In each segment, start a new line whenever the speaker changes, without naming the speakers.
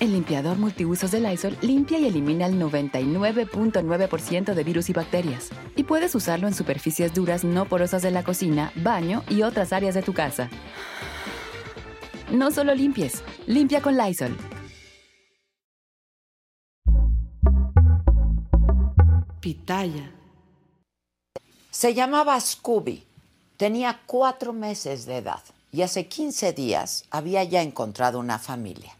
El limpiador multiusos de Lysol limpia y elimina el 99.9% de virus y bacterias. Y puedes usarlo en superficies duras no porosas de la cocina, baño y otras áreas de tu casa. No solo limpies, limpia con Lysol.
Pitaya.
Se llamaba Scooby. Tenía cuatro meses de edad y hace 15 días había ya encontrado una familia.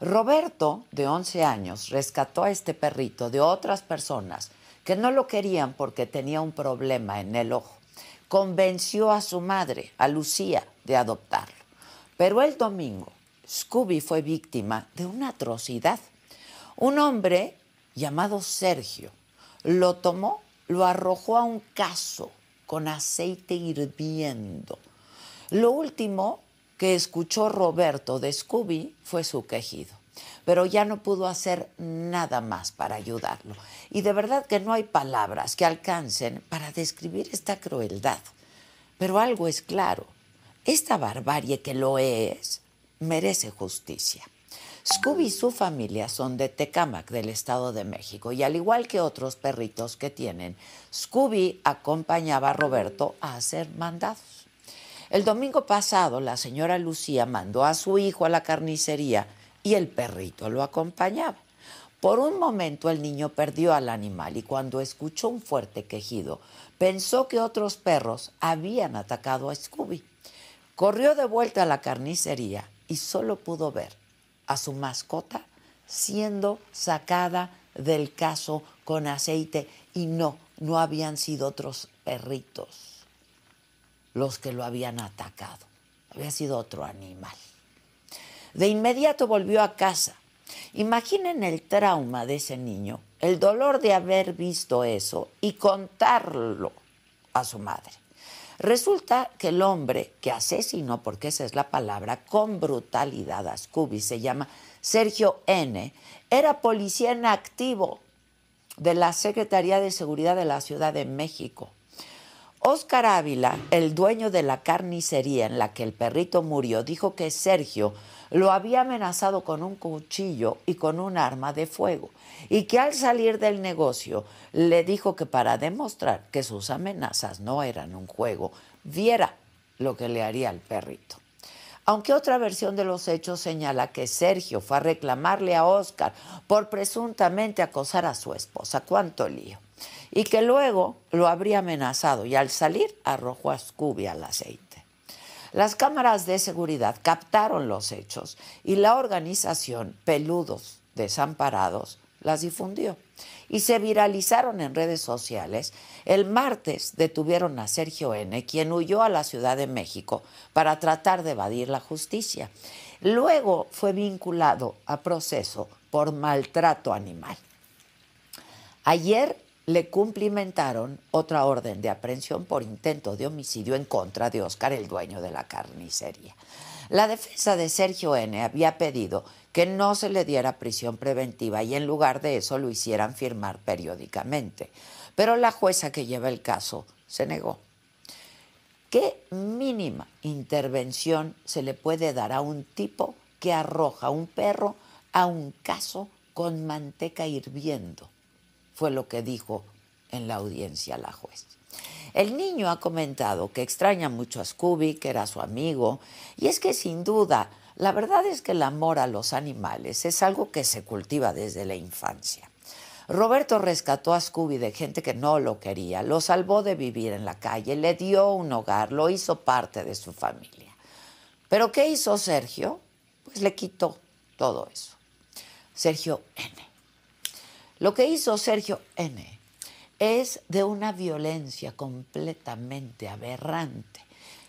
Roberto, de 11 años, rescató a este perrito de otras personas que no lo querían porque tenía un problema en el ojo. Convenció a su madre, a Lucía, de adoptarlo. Pero el domingo, Scooby fue víctima de una atrocidad. Un hombre llamado Sergio lo tomó, lo arrojó a un caso con aceite hirviendo. Lo último que escuchó Roberto de Scooby fue su quejido, pero ya no pudo hacer nada más para ayudarlo. Y de verdad que no hay palabras que alcancen para describir esta crueldad. Pero algo es claro, esta barbarie que lo es merece justicia. Scooby y su familia son de Tecámac, del Estado de México, y al igual que otros perritos que tienen, Scooby acompañaba a Roberto a hacer mandados. El domingo pasado, la señora Lucía mandó a su hijo a la carnicería y el perrito lo acompañaba. Por un momento el niño perdió al animal y cuando escuchó un fuerte quejido, pensó que otros perros habían atacado a Scooby. Corrió de vuelta a la carnicería y solo pudo ver a su mascota siendo sacada del caso con aceite y no, no habían sido otros perritos los que lo habían atacado. Había sido otro animal. De inmediato volvió a casa. Imaginen el trauma de ese niño, el dolor de haber visto eso y contarlo a su madre. Resulta que el hombre que asesinó, porque esa es la palabra, con brutalidad a Scooby, se llama Sergio N., era policía en activo de la Secretaría de Seguridad de la Ciudad de México. Oscar Ávila, el dueño de la carnicería en la que el perrito murió, dijo que Sergio lo había amenazado con un cuchillo y con un arma de fuego y que al salir del negocio le dijo que para demostrar que sus amenazas no eran un juego, viera lo que le haría al perrito. Aunque otra versión de los hechos señala que Sergio fue a reclamarle a Oscar por presuntamente acosar a su esposa. ¡Cuánto lío! y que luego lo habría amenazado y al salir arrojó a Scooby al aceite. Las cámaras de seguridad captaron los hechos y la organización Peludos Desamparados las difundió y se viralizaron en redes sociales. El martes detuvieron a Sergio N., quien huyó a la Ciudad de México para tratar de evadir la justicia. Luego fue vinculado a proceso por maltrato animal. Ayer le cumplimentaron otra orden de aprehensión por intento de homicidio en contra de Oscar, el dueño de la carnicería. La defensa de Sergio N. había pedido que no se le diera prisión preventiva y en lugar de eso lo hicieran firmar periódicamente. Pero la jueza que lleva el caso se negó. ¿Qué mínima intervención se le puede dar a un tipo que arroja a un perro a un caso con manteca hirviendo? fue lo que dijo en la audiencia la juez. El niño ha comentado que extraña mucho a Scooby, que era su amigo, y es que sin duda, la verdad es que el amor a los animales es algo que se cultiva desde la infancia. Roberto rescató a Scooby de gente que no lo quería, lo salvó de vivir en la calle, le dio un hogar, lo hizo parte de su familia. Pero ¿qué hizo Sergio? Pues le quitó todo eso. Sergio N Lo que hizo Sergio N es de una violencia completamente aberrante.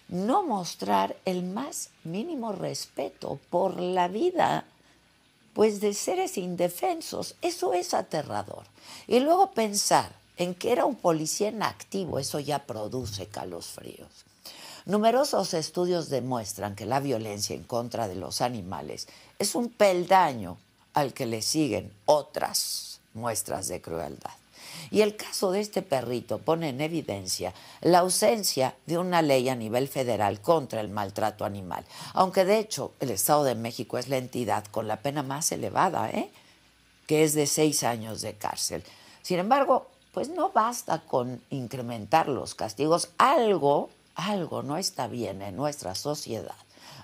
No mostrar el más mínimo respeto por la vida, pues de seres indefensos, eso es aterrador. Y luego pensar en que era un policía en activo, eso ya produce calos fríos. Numerosos estudios demuestran que la violencia en contra de los animales es un peldaño al que le siguen otras muestras de crueldad. Y el caso de este perrito pone en evidencia la ausencia de una ley a nivel federal contra el maltrato animal, aunque de hecho el Estado de México es la entidad con la pena más elevada, ¿eh? que es de seis años de cárcel. Sin embargo, pues no basta con incrementar los castigos, algo, algo no está bien en nuestra sociedad,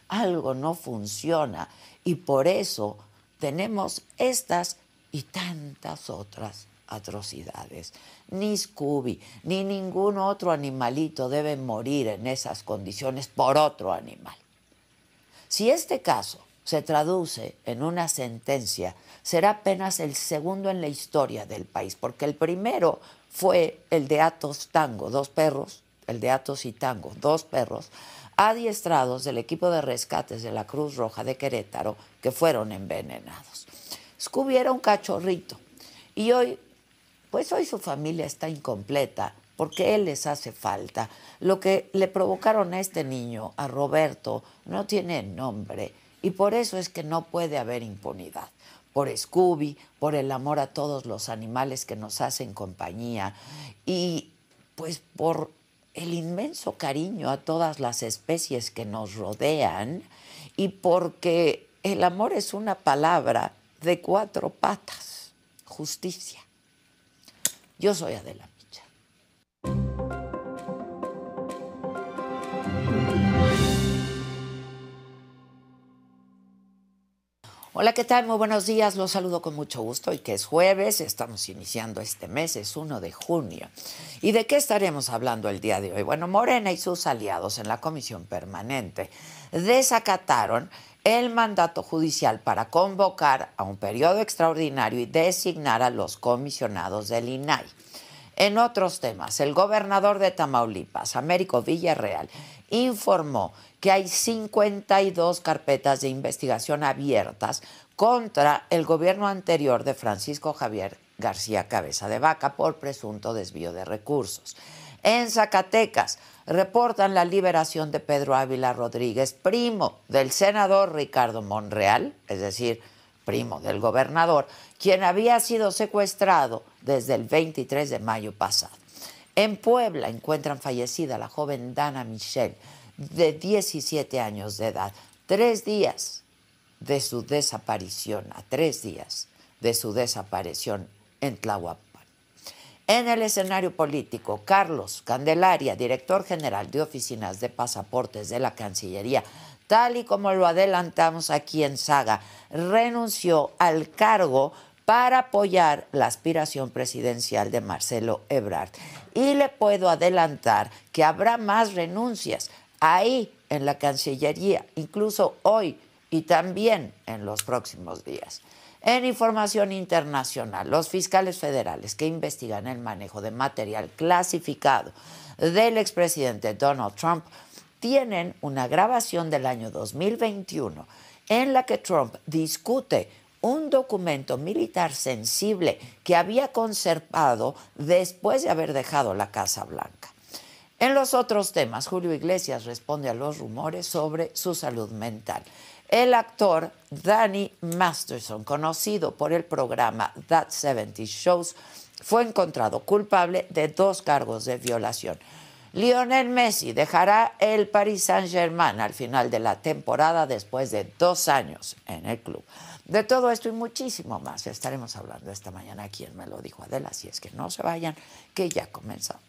algo no funciona y por eso tenemos estas y tantas otras atrocidades. Ni Scooby, ni ningún otro animalito debe morir en esas condiciones por otro animal. Si este caso se traduce en una sentencia, será apenas el segundo en la historia del país, porque el primero fue el de Atos Tango, dos perros, el de Atos y Tango, dos perros, adiestrados del equipo de rescates de la Cruz Roja de Querétaro, que fueron envenenados. Scooby era un cachorrito y hoy pues hoy su familia está incompleta porque él les hace falta. Lo que le provocaron a este niño, a Roberto, no tiene nombre y por eso es que no puede haber impunidad. Por Scooby, por el amor a todos los animales que nos hacen compañía y pues por el inmenso cariño a todas las especies que nos rodean y porque el amor es una palabra de cuatro patas, justicia. Yo soy Adela Micha. Hola, ¿qué tal? Muy buenos días. Los saludo con mucho gusto. Y que es jueves, estamos iniciando este mes, es 1 de junio. ¿Y de qué estaremos hablando el día de hoy? Bueno, Morena y sus aliados en la comisión permanente desacataron el mandato judicial para convocar a un periodo extraordinario y designar a los comisionados del INAI. En otros temas, el gobernador de Tamaulipas, Américo Villarreal, informó que hay 52 carpetas de investigación abiertas contra el gobierno anterior de Francisco Javier García Cabeza de Vaca por presunto desvío de recursos. En Zacatecas, reportan la liberación de Pedro Ávila Rodríguez, primo del senador Ricardo Monreal, es decir, primo del gobernador, quien había sido secuestrado desde el 23 de mayo pasado. En Puebla encuentran fallecida la joven Dana Michel, de 17 años de edad, tres días de su desaparición, a tres días de su desaparición en Tlahuapá. En el escenario político, Carlos Candelaria, director general de oficinas de pasaportes de la Cancillería, tal y como lo adelantamos aquí en Saga, renunció al cargo para apoyar la aspiración presidencial de Marcelo Ebrard. Y le puedo adelantar que habrá más renuncias ahí en la Cancillería, incluso hoy y también en los próximos días. En información internacional, los fiscales federales que investigan el manejo de material clasificado del expresidente Donald Trump tienen una grabación del año 2021 en la que Trump discute un documento militar sensible que había conservado después de haber dejado la Casa Blanca. En los otros temas, Julio Iglesias responde a los rumores sobre su salud mental. El actor Danny Masterson, conocido por el programa That 70 Shows, fue encontrado culpable de dos cargos de violación. Lionel Messi dejará el Paris Saint-Germain al final de la temporada después de dos años en el club. De todo esto y muchísimo más estaremos hablando esta mañana aquí en Me lo dijo Adela, así es que no se vayan, que ya comenzamos.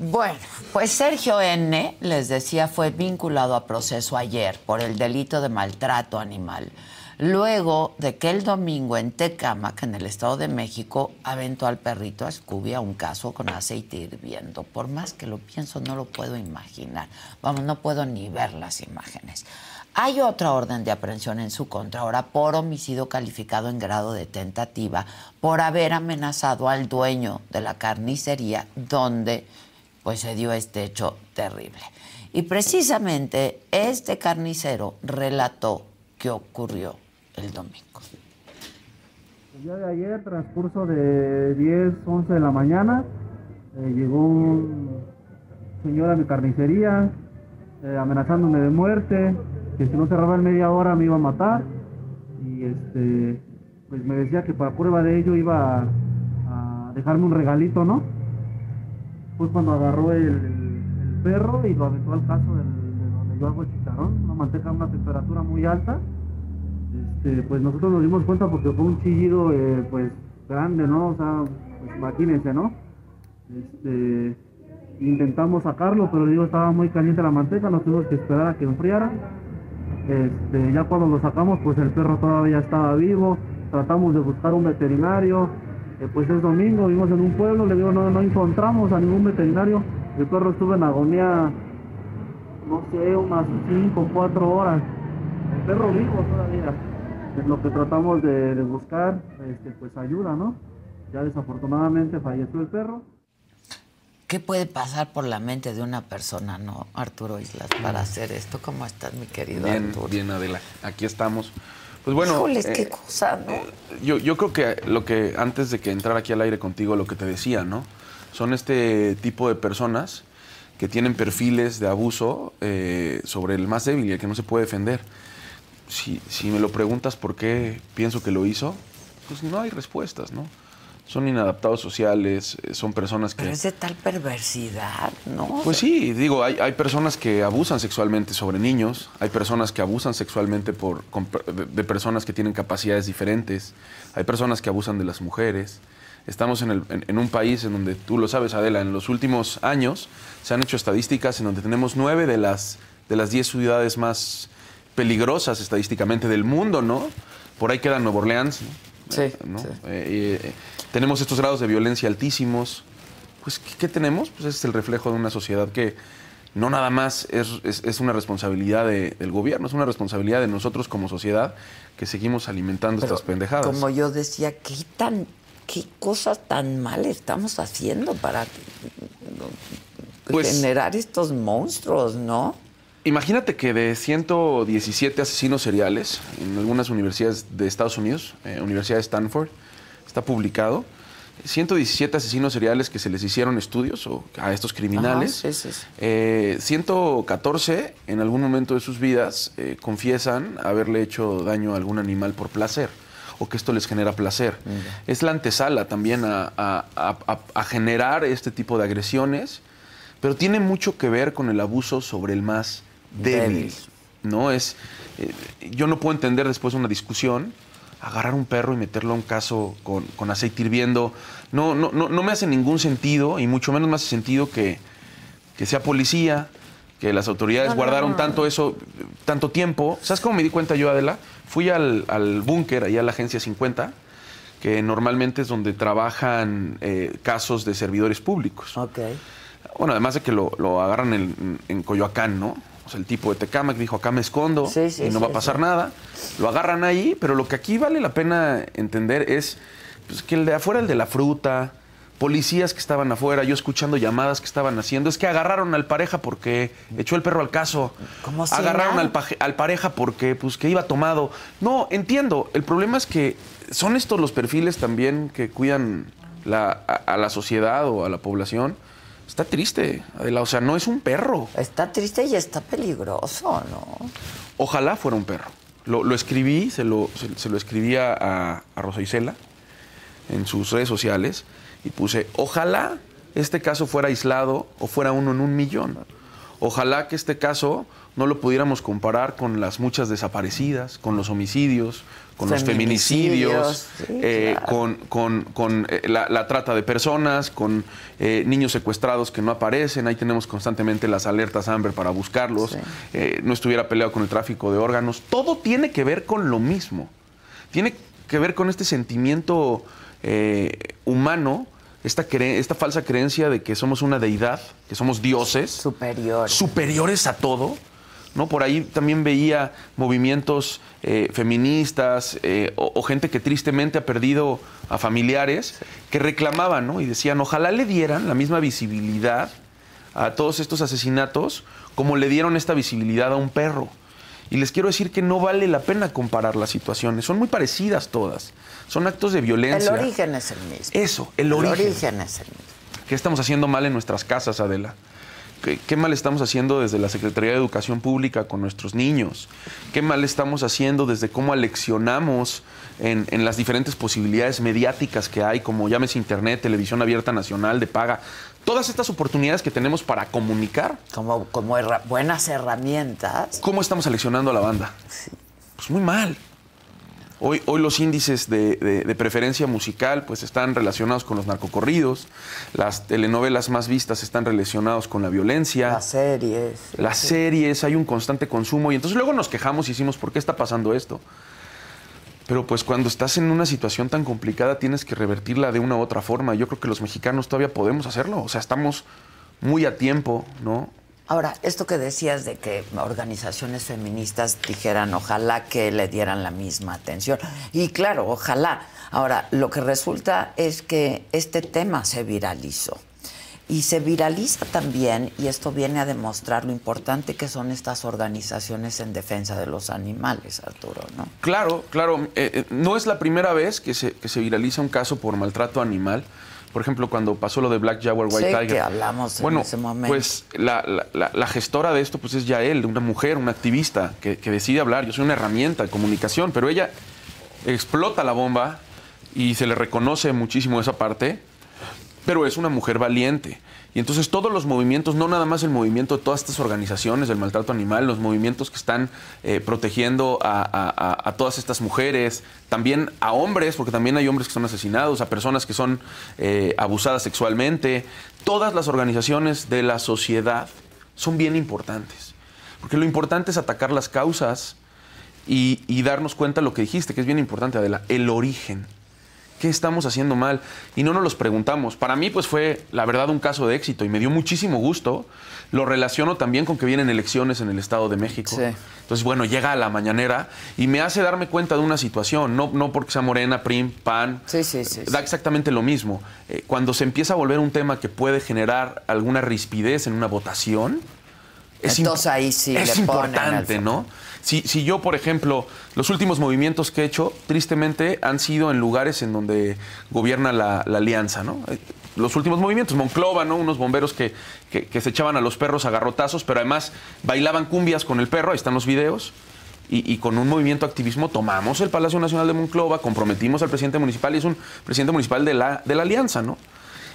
Bueno, pues Sergio N., les decía, fue vinculado a proceso ayer por el delito de maltrato animal, luego de que el domingo en Tecámac, en el Estado de México, aventó al perrito a Scooby a un caso con aceite hirviendo. Por más que lo pienso, no lo puedo imaginar. Vamos, no puedo ni ver las imágenes. Hay otra orden de aprehensión en su contra ahora por homicidio calificado en grado de tentativa por haber amenazado al dueño de la carnicería donde pues se dio este hecho terrible. Y precisamente este carnicero relató que ocurrió el domingo.
El día de ayer, transcurso de 10, 11 de la mañana, eh, llegó un señor a mi carnicería eh, amenazándome de muerte, que si no cerraba en media hora me iba a matar. Y este, pues me decía que para prueba de ello iba a, a dejarme un regalito, ¿no? Fue cuando agarró el, el- el perro y lo aventó al caso del- de donde yo hago el chicharrón, una manteca a una temperatura muy alta. Este, pues nosotros nos dimos cuenta porque fue un chillido, eh, pues, grande, ¿no? O sea, pues, imagínense, ¿no? Este, intentamos sacarlo, pero digo, estaba muy caliente la manteca, nos tuvimos que esperar a que enfriara. Este, ya cuando lo sacamos, pues el perro todavía estaba vivo. Tratamos de buscar un veterinario. Eh, pues es domingo, vivimos en un pueblo, le digo, no, no encontramos a ningún veterinario. El perro estuvo en agonía, no sé, unas 5 o 4 horas. El perro vivo todavía. Es lo que tratamos de, de buscar, este, pues ayuda, ¿no? Ya desafortunadamente falleció el perro.
¿Qué puede pasar por la mente de una persona, no, Arturo Islas, para hacer esto? ¿Cómo estás, mi querido
Bien,
Arturo?
bien, Adela. Aquí estamos. Pues bueno,
Híjoles,
eh,
qué cosa, ¿no?
yo, yo creo que lo que antes de que entrar aquí al aire contigo, lo que te decía, ¿no? Son este tipo de personas que tienen perfiles de abuso eh, sobre el más débil y el que no se puede defender. Si, si me lo preguntas por qué pienso que lo hizo, pues no hay respuestas, ¿no? Son inadaptados sociales, eh, son personas que...
Pero es de tal perversidad, ¿no?
Pues sí, digo, hay, hay personas que abusan sexualmente sobre niños, hay personas que abusan sexualmente por, con per- de, de personas que tienen capacidades diferentes, hay personas que abusan de las mujeres. Estamos en, el- en- en un país en donde, tú lo sabes, Adela, en los últimos años se han hecho estadísticas en donde tenemos nueve de las, de las diez ciudades más peligrosas estadísticamente del mundo, ¿no? Por ahí queda Nueva Orleans, ¿no?
Sí,
¿no?
sí.
Eh, eh, tenemos estos grados de violencia altísimos. Pues, ¿qué, qué tenemos? Pues es el reflejo de una sociedad que no nada más es, es- es una responsabilidad de- del gobierno, es una responsabilidad de nosotros como sociedad que seguimos alimentando
Pero,
estas pendejadas.
Como yo decía, ¿qué, tan, qué cosas tan mal estamos haciendo para
Pues-
generar estos monstruos, ¿no?
Imagínate que de 117 asesinos seriales en algunas universidades de Estados Unidos, eh, Universidad de Stanford, está publicado, 117 asesinos seriales que se les hicieron estudios o a estos criminales,
Ajá, sí, sí, sí.
eh, 114 en algún momento de sus vidas eh, confiesan haberle hecho daño a algún animal por placer o que esto les genera placer. Es la antesala también a- a- a- a- a generar este tipo de agresiones pero tiene mucho que ver con el abuso sobre el más débil.
Débil.
No es. eh, yo no puedo entender después de una discusión agarrar un perro y meterlo a un caso con, con aceite hirviendo. No, no, no, no me hace ningún sentido, y mucho menos me hace sentido que, que sea policía, que las autoridades
No, no,
guardaron
no.
tanto eso, eh, tanto tiempo. ¿Sabes cómo me di cuenta yo, Adela? Fui al, al búnker, ahí a la agencia 50, que normalmente es donde trabajan eh, casos de servidores públicos.
Ok.
Bueno, además de que lo, lo agarran en, en Coyoacán, ¿no? O sea, el tipo de Tecama que dijo, acá me escondo
Sí, sí,
y no
sí,
va a pasar
sí.
nada. Lo agarran ahí, pero lo que aquí vale la pena entender es pues, que el de afuera, el de la fruta, policías que estaban afuera, yo escuchando llamadas que estaban haciendo, es que agarraron al pareja porque echó el perro al caso.
Como si
agarraron
nada.
al, paje- al pareja porque pues que iba tomado. No, entiendo. El problema es que son estos los perfiles también que cuidan la- a, a la sociedad o a la población. Está triste, Adela. O sea, no es un perro.
Está triste y está peligroso, ¿no?
Ojalá fuera un perro. Lo, lo escribí, se lo, se, se lo escribí a, a- a Rosa Isela en sus redes sociales y puse, ojalá este caso fuera aislado o fuera uno en un millón. Ojalá que este caso no lo pudiéramos comparar con las muchas desaparecidas, con los homicidios, con los
Feminicidios,
feminicidios,
sí,
eh,
claro.
con, con- con, eh, la, la trata de personas, con eh, niños secuestrados que no aparecen. Ahí tenemos constantemente las alertas Amber para buscarlos.
Sí.
Eh, no estuviera peleado con el tráfico de órganos. Todo tiene que ver con lo mismo. Tiene que ver con este sentimiento eh, humano, esta, cre- esta falsa creencia de que somos una deidad, que somos dioses
Superior.
superiores a todo. ¿no? Por ahí también veía movimientos eh, feministas eh, o, o gente que tristemente ha perdido a familiares que reclamaban ¿no? y decían, ojalá le dieran la misma visibilidad a todos estos asesinatos como le dieron esta visibilidad a un perro. Y les quiero decir que no vale la pena comparar las situaciones, son muy parecidas todas, son actos de
el
violencia.
origen es el mismo.
Eso, el origen.
es el mismo.
¿Qué estamos haciendo mal en nuestras casas, Adela? ¿Qué, qué mal estamos haciendo desde la Secretaría de Educación Pública con nuestros niños? ¿Qué mal estamos haciendo desde cómo aleccionamos en, en las diferentes posibilidades mediáticas que hay, como llámese Internet, Televisión Abierta Nacional, de paga? Todas estas oportunidades que tenemos para comunicar,
Como, como herra- buenas herramientas.
¿cómo estamos aleccionando a la banda? Pues muy mal. Hoy, hoy los índices de, de- de preferencia musical pues están relacionados con los narcocorridos, las telenovelas más vistas están relacionados con la violencia,
Las
las,
series.
series, hay un constante consumo y entonces luego nos quejamos y decimos, ¿por qué está pasando esto? Pero pues cuando estás en una situación tan complicada tienes que revertirla de una u otra forma. Yo creo que los mexicanos todavía podemos hacerlo, o sea, estamos muy a tiempo, ¿no?
Ahora, esto que decías de que organizaciones feministas dijeran ojalá que le dieran la misma atención. Y claro, ojalá. Ahora, lo que resulta es que este tema se viralizó. Y se viraliza también, y esto viene a demostrar lo importante que son estas organizaciones en defensa de los animales, Arturo, ¿no?
Claro, claro. Eh, eh, no es la primera vez que se, que se viraliza un caso por maltrato animal. Por ejemplo, cuando pasó lo de Black Jaguar White
Sí,
Tiger.
que hablamos en
bueno,
ese momento.
Pues la, la- la- la gestora de esto pues es Yael, una mujer, una activista que, que decide hablar. Yo soy una herramienta de comunicación, pero ella explota la bomba y se le reconoce muchísimo esa parte pero es una mujer valiente. Y entonces todos los movimientos, no nada más el movimiento de todas estas organizaciones del maltrato animal, los movimientos que están eh, protegiendo a, a- a- a todas estas mujeres, también a hombres, porque también hay hombres que son asesinados, a personas que son eh, abusadas sexualmente, todas las organizaciones de la sociedad son bien importantes. Porque lo importante es atacar las causas y, y darnos cuenta lo que dijiste, que es bien importante, Adela, el origen. ¿Qué estamos haciendo mal? Y no nos los preguntamos. Para mí, pues fue, la verdad, un caso de éxito y me dio muchísimo gusto. Lo relaciono también con que vienen elecciones en el Estado de México.
Sí.
Entonces, bueno, llega a la mañanera y me hace darme cuenta de una situación, no, no porque sea morena, PRIM, PAN,
Sí, sí, sí, sí.
da exactamente lo mismo. Eh, cuando se empieza a volver un tema que puede generar alguna rispidez en una votación, imp-
Entonces, ahí sí
es
le ponen al
importante,
foco.
¿no? Si, si yo, por ejemplo, los últimos movimientos que he hecho, tristemente, han sido en lugares en donde gobierna la, la alianza, ¿no? Eh, Los últimos movimientos, Monclova, ¿no? Unos bomberos que, que- que se echaban a los perros a garrotazos, pero además bailaban cumbias con el perro, ahí están los videos. Y, y con un movimiento activismo tomamos el Palacio Nacional de Monclova, comprometimos al presidente municipal y es un presidente municipal de la, de la alianza, ¿no?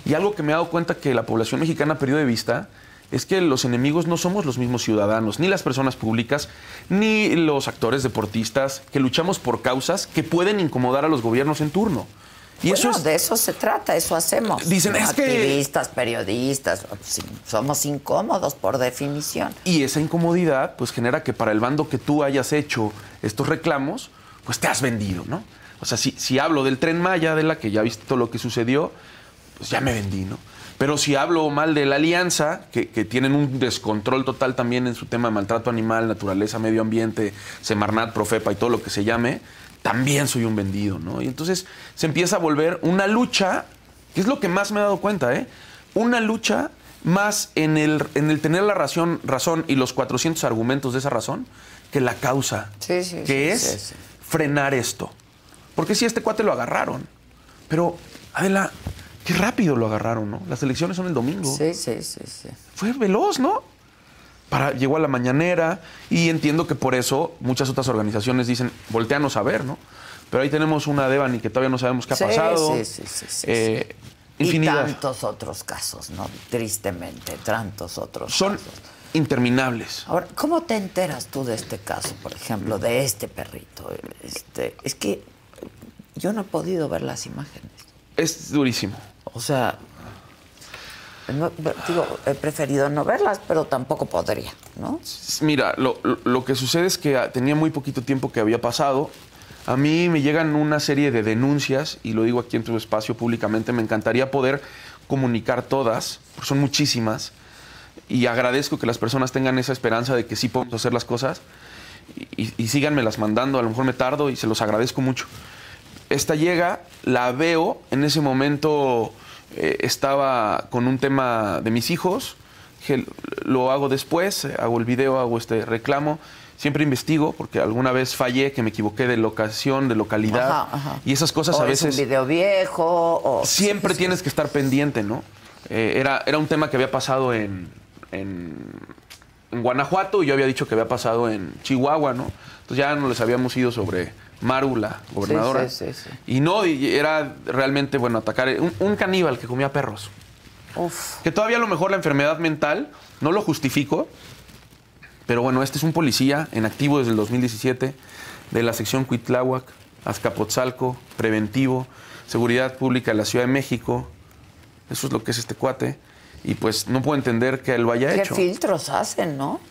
Y algo que me he dado cuenta que la población mexicana ha perdido de vista es que los enemigos no somos los mismos ciudadanos, ni las personas públicas, ni los actores deportistas, que luchamos por causas que pueden incomodar a los gobiernos en turno. Y eso
Bueno,
es...
de eso se trata, eso hacemos.
Dicen, es que-
Activistas, periodistas, sí, somos incómodos por definición.
Y esa incomodidad pues genera que para el bando que tú hayas hecho estos reclamos, pues te has vendido, ¿no? O sea, si, si hablo del tren Maya, de la que ya viste todo lo que sucedió, pues ya me vendí, ¿no? Pero si hablo mal de la alianza, que, que tienen un descontrol total también en su tema de maltrato animal, naturaleza, medio ambiente, Semarnat, Profepa y todo lo que se llame, también soy un vendido, ¿no? Y entonces se empieza a volver una lucha, que es lo que más me he dado cuenta, ¿eh? Una lucha más en el, en el tener la razón, razón y los 400 argumentos de esa razón que la causa,
Sí, sí,
que
sí,
es
sí, sí.
frenar esto. Porque si este cuate lo agarraron, pero Adela, qué rápido lo agarraron, ¿no? Las elecciones son el domingo.
Sí, sí, sí, sí.
Fue veloz, ¿no? Para, llegó a la mañanera y entiendo que por eso muchas otras organizaciones dicen, volteanos a ver, ¿no? Pero ahí tenemos una Devani que todavía no sabemos qué ha
Sí,
pasado.
sí, sí, sí, sí,
Eh,
Y
infinidad.
tantos otros casos, ¿no? Tristemente, tantos otros
Son-
casos.
interminables.
Ahora, ¿cómo te enteras tú de este caso, por ejemplo, de este perrito? Este, es que yo no he podido ver las imágenes.
Es durísimo.
O sea, no- digo, he preferido no verlas, pero tampoco podría, ¿no?
Mira, lo, lo- lo que sucede es que ah, tenía muy poquito tiempo que había pasado. A mí me llegan una serie de denuncias, y lo digo aquí en tu espacio públicamente, me encantaría poder comunicar todas, porque son muchísimas, y agradezco que las personas tengan esa esperanza de que sí podemos hacer las cosas, y, y- y síganme las mandando, a lo mejor me tardo y se los agradezco mucho. Esta llega, la veo, en ese momento eh, estaba con un tema de mis hijos, dije, lo hago después, eh, hago el video, hago este reclamo, siempre investigo porque alguna vez fallé, que me equivoqué de locación, de localidad,
Ajá, ajá.
y esas cosas
O
a
Es
veces
un video viejo, o.
siempre tienes que estar pendiente, ¿no? Eh, era, era un tema que había pasado en, en, en Guanajuato y yo había dicho que había pasado en Chihuahua, ¿no? Entonces ya no les habíamos ido sobre Maru, la gobernadora.
sí, sí, sí.
Y no, y era realmente, bueno, atacar un, un caníbal que comía perros.
Uf.
Que todavía a lo mejor la enfermedad mental, no lo justifico, pero bueno, este es un policía en activo desde el 2017 de la sección Cuitláhuac, Azcapotzalco, preventivo, seguridad pública de la Ciudad de México. Eso es lo que es este cuate. Y pues no puedo entender que él lo haya
¿Qué
hecho.
filtros hacen, no?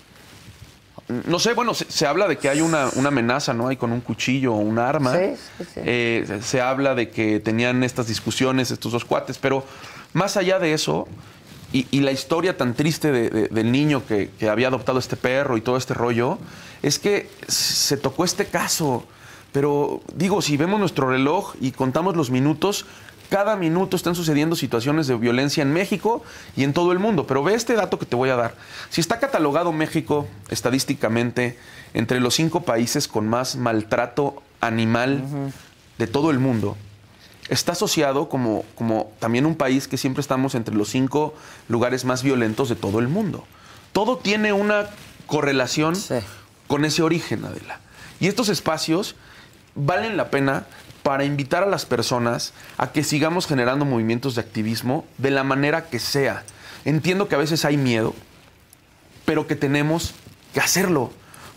No sé, bueno, se, se habla de que hay una, una amenaza, ¿no? Hay con un cuchillo o un arma.
Sí, sí, sí.
Eh, se- se habla de que tenían estas discusiones estos dos cuates, pero más allá de eso, y, y la historia tan triste de- de- del niño que, que había adoptado este perro y todo este rollo, es que se tocó este caso. Pero digo, si vemos nuestro reloj y contamos los minutos, cada minuto están sucediendo situaciones de violencia en México y en todo el mundo. Pero ve este dato que te voy a dar. Si está catalogado México estadísticamente entre los cinco países con más maltrato animal de todo el mundo, está asociado como, como también un país que siempre estamos entre los cinco lugares más violentos de todo el mundo. Todo tiene una correlación
Sí.
con ese origen, Adela. Y estos espacios valen la pena para invitar a las personas a que sigamos generando movimientos de activismo de la manera que sea. Entiendo que a veces hay miedo, pero que tenemos que hacerlo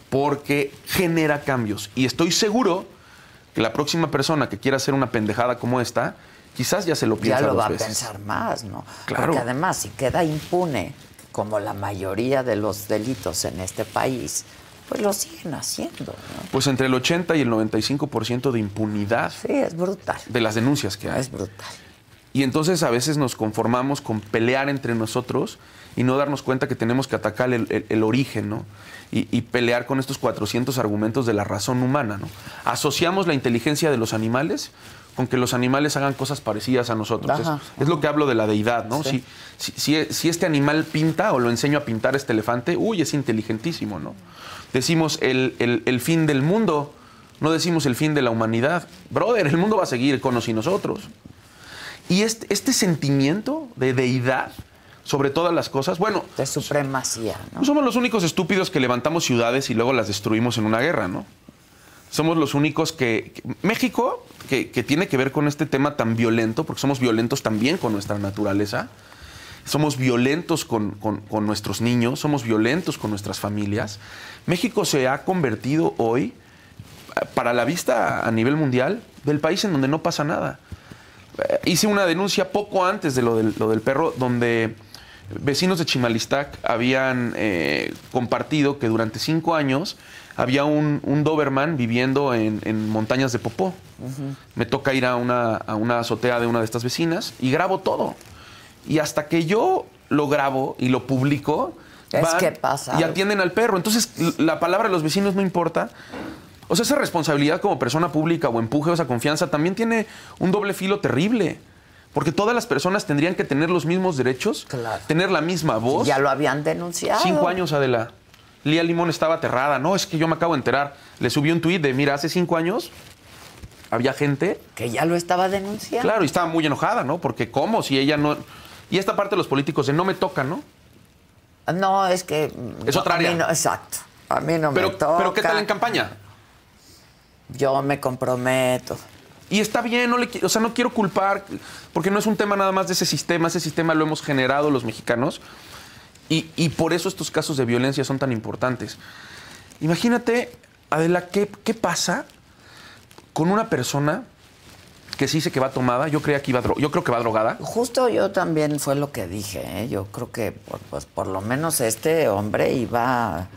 porque genera cambios. Y estoy seguro que la próxima persona que quiera hacer una pendejada como esta, quizás ya se lo
Ya
piensa
lo
dos
va
veces.
a pensar más, ¿no?
Claro.
Porque además, si queda impune, como la mayoría de los delitos en este país, pues lo siguen haciendo, ¿no?
Pues entre el 80 y el 95% de impunidad
Sí, es brutal.
de las denuncias que hay.
Es brutal.
Y entonces a veces nos conformamos con pelear entre nosotros y no darnos cuenta que tenemos que atacar el, el- el origen, ¿no? Y, y pelear con estos 400 argumentos de la razón humana, ¿no? Asociamos la inteligencia de los animales con que los animales hagan cosas parecidas a nosotros. Es,
Ajá.
es lo que hablo de la deidad, ¿no?
Sí.
Si, si- si- si este animal pinta o lo enseño a pintar a este elefante, uy, es inteligentísimo, ¿no? Decimos el, el- el fin del mundo, no decimos el fin de la humanidad. Brother, el mundo va a seguir con o sin nosotros. Y este, este sentimiento de deidad sobre todas las cosas, bueno,
De supremacía, ¿no?
no Pues somos los únicos estúpidos que levantamos ciudades y luego las destruimos en una guerra, ¿no? Somos los únicos que... que- México, que, que tiene que ver con este tema tan violento, porque somos violentos también con nuestra naturaleza, somos violentos con, con- con nuestros niños, somos violentos con nuestras familias. México se ha convertido hoy, eh, para la vista a nivel mundial, del país en donde no pasa nada. Eh, hice una denuncia poco antes de lo del, lo del perro, donde vecinos de Chimalistac habían eh, compartido que durante cinco años había un, un Doberman viviendo en, en montañas de Popó. Me toca ir a una, a una azotea de una de estas vecinas y grabo todo. Y hasta que yo lo grabo y lo publico,
Es que pasa
y
algo.
atienden al perro. Entonces, l- la palabra de los vecinos no importa. O sea, esa responsabilidad como persona pública o empuje o esa confianza también tiene un doble filo terrible. Porque todas las personas tendrían que tener los mismos derechos,
Claro.
tener la misma voz.
Ya lo habían denunciado.
Cinco años, Adela. Lía Limón estaba aterrada. No, es que yo me acabo de enterar. Le subí un tuit de, mira, hace cinco años había gente
Que ya lo estaba denunciando.
Claro, y estaba muy enojada, ¿no? Porque cómo si ella no... Y esta parte de los políticos de no me tocan, ¿no?
No, es que.
Es
no,
otra
a mí
área.
no- exacto. A mí no me
Pero,
toca.
pero ¿qué tal en campaña?
Yo me comprometo.
Y está bien, no le, qui- o sea, no quiero culpar, porque no es un tema nada más de ese sistema, ese sistema lo hemos generado los mexicanos. Y, y por eso estos casos de violencia son tan importantes. Imagínate, Adela, ¿qué, qué pasa con una persona que se dice que va tomada? Yo, creía que iba dro- yo creo que va drogada.
Justo yo también fue lo que dije, ¿eh? yo creo que por, pues, por lo menos este hombre iba,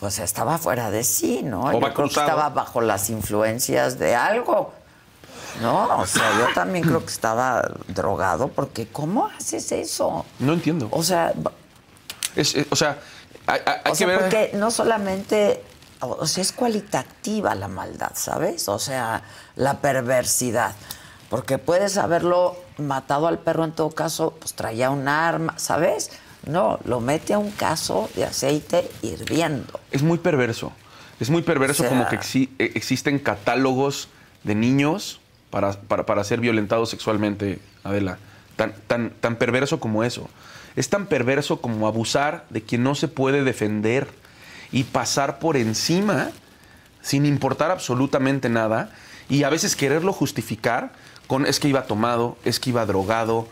pues estaba fuera de sí, ¿no?
O
Yo
va
creo que
cruzado.
estaba bajo las influencias de algo, ¿no? O sea, yo también creo que estaba drogado, porque ¿cómo haces eso?
No entiendo.
O sea, b-
Es- es- o sea, hay, hay- hay
o
que
sea,
ver...
porque no solamente, o sea, es cualitativa la maldad, ¿sabes? O sea, la perversidad. Porque puedes haberlo matado al perro, en todo caso, pues traía un arma, ¿sabes? No, lo mete a un caso de aceite hirviendo.
es muy perverso. Es muy perverso
O sea-
como que exi- eh, existen catálogos de niños para, para- para ser violentados sexualmente, Adela. Tan, tan, tan perverso como eso. Es tan perverso como abusar de quien no se puede defender y pasar por encima sin importar absolutamente nada y a veces quererlo justificar con es que iba tomado, es que iba drogado.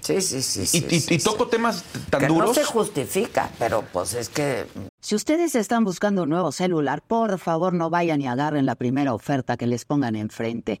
Sí, sí, sí.
Y,
sí,
y-
sí,
y
sí.
toco temas t- tan
que
duros.
No se justifica, pero pues es que
Si ustedes están buscando un nuevo celular, por favor no vayan y agarren la primera oferta que les pongan enfrente.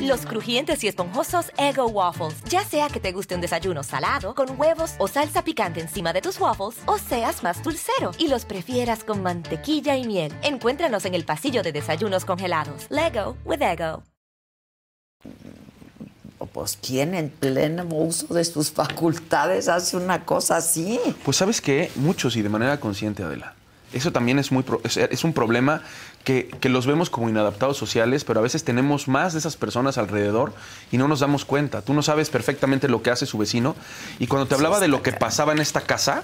Los crujientes y esponjosos Ego Waffles. Ya sea que te guste un desayuno salado, con huevos o salsa picante encima de tus waffles, o seas más dulcero y los prefieras con mantequilla y miel. Encuéntranos en el pasillo de desayunos congelados. Lego with Ego.
pues quién en pleno uso de sus facultades hace una cosa así.
Pues sabes que muchos y de manera consciente, Adela. Eso también es, muy pro- es, es un problema que, que los vemos como inadaptados sociales, pero a veces tenemos más de esas personas alrededor y no nos damos cuenta. Tú no sabes perfectamente lo que hace su vecino. Y cuando te hablaba de lo que pasaba en esta casa,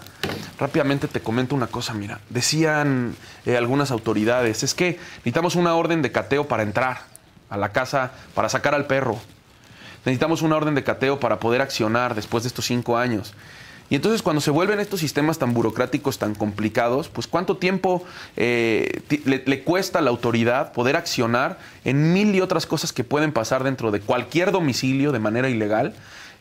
rápidamente te comento una cosa, mira. Decían eh, algunas autoridades, es que necesitamos una orden de cateo para entrar a la casa, para sacar al perro. Necesitamos una orden de cateo para poder accionar después de estos cinco años. Y entonces cuando se vuelven estos sistemas tan burocráticos, tan complicados, pues cuánto tiempo eh, ti- le, le cuesta a la autoridad poder accionar en mil y otras cosas que pueden pasar dentro de cualquier domicilio de manera ilegal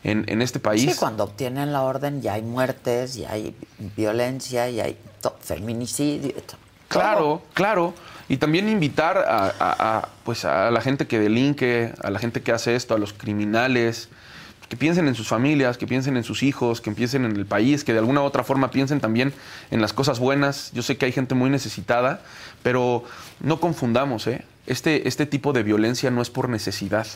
en, en este país.
Sí, cuando obtienen la orden ya hay muertes, ya hay violencia, ya hay to- feminicidio. to-
Claro, claro. Y también invitar a, a- a, pues a la gente que delinque, a la gente que hace esto, a los criminales, que piensen en sus familias, que piensen en sus hijos, que piensen en el país, que de alguna u otra forma piensen también en las cosas buenas. Yo sé que hay gente muy necesitada, pero no confundamos, ¿eh? Este, este tipo de violencia no es por necesidad.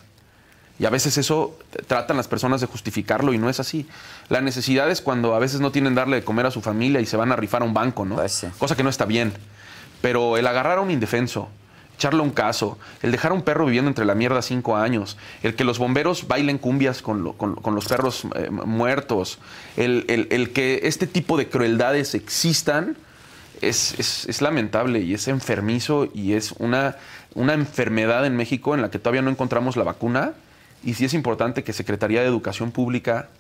Y a veces eso t- tratan las personas de justificarlo y no es así. La necesidad es cuando a veces no tienen darle de comer a su familia y se van a rifar a un banco, ¿no?
Pues sí.
Cosa que no está bien. Pero el agarrar a un indefenso, echarle un caso, el dejar a un perro viviendo entre la mierda cinco años, el que los bomberos bailen cumbias con, lo- con- con los perros eh, muertos, el, el- el que este tipo de crueldades existan, es, es- es lamentable y es enfermizo y es una, una enfermedad en México en la que todavía no encontramos la vacuna. Y sí es importante que Secretaría de Educación Pública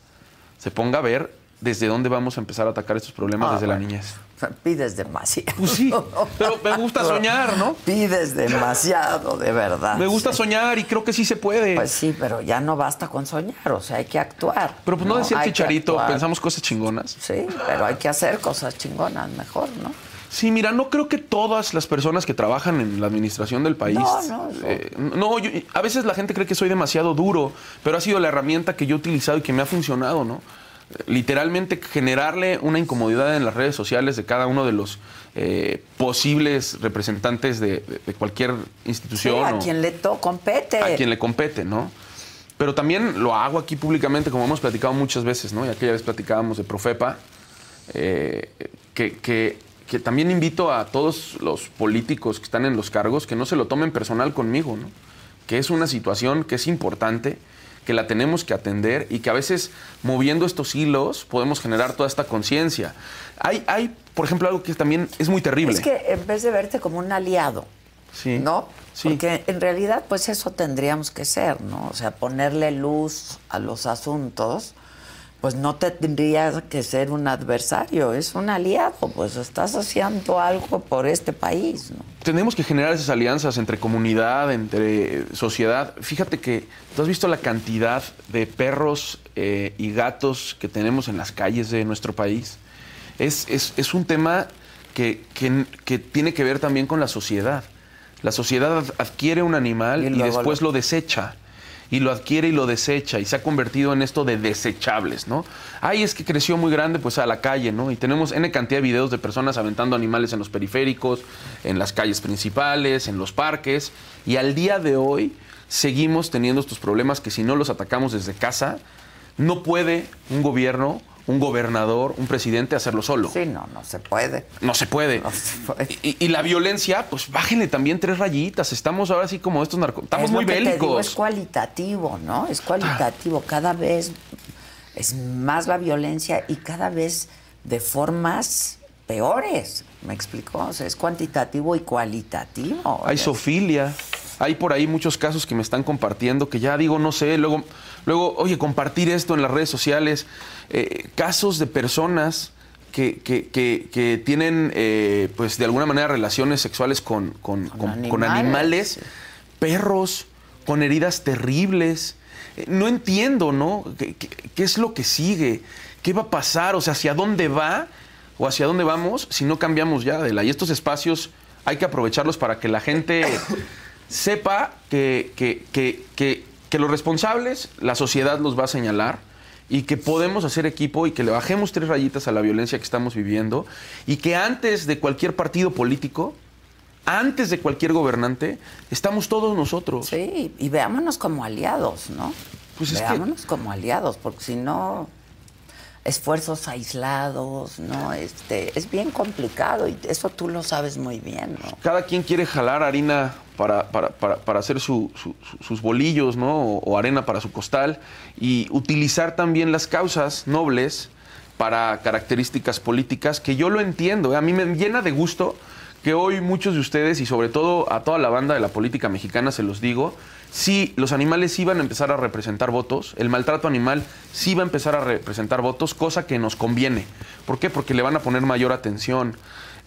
se ponga a ver desde dónde vamos a empezar a atacar estos problemas
Ah,
desde la
bueno.
niñez.
Pides demasiado.
Pues sí, pero me gusta soñar, ¿no?
Pides demasiado, de verdad.
Me gusta
ah, Sí.
soñar y creo que sí se puede.
Pues sí, pero ya no basta con soñar, o sea, hay que actuar.
pero pues no, decía el
Hay que
chicharito,
actuar.
pensamos cosas chingonas.
Sí, pero hay que hacer cosas chingonas mejor, ¿no?
Sí, mira, no creo que todas las personas que trabajan en la administración del país.
No, no, no.
eh, no, yo- a veces la gente cree que soy demasiado duro, pero ha sido la herramienta que yo he utilizado y que me ha funcionado, ¿no? Eh, literalmente generarle una incomodidad en las redes sociales de cada uno de los eh, posibles representantes de, de- de cualquier
Sí,
institución
a
o
quien le to compete.
a quien le compete, ¿no? Pero también lo hago aquí públicamente, como hemos platicado muchas veces, ¿no? Y aquella vez platicábamos de Profepa, eh, que, que- que también invito a todos los políticos que están en los cargos que no se lo tomen personal conmigo, ¿no? Que es una situación que es importante, que la tenemos que atender y que a veces moviendo estos hilos podemos generar toda esta conciencia. Hay, hay, por ejemplo, algo que también es muy terrible.
Es que en vez de verte como un aliado,
Sí.
¿no?
Sí.
Porque en realidad, pues eso tendríamos que ser, ¿no? O sea, ponerle luz a los asuntos, pues no tendría que ser un adversario, es un aliado, pues estás haciendo algo por este país, ¿no?
tenemos que generar esas alianzas entre comunidad, entre eh, sociedad. Fíjate que tú has visto la cantidad de perros eh, y gatos que tenemos en las calles de nuestro país. Es, es- es un tema que, que- que tiene que ver también con la sociedad. La sociedad ad- adquiere un animal
Y
y,
luego
después
lo-
lo... desecha. Y lo adquiere y lo desecha. Y se ha convertido en esto de desechables, ¿no? Ay, es que creció muy grande, pues a la calle, ¿no? Y tenemos N cantidad de videos de personas aventando animales en los periféricos, en las calles principales, en los parques. Y al día de hoy seguimos teniendo estos problemas que si no los atacamos desde casa, no puede un gobierno, un gobernador, un presidente hacerlo solo.
Sí, no, no se puede.
No se puede.
No se puede.
Y, y- y la violencia, pues bájenle también tres rayitas. Estamos ahora sí como estos narcos. Estamos
Es
muy
lo que te digo, es
bélicos.
cualitativo, ¿no? Es cualitativo. Cada vez es más la violencia y cada vez de formas peores. ¿Me explico? O sea, es cuantitativo y cualitativo.
Hay
Ya-
sofilia. Hay por ahí muchos casos que me están compartiendo que ya digo, no sé, luego, luego oye, compartir esto en las redes sociales. eh, casos de personas que, que- que- que tienen, eh, pues de alguna manera, relaciones sexuales con, con- con-
Con
con
animales,
animales, perros, con heridas terribles. Eh, No entiendo, ¿no? ¿Qué, qué, qué es lo que sigue? ¿Qué va a pasar? O sea, ¿hacia dónde va? ¿O hacia dónde vamos si no cambiamos ya, Adela? Y estos espacios hay que aprovecharlos para que la gente sepa que, que- que- que- que los responsables, la sociedad los va a señalar y que podemos hacer equipo y que le bajemos tres rayitas a la violencia que estamos viviendo y que antes de cualquier partido político antes de cualquier gobernante, estamos todos nosotros.
Sí, y veámonos como aliados, ¿no?
Pues es que-
veámonos como aliados, porque si no, esfuerzos aislados, ¿no? Este, es bien complicado y eso tú lo sabes muy bien, ¿no?
Pues Cada quien quiere jalar harina para, para- para- para hacer su- su- su- sus bolillos, ¿no? O, o arena para su costal. Y utilizar también las causas nobles para características políticas, que yo lo entiendo. ¿eh? A mí me llena de gusto que hoy muchos de ustedes, y sobre todo a toda la banda de la política mexicana, se los digo, sí, los animales iban a empezar a representar votos, el maltrato animal sí va a empezar a representar votos, cosa que nos conviene. ¿Por qué? Porque le van a poner mayor atención.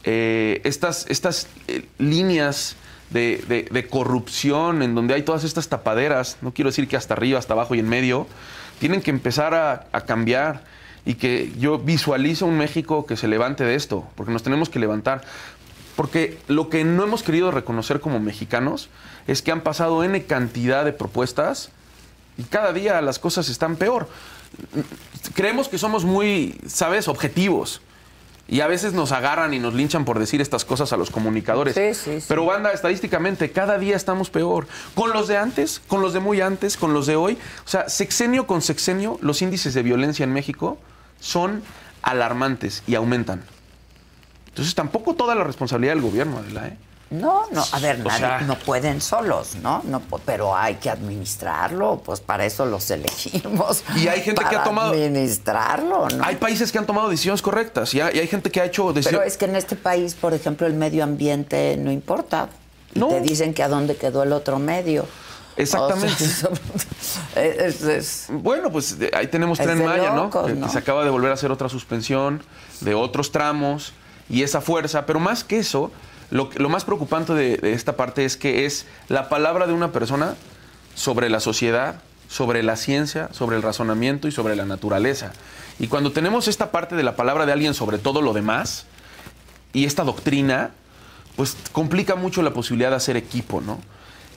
Eh, estas estas eh, líneas de, de- de corrupción, en donde hay todas estas tapaderas, no quiero decir que hasta arriba, hasta abajo y en medio, tienen que empezar a, a cambiar y que yo visualizo un México que se levante de esto, porque nos tenemos que levantar. Porque lo que no hemos querido reconocer como mexicanos es que han pasado N cantidad de propuestas y cada día las cosas están peor. Creemos que somos muy, ¿sabes?, objetivos. Y a veces nos agarran y nos linchan por decir estas cosas a los comunicadores.
Sí, sí, sí.
Pero banda, estadísticamente, cada día estamos peor. Con los de antes, con los de muy antes, con los de hoy. O sea, sexenio con sexenio, los índices de violencia en México son alarmantes y aumentan. Entonces tampoco toda la responsabilidad del gobierno, Adela, ¿eh?
No, no, a ver,
O
nadie-
sea-
no pueden solos, ¿no? no po- Pero hay que administrarlo, pues para eso los elegimos.
Y hay gente que
para
ha tomado-
administrarlo, ¿no?
Hay países que han tomado decisiones correctas y hay, y hay gente que ha hecho
Pero
decisiones...
es que en este país, por ejemplo, el medio ambiente no importa. Y
No.
te dicen que a dónde quedó el otro medio.
Exactamente.
O sea, eh, es- es-
Bueno, pues de- ahí tenemos
Es
Tren
de
Maya,
locos,
¿no? Que-
¿no?
Que se acaba de volver a hacer otra suspensión de otros tramos y esa fuerza. Pero más que eso, lo, que- lo más preocupante de, de esta parte es que es la palabra de una persona sobre la sociedad, sobre la ciencia, sobre el razonamiento y sobre la naturaleza. Y cuando tenemos esta parte de la palabra de alguien sobre todo lo demás, y esta doctrina, pues complica mucho la posibilidad de hacer equipo, ¿no?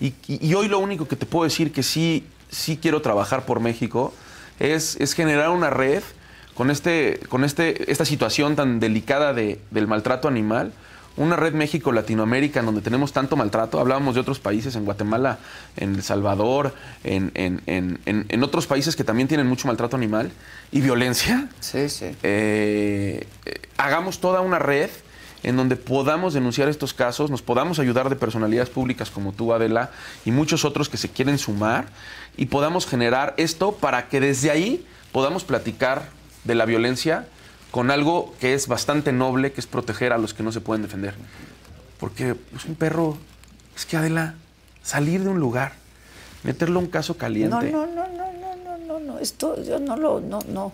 Y, y- y hoy lo único que te puedo decir que sí, sí quiero trabajar por México es, es generar una red con, este, con este, esta situación tan delicada de- del maltrato animal, una red México-Latinoamérica en donde tenemos tanto maltrato, hablábamos de otros países, en Guatemala, en El Salvador, en, en- en- en- en otros países que también tienen mucho maltrato animal y violencia,
Sí, sí.
eh, eh, hagamos toda una red en donde podamos denunciar estos casos, nos podamos ayudar de personalidades públicas como tú, Adela, y muchos otros que se quieren sumar, y podamos generar esto para que desde ahí podamos platicar de la violencia con algo que es bastante noble, que es proteger a los que no se pueden defender. Porque pues, un perro, es que Adela, salir de un lugar, meterlo a un caso
No,
caliente.
no, no, no, no, no, no, no. Esto yo no lo, no, no.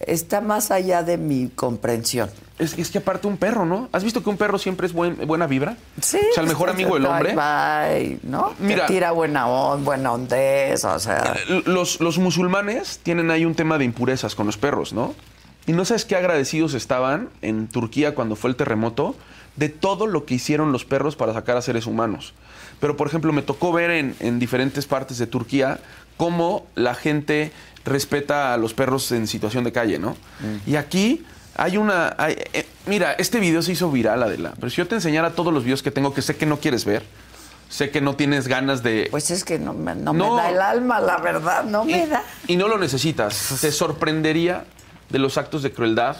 Está más allá de mi comprensión.
Es, es que aparte un perro, ¿no? ¿Has visto que un perro siempre es buen- buena vibra?
Sí.
O sea, el mejor
pues,
amigo del
bye,
hombre.
Bye, ¿no? Mira.
Mira.
tira buena onda, buena ondez, o sea.
L- Los, los musulmanes tienen ahí un tema de impurezas con los perros, ¿no? Y no sabes qué agradecidos estaban en Turquía cuando fue el terremoto de todo lo que hicieron los perros para sacar a seres humanos. Pero, por ejemplo, me tocó ver en, en diferentes partes de Turquía cómo la gente respeta a los perros en situación de calle, ¿no? Y aquí hay una... hay- eh, mira, este video se hizo viral, Adela. Pero si yo te enseñara todos los videos que tengo que sé que no quieres ver, sé que no tienes ganas de...
Pues es que no me, no
No.
me da el alma, la verdad, no me da.
Y no lo necesitas. Te sorprendería de los actos de crueldad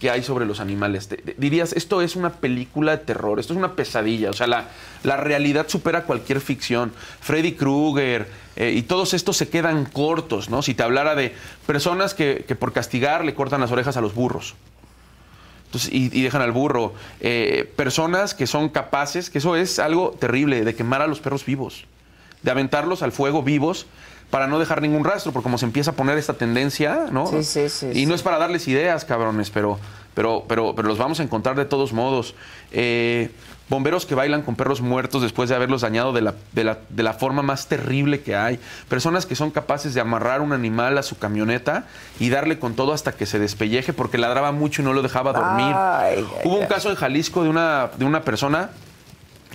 que hay sobre los animales. Te- te- dirías, esto es una película de terror, esto es una pesadilla. O sea, la, la realidad supera cualquier ficción. Freddy Krueger eh, y todos estos se quedan cortos, ¿no? Si te hablara de personas que, que por castigar le cortan las orejas a los burros. Entonces, y, y dejan al burro. Eh, personas que son capaces, que eso es algo terrible, de quemar a los perros vivos, de aventarlos al fuego vivos para no dejar ningún rastro, porque como se empieza a poner esta tendencia, ¿no?
Sí, sí, sí,
Y
sí.
no es para darles ideas, cabrones, pero, pero, pero, pero los vamos a encontrar de todos modos. Eh, bomberos que bailan con perros muertos después de haberlos dañado de la, de la- de la forma más terrible que hay. Personas que son capaces de amarrar un animal a su camioneta y darle con todo hasta que se despelleje porque ladraba mucho y no lo dejaba dormir.
Ay, ay,
Hubo un
ay.
caso en Jalisco de una, de una persona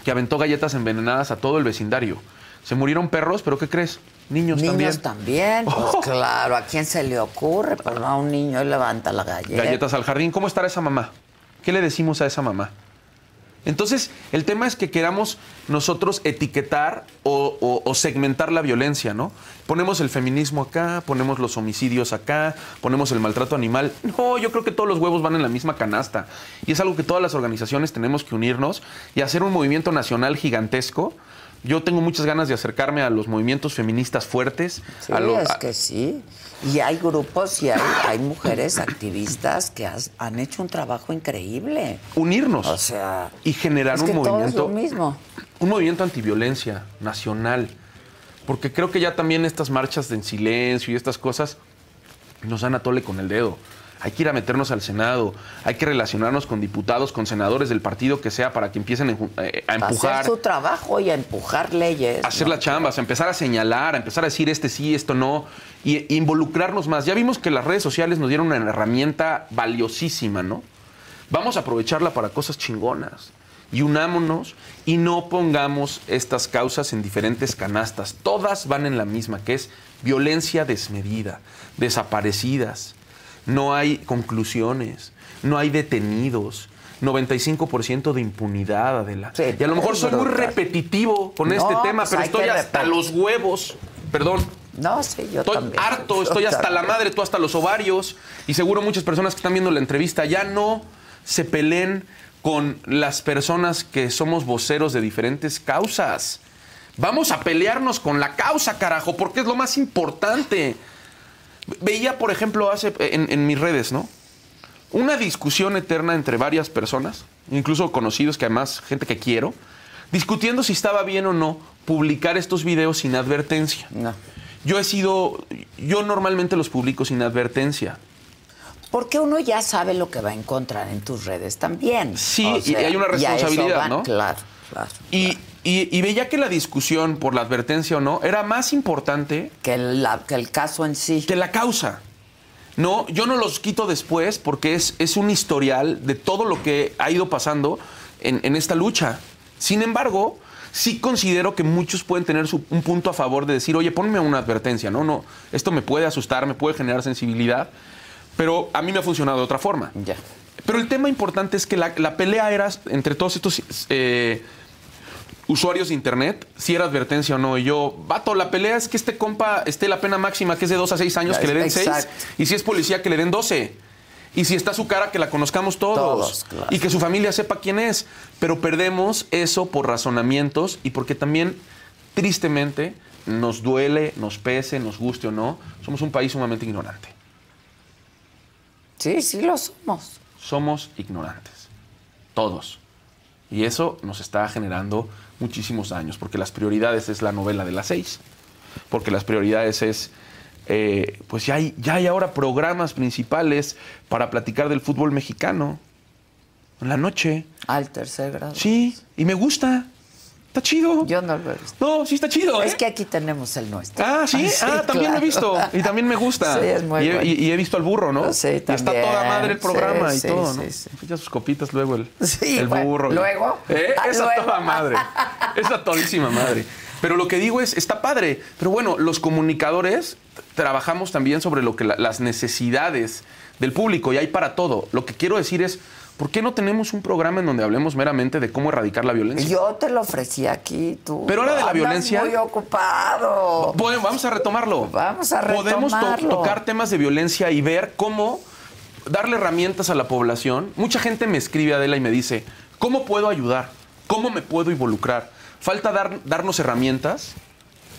que aventó galletas envenenadas a todo el vecindario. Se murieron perros, pero ¿qué crees? Niños,
Niños
también. Oh.
también, pues claro, ¿a quién se le ocurre? Pues no, a un niño y levanta la galleta.
Galletas al jardín. ¿Cómo estará esa mamá? ¿Qué le decimos a esa mamá? Entonces, el tema es que queramos nosotros etiquetar o, o- o segmentar la violencia, ¿no? Ponemos el feminismo acá, ponemos los homicidios acá, ponemos el maltrato animal. No, yo creo que todos los huevos van en la misma canasta. Y es algo que todas las organizaciones tenemos que unirnos y hacer un movimiento nacional gigantesco. Yo tengo muchas ganas de acercarme a los movimientos feministas fuertes.
Sí,
a lo-
es
a-
que sí. Y hay grupos y hay, hay mujeres activistas que has- han hecho un trabajo increíble.
unirnos.
O sea,
y generar
es
un
que todo es
movimiento.
lo mismo.
Un movimiento antiviolencia nacional. Porque creo que ya también estas marchas de en silencio y estas cosas nos dan a tole con el dedo. Hay que ir a meternos al Senado, hay que relacionarnos con diputados, con senadores del partido que sea para que empiecen a enju- eh, a empujar
hacer su trabajo y a empujar leyes.
hacer
¿no?
la chamba, o sea, empezar a señalar, a empezar a decir este sí, esto no, y, e involucrarnos más. Ya vimos que las redes sociales nos dieron una herramienta valiosísima, ¿no? Vamos a aprovecharla para cosas chingonas. Y unámonos y no pongamos estas causas en diferentes canastas. Todas van en la misma, que es violencia desmedida, desaparecidas. No hay conclusiones, no hay detenidos. 95% de impunidad, Adela.
Sí,
y a lo mejor
es
soy muy
brutal.
repetitivo con
No,
este tema,
pues
pero
hay
estoy
que
hasta
repartir.
los huevos. Perdón.
No, sí, yo
Estoy
también. pues,
harto,
Yo
estoy hasta la
también.
madre, tú hasta los ovarios. Y seguro muchas personas que están viendo la entrevista ya no se peleen con las personas que somos voceros de diferentes causas. Vamos a pelearnos con la causa, carajo, porque es lo más importante. Veía, por ejemplo, hace en, en mis redes, ¿no? Una discusión eterna entre varias personas, incluso conocidos, que además gente que quiero, discutiendo si estaba bien o no publicar estos videos sin advertencia.
No.
Yo he sido. Yo normalmente los publico sin advertencia.
Porque uno ya sabe lo que va a encontrar en tus redes también.
Sí,
O
y- y hay una
y a eso
responsabilidad,
va,
¿no?
Claro, claro.
Y, y- y veía que la discusión por la advertencia o no era más importante
Que, la- que el caso en sí.
que la causa. No, yo no los quito después porque es, es un historial de todo lo que ha ido pasando en, en esta lucha. Sin embargo, sí considero que muchos pueden tener su- un punto a favor de decir, oye, ponme una advertencia, ¿no? No, esto me puede asustar, me puede generar sensibilidad. Pero a mí me ha funcionado de otra forma.
Ya.
Pero el tema importante es que la, la pelea era entre todos estos eh, usuarios de internet, si era advertencia o no. Y yo, vato, la pelea es que este compa esté la pena máxima, que es de 2 a 6 años,
Ya,
que le den
es-
6.
exacto.
Y si es policía, que le den 12. Y si está su cara, que la conozcamos todos.
Todos, claro.
Y que su familia sepa quién es. Pero perdemos eso por razonamientos y porque también, tristemente, nos duele, nos pese, nos guste o no, somos un país sumamente ignorante.
Sí, sí lo somos.
somos ignorantes. Todos. Y eso nos está generando muchísimos daños, porque las prioridades es la novela de las seis. Porque las prioridades es. eh, pues ya hay, ya hay ahora programas principales para platicar del fútbol mexicano. En la noche.
Al tercer grado.
Sí, y me gusta. Está chido.
Yo no lo he visto.
No, sí está chido.
Es
¿eh?
que aquí tenemos el nuestro.
Ah, sí,
Sí,
ah, también lo he
claro.
visto. Y también me gusta.
Sí, es muy
y, he,
bueno.
y- y he visto al burro, ¿no?
Sí,
Y está
también.
toda madre el programa
Sí,
y
sí,
todo, ¿no?
sí, sí.
Ya sus copitas luego el,
Sí,
el
bueno,
burro.
luego,
¿Eh?
ah,
Esa
luego.
toda madre. Esa todísima madre. Pero lo que digo es, está padre. Pero bueno, los comunicadores t- trabajamos también sobre lo que la- las necesidades del público y hay para todo. Lo que quiero decir es, ¿por qué no tenemos un programa en donde hablemos meramente de cómo erradicar la violencia?
Yo te lo ofrecí aquí, tú.
Pero ahora de la
andas
violencia-
Muy ocupado.
Podemos- vamos a retomarlo.
Vamos a
Podemos to-
retomarlo.
tocar temas de violencia y ver cómo darle herramientas a la población. Mucha gente me escribe, Adela, y me dice, ¿cómo puedo ayudar? ¿Cómo me puedo involucrar? Falta dar- darnos herramientas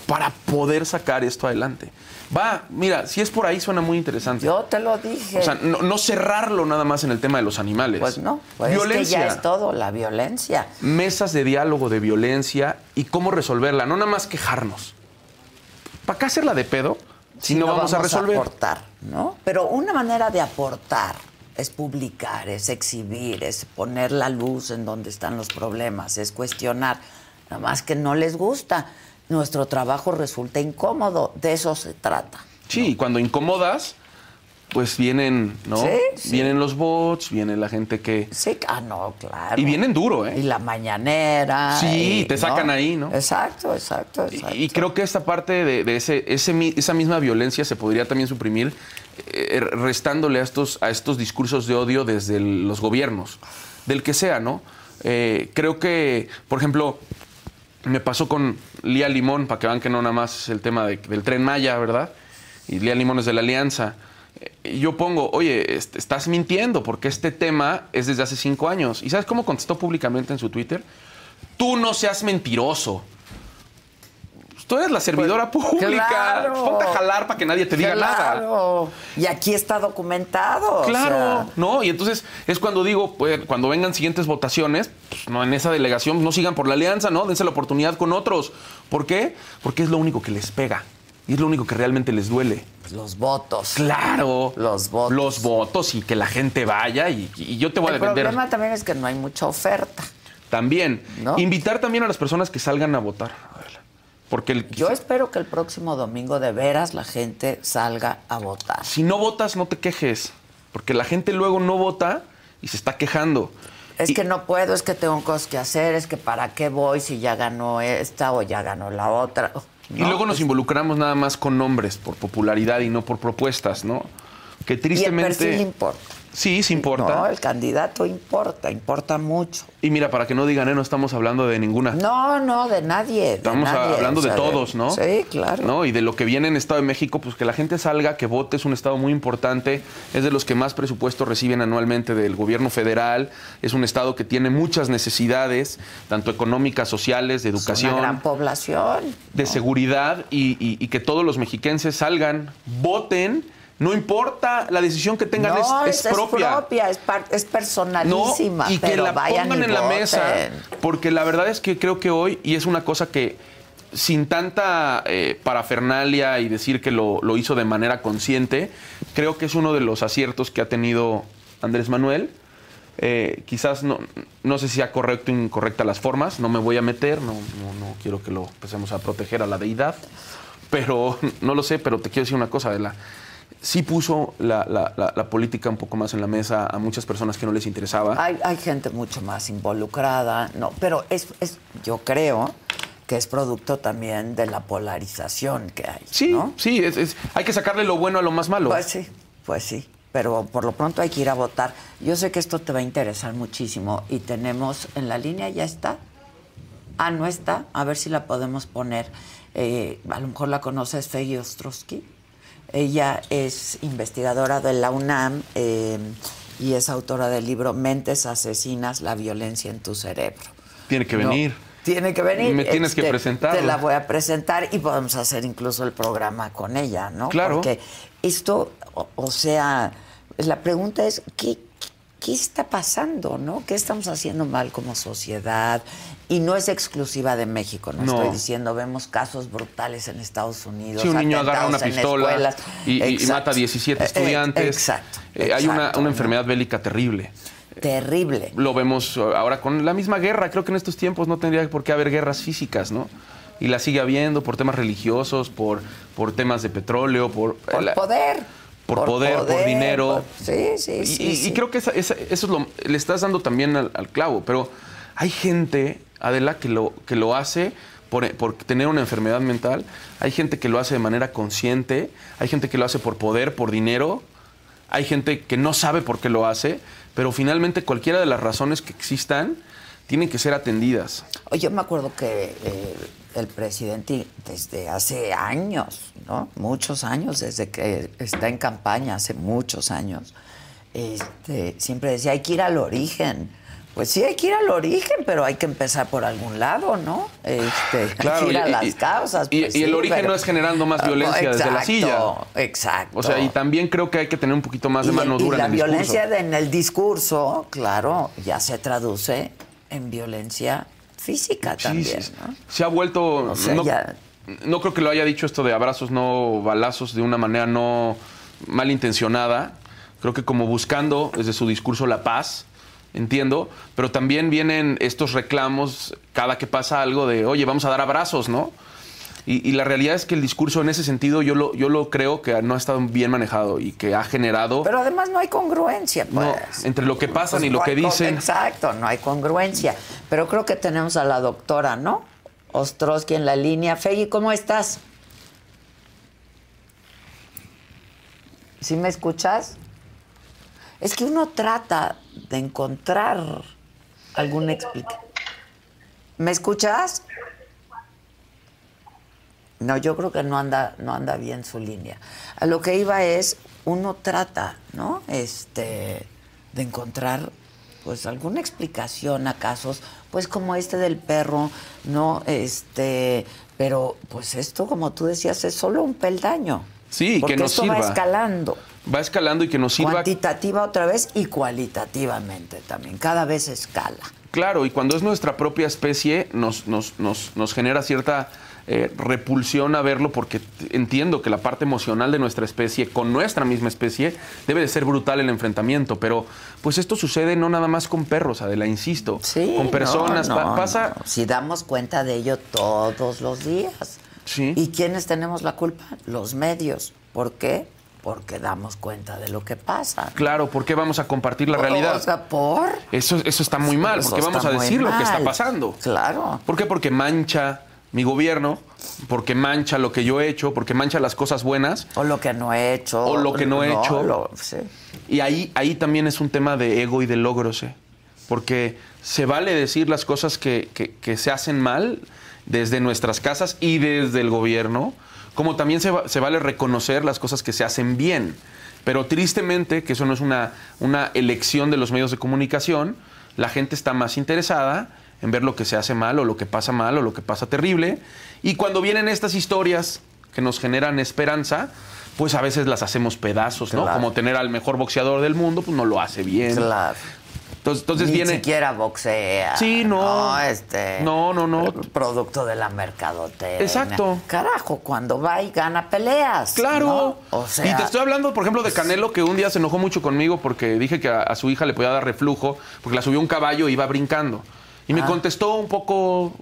para poder sacar esto adelante. Va, mira, si es por ahí suena muy interesante.
Yo te lo dije.
o sea, no, no cerrarlo nada más en el tema de los animales.
pues no. Pues Es que
Violencia
ya es todo, la violencia.
mesas de diálogo de violencia y cómo resolverla, no nada más quejarnos. ¿Para qué hacerla de pedo si, no, vamos, a resolver?
aportar, ¿no? Pero una manera de aportar es publicar, es exhibir, es poner la luz en donde están los problemas, es cuestionar. Nada más que no les gusta. Nuestro trabajo resulta incómodo. De eso se trata.
Sí, y cuando incomodas, pues vienen, ¿no?
Sí, sí.
Vienen los bots, viene la gente que...
Sí, ah, no, claro.
Y vienen duro, ¿eh?
Y la mañanera.
Sí,
y-
te sacan ahí, ¿no?
Exacto, exacto, exacto.
Y, y creo que esta parte de, de ese, ese mi- esa misma violencia se podría también suprimir eh, restándole a estos, a estos discursos de odio desde el- los gobiernos, del que sea, ¿no? Eh, creo que, por ejemplo, me pasó con Lía Limón, para que vean que no nada más es el tema de- del tren Maya, ¿verdad? Y Lía Limón es de la Alianza. Eh, Y yo pongo, oye, est- estás mintiendo porque este tema es desde hace cinco años. ¿Y sabes cómo contestó públicamente en su Twitter? Tú no seas mentiroso. Pues Tú eres la servidora pública.
claro.
Ponte a jalar para que nadie te diga nada.
Claro. Y aquí está documentado. o
Claro,
sea,
¿no? Y entonces es cuando digo, pues, cuando vengan siguientes votaciones, pues, no en esa delegación, no sigan por la alianza, ¿no? Dense la oportunidad con otros. ¿Por qué? Porque es lo único que les pega y es lo único que realmente les duele.
Pues los votos.
Claro.
Los votos.
Los votos y que la gente vaya y, y yo te voy a
El
defender.
problema también es que no hay mucha oferta.
También.
¿No?
Invitar también a las personas que salgan a votar. Adela. Porque el,
Yo espero que el próximo domingo de veras la gente salga a votar.
si no votas, no te quejes. Porque la gente luego no vota y se está quejando.
Es
Y-
que no puedo, es que tengo cosas que hacer, es que para qué voy si ya ganó esta o ya ganó la otra.
Y
¿no?
luego nos involucramos nada más con nombres, por popularidad y no por propuestas, ¿no? Que
Y el
tristemente.
perfil importa.
sí, sí importa.
No, el candidato importa, importa mucho.
Y mira, para que no digan, eh, no estamos hablando de ninguna.
No, no, de nadie. de
Estamos a-
nadie,
hablando
o sea,
de todos, ¿no?
Sí, claro.
¿No? Y de lo que viene en Estado de México, pues que la gente salga, que vote, es un estado muy importante, es de los que más presupuesto reciben anualmente del gobierno federal, es un estado que tiene muchas necesidades, tanto económicas, sociales, de
Es una
educación.
gran población.
de seguridad y, y- y que todos los mexiquenses salgan, voten. No importa la decisión que tengan, es,
no,
es
es
propia.
es, par- es
No,
personalísima.
y que
pero
la
vayan
pongan
y
en la
voten.
mesa. Porque la verdad es que creo que hoy, y es una cosa que sin tanta eh, parafernalia y decir que lo, lo hizo de manera consciente, creo que es uno de los aciertos que ha tenido Andrés Manuel. Eh, quizás no, no sé si sea correcto o incorrecta las formas, no me voy a meter, no, no, no quiero que lo empecemos a proteger a la deidad, pero no lo sé, pero te quiero decir una cosa, Adela. Sí puso la, la- la- la política un poco más en la mesa a muchas personas que no les interesaba.
Hay, hay gente mucho más involucrada, no, pero es, es, yo creo que es producto también de la polarización que hay.
Sí,
¿no?
sí, es, es- hay que sacarle lo bueno a lo más malo.
Pues sí, pues sí. pero por lo pronto hay que ir a votar. Yo sé que esto te va a interesar muchísimo y tenemos en la línea, ya está. Ah, no está. A ver si la podemos poner. Eh, a lo mejor la conoces, Feggy Ostrowski. Ella es investigadora de la UNAM eh, y es autora del libro Mentes Asesinas, la violencia en tu cerebro.
Tiene que
No,
venir.
tiene que venir. este,
Me tienes que presentarla.
Te la voy a presentar y podemos hacer incluso el programa con ella, ¿no?
Claro.
Porque esto, o, o sea, la pregunta es, ¿qué, ¿qué está pasando, no? ¿Qué estamos haciendo mal como sociedad? Y no es exclusiva de México, no,
No.
estoy diciendo, vemos casos brutales en Estados Unidos.
Si un niño agarra
atentados
una
en
pistola
escuelas.
y, y- y
Exacto.
mata 17
Eh, eh,
estudiantes.
Exacto.
Eh, hay una,
exacto,
una
¿no?
enfermedad bélica terrible.
Terrible.
Lo vemos eh, ahora con la misma guerra. Creo que en estos tiempos no tendría por qué haber guerras físicas, ¿no? Y la sigue habiendo por temas religiosos, por, por temas de petróleo, por...
Por
la-
poder.
por poder, por dinero.
por- sí, sí,
Y,
sí.
y- y
sí.
creo que esa- esa- eso es lo, le estás dando también al, al clavo, pero hay gente, Adela, que lo, que lo hace por, por tener una enfermedad mental, hay gente que lo hace de manera consciente, hay gente que lo hace por poder, por dinero, hay gente que no sabe por qué lo hace, pero finalmente cualquiera de las razones que existan tienen que ser atendidas.
Oye, Oh, Yo me acuerdo que eh, el presidente, desde hace años, ¿no? Muchos años, desde que está en campaña, hace muchos años, este, siempre decía, hay que ir al origen. Pues sí, hay que ir al origen, pero hay que empezar por algún lado, ¿no? Este, hay
Claro,
que ir
y-
a
y-
las
y-
causas.
y-
pues
y el
sí,
origen no es generando más
Ah,
violencia desde la silla.
Exacto, Exacto.
O sea, y también creo que hay que tener un poquito más de
Y-
mano
y
dura
la
en el discurso.
violencia de- en el discurso, claro, ya se traduce en violencia física
Sí,
también,
sí,
¿no?
Se ha vuelto.
O sea,
no,
ya-
no creo que lo haya dicho esto de abrazos, no balazos, de una manera no malintencionada. Creo que como buscando desde su discurso la paz, entiendo, pero también vienen estos reclamos cada que pasa algo de, oye, vamos a dar abrazos, ¿no? Y, y la realidad es que el discurso en ese sentido yo lo, yo lo creo que no ha estado bien manejado y que ha generado...
Pero además no hay congruencia, pues.
No, entre lo que pasan y lo
no
que
hay con-
dicen.
Exacto, no hay congruencia. Pero creo que tenemos a la doctora, ¿no? Ostrowski en la línea. Feggy, ¿cómo estás? ¿Sí me escuchas? Es que uno trata de encontrar alguna explicación. ¿Me escuchas? No, yo creo que no anda, no anda bien su línea. A lo que iba es, uno trata, ¿no? Este, de encontrar, pues, alguna explicación a casos, pues, como este del perro, ¿no? Este, pero, pues, esto, como tú decías, es solo un peldaño.
Sí, que
Porque
nos
esto va
sirva.
escalando.
Va escalando y que nos sirva
Cuantitativa otra vez y cualitativamente también. Cada vez escala.
Claro, y cuando es nuestra propia especie, nos, nos- nos- nos genera cierta eh, repulsión a verlo, porque t- entiendo que la parte emocional de nuestra especie, con nuestra misma especie, debe de ser brutal el enfrentamiento. Pero, pues esto sucede no nada más con perros, Adela, insisto.
Sí,
con personas.
no,
pa-
no,
pasa.
no. Si damos cuenta de ello todos los días.
Sí.
¿Y quiénes tenemos la culpa? Los medios. ¿Por qué? Porque damos cuenta de lo que pasa.
Claro, ¿por qué vamos a compartir la realidad?
O sea, por.
eso, eso está muy mal,
Eso
porque vamos
está
a
muy
decir lo que está
mal.
pasando.
Claro.
¿Por qué? Porque mancha mi gobierno, porque mancha lo que yo he hecho, porque mancha las cosas buenas.
O lo que no he hecho.
O lo que no he hecho.
lo- sí.
Y ahí, ahí también es un tema de ego y de logros, ¿eh? porque se vale decir las cosas que, que- que se hacen mal desde nuestras casas y desde el gobierno, como también se, va- se vale reconocer las cosas que se hacen bien. Pero tristemente, que eso no es una, una elección de los medios de comunicación, la gente está más interesada en ver lo que se hace mal o lo que pasa mal o lo que pasa terrible. Y cuando vienen estas historias que nos generan esperanza, pues a veces las hacemos pedazos, ¿no?
Claro.
Como tener al mejor boxeador del mundo, pues no lo hace bien.
Claro.
Entonces, entonces
Ni
viene...
siquiera boxea.
Sí, no.
este,
No, no, no.
Producto de la mercadotecnia.
Exacto.
Carajo, cuando va y gana peleas.
Claro.
¿no? O sea.
y te estoy hablando, por ejemplo, de Canelo, que un día se enojó mucho conmigo porque dije que a, a su hija le podía dar reflujo, porque la subió a un caballo e iba brincando. Y me contestó un poco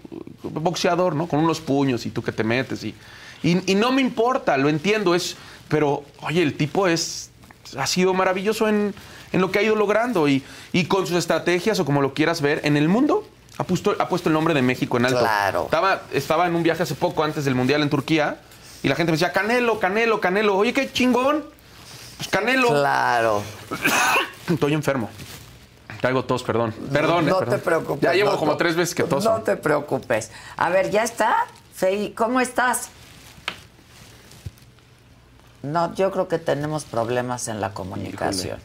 boxeador, ¿no? Con unos puños y tú que te metes. Y, y, y no me importa, lo entiendo, es. Pero, oye, el tipo es. ha sido maravilloso en, en lo que ha ido logrando. Y, y con sus estrategias, o como lo quieras ver, en el mundo. Ha puesto, ha puesto el nombre de México en alto.
Claro.
Estaba, estaba en un viaje hace poco antes del Mundial en Turquía y la gente me decía, Canelo, Canelo, Canelo, oye, qué chingón. Pues Canelo,
Claro.
estoy enfermo. Traigo tos, perdón. Perdón, eh,
No
perdón.
te preocupes.
Ya llevo
no,
como
no.
tres veces que toso.
No te preocupes. A ver, ¿ya está? Fey, ¿cómo estás? No, yo creo que tenemos problemas en la comunicación.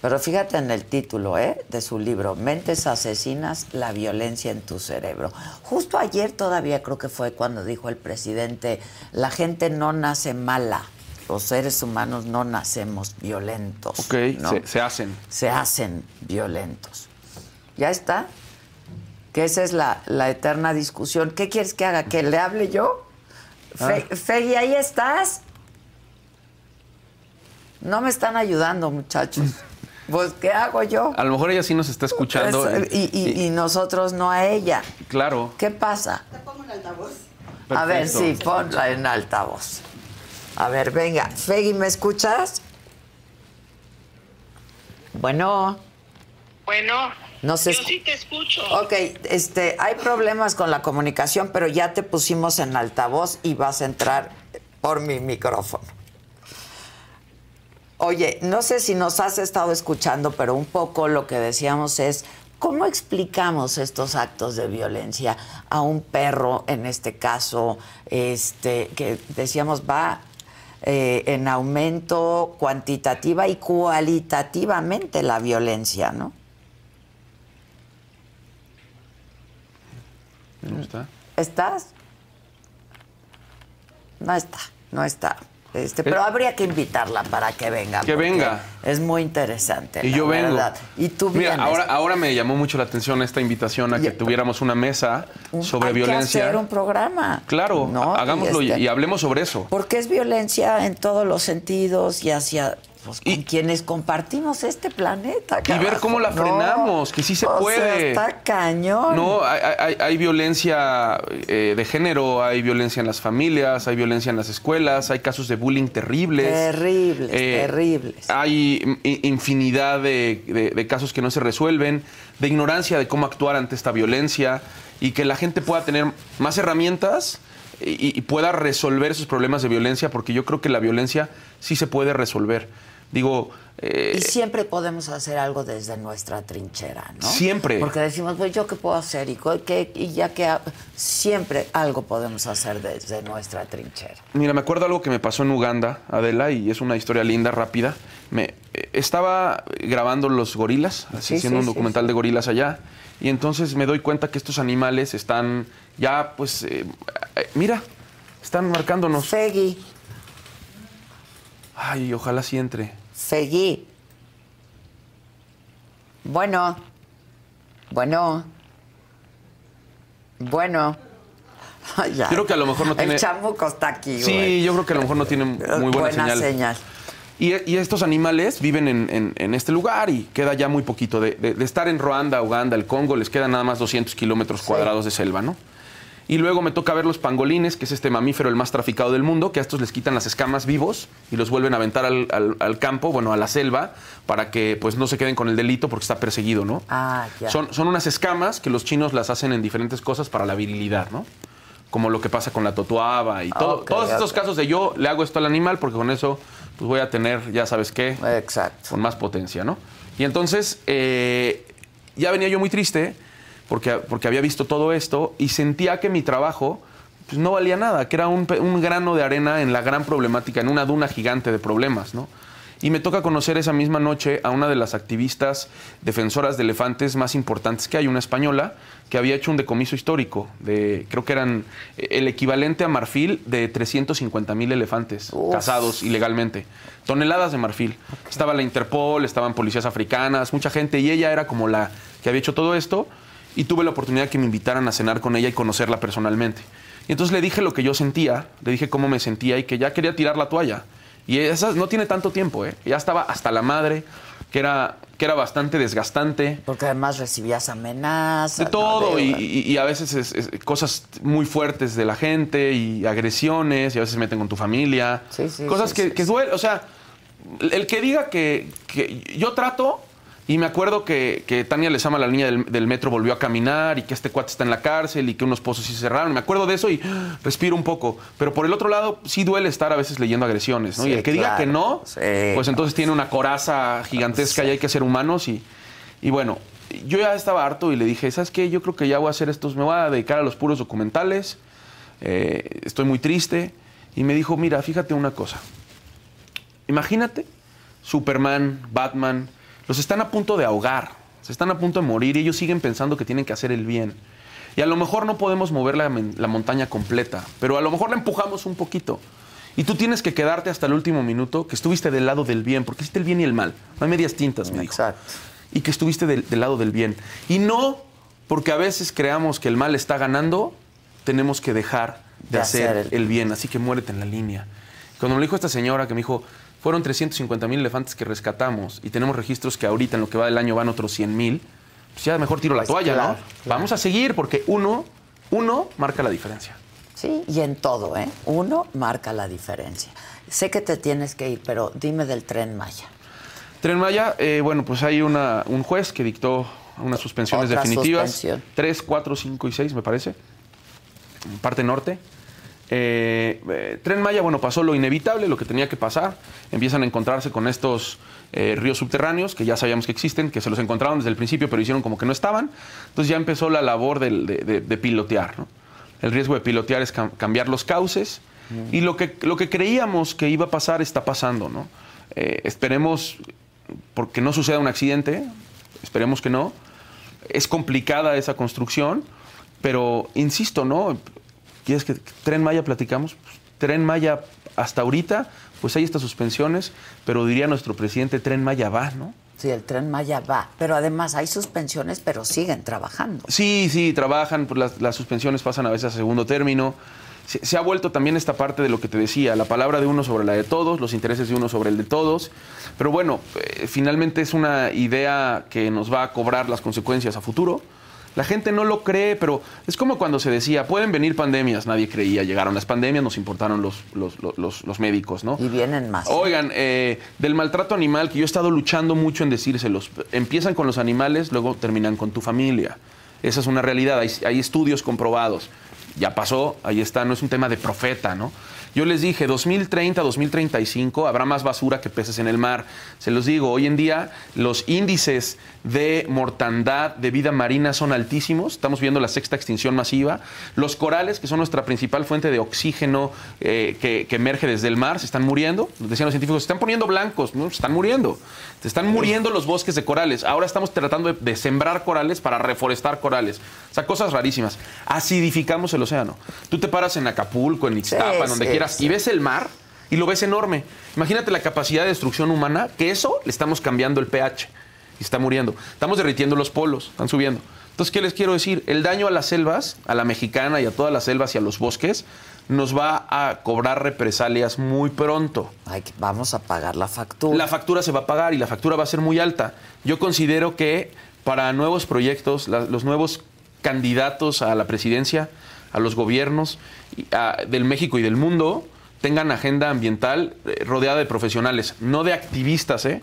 Pero fíjate en el título ¿eh? de su libro, Mentes Asesinas, la violencia en tu cerebro. Justo ayer todavía creo que fue cuando dijo el presidente, la gente no nace mala, los seres humanos no nacemos violentos.
Ok,
¿no?
se, se hacen.
se hacen violentos. ¿Ya está? Que esa es la, la eterna discusión. ¿Qué quieres que haga? ¿Que le hable yo?
Ah.
Fe- Fegui, ahí estás. No me están ayudando, muchachos. Pues, ¿qué hago yo?
A lo mejor ella sí nos está escuchando.
Eso, y, y- y nosotros no a ella.
Claro.
¿Qué pasa? A ver,
perfecto.
sí, ponla en altavoz. A ver, venga. Fegui, ¿me escuchas? Bueno.
Bueno,
Nos
yo
escu-
sí te escucho.
Ok, este, hay problemas con la comunicación, pero ya te pusimos en altavoz y vas a entrar por mi micrófono. Oye, no sé si nos has estado escuchando, pero un poco lo que decíamos es, ¿cómo explicamos estos actos de violencia a un perro, en este caso, este, que decíamos va eh, en aumento cuantitativa y cualitativamente la violencia, ¿no?
¿No está?
¿Estás? No está, no está. Este,
Eh.
pero habría que invitarla para que venga.
Que
porque
venga.
Es muy interesante.
Y
la
yo vengo.
verdad. Y tú
Mira,
vienes.
ahora, ahora me llamó mucho la atención esta invitación a que
Ya.
tuviéramos una mesa sobre
Hay
violencia.
Que hacer un programa.
Claro,
¿no?
ha- hagámoslo y,
este,
y hablemos sobre eso.
Porque es violencia en todos los sentidos y hacia pues, con
Y-
quienes compartimos este planeta.
Y ver cómo la
carajo,
frenamos, que sí se
O sea,
puede.
está cañón.
No, hay, hay- hay- hay violencia eh, de género, hay violencia en las familias, hay violencia en las escuelas, hay casos de bullying terribles. eh,
Terribles, terribles.
Hay in- in- infinidad de, de- de casos que no se resuelven, de ignorancia de cómo actuar ante esta violencia y que la gente pueda tener más herramientas y, y pueda resolver sus problemas de violencia, porque yo creo que la violencia sí se puede resolver. Digo, eh,
Y siempre podemos hacer algo desde nuestra trinchera, ¿no?
Siempre.
Porque decimos, pues yo qué puedo hacer y, co- qué- y ya que ha- siempre algo podemos hacer desde nuestra trinchera.
Mira, me acuerdo algo que me pasó en Uganda, Adela, y es una historia linda, rápida. Me eh, estaba grabando los gorilas, así,
Sí,
haciendo
sí,
un
sí,
documental de gorilas allá, y entonces me doy cuenta que estos animales están ya, pues, eh, eh, mira, están marcándonos.
Fegui,
Ay, ojalá sí entre.
Fegui. Bueno, bueno, bueno. Ay, ya.
Yo creo que a lo mejor no tiene-
El chamuco está aquí,
Sí,
güey.
yo creo que a lo mejor no tienen muy buena,
señal.
Y, y estos animales viven en, en- en este lugar y queda ya muy poquito. De, de- de estar en Ruanda, Uganda, el Congo, les quedan nada más 200 kilómetros cuadrados de selva, ¿no? Y luego me toca ver los pangolines, que es este mamífero el más traficado del mundo, que a estos les quitan las escamas vivos y los vuelven a aventar al, al- al campo, bueno, a la selva, para que pues no se queden con el delito porque está perseguido, ¿no?
Ah, ya.
Son, son unas escamas que los chinos las hacen en diferentes cosas para la virilidad, ¿no? Como lo que pasa con la totuaba y todo-
Ok,
todos estos
ok.
casos de yo le hago esto al animal porque con eso pues voy a tener, ya sabes qué,
Exacto.
con más potencia, ¿no? Y entonces eh, ya venía yo muy triste porque, porque había visto todo esto y sentía que mi trabajo pues, no valía nada, que era un, pe- un grano de arena en la gran problemática, en una duna gigante de problemas, ¿no? Y me toca conocer esa misma noche a una de las activistas defensoras de elefantes más importantes que hay, una española, que había hecho un decomiso histórico de, creo que eran eh, el equivalente a marfil de 350 mil elefantes
Uf.
cazados ilegalmente. Toneladas de marfil. Estaba la Interpol, estaban policías africanas, mucha gente, y ella era como la que había hecho todo esto, y tuve la oportunidad que me invitaran a cenar con ella y conocerla personalmente. Y entonces le dije lo que yo sentía, le dije cómo me sentía y que ya quería tirar la toalla. Y esa no tiene tanto tiempo, ¿eh? Ya estaba hasta la madre, que era, que era bastante desgastante.
Porque además recibías amenazas.
De
¿no?
todo,
De-
y, y- y a veces es- es cosas muy fuertes de la gente, y agresiones, y a veces se meten con tu familia.
Sí, sí,
cosas
sí,
que,
sí,
que
sí.
duelen. O sea, el que diga que, que yo trato Y me acuerdo que, que Tania Lezama, la niña del, del metro, volvió a caminar y que este cuate está en la cárcel y que unos pozos sí se cerraron. Me acuerdo de eso y ah, respiro un poco. Pero por el otro lado, sí duele estar a veces leyendo agresiones, ¿no?
Sí,
y el que diga
claro.
que no,
Sí,
pues entonces tiene una coraza gigantesca y hay que ser humanos. Y, y bueno, yo ya estaba harto y le dije, ¿sabes qué? Yo creo que ya voy a hacer estos, me voy a dedicar a los puros documentales. eh, estoy muy triste. Y me dijo, mira, fíjate una cosa. Imagínate, Superman, Batman, los están a punto de ahogar, se están a punto de morir y ellos siguen pensando que tienen que hacer el bien. Y a lo mejor no podemos mover la, men- la montaña completa, pero a lo mejor la empujamos un poquito. Y tú tienes que quedarte hasta el último minuto que estuviste del lado del bien, porque hiciste el bien y el mal. No hay medias tintas, me dijo
Exacto.
y que estuviste del, del lado del bien. Y no porque a veces creamos que el mal está ganando, tenemos que dejar de,
De
hacer,
hacer el-
el... bien. Así que muérete en la línea. Cuando me lo dijo esta señora que me dijo, fueron 350 mil elefantes que rescatamos y tenemos registros que ahorita en lo que va del año van otros 100 mil, pues ya mejor tiro la
Pues
toalla,
claro,
¿no? Vamos a seguir porque uno, uno marca la diferencia.
Sí, y en todo, ¿eh? Uno marca la diferencia. Sé que te tienes que ir, pero dime del tren Maya.
Tren Maya, eh, bueno, pues hay una, un juez que dictó unas suspensiones
Otra
definitivas.
suspensión.
3, 4, 5 y 6, me parece. Parte norte. Eh, eh, Tren Maya, bueno, pasó lo inevitable, lo que tenía que pasar. Empiezan a encontrarse con estos eh, ríos subterráneos que ya sabíamos que existen, que se los encontraron desde el principio, pero hicieron como que no estaban. Entonces ya empezó la labor del- de, de- de pilotear. ¿no? El riesgo de pilotear es cam- cambiar los cauces.
Mm.
Y lo que, lo que creíamos que iba a pasar está pasando. ¿no? Eh, esperemos, porque no suceda un accidente, esperemos que no. Es complicada esa construcción, pero insisto, ¿no? ¿Quieres que Tren Maya platicamos? Pues, Tren Maya hasta ahorita, pues hay estas suspensiones, pero diría nuestro presidente, Tren Maya va, ¿no?
Sí, el tren Maya va, pero además hay suspensiones, pero siguen trabajando.
Sí, sí, trabajan, pues las, las suspensiones pasan a veces a segundo término. Se, se ha vuelto también esta parte de lo que te decía, la palabra de uno sobre la de todos, los intereses de uno sobre el de todos. Pero bueno, eh, finalmente es una idea que nos va a cobrar las consecuencias a futuro. La gente no lo cree, pero es como cuando se decía, pueden venir pandemias, nadie creía, llegaron las pandemias, nos importaron los, los- los- los- los médicos, ¿no?
Y vienen más.
Oigan, eh, del maltrato animal, que yo he estado luchando mucho en decírselos. Empiezan con los animales, luego terminan con tu familia. Esa es una realidad, hay, hay estudios comprobados. Ya pasó, ahí está, no es un tema de profeta, ¿no? Yo les dije, 2030, 2035, habrá más basura que peces en el mar. Se los digo, hoy en día los índices de mortandad de vida marina son altísimos. Estamos viendo la sexta extinción masiva. Los corales, que son nuestra principal fuente de oxígeno eh, que, que emerge desde el mar, se están muriendo. Nos Decían los científicos, se están poniendo blancos, ¿no? se están muriendo. Se están muriendo los bosques de corales. Ahora estamos tratando de, de sembrar corales para reforestar corales. O sea, cosas rarísimas. Acidificamos el océano. Tú te paras en Acapulco, en Ixtapa, en donde
sí,
quieras,
sí.
y ves el mar y lo ves enorme. Imagínate la capacidad de destrucción humana, que eso le estamos cambiando el pH y está muriendo. Estamos derritiendo los polos, están subiendo. Entonces, ¿qué les quiero decir? El daño a las selvas, a la mexicana y a todas las selvas y a los bosques, nos va a cobrar represalias muy pronto.
Ay, que vamos a pagar la factura.
La factura se va a pagar y la factura va a ser muy alta. Yo considero que para nuevos proyectos, la- los nuevos candidatos a la presidencia, a los gobiernos y- a- del México y del mundo, tengan agenda ambiental eh, rodeada de profesionales, no de activistas, ¿eh?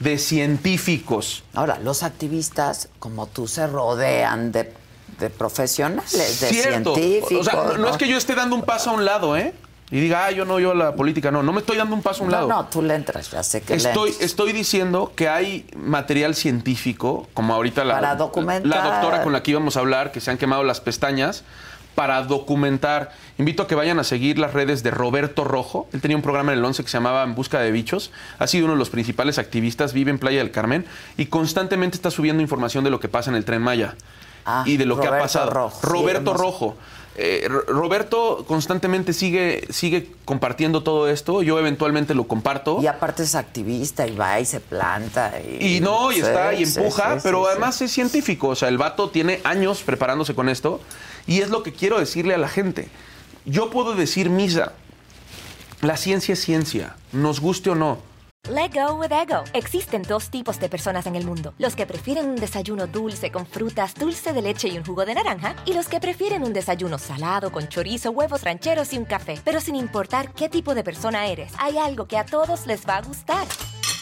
de científicos.
Ahora, los activistas, como tú, se rodean de, de profesionales, de
Cierto.
científicos.
O sea, no, no es que yo esté dando un paso a un lado, ¿eh? Y diga, ah, yo no, yo a la política, no, no me estoy dando un paso a un
No,
lado.
no, tú le entras, ya sé que
Estoy,
le entras.
estoy diciendo que hay material científico, como ahorita la,
Para documentar.
la doctora con la que íbamos a hablar, que se han quemado las pestañas, para documentar. Invito a que vayan a seguir las redes de Roberto Rojo. Él tenía un programa en el 11 que se llamaba En Busca de Bichos. Ha sido uno de los principales activistas, vive en Playa del Carmen y constantemente está subiendo información de lo que pasa en el tren Maya
Ah,
y de lo que ha
Roberto
pasado.
Rojo. Sí,
Roberto
hermoso.
Rojo. Ojo, eh, Ro- Roberto constantemente sigue, sigue compartiendo todo esto. Yo eventualmente lo comparto.
Y aparte es activista y va y se planta. Y,
Y no, y
Sí,
está, y
sí,
empuja,
sí, sí,
pero
sí.
además es científico. O sea, el vato tiene años preparándose con esto. Y es lo que quiero decirle a la gente. Yo puedo decir misa. La ciencia es ciencia, nos guste o no.
Let go with ego. Existen dos tipos de personas en el mundo: los que prefieren un desayuno dulce con frutas, dulce de leche y un jugo de naranja, y los que prefieren un desayuno salado con chorizo, huevos rancheros y un café. Pero sin importar qué tipo de persona eres, hay algo que a todos les va a gustar.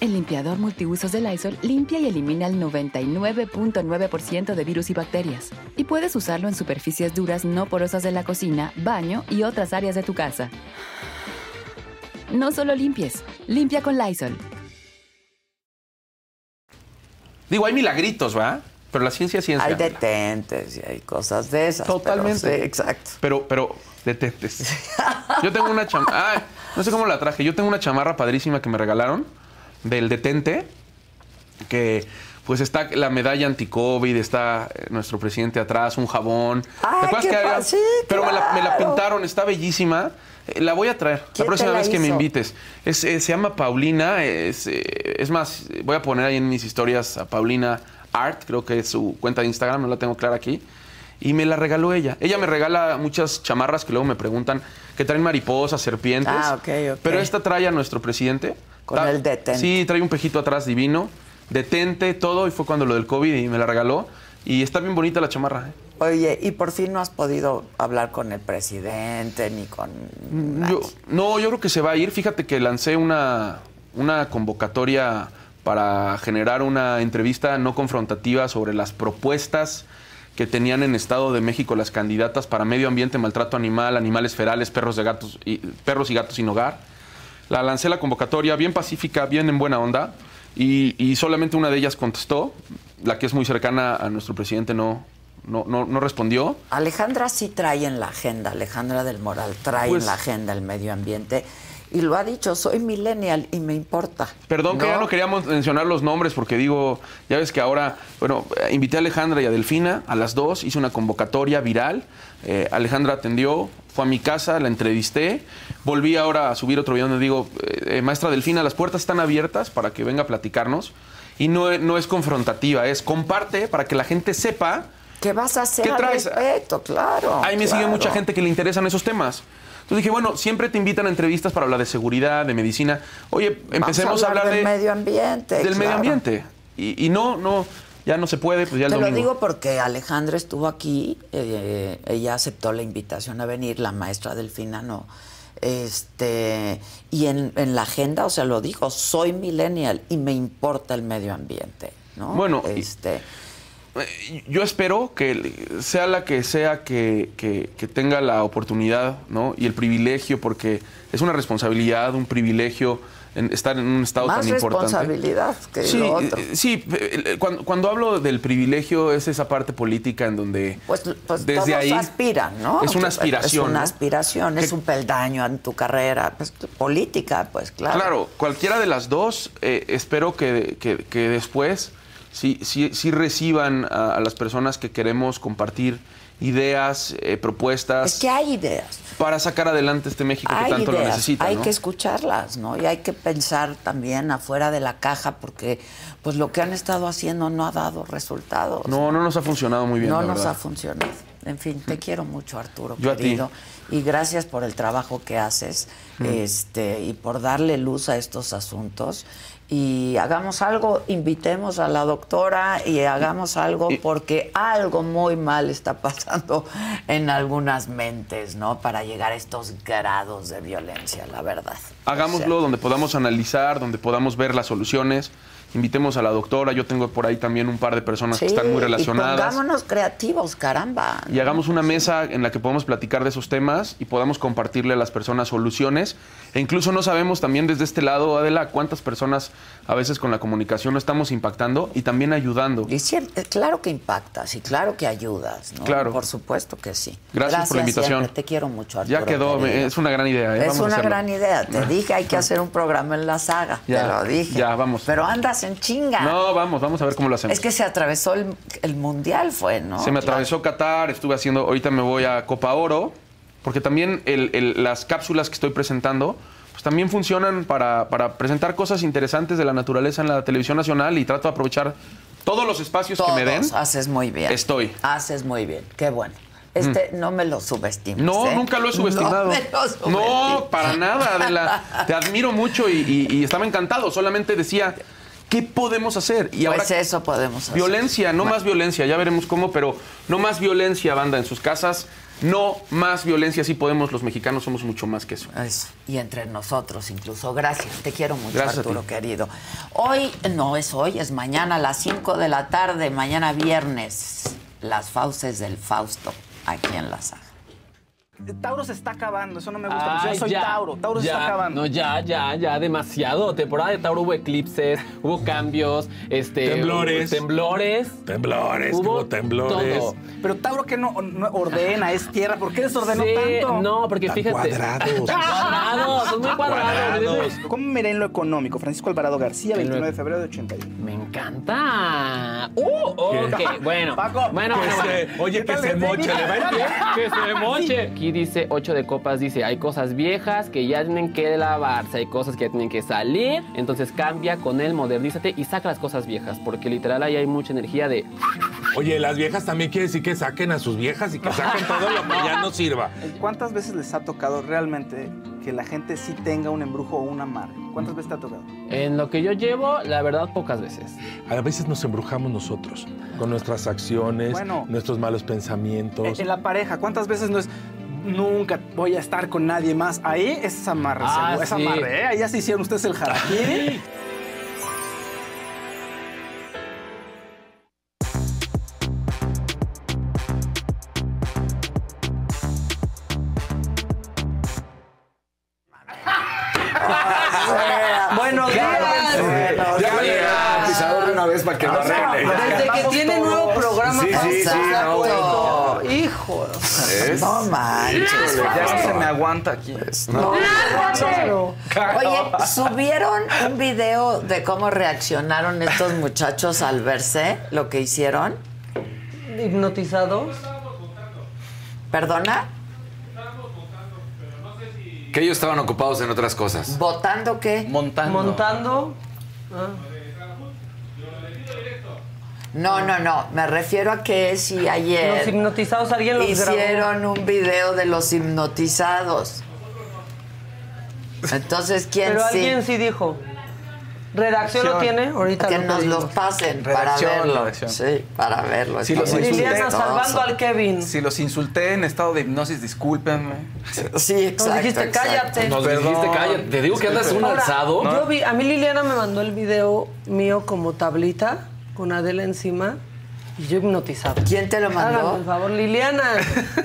El limpiador multiusos de Lysol limpia y elimina el 99.9% de virus y bacterias. Y puedes usarlo en superficies duras no porosas de la cocina, baño y otras áreas de tu casa. No solo limpies, limpia con Lysol.
Digo, hay milagritos, ¿va? Pero la ciencia es ciencia.
Hay
Adela.
detentes y hay cosas de esas. pero
Totalmente.
sí, exacto.
Pero, pero, detentes. Yo tengo una chamarra. no sé cómo la traje. Yo tengo una chamarra padrísima que me regalaron del detente. Que pues está la medalla anti-COVID, está eh, nuestro presidente atrás, un jabón.
Ay, qué
había-
pa- sí,
Pero me la, me la
claro.
pintaron, está bellísima. Eh, La voy a traer la
¿Quién
próxima
te la
vez que me
hizo?
invites. Es, eh, se llama Paulina. Es, eh, es más, eh, voy a poner ahí en mis historias a Paulina Art, creo que es su cuenta de Instagram, no la tengo clara aquí. Y me la regaló ella. Ella me regala muchas chamarras que luego me preguntan que traen mariposas, serpientes.
Ah, ok, ok.
Pero esta trae a nuestro presidente.
Con
Ta-
el detente.
Sí, trae un pejito atrás divino. Detente, todo. Y fue cuando lo del COVID y me la regaló. Y está bien bonita la chamarra. ¿eh?
Oye, y por fin no has podido hablar con el presidente ni con.
Yo- no, yo creo que se va a ir. Fíjate que lancé una, una convocatoria para generar una entrevista no confrontativa sobre las propuestas que tenían en Estado de México las candidatas para medio ambiente, maltrato animal, animales ferales, perros, de gatos y, perros y gatos sin hogar. La lancé la convocatoria bien pacífica, bien en buena onda, y, y solamente una de ellas contestó, la que es muy cercana a nuestro presidente no, no, no, no respondió.
Alejandra sí trae en la agenda, Alejandra del Moral trae
Pues-
en la agenda el medio ambiente. Y lo ha dicho, soy millennial y me importa.
Perdón que ya no queríamos mencionar los nombres porque digo, ya ves que ahora, bueno, eh, invité a Alejandra y a Delfina a las dos, hice una convocatoria viral, eh, Alejandra atendió, fue a mi casa, la entrevisté, volví ahora a subir otro video donde digo, eh, eh, maestra Delfina, las puertas están abiertas para que venga a platicarnos y no, e- no es confrontativa, es comparte para que la gente sepa,
¿Qué vas a hacer
¿Qué
al
traes?
respecto? Claro.
ahí me sigue
claro.
mucha gente que le interesan esos temas. Entonces dije, bueno, siempre te invitan a entrevistas para hablar de seguridad, de medicina. Oye,
Vamos
empecemos a hablar,
del
de
medio ambiente.
del medio
claro.
ambiente. Y, y no, no, ya no se puede, pues ya el
Te lo
domingo.
digo porque Alejandra estuvo aquí, eh, ella aceptó la invitación a venir, la maestra Delfina no. Este, y en, en la agenda, o sea, lo dijo, soy millennial y me importa el medio ambiente, ¿no?
Bueno, y-
este,
Eh, Yo espero que el- sea la que sea que, que- que tenga la oportunidad ¿no? y el privilegio, porque es una responsabilidad, un privilegio en estar en un estado
más
tan importante.
responsabilidad que lo otro.
eh, sí, eh, el- el- cuando, cuando hablo del privilegio es esa parte política en donde
Pues, pues
desde
todos
ahí
aspiran, ¿no?
es una aspiración.
Es una
¿no?
aspiración, es un peldaño en tu carrera, pues, política, pues claro.
Claro, cualquiera de las dos, eh, espero que, que- que después sí, sí- sí reciban a, a las personas que queremos compartir ideas, eh, propuestas,
Es que hay ideas.
para sacar adelante este México que
Hay
tanto lo
ideas,
necesita.
hay
¿no?
que escucharlas, ¿no? Y hay que pensar también afuera de la caja porque pues lo que han estado haciendo no ha dado resultados.
no, no nos ha funcionado muy bien.
No
la
nos
verdad. Mm.
ha funcionado. En fin, te quiero mucho, Arturo,
Yo a ti.
querido. Y gracias por el trabajo que haces
Mm.
este y por darle luz a estos asuntos. Y hagamos algo, invitemos a la doctora y hagamos algo,
Y-
porque algo muy mal está pasando en algunas mentes, ¿no? Para llegar a estos grados de violencia, la verdad.
Hagámoslo
O sea,
donde podamos analizar, donde podamos ver las soluciones. Invitemos a la doctora, yo tengo por ahí también un par de personas que
sí,
están muy
Y
relacionadas.
pongámonos creativos, caramba.
y hagamos una mesa en la que podamos platicar de esos temas y podamos compartirle a las personas soluciones. E incluso no sabemos también desde este lado, Adela, cuántas personas a veces con la comunicación no estamos impactando y también ayudando.
Y siempre- claro que impactas y claro que ayudas, ¿no?
Claro.
Por supuesto que sí.
Gracias por la invitación.
siempre, Te quiero mucho, Arturo.
Ya quedó, me-
querido.
es una gran idea. ¿eh?
Es
Vamos a
una
hacerlo.
gran idea. Te dije, hay que hacer un programa en la saga.
Ya,
te lo dije.
ya, vamos.
Pero andas en chinga.
No, vamos, vamos a ver cómo lo hacemos.
Es que se atravesó el, el mundial, fue, ¿no?
Se me atravesó Qatar, estuve haciendo, ahorita me voy a Copa Oro, porque también el- el- las cápsulas que estoy presentando pues también funcionan para, para presentar cosas interesantes de la naturaleza en la televisión nacional y trato de aprovechar todos los espacios
Todos,
que me den.
haces muy bien.
Estoy. Mm.
Haces muy bien, qué bueno. Este, no me lo subestimes.
No,
¿eh?
nunca lo he subestimado.
No, me lo subestimes.
No, para nada, Adela. Te admiro mucho y, y- y estaba encantado. Solamente decía, ¿qué podemos hacer? Y
Pues eso podemos hacer.
Violencia, no más violencia, ya veremos cómo, pero no más violencia, banda, en sus casas. No más violencia, sí podemos, los mexicanos somos mucho más que eso.
Eso, Y entre nosotros incluso. Gracias, te quiero mucho,
Gracias a
Arturo,
ti.
querido. Hoy, no es hoy, es mañana a las 5 de la tarde, mañana viernes, las fauces del Fausto, aquí en la saga.
Tauro se está acabando, eso no me gusta.
Ay,
yo soy
ya,
Tauro, Tauro se
ya,
está acabando.
No, ya, ya, ya, demasiado. Temporada de Tauro hubo eclipses, hubo cambios, este.
Temblores.
hubo Temblores.
Temblores,
Hubo
hubo temblores.
todo.
Pero Tauro que no, no ordena, es tierra. ¿Por qué desordenó
Sí,
tanto?
No, porque
Tan
fíjate.
cuadrados.
Cuadrados, son muy cuadrados.
Cuadrados.
¿Cómo me iré en lo económico? Francisco Alvarado García, 29 de febrero de 81.
Me encanta. Uh, ok, bueno.
Paco,
bueno,
Que
bueno, bueno.
se- oye,
¿Qué
que
tal
se
le
moche,
digo?
le va a ir bien.
Que se moche. Aquí dice 8 de copas, dice, hay cosas viejas que ya tienen que lavarse, hay cosas que ya tienen que salir. Entonces cambia con él, modernízate y saca las cosas viejas, porque literal ahí hay mucha energía de...
Oye, las viejas también quiere decir que saquen a sus viejas y que saquen todo lo que ya no sirva.
¿Cuántas veces les ha tocado realmente que la gente sí tenga un embrujo o un amarre? ¿Cuántas veces te ha tocado?
En lo que yo llevo, la verdad, pocas veces.
A veces nos embrujamos nosotros con nuestras acciones,
Bueno.
nuestros malos pensamientos.
Eh,
En la pareja, ¿cuántas veces no es nunca voy a estar con nadie más? Ahí es amarre,
Ah,
seguro, es
sí.
amarre, ¿eh? Ahí ya se hicieron ustedes el harakiri. Buenos días.
Ah, Ya le a pisador una vez para que lo arregle.
Desde que tiene nuevo programa.
Sí, sí, sí, no, bueno.
Exacto. Hijos. No manches.
Ya no se
Fausto.
me aguanta aquí.
No, no, no. Oye, subieron un video de cómo reaccionaron estos muchachos al verse lo que hicieron.
Hipnotizados.
¿Perdona?
Que ellos estaban ocupados en otras cosas.
¿Votando qué?
Montando.
Montando. Ah.
No, no, no. Me refiero a que si
Los
ayer
hipnotizados, alguien los grabó.
hicieron un video de los hipnotizados. Entonces, ¿quién
Pero
sí?
alguien sí dijo. ¿Redacción lo
Redacción.
tiene? Ahorita
Que
lo
nos
pedimos.
los pasen
Redacción,
para verlo.
redacción.
Sí, para verlo.
Si
Está
los
muy
Liliana
chistoso.
salvando al Kevin.
Si los insulté en estado de hipnosis, discúlpenme.
Sí, exacto.
Nos dijiste,
exacto.
cállate.
Nos dijiste, cállate. Te digo que andas un
Ahora,
alzado.
Yo vi, a mí Liliana me mandó el video mío como tablita, con Adela encima, y yo hipnotizaba.
¿Quién te lo mandó?
Hágame el favor, Liliana.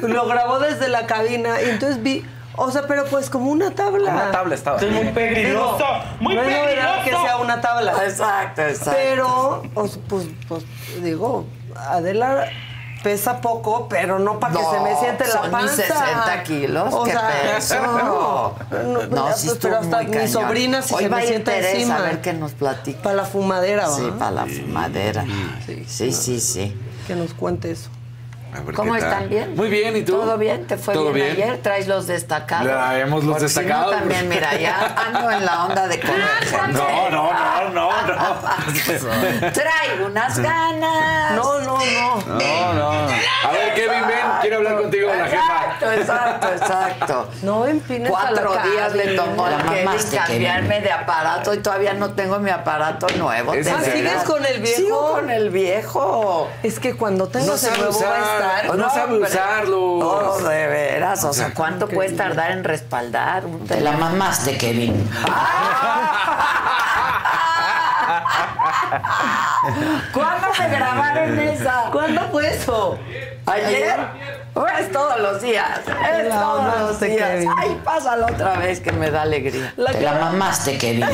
lo grabó desde la cabina, y entonces vi, o sea, pero pues como una tabla.
Una tabla estaba. Estoy muy
Digo, no es novedad que sea una tabla.
Exacto, exacto.
Pero, pues, pues, pues, digo, Adela pesa poco, pero no para que
No,
se me siente la
son
panza.
mis 60 kilos, qué peso.
No, no,
No,
ya,
sí
pues, pero
estuvo
hasta
muy
mi
cañón.
sobrina si
Hoy
se
va a
me
ir
sienta
Teresa
encima.
a ver que nos platica.
Para la fumadera, ¿va?
Sí, para la fumadera. Sí, sí, sí.
Que nos cuente eso.
A ver
¿Cómo
qué tal.
están? ¿Bien?
Muy bien, ¿y tú?
¿Todo bien? ¿Te fue
¿Todo
bien, ayer? ¿Traes los destacados?
Traemos los
Porque si no,
destacados.
también, mira, ya ando en la onda de comer.
No, no, no, no, no.
Traigo unas ganas.
No, no, no.
No, no. A ver, Kevin, ven, quiero hablar contigo con la jefa.
Exacto, exacto, exacto.
No empines
Cuatro
a la
días le
cabina.
tomó a Kevin cambiarme de aparato y todavía no tengo mi aparato nuevo.
¿Es
de
en
verdad.
serio?
¿Sigues con el viejo?
Sigo con el viejo.
Es que cuando
No
tengas el
sabe
nuevo va a
usar.
estar.
No sabe
hombre.
usarlo.
Oh, de veras. O sea, ¿cuánto puedes tardar en respaldar? un- Ah, Te la mamaste, Kevin. ¿Cuándo se grabaron esa?
¿Cuándo fue eso?
¿Ayer? Es todos los días. Es
La
todos los
mamaste,
días.
Kevin.
Ay, pásalo otra vez que me da alegría.
La
Te
cara-
mamaste, Kevin.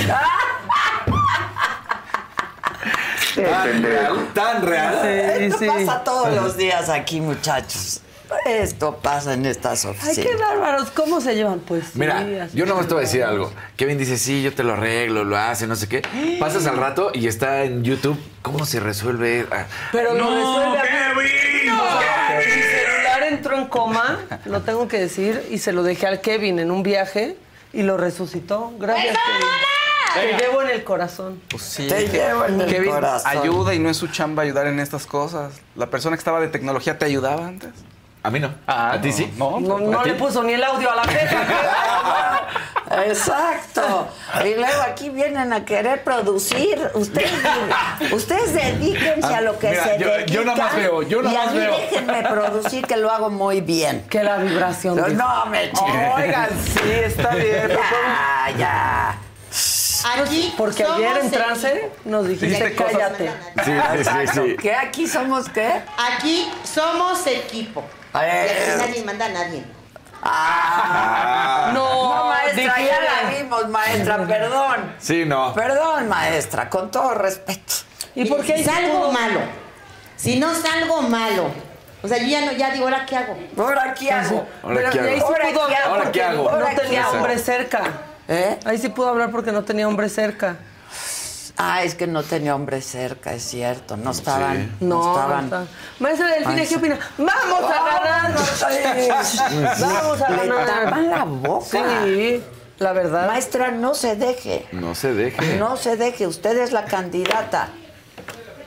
Ah.
Tan real, tan real.
Sí,
Esto
sí.
pasa todos los días aquí, muchachos. Esto pasa en estas
Ay, qué
oficinas.
bárbaros. ¿Cómo se llevan? Pues sí,
Mira,
así.
yo nomás te voy a decir algo. Kevin dice, sí, yo te lo arreglo, lo hace, no sé qué. Pasas al rato y está en YouTube. ¿Cómo se resuelve? Ah,
Pero lo resuelve a-
Kevin!
Mi celular entró en coma, lo tengo que decir, y se lo dejé al Kevin en un viaje. y lo resucitó. Gracias. Te, te
¡Venga!
llevo en el corazón.
Pues sí.
Te llevo en el
Kevin,
corazón.
ayuda y no es su chamba ayudar en estas cosas. La persona que estaba de tecnología te ayudaba antes.
A mí no.
Ah,
¿A ti sí?
No,
No, no
¿a ti?
le puso ni el audio a la fecha.
Exacto. Y luego aquí vienen a querer producir. Ustedes, ustedes dedíquense a lo que
Ah, Mira,
se
yo-
dedican.
yo nada más veo, yo nada
y a
más
mí
veo.
déjenme producir que lo hago muy bien.
Que la vibración.
No,
de-
no, me chingues.
Oigan, sí, está bien. pero
Ya, Ah, ya.
Aquí Porque
somos
ayer en
equipo.
trance nos dijiste
Dijiste cosas-
cállate.
Sí, sí, sí, sí.
¿Qué aquí somos qué?
Aquí somos equipo. Y
Eh,
aquí nadie manda a nadie.
ah.
No,
maestra, ya la
difiere.
vimos, maestra, perdón.
Sí, no.
Perdón, maestra, con todo respeto.
¿Y por qué
Salgo
hicimos-
malo. Si no salgo malo. O sea, yo ya no, ya digo, ¿ahora qué hago?
¿Ahora qué hago?
Ahora, ¿qué
Pero ahí sí
hago?
pudo hablar
hago? ¿Ahora qué
porque
hago?
No
¿Ahora qué
tenía
hago?
hombre cerca.
¿Eh?
Ahí sí pudo hablar porque no tenía hombre cerca.
Ah, es que no tenía hombre cerca, es cierto. No estaban. No,
No,
estaban.
está- Maestra Delfina, ¿qué
Maestra.
opina? ¡Vamos a ganar! ¡Vamos a
Pues, Le tapan
ganar!
la boca.
Sí, la verdad.
Maestra, no se deje.
No se deje.
No se deje. Usted es la candidata.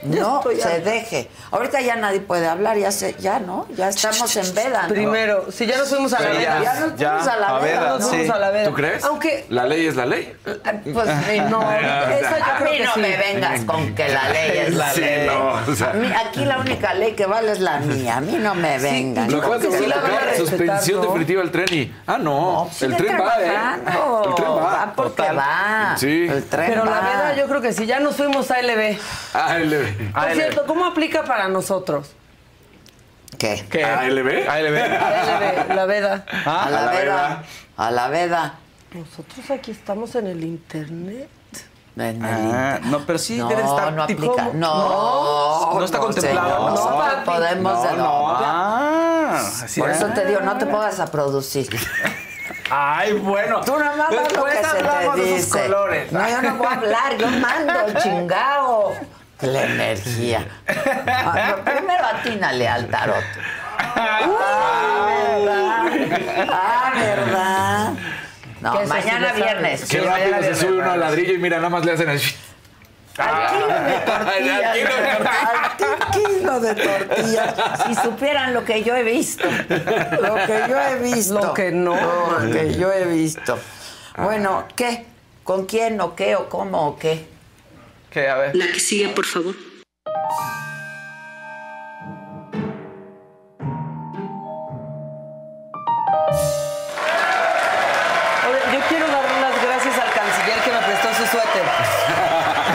No
estoy
se
harta.
deje. Ahorita ya nadie puede hablar, ya se, ya no, ya estamos en veda. ¿no?
Primero, si ya nos fuimos a la
Pero ya-
veda.
Ya nos
ya,
fuimos a la
a
veda.
veda,
¿no?
Nos
sí.
fuimos a la veda.
¿Tú crees?
Aunque
La ley es la ley.
Pues sí, no.
esa yo
a
creo
mí
que
no
sí.
me vengas con que la ley es la
Sí,
ley.
no, o sea.
A mí- aquí la única ley que vale es la mía. A mí no me vengan.
Lo
con
acabas de
que
sí la
la
van a
colocar,
ley-
respetar,
suspensión
¿no?
definitiva del tren y. Ah, no.
Sigue
el tren va, ¿eh?
trabajando.
El tren va.
Va porque
Total.
va.
Sí.
El tren
Pero la
va.
veda yo creo que sí, ya nos fuimos a LB.
Ah, ALB.
Ah,
Por cierto, ¿cómo aplica para nosotros?
¿Qué?
¿Qué?
ALB.
ALB.
LB, la veda.
¿Ah?
A Ah. la veda. A la veda.
Nosotros aquí estamos en el internet.
En el
Ah, no, pero sí
No,
debe estar
no
tipo-
aplica. No,
No está contemplado.
No,
señor, No,
papi.
podemos.
No,
de-
no. Ah, así
Por
es.
eso te digo, no te pongas a producir.
Ay, bueno.
Tú nomás haz lo
Después
que se
pues, hablamos
te
de sus
dice.
colores.
No, yo no voy a hablar, yo mando, chingao. La energía. Ah, no, primero atínale al tarot. Ah, ¿verdad? Ah, ¿verdad?
Que
No,
eso sí
mañana
lo sabes.
viernes.
Qué rápido se sube uno al ladrillo y mira, nada más le hacen Ah. el.
Al kilo de tortillas. Al kilo de tortillas. Si supieran lo que yo he visto. Lo que yo he visto.
Lo que no.
Lo que yo he visto. Bueno, ¿qué? ¿Con quién o qué o cómo o qué?
Que a ver.
La que sigue, por favor.
Oye, yo quiero dar unas gracias al canciller que me prestó su suéter.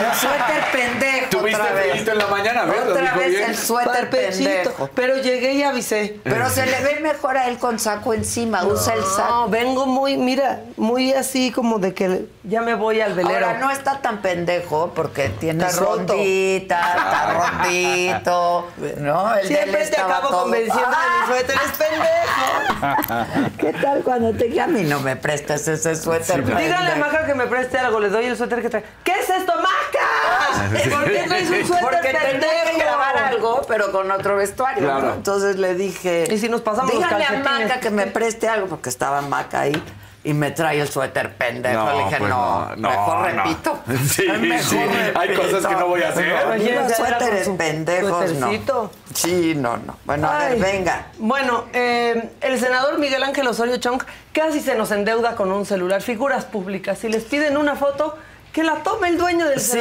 El suéter pendejo.
Tuviste
otra vez.
frillito en la mañana, ¿ves? Lo
Otra
dijo
vez
bien.
el suéter
Parpechito.
pendejo.
Pero llegué y avisé.
Pero se le ve mejor a él con saco encima. Usa el saco.
No, vengo muy, mira, muy así como de que ya me voy al velero.
Ahora no está tan pendejo porque tiene
Está roto.
rondita, está rondito, ¿no? El de él
Siempre te
estaba
acabo
todo-
convenciendo de
¡Ah!
mi suéter, es pendejo.
¿Qué tal cuando te dije a mí no me prestes ese suéter? pendejo"?
Díganle a Maca que me preste algo, le doy el suéter que trae. ¿Qué es esto, Maca? ¿Por qué traes un suéter
Porque tenía que
pendejo?
grabar algo, pero con otro vestuario.
Claro.
¿no? Entonces le dije.
¿Y si nos pasamos los
Díganle a
calcetines?
Maca que me preste algo, porque estaba Maca ahí. Y me trae el suéter pendejo.
No,
le dije,
pues
no,
no, no,
mejor
no.
repito.
Sí,
Mejor
sí, hay cosas que no voy a hacer.
Los
Imagínense, era
suéteres
con su
pendejos, no.
suétercito.
Sí, no, no. Bueno, a ver,
Ay.
venga.
Bueno, eh, el senador Miguel Ángel Osorio Chong casi se nos endeuda con un celular. Figuras públicas, si les piden una foto, que la tome el dueño del
Sí.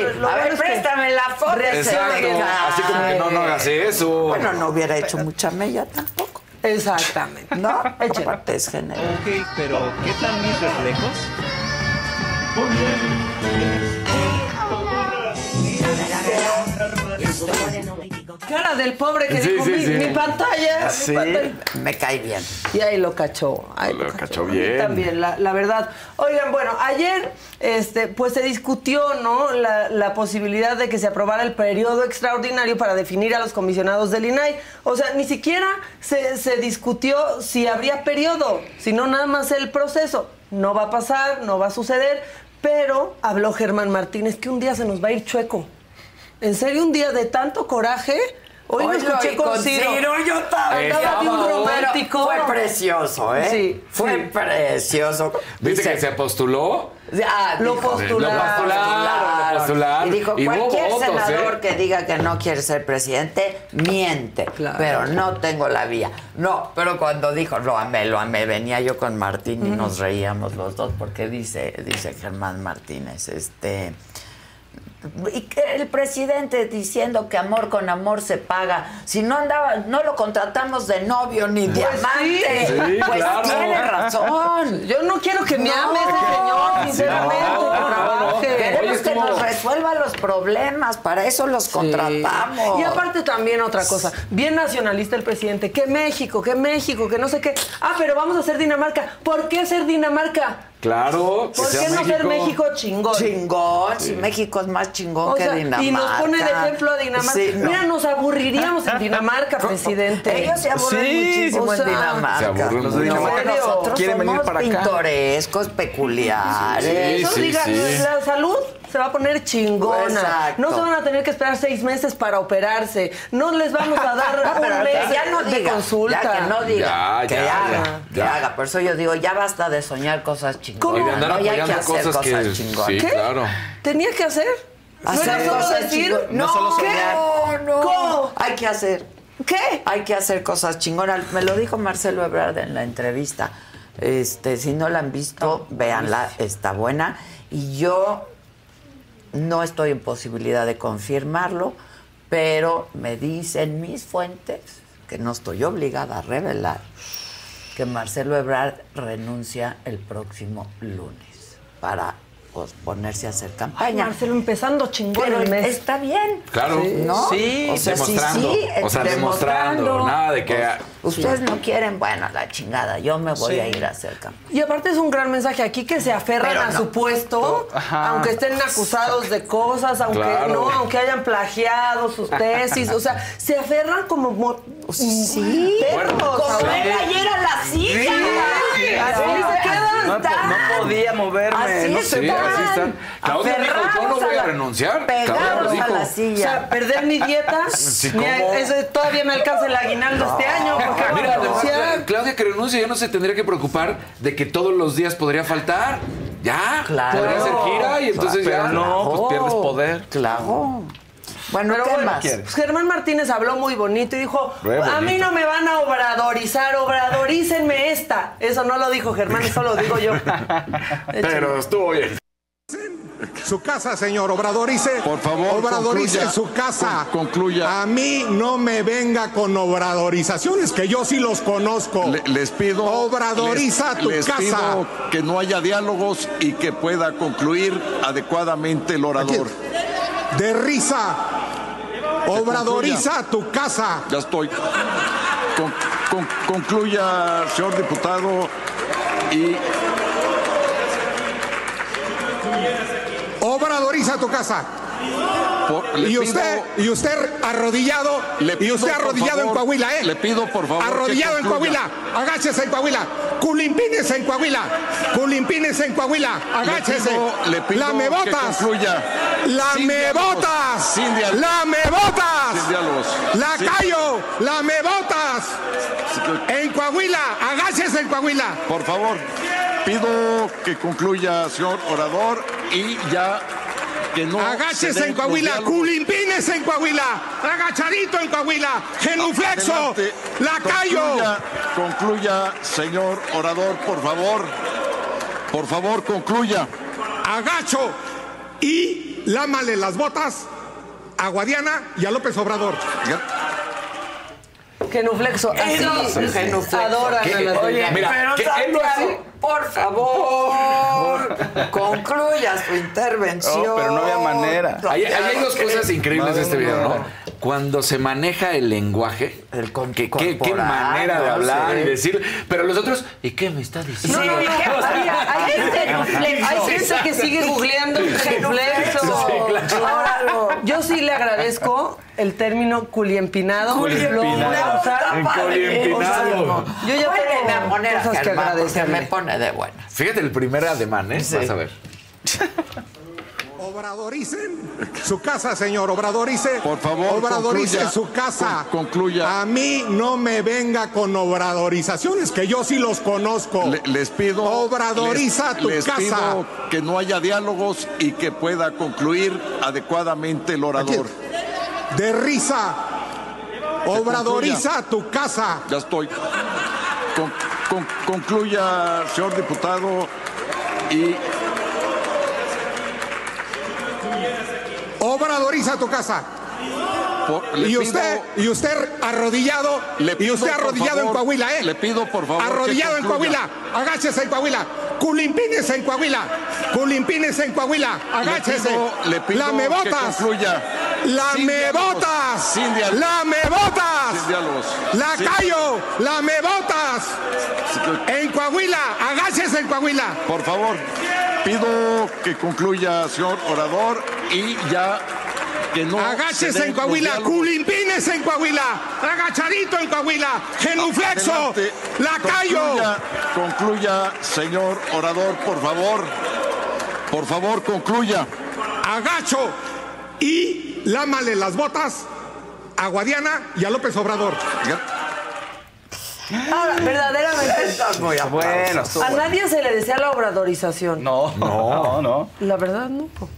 celular. Lo
A ver,
bueno es que-
préstame la foto.
Exacto. Así como que no, no hagas eso.
Bueno, no hubiera hecho mucha mella tampoco.
Exactamente.
No,
Échale.
aparte es general.
Ok, pero ¿qué tal mis reflejos?
Cara del pobre que
Sí,
dijo,
sí,
mi,
sí.
mi pantalla,
Ah, Sí.
mi pantalla.
Me cae bien.
Y ahí lo cachó. Ahí
Lo cachó
A mí
bien.
También, la, la verdad. Oigan, bueno, ayer este, pues se discutió, ¿no? La, la posibilidad de que se aprobara el periodo extraordinario para definir a los comisionados del INAI. O sea, ni siquiera se, se discutió si habría periodo, sino nada más el proceso. No va a pasar, no va a suceder, pero habló Germán Martínez que un día se nos va a ir chueco. En serio, un día de tanto coraje, Hoy lo
Oye,
escuché
y
con,
con
Ciro.
Ciro, yo estaba-
Hablaba de un
estaba-
romántico.
Fue precioso, ¿eh?
Sí.
Fue precioso.
¿Viste
Dice-
que se postuló?
Ah,
Lo
dijo,
postularon. Lo postularon, lo postularon.
Y dijo,
Y hubo
cualquier
votos,
senador
¿eh?
que diga que no quiere ser presidente, miente. Pero no tengo la vía. No, pero cuando dijo, lo amé, lo amé, venía yo con Martín y
Ujú.
nos reíamos los dos, porque dice, dice Germán Martínez, este... Y que el presidente diciendo que amor con amor se paga. Si no andaba, no lo contratamos de novio ni de
Pues sí.
amante.
Sí,
pues
claro.
tiene razón.
Yo no quiero que me ame ese señor, sinceramente, que trabaje.
Queremos
Oye,
que
estuvo-
nos resuelva los problemas, para eso los contratamos.
Y aparte también otra cosa, bien nacionalista el presidente, que México, que México, que no sé qué. Ah, pero vamos a hacer Dinamarca. ¿Por qué ser Dinamarca?
Claro. que
¿Por
sea
qué no ser México chingón?
Chingón, si México es más chingón
O
que
sea,
Dinamarca.
y nos pone de ejemplo a Dinamarca.
Sí, no.
Mira, nos aburriríamos en Dinamarca, presidente.
Ellos se aburren muchísimo
O sea,
en Dinamarca.
se aburren
Los
mucho.
Dinamarca
¿En serio?
nosotros
Quieren venir
somos
para acá.
pintorescos, peculiares.
Eso diga, la salud se va a poner chingona.
Exacto.
No se van a tener que esperar seis meses para operarse. No les vamos a dar un
Ah, Pero
mes
ya no
de
diga,
consulta.
Ya que no diga.
Ya,
que
ya,
haga.
ya,
que
ya.
haga. Por eso yo digo, ya basta de soñar cosas chingonas.
Y de andar
¿no? Ya hay
apoyando
que hacer
cosas que.
chingonas.
Sí,
¿Qué?
claro.
¿Tenía que hacer?
Hacer
¿No era solo
cosas
decir?
chingonas. No,
¿Qué?
no.
¿Cómo?
Hay que hacer.
¿Qué?
Hay que hacer cosas chingonas. Me lo dijo Marcelo Ebrard en la entrevista. Este, si no la han visto, véanla, está buena. Y yo no estoy en posibilidad de confirmarlo, pero me dicen mis fuentes que no estoy obligada a revelar que Marcelo Ebrard renuncia el próximo lunes para pues, ponerse a hacer
Ay,
campaña.
Marcelo, empezando chingón
Pero
el mes.
está bien.
Claro.
¿No?
Sí,
O sea, sí,
demostrando.
sí,
O sea, demostrando. Nada de que.
Pues, Ustedes no quieren, bueno, la chingada, yo me voy
Sí.
a ir a hacer campaña.
Y aparte es un gran mensaje aquí que se aferran
Pero
a
no.
su puesto,
Ajá.
aunque estén acusados de cosas, aunque
Claro.
no, aunque hayan plagiado sus tesis, o sea, se aferran como mo-
sí,
perros,
como
¿sabes?
él ayer a la silla.
Sí.
Así se quedan.
No, no podía moverme,
Así
no
Sí,
sé.
así están. Claudia dijo: Yo no
Aferrados a
voy a
la-
renunciar. Claudia lo
Pegados a
dijo.
la
O
silla.
sea, perder mi dieta,
Sí,
ni a-
¿cómo?
ese- todavía me alcanza el aguinaldo este año. porque voy a
Mira, además,
renunciar.
Cla- Claudia que renuncia ya no se tendría que preocupar de que todos los días podría faltar. Ya,
Claro.
podría hacer gira y entonces
Pero
ya.
no, pues pierdes
poder.
Claro. Bueno,
Pero
¿qué
bueno,
más?
pues Germán Martínez habló muy bonito y dijo,
Re bonito.
a mí no me van a obradorizar, obradorícenme esta. Eso no lo dijo Germán, eso lo digo yo.
Pero estuvo bien.
Su casa, señor Obradorice. Por favor, Obradorice
concluya.
su casa. concluya. A mí no me venga con obradorizaciones, que yo sí los conozco. les pido. Obradoriza
les,
tu
les
casa.
pido que no haya diálogos y que pueda concluir adecuadamente el orador.
De risa. Obradoriza tu casa.
Ya estoy. Con- con- concluya, señor diputado, y
Obradoriza tu casa.
por- le
Y
pido-
usted, y usted arrodillado,
Le
y
pido,
usted
por
arrodillado en
favor,
Coahuila, ¿eh?
le pido, por favor, que
Arrodillado en
concluya.
Coahuila, agáchese en Coahuila, culimpines en Coahuila, culimpines en Coahuila, agáchese.
pido- le pido
Lame
que
botas.
concluya. Sin
Lame
diálogos,
botas.
sin diálogos.
Lame botas.
Sin diálogos. Sin-
Lacayo, lame botas. En Coahuila, agáchese en Coahuila.
por favor, pido que concluya, señor orador, y ya que no. se
Agáchese
den
en
los
Coahuila,
diálogos.
culimpines en Coahuila, agachadito en Coahuila, genuflexo,
Adelante.
lacayo.
Concluya, concluya, señor orador, por favor. Por favor, concluya.
agacho y lámale las botas a Guadiana y a López Obrador.
Genuflexo, así,
Sí, sí.
adoran a las
Oye,
mujeres.
pero Santiago, por favor, concluya su intervención.
No, pero no había manera.
Ahí, ahí hay
Santiago,
dos cosas
¿qué?
increíbles de este video, ¿no?
Madre.
Cuando se maneja el lenguaje, qué, qué- qué
corporal,
manera de
no
hablar
sé.
y decir, pero los otros, ¿y qué me está diciendo?
No, no, no, mira, hay gente, hay gente que sigue googleando genuflexo. Ahora, yo sí le agradezco el término culiempinado. Lo voy a usar.
Culiempinado.
Yo ya
Vuélveme
tengo
a poner a
cosas que
Germán, porque
agradecerle.
me pone de buena.
Fíjate el primer ademán, ¿eh? Vas a ver.
Obradoricen su casa, señor. Obradorice.
Por favor,
Obradorice
concluya.
su casa.
Con- concluya.
A mí no me venga con obradorizaciones, que yo sí los conozco.
Le- les pido.
Obradoriza
les-
tu
les
casa.
pido que no haya diálogos y que pueda concluir adecuadamente el orador.
De risa. Obradoriza tu casa.
Ya estoy. Con- con- concluya, señor diputado. Y
Obradoriza tu casa.
por- le
Y
pido-
usted, y usted arrodillado,
Le
y
pido,
usted
por
arrodillado en
favor,
Coahuila, ¿eh?
Le pido, por favor. que
Arrodillado en
concluya.
Coahuila, agáchese en Coahuila, culimpines en Coahuila, culimpines en Coahuila, agáchese.
pido- le pido
la me botas,
que concluya.
la
Sin
me
diálogos,
botas,
sin diálogos.
la me botas,
Sin diálogos.
la
Sin-
callo, la me botas. En Coahuila, agáchese en Coahuila.
Por favor, pido que concluya, señor orador, y ya que no. se
Agáchese
den
en Coahuila,
los diálogos.
culimpines en Coahuila, agachadito en Coahuila, genuflexo,
Adelante.
lacayo.
Concluya, concluya, señor orador, por favor. Por favor, concluya.
agacho y lámale las botas a Guadiana y a López Obrador.
Ahora, Ah, verdaderamente.
muy
Bueno,
A
estuvo
nadie se le desea la obradorización.
No, no, no.
La verdad, no. po.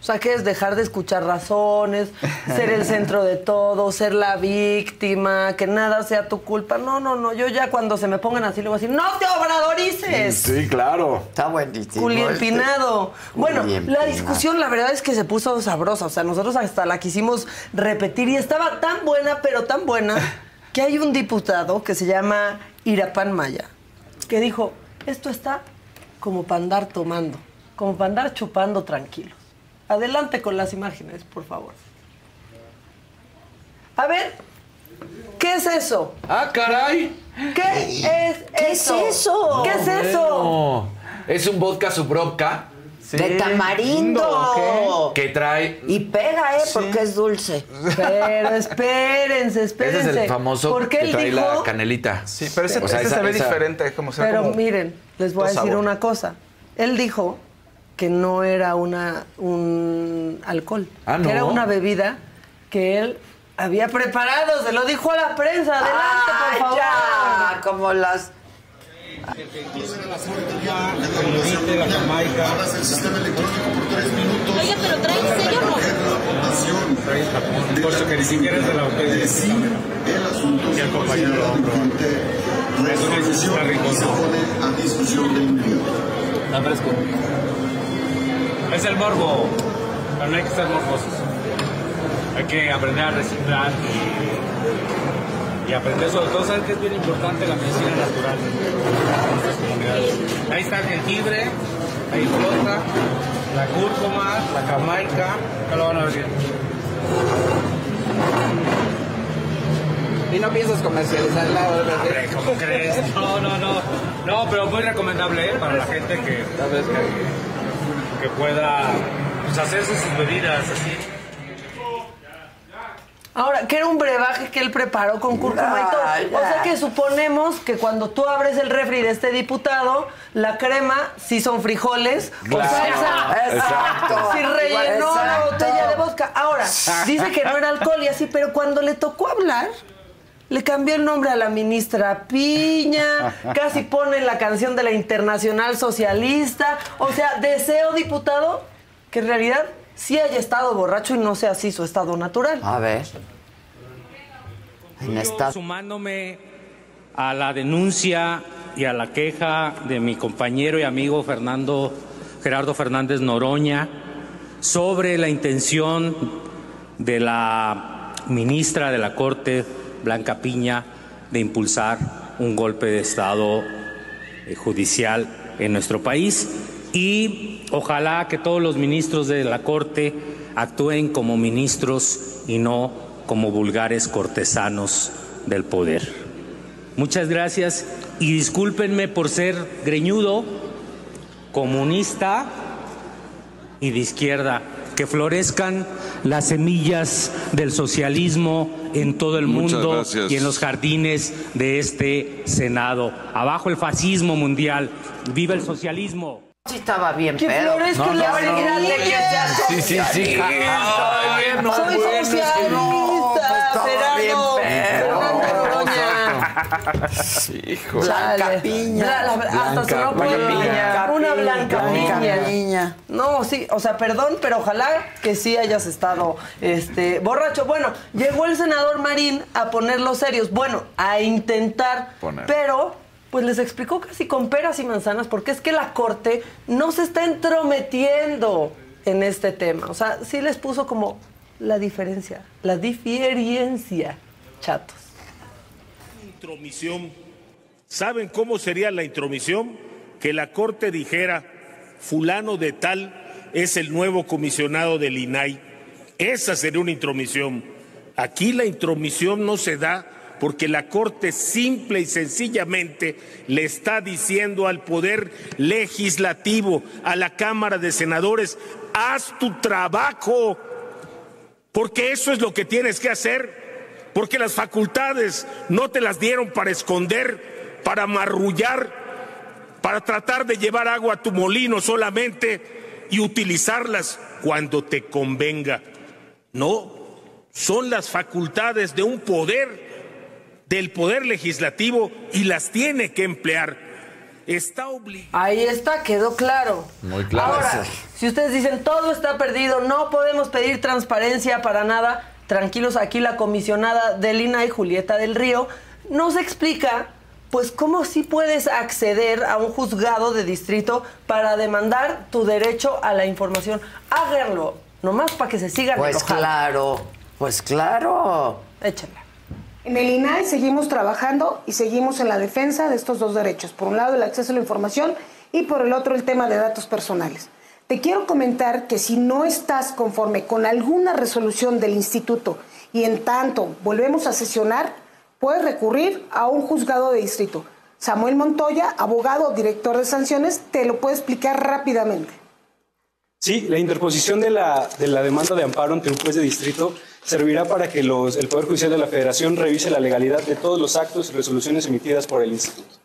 O sea, que es dejar de escuchar razones, ser el centro de todo, ser la víctima, que nada sea tu culpa. No, no, no. Yo ya cuando se me pongan así, le voy a decir, ¡no te obradorices!
Sí, claro.
Está buenísimo. este.
Culiempinado. Bueno, la
Culiempinado.
discusión la verdad es que se puso sabrosa. O sea, nosotros hasta la quisimos repetir y estaba tan buena, pero tan buena, que hay un diputado que se llama Irapan Maya, que dijo, esto está como para andar tomando, como para andar chupando tranquilos. Adelante con las imágenes, por favor. A ver, ¿qué es eso?
Ah, caray.
¿Qué
Eh,
es
¿Qué es
eso?
eso?
¿Qué es eso?
No, es un vodka subrovka
De tamarindo.
que trae.
Y pega, ¿eh? Porque es dulce.
Pero espérense,
Ese es
espérense.
el famoso
Porque
que
él
trae
dijo,
la canelita. Sí,
pero ese, ese se ve diferente, es como se ve
pero
como-
miren, les voy a
otro
decir
sabor.
una cosa. Él dijo que no era una un alcohol,
Ah,
que
¿no?
era una bebida que él había preparado, se lo dijo a la prensa. Adelante, por favor.
Ah, ya, como las.
Oye, pero trae un sello
Por eso que ni siquiera es de la Y el compañero lo hombro. Eso no existe, está rico. Está fresco. Es el morbo. Pero no hay que ser morbosos. Hay que aprender a reciclar y, y aprender sobre todo. ¿Sabes qué es bien importante? La medicina natural. Nuestras comunidades. Ahí está el jengibre, ahí flota, la cúrcuma, la jamaica. Ya lo van a ver bien.
Y no piensas comercializarla,
Hombre, ¿Cómo crees? No, no, no. No, pero muy recomendable ¿eh? para la gente que, que, que pueda pues, hacerse sus bebidas así.
Ahora, que era un brebaje que él preparó con cúrcuma y todo.
Ay,
O sea
ya.
que suponemos que cuando tú abres el refri de este diputado, la crema sí son frijoles
Claro.
o salsa.
Exacto.
Sí rellenó la
Exacto.
botella de vodka. Ahora, dice que no era alcohol y así, pero cuando le tocó hablar, le cambió el nombre a la ministra Piña, casi pone la canción de la Internacional Socialista. O sea, deseo, diputado, que en realidad sí haya estado borracho y no sea así su estado natural.
A ver. En esta.
Sumándome a la denuncia y a la queja de mi compañero y amigo Fernando Gerardo Fernández Noroña sobre la intención de la ministra de la Corte, Blanca Piña, de impulsar un golpe de Estado eh, judicial en nuestro país y ojalá que todos los ministros de la Corte actúen como ministros y no como vulgares cortesanos del poder. Muchas gracias y discúlpenme por ser greñudo, comunista y de izquierda. Que florezcan las semillas del socialismo en todo el
Muchas
mundo
gracias.
y en los jardines de este Senado. Abajo el fascismo mundial. Viva el socialismo.
sí estaba bien,
Que
pero.
florezca No, la no, no, variedad de que sea
Sí, sí, sí. Ay, no,
Soy
bueno, es que
socialista,
no, pues, estaba
Serrano,
bien, pero-
Fernando Noroña.
Hijo.
Dale. Bla- la- hasta sonó
Blanca
por-
Piña.
Una blanca,
Blanca
piña.
Piña.
No, sí, o sea, perdón, pero ojalá que sí hayas estado este, borracho. Bueno, llegó el senador Marín a poner los serios. Bueno, a intentar,
Poner.
pero pues les explicó casi con peras y manzanas porque es que la corte no se está entrometiendo en este tema. O sea, sí les puso como la diferencia, la diferencia, chatos.
intromisión. ¿Saben cómo sería la intromisión? Que la Corte dijera, fulano de tal es el nuevo comisionado del INAI. Esa sería una intromisión. Aquí la intromisión no se da porque la Corte simple y sencillamente le está diciendo al Poder Legislativo, a la Cámara de Senadores, haz tu trabajo, porque eso es lo que tienes que hacer porque las facultades no te las dieron para esconder, para marrullar, para tratar de llevar agua a tu molino solamente y utilizarlas cuando te convenga. No, son las facultades de un poder, del poder legislativo, y las tiene que emplear. Está obligado.
Ahí está, quedó claro.
Muy
Ahora, si ustedes dicen todo está perdido, no podemos pedir transparencia para nada, tranquilos, aquí la comisionada del INAI, Julieta del Río, nos explica pues cómo sí puedes acceder a un juzgado de distrito para demandar tu derecho a la información. Háganlo, nomás para que se sigan
Pues
enojando.
claro, pues claro.
Échala.
En el INAI seguimos trabajando y seguimos en la defensa de estos dos derechos. Por un lado, el acceso a la información y por el otro, el tema de datos personales. Te quiero comentar que si no estás conforme con alguna resolución del instituto y en tanto volvemos a sesionar, puedes recurrir a un juzgado de distrito. Samuel Montoya, abogado, director de sanciones, te lo puede explicar rápidamente.
Sí, la interposición de la, de la demanda de amparo ante un juez de distrito servirá para que los- el Poder Judicial de la Federación revise la legalidad de todos los actos y resoluciones emitidas por el Instituto.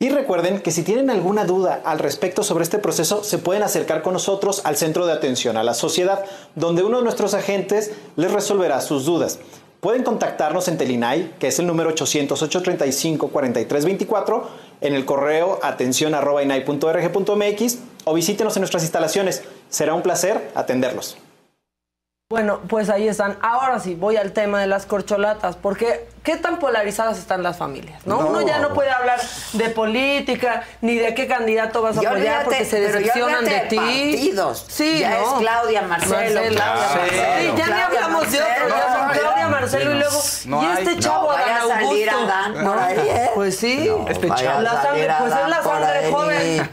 Y recuerden que si tienen alguna duda al respecto sobre este proceso, se pueden acercar con nosotros al Centro de Atención a la Sociedad, donde uno de nuestros agentes les resolverá sus dudas. Pueden contactarnos en Telinay, que es el número 800-835-4324, en el correo atención.inay.org.mx o visítenos en nuestras instalaciones. Será un placer atenderlos.
Bueno, pues ahí están. Ahora sí, voy al tema de las corcholatas, porque qué tan polarizadas están las familias, ¿no?
No.
Uno ya no puede hablar de política, ni de qué candidato vas a
Y
apoyar,
olvídate-
porque se
pero ya
decepcionan de
olvídate
ti.
partidos.
Sí,
Ya
no.
es Claudia, Marcelo, Claudia,
Sí,
Marcelo,
ya ni
Claudia,
hablamos de
Marcelo.
otro, ya son
No,
Claudia,
no,
Marcelo, y
no,
luego,
no
y
hay-
este
no,
chavo
vaya a
Adán
salir
Augusto.
Adán por
No,
ahí, ¿eh?
Pues sí.
No, Este vaya chavo. a
La
salir
sangre, pues es
Adán
la
por
sangre
ahí.
joven.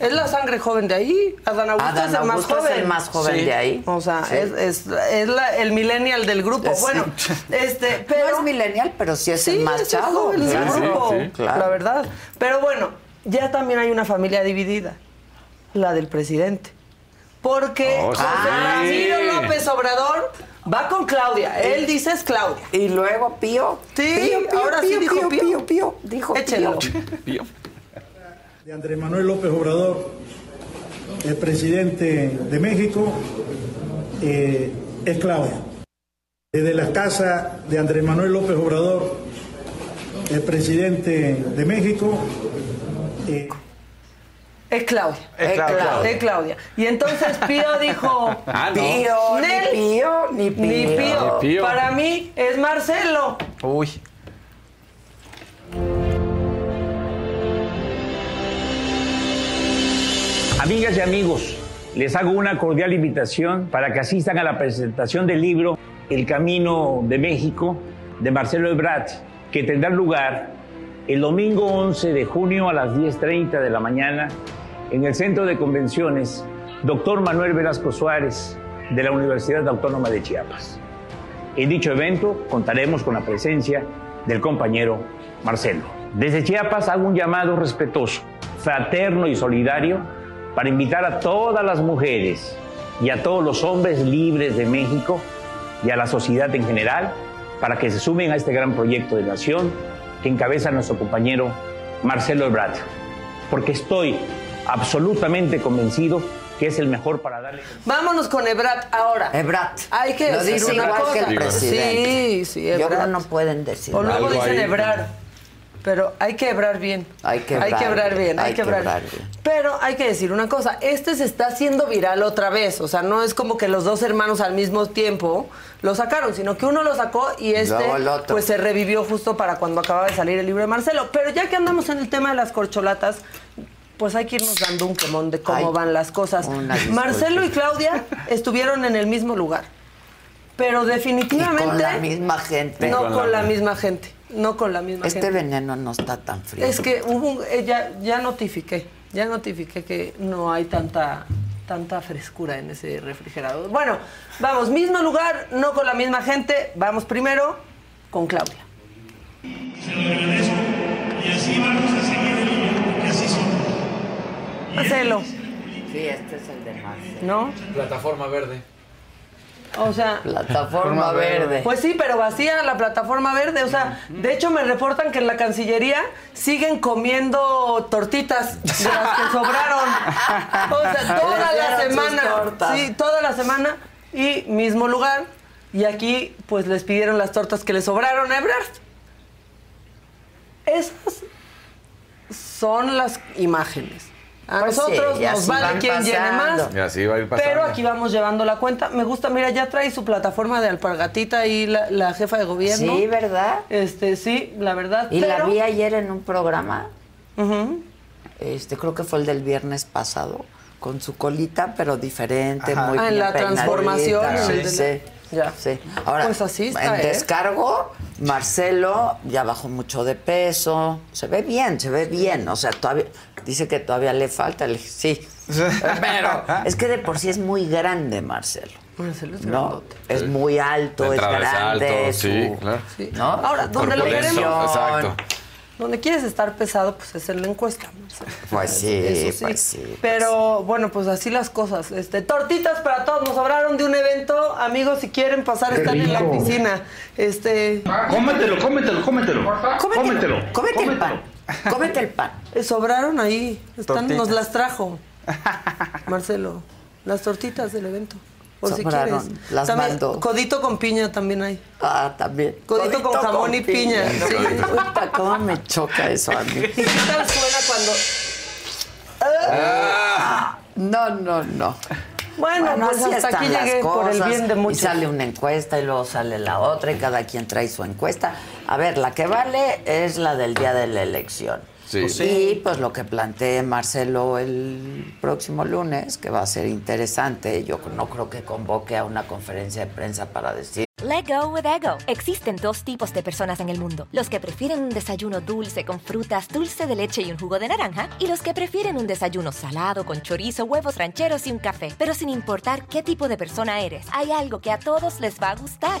Es la sangre joven de ahí. Adán Augusto
Adán
es el más
Augusto es
joven.
el más joven de ahí.
O sea,
Sí.
es, es- es la- el millennial del grupo.
Sí.
Bueno, este, pero.
No es millennial, pero sí es el más
es el
chavo.
joven del
claro.
grupo,
Sí, claro.
La verdad. Pero bueno, ya también hay una familia dividida. La del presidente. Porque
Oh, sí.
José
Ah,
Eh, Ramiro
sí.
López Obrador va con Claudia. Él dice es Claudia.
Y luego Pío.
Sí,
Pío, Pío,
ahora sí
Pío,
dijo
Pío,
Pío.
Pío, dijo
Échelo.
de Andrés Manuel López Obrador, el presidente de México, eh, es Claudia. Desde la casa de Andrés Manuel López Obrador, el presidente de México, eh,
Es Claudia.
Es Claudia.
Es Claudia. Y entonces Pío dijo...
Ah, no. Pío, ni
Nel,
Pío, ni Pío.
Ni
Ni
Pío.
Pío.
Para mí es Marcelo.
Uy.
Amigas y amigos, les hago una cordial invitación para que asistan a la presentación del libro El Camino de México de Marcelo Ebrard, que tendrá lugar el domingo 11 de junio a las 10.30 de la mañana en el Centro de Convenciones Dr. Manuel Velasco Suárez de la Universidad Autónoma de Chiapas. En dicho evento contaremos con la presencia del compañero Marcelo. Desde Chiapas hago un llamado respetuoso, fraterno y solidario para invitar a todas las mujeres y a todos los hombres libres de México y a la sociedad en general para que se sumen a este gran proyecto de nación que encabeza nuestro compañero Marcelo Ebrard. Porque estoy absolutamente convencido que es el mejor para darle.
Vámonos con Ebrat ahora.
Ebrat.
Hay que
Lo
decir
dice
una
igual
cosa.
que el
Digo.
presidente.
Sí, sí,
Yo creo
Ebrat.
no pueden decir
O
nada.
luego dicen Ebrar. Pero hay que hebrar bien.
Hay que hebrar
bien, hay que hebrar bien. Pero hay que decir una cosa, este se está haciendo viral otra vez, o sea, no es como que los dos hermanos al mismo tiempo lo sacaron, sino que uno lo sacó y este
Luego el otro.
pues se revivió justo para cuando acababa de salir el libro de Marcelo. Pero ya que andamos en el tema de las corcholatas, pues hay que irnos dando un quemón de cómo
Ay,
van las cosas.
una disculpa.
Marcelo y Claudia estuvieron en el mismo lugar, pero definitivamente
Con la misma gente.
no con la misma gente, no con la misma
Este
gente.
veneno no está tan frío.
Es que hubo un- eh, ya, ya notifiqué, ya notifiqué que no hay tanta tanta frescura en ese refrigerador. Bueno, vamos, mismo lugar, no con la misma gente, vamos primero con Claudia.
Y así vamos a seguir el hilo, porque así somos.
Marcelo,
Sí, este es el de Marcelo.
¿no?
Plataforma verde.
O sea,
Plataforma verde.
Pues sí, pero vacía la plataforma verde. O sea, de hecho me reportan que en la Cancillería siguen comiendo tortitas de las que sobraron. O sea, toda
Les
la
dieron sus
semana.
tortas.
Sí, toda la semana. Y mismo lugar. Y aquí, pues les pidieron las tortas que les sobraron a Ebrard. Esas son las imágenes. A
Pues sí,
nosotros
y
nos
así
vale
van
quien llene
pasando.
más.
Y así va a ir pasando.
Pero aquí vamos llevando la cuenta. Me gusta, mira, ya trae su plataforma de alpargatita y la, la jefa de gobierno.
Sí, ¿verdad?
Este, sí, la verdad.
Y la
pero-
vi ayer en un programa,
Ujú.
este, creo que fue el del viernes pasado, con su colita, pero diferente,
Ajá.
muy
Ah, en
bien
la transformación,
peinadita,
en el
Sí,
de-
sí, sí. Ahora,
Pues así está,
en
¿eh?
descargo, Marcelo ya bajó mucho de peso, se ve bien, se ve bien, o sea, todavía, dice que todavía le falta, le dije, sí, pero es que de por sí es muy grande Marcelo.
Marcelo es
No, es muy alto, es grande. su-
Sí.
¿no?
Ahora, ¿dónde lo
Corpulencia,
queremos?
exacto.
Donde quieres estar pesado, pues es en la encuesta. Marcelo.
Pues sí,
Eso sí.
pues sí.
Pero bueno, pues así las cosas. Este, tortitas para todos. Nos hablaron de un evento. Amigos, si quieren pasar,
Qué
están en la
rico.
piscina. Este.
Cómetelo, cómetelo, cómetelo. Cómetelo.
Cómete el pan. Cómete el pan.
Eh, Sobraron ahí. Están,
Tortitas.
nos las trajo. Marcelo. Las tortitas del evento. Por
Sobraron,
si quieres.
las
También,
mandó.
Codito con piña también hay.
Ah, también.
Codito, con jamón y piña.
Sí.
Sí.
Puta, ¿Cómo me choca eso a mí?
¿Y qué tal suena cuando.?
Ah.
No, no, no.
Bueno, pues
así
hasta
están
aquí
las
llegué por el
cosas.
bien de muchos.
Y sale una encuesta y luego sale la otra y cada quien trae su encuesta. A ver, la que vale es la del día de la elección.
Sí. Pues sí.
Y pues lo que plantee Marcelo el próximo lunes, que va a ser interesante, yo no creo que convoque a una conferencia de prensa para decir
Let go with ego. Existen dos tipos de personas en el mundo: los que prefieren un desayuno dulce con frutas, dulce de leche y un jugo de naranja, y los que prefieren un desayuno salado con chorizo, huevos rancheros y un café. Pero sin importar qué tipo de persona eres, hay algo que a todos les va a gustar.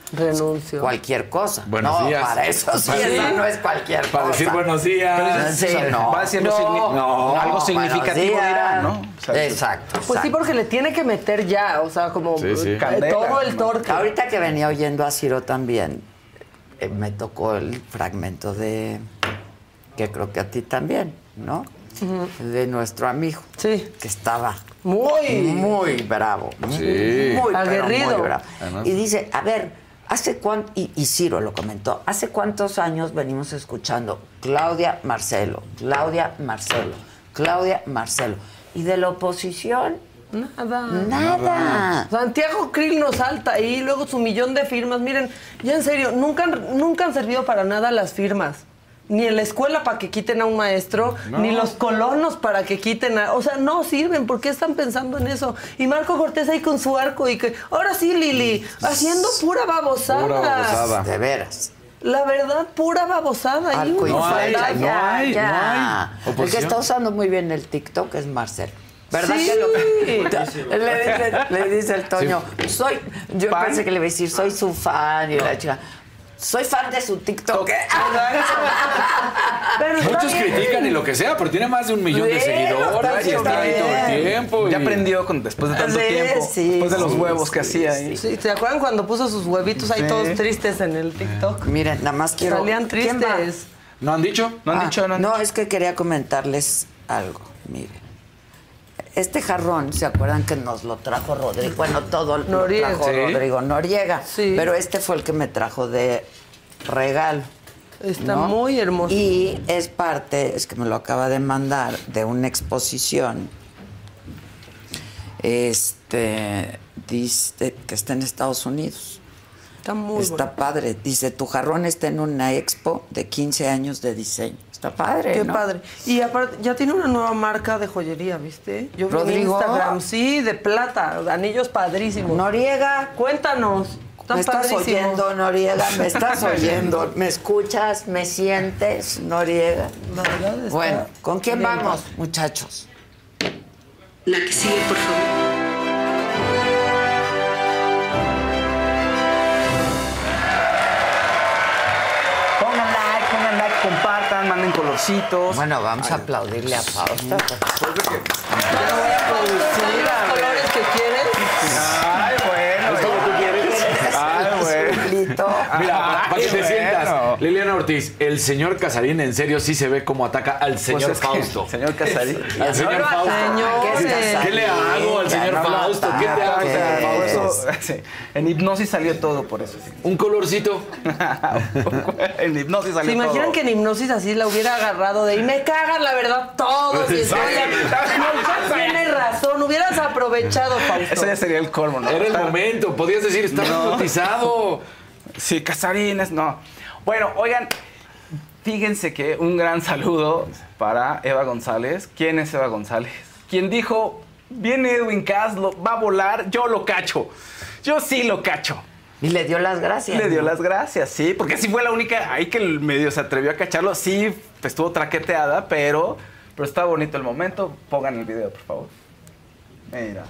renuncio.
cualquier cosa.
Buenos
no,
días.
para eso sí,
Para-
eso no es cualquier cosa.
Para decir buenos días. Pero eso-
Sí,
o sea,
no.
va a decir lo signi- no, algo
buenos
significativo
días.
dirá, ¿no?
exacto.
Pues sí,
exacto.
porque le tiene que meter ya, o sea, como
Sí, sí.
eh,
Candela,
todo el
¿no?
torque.
Ahorita que venía oyendo a Ciro también, eh, me tocó el fragmento de, que creo que a ti también, ¿no? De nuestro amigo.
Sí.
Que estaba
Muy.
muy bravo.
Sí.
Muy, pero
Aguerrido.
muy bravo.
Además-
Y dice, a ver, hace cuánto, y, y Ciro lo comentó, hace cuántos años venimos escuchando Claudia Marcelo, Claudia Marcelo, Claudia Marcelo. Y de la oposición,
Nada.
Nada.
Santiago Krill nos salta ahí, luego su millón de firmas. Miren, ya en serio, nunca han, nunca han servido para nada las firmas. ni en la escuela para que quiten a un maestro,
No.
ni los colonos para que quiten a... O sea, no sirven, ¿por qué están pensando en eso? Y Marco Cortés ahí con su arco y que... Ahora sí, Lili, haciendo pura babosada.
De veras.
La verdad, pura babosada. Ahí
Arco y
uno
flauta,
se-
ya, ya. El que
Oposición.
está usando muy bien el TikTok es Marcelo. ¿Verdad
Sí.
que lo- le, dice- le dice el Toño, soy, yo pensé que le iba a decir, soy su fan, y la chica, soy fan de su TikTok.
Muchos critican y lo que sea, pero tiene más de un millón de
Sí, lo
seguidores
está
y está ahí todo el tiempo.
Ya
y-
aprendió con, después de tanto
Sí,
tiempo.
sí,
después de los
sí,
huevos que hacía ahí.
Sí, ¿se acuerdan cuando puso sus huevitos ahí
Sí.
todos tristes en el TikTok?
Miren, nada más quiero...
Salían
¿Quién va?
tristes.
¿No han dicho?
No no es que quería comentarles algo. Miren. Este jarrón, ¿se acuerdan que nos lo trajo Rodrigo? Bueno, todo lo
Noriega.
trajo
Sí.
Rodrigo Noriega. Pero este fue el que me trajo de regalo.
Está
¿no?
muy hermoso.
Y es parte, es que me lo acaba de mandar, de una exposición. Este dice que está en Estados Unidos.
Está muy
Está padre. Dice, tu jarrón está en una expo de 15 años de diseño. Está padre.
Qué
¿no?
padre. Y aparte, ya tiene una nueva marca de joyería, ¿viste? Yo vi en
Rodrigo.
Instagram, sí, de plata, anillos padrísimos.
Noriega.
Cuéntanos. Están
me estás
padrísimos.
oyendo, Noriega, me estás oyendo. ¿Me escuchas? ¿Me sientes, Noriega?
La verdad está
Bueno, ¿con quién
genial.
vamos, muchachos?
La que sigue, por favor.
Pongan like, pongan like, compartan, manden colorcitos.
Bueno, vamos a aplaudirle a Fausta.
los colores que quieres?
Ay, bueno.
¿Es como tú quieres?
Ay,
bueno.
Mira, para, para que
Ay,
te
bueno.
sientas, Liliana Ortiz, el señor Casarín en serio sí se ve cómo ataca al
Pues
señor
es que-
Fausto.
Señor Casarín.
Al señor Fausto. ¿Qué- ¿Qué le hago al señor Fausto? ¿Qué te hago, señor Fausto?
En hipnosis salió todo por eso.
Un colorcito.
en hipnosis salió
¿Se imaginan
todo.
que en hipnosis así la hubiera agarrado de y me cagan la verdad todos?
Pues
Y
Sí.
no, tiene razón, hubieras aprovechado, Fausto.
Eso ya sería el colmo, ¿no?
Era el
Estar-
momento, podías decir, está
No.
hipnotizado.
Sí, Casarines, no. Bueno, oigan, fíjense que un gran saludo para Eva González. ¿Quién es Eva González? Quien dijo, viene Edwin Cass, lo- va a volar, yo lo cacho. Yo sí lo cacho.
Y le dio las gracias.
Le dio
¿no?
las gracias, sí, porque sí fue la única ahí que el medio se atrevió a cacharlo. Sí, pues, estuvo traqueteada, pero, pero está bonito el momento. Pongan el video, por favor. Mira.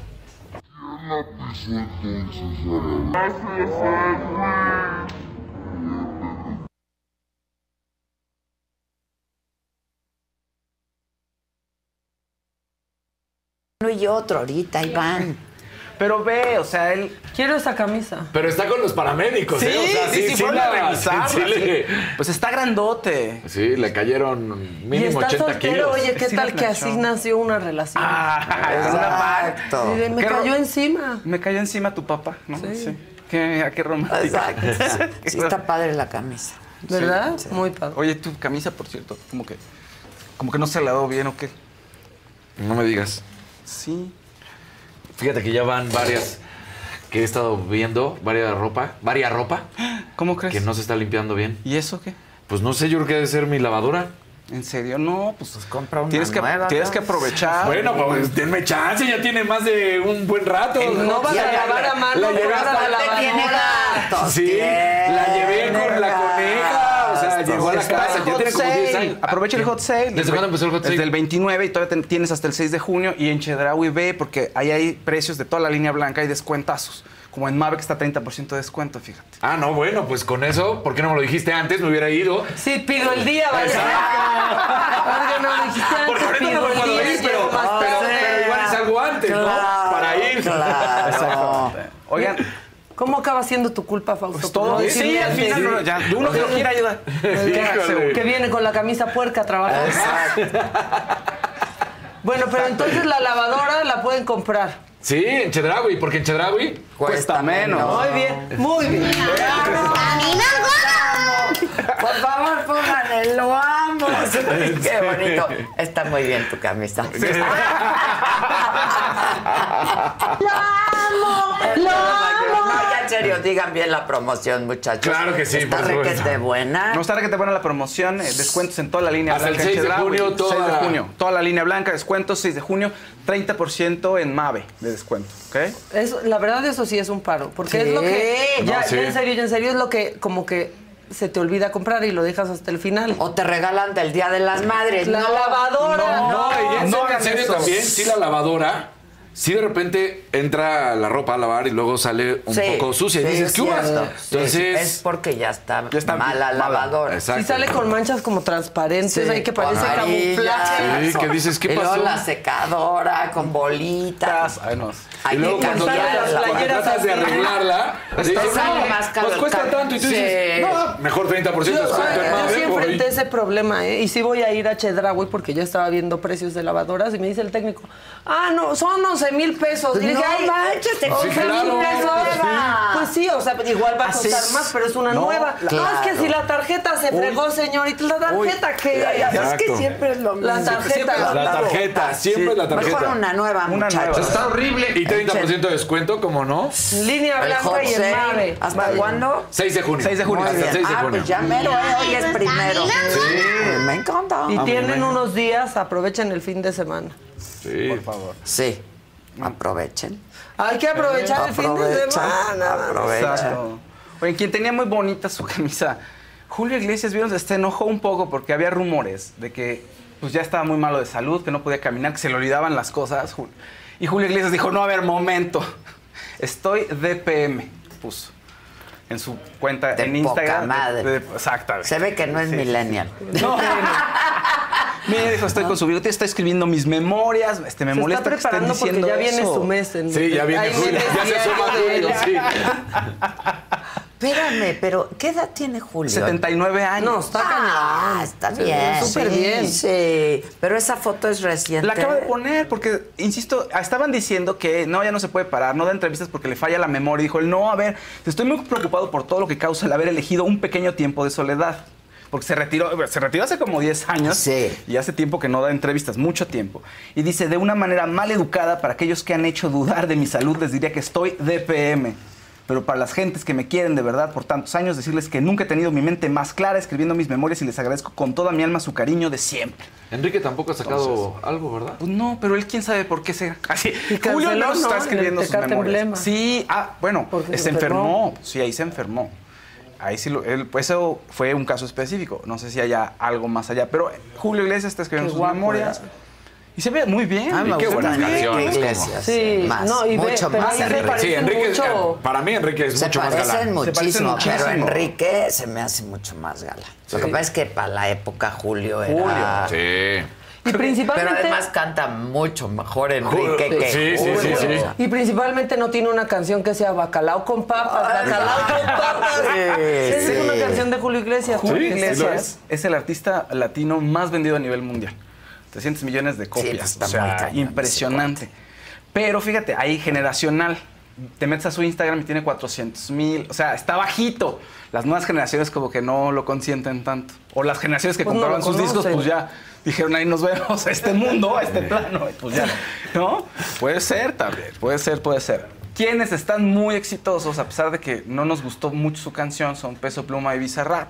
Uno y otro ahorita, Iván.
Pero ve, o sea, él.
Quiero esa camisa.
Pero está con los paramédicos,
Sí,
¿eh? O sea,
sí, sí, fueron a
la-
revisarla,
sí le-
Pues está grandote.
Sí, le cayeron mínimo
y está
80
soltero,
kilos.
oye, ¿qué tal que así nació una relación?
Ah, Exacto.
Miren, me cayó encima.
Me cayó encima tu papá, ¿no? Sí. Qué, ah, qué romántico.
Exacto. Sí, está padre la camisa.
¿Verdad?
Sí.
Muy padre.
Oye, tu camisa, por cierto, como que, como que no se la lavó bien o qué.
No me digas.
Sí.
Fíjate que ya van varias que he estado viendo, varias ropa, varias ropa.
¿Cómo crees?
Que no se está limpiando bien.
¿Y eso qué?
Pues no sé, yo creo que debe ser mi lavadora.
¿En serio? No, pues,
compra
tienes que, tienes que aprovechar.
Bueno, pues denme chance, ya tiene más de un buen rato.
No vas a lavar a mano,
La llevé
vas a
hasta
la
tiene
lavadora.
Sí, la llevé con la coneja. O sea, llegó a la
Pues
Está
casa.
el
Ya
hot
tiene como 10
sale.
años.
Aprovecha el hot sale.
¿Desde cuándo empezó el hot sale?
Desde el 29 y todavía ten- tienes hasta el 6 de junio. Y en Chedraui ve, porque ahí hay precios de toda la línea blanca, hay descuentazos. Como en Mave que está 30% de descuento, fíjate.
Ah, no, bueno, pues con eso, ¿por qué no me lo dijiste antes? Me hubiera ido.
Sí, pido el día, vaya. Porque no me dijiste antes,
Porque ahorita no
pido
me
el
puedo
día,
ir, pero,
llego más
pero-
tarde.
pero igual es algo antes, ¿no? Para ir.
Claro.
Oigan,
¿Cómo acaba siendo tu culpa, Fausto?
pues todo.
No,
Sí, al
antes.
final, no, ya, de uno que no quiere ayudar.
Híjole.
Que viene con la camisa puerca a trabajar. Bueno, pero entonces la lavadora la pueden comprar.
Sí, en Chedraui, porque en Chedraui
Cuesta menos.
Muy bien, muy bien.
¡Camina, gordo!
Por favor, pónganle, lo amo. Qué bonito. Está muy bien tu camisa.
¡Lo
No, ya en serio, digan bien la promoción, muchachos.
Claro que sí,
Está
por supuesto.
requete buena.
No está que te ponen la promoción, eh, descuentos en toda la línea
Hasta el
blanca. en
6 de
Chedraui,
junio, toda
6 de
la-
junio. Toda la línea blanca, descuentos 6 de junio, 30% en MAVE de descuento, ¿ok?
Eso- la verdad, eso sí es un paro. Porque es lo que.
Sí.
Ya,
No, sí.
ya en serio, ya en serio, es lo que como que se te olvida comprar y lo dejas hasta el final.
O te regalan del Día de las Madres.
La
No.
lavadora.
No,
No, y en
no
serio,
hagan
en serio
eso.
también, sí la lavadora. Sí, de repente entra la ropa a lavar y luego sale un
Sí,
poco sucia.
sí,
y dices,
es
¿qué hubo?
cierto.
Entonces.
Es porque ya está,
está
mala
mala.
lavadora.
Exacto.
Y sale con manchas como transparentes,
Sí,
ahí que parece
amarillas.
camuflaje.
Sí, que dices, ¿qué
Y luego
pasó?
la secadora con bolitas.
Y
Hay
luego
que
cuando,
cambiarla.
cuando tratas de arreglarla, te
Está
dicen,
sale
"No,
más caro
pues
el
cuesta
cambio".
tanto. Y tú
Sí.
dices, no, mejor 30%
Yo,
descuento
ay,
en
yo
Mave,
sí
voy".
enfrenté ese problema, ¿eh? Y sí voy a ir a Chedraui porque yo estaba viendo precios de lavadoras y me dice el técnico, ah, no, son 11 mil pesos. Y le dije,
Pues No
ay,
manches, te
once
costó
mil
mil pesos. Sí.
Pues sí, o sea, igual va a
Así
costar
es.
más, pero es una
No,
nueva.
claro.
Ah, es que si la tarjeta se
Uy.
fregó, señor, y la tarjeta que...
es que siempre es lo mismo.
La tarjeta.
La tarjeta, siempre la tarjeta.
Mejor una nueva, muchachos.
Está horrible. Y 30% de descuento, como no.
Línea
El
blanca y
José,
en Mave.
¿Hasta cuándo?
6 de junio.
6 de junio.
Hasta el 6 de
Ah,
junio.
pues ya mero, eh, hoy es primero. Sí. Me encanta.
Y
Ah, me
tienen
encanta.
unos días, aprovechen el fin de semana.
Sí. Por favor.
Sí. Aprovechen.
Hay que aprovechar el fin de semana.
Aprovecha.
Exacto. Oye, quien tenía muy bonita su camisa, Julio Iglesias, vieron, se enojó un poco porque había rumores de que pues, ya estaba muy malo de salud, que no podía caminar, que se le olvidaban las cosas. Ju- Y Julio Iglesias dijo, no, a ver, momento, estoy DPM, puso en su cuenta
De
en
poca
Instagram.
madre.
De- de- exactamente.
Se ve que no es
Sí, sí,
millennial.
No, sí, no. Mira, dijo, estoy con su bigote, está escribiendo mis memorias, este, me
Se está
molesta que estén
preparando porque
diciendo
ya viene
eso.
su mes en-
Sí, ya viene
Ahí
Julio.
me
Ya se
decía
suma
yo de
Julio,
ella.
sí.
Espérame, pero ¿qué edad tiene Julio?
79 años.
No, está Ah, está
Sí,
bien.
súper
Sí,
bien.
Sí, pero esa foto es reciente.
La acaba de poner porque, insisto, estaban diciendo que no, ya no se puede parar, no da entrevistas porque le falla la memoria. Y Dijo él, no, a ver, estoy muy preocupado por todo lo que causa el haber elegido un pequeño tiempo de soledad. Porque se retiró, se retiró hace como 10 años y hace tiempo que no da entrevistas, mucho tiempo. Y dice, de una manera mal educada, para aquellos que han hecho dudar de mi salud, les diría que estoy DPM. Pero para las gentes que me quieren de verdad por tantos años, decirles que nunca he tenido mi mente más clara escribiendo mis memorias y les agradezco con toda mi alma su cariño de siempre.
Enrique tampoco ha sacado
Entonces,
algo, ¿verdad?
Pues no, pero él quién sabe por qué se. Así.
canceló,
Julio no
¿no?
está
En el
escribiendo sus
Tecate
memorias.
Emblema.
Sí, ah, bueno,
Porque
se,
se enfermó.
enfermó. Sí, ahí se enfermó. Ahí sí lo, él- pues eso fue un caso específico. No sé si haya algo más allá. Pero Julio Iglesias está escribiendo
Qué
sus
guapo
memorias.
era.
Y se ve muy bien.
Ah, me
Y qué
gusta
buenas
Enrique
canciones.
Iglesias.
Sí,
Más,
no, y ve-
mucho
pero
más
ahí se
Enrique.
parece
Sí, Enrique es-
mucho.
para mí Enrique es
se
mucho más
parecen
galán.
muchísimo,
Se parecen
pero
muchísimo.
Enrique se me hace mucho más galán. Lo que pasa es que para la época Julio era...
Sí.
Y principalmente-
Pero además canta mucho mejor Enrique
Julio.
que
Sí, sí, sí,
Julio.
sí.
Y principalmente no tiene una canción que sea Bacalao con papas, Bacalao con papas. Esa
sí.
es una canción de Julio Iglesias.
Julio
porque
Iglesias
eso
es, el artista latino más vendido a nivel mundial. 300 millones de copias.
está
o sea,
muy cañón
impresionante. Pero fíjate, ahí generacional. Te metes a su Instagram y tiene 400 mil. O sea, está bajito. Las nuevas generaciones como que no lo consienten tanto. O las generaciones que
Pues no lo
compraban sus discos,
conocen.
pues ya dijeron, ahí nos vemos, a este mundo, a este plano. y Pues ya, ¿no? Puede ser también, puede ser, puede ser. Quienes están muy exitosos, a pesar de que no nos gustó mucho su canción, son Peso Pluma y Bizarrap,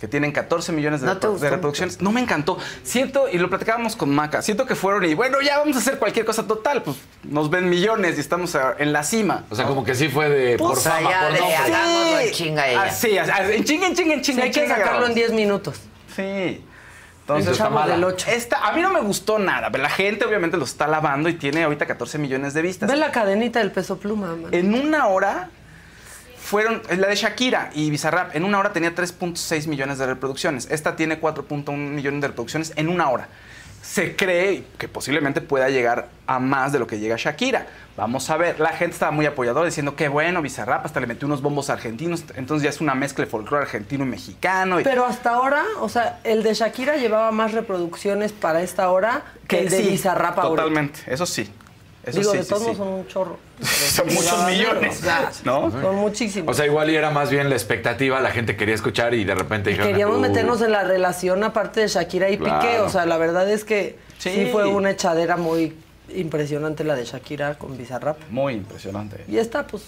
que tienen 14 millones de,
¿No te
repro-
gustó?
de reproducciones. No me encantó. Siento, y lo platicábamos con Maca, siento que fueron y bueno, ya vamos a hacer cualquier cosa total. Pues nos ven millones y estamos a- en la cima.
O sea, como que sí fue de por
Pues
fama,
allá
por
de
nombre.
hagámoslo en chinga ella.
Así, así, en chinga, en chinga, en
Sí,
chinga.
hay
en
que
chinga
sacarlo en
grabamos.
10 minutos.
Sí.
El
Entonces,
chavo
está mala.
del ocho.
Esta, a mí no me gustó nada, pero la gente obviamente lo está lavando y tiene ahorita 14 millones de vistas.
Ve la cadenita del peso pluma, man.
En una hora fueron, es la de Shakira y Bizarrap, en una hora tenía 3.6 millones de reproducciones. Esta tiene 4.1 millones de reproducciones en una hora. Se cree que posiblemente pueda llegar a más de lo que llega Shakira. Vamos a ver, la gente estaba muy apoyadora diciendo que bueno, Bizarrap, hasta le metió unos bombos argentinos, entonces ya es una mezcla de folclore argentino y mexicano. y-
Pero hasta ahora, o sea, el de Shakira llevaba más reproducciones para esta hora que el de
sí,
Bizarrap ahora.
Totalmente, eso sí.
Eso
Digo,
sí,
de
sí,
todos
sí.
modos son un chorro.
Son muchos millones,
O sea,
¿no?
Son muchísimos.
O sea, igual y era más bien la expectativa, la gente quería escuchar y de repente dijeron.
Queríamos
"Uh".
meternos en la relación aparte de Shakira y
Claro.
Piqué. O sea, la verdad es que
Sí.
sí. fue una echadera muy impresionante la de Shakira con Bizarrap.
Muy impresionante.
Y esta, pues,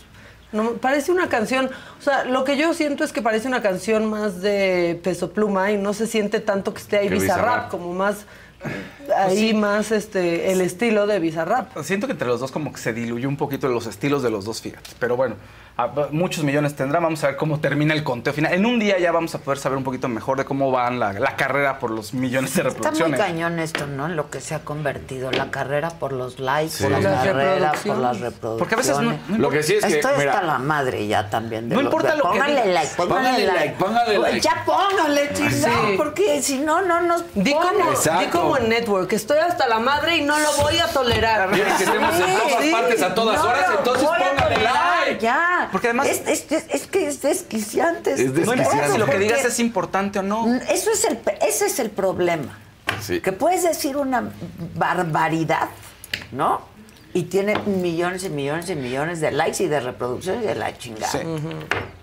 no, parece una canción. O sea, lo que yo siento es que parece una canción más de peso pluma y no se siente tanto que esté ahí
Que
Bizarrap,
Bizarrap.
como más.
Pues
Ahí más este el estilo de Bizarrap.
Siento que entre los dos como que se diluyó un poquito los estilos de los dos, fíjate. Pero bueno, a- a- muchos millones tendrá. Vamos a ver cómo termina el conteo final. En un día ya vamos a poder saber un poquito mejor de cómo van la, la carrera por los millones de
Está muy
reproducciones.
cañón esto, ¿no? En Lo que se ha convertido, la carrera por los likes,
Sí.
por la
Por las
carrera, por
reproducciones.
las reproducciones.
Porque a veces no- no Lo que sí es que,
Esto
mira-
está la madre ya también. de
No
los-
importa lo que
Póngale
digas.
like,
Póngale
póngale
like,
like.
póngale
Pues
like.
Ya póngale, chingado,
Ah, Sí.
porque si no, no nos
Di como, di
Exacto.
como en Network, estoy hasta la madre y no lo voy a tolerar.
Quieren que estemos en todas partes, a todas No, horas, no, entonces voy a póngale tolerar, like. ya.
Porque además.
Es, es- es- es que es desquiciante.
Es
esto,
No importa si lo que
porque
digas es importante o no.
Eso es el, ese es el problema. Que puedes decir una barbaridad, ¿no? Y tiene millones y millones y millones de likes y de reproducciones de la chingada.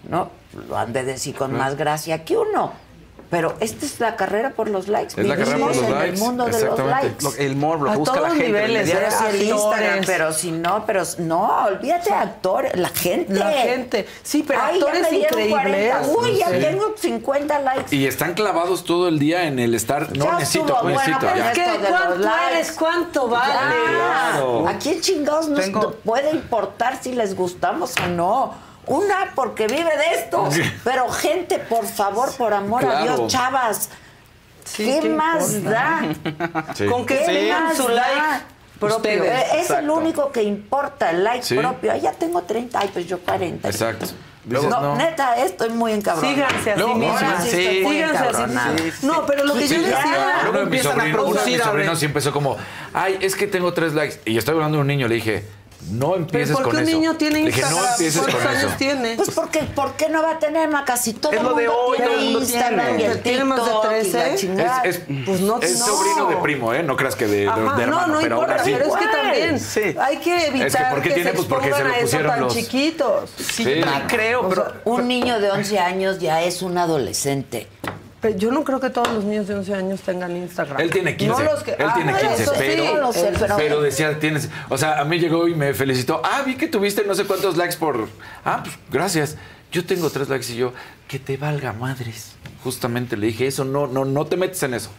¿No? Lo han de decir con más gracia que uno. Pero esta es la carrera por los likes.
Es la carrera por
Vivimos
los
en
likes,
el mundo de los
exactamente.
likes.
Lo- el morbo, lo que busca la gente, el mediático.
pero si el
Actores.
¿eh? Instagram, pero si no, pero s- no, olvídate de actores, la gente.
La gente. Sí, pero
Ay, ya
actores
me dieron
increíbles.
40. Uy, ya
Sí.
tengo 50 likes.
Y están clavados todo el día en el estar. No
Ya
necesito,
estuvo
no
bueno,
necesito.
pero
ya.
es que-
¿Qué?
de los
¿Cuánto
likes.
eres? ¿Cuánto vale?
Claro.
¿A quién chingados nos puede importar si les gustamos o no? Una porque vive de esto. Pero gente, por favor, por amor a
Claro.
Dios, chavas. ¿Qué,
¿qué
más
importa?
da?
Sí. Con que
¿Qué
tengan
más
su like
da?
propio.
Ustedes. Eh, Es el
Exacto.
único que importa, el like
Sí.
propio. Ay, ya tengo 30, ay, pues yo 40.
Exacto. Dices,
No,
no.
neta, estoy muy encabronada.
Síganse a sí Luego, mismas.
Ahora
sí,
estoy muy
síganse a sí
encabronada.
mismas.
No, pero lo que yo
Sí,
decía.
claro. Uno de mis
empiezan a
sobrinos, uno de mis
producir, abre.
sobrinos sí empezó como, ay, es que tengo tres likes. Y yo estaba hablando de un niño, le dije, no empieces
¿Por
con
qué un
eso.
niño tiene
le dije,
Instagram?
no empieces
¿Cuántos
con
años
eso.
tiene?
Pues porque, ¿por qué no va a tener más? Casi todo
Es
el
lo
mundo
de hoy, todo
tiene
el mundo
Instagram
tiene.
y el
Tiene más de
TikTok y
13.
la
Es-
chingada.
Es, es-
Pues no-
es
no.
sobrino de primo, ¿eh? No creas que de, de-
Ajá,
de hermano,
no, no
pero aún
importa,
así.
pero es que también hay que evitar
Es que ¿por qué
que
tiene?
se
Pues porque se
expongan
lo
a eso
pusieron
tan
los-
chiquitos.
Sí, Sí. creo,
O
pero-
sea, un niño de 11 años ya es un adolescente.
Pero yo no creo que todos los niños de 11 años tengan Instagram.
Él tiene 15.
No los que-
Él
Ah,
tiene
bueno,
15,
eso sí,
pero,
lo sé,
pero, decía, tienes. O sea, a mí llegó y me felicitó. Ah, vi que tuviste no sé cuántos likes por. Ah, pues gracias. Yo tengo tres likes y yo, que te valga madres. Justamente le dije eso, no, no, no te metes en eso.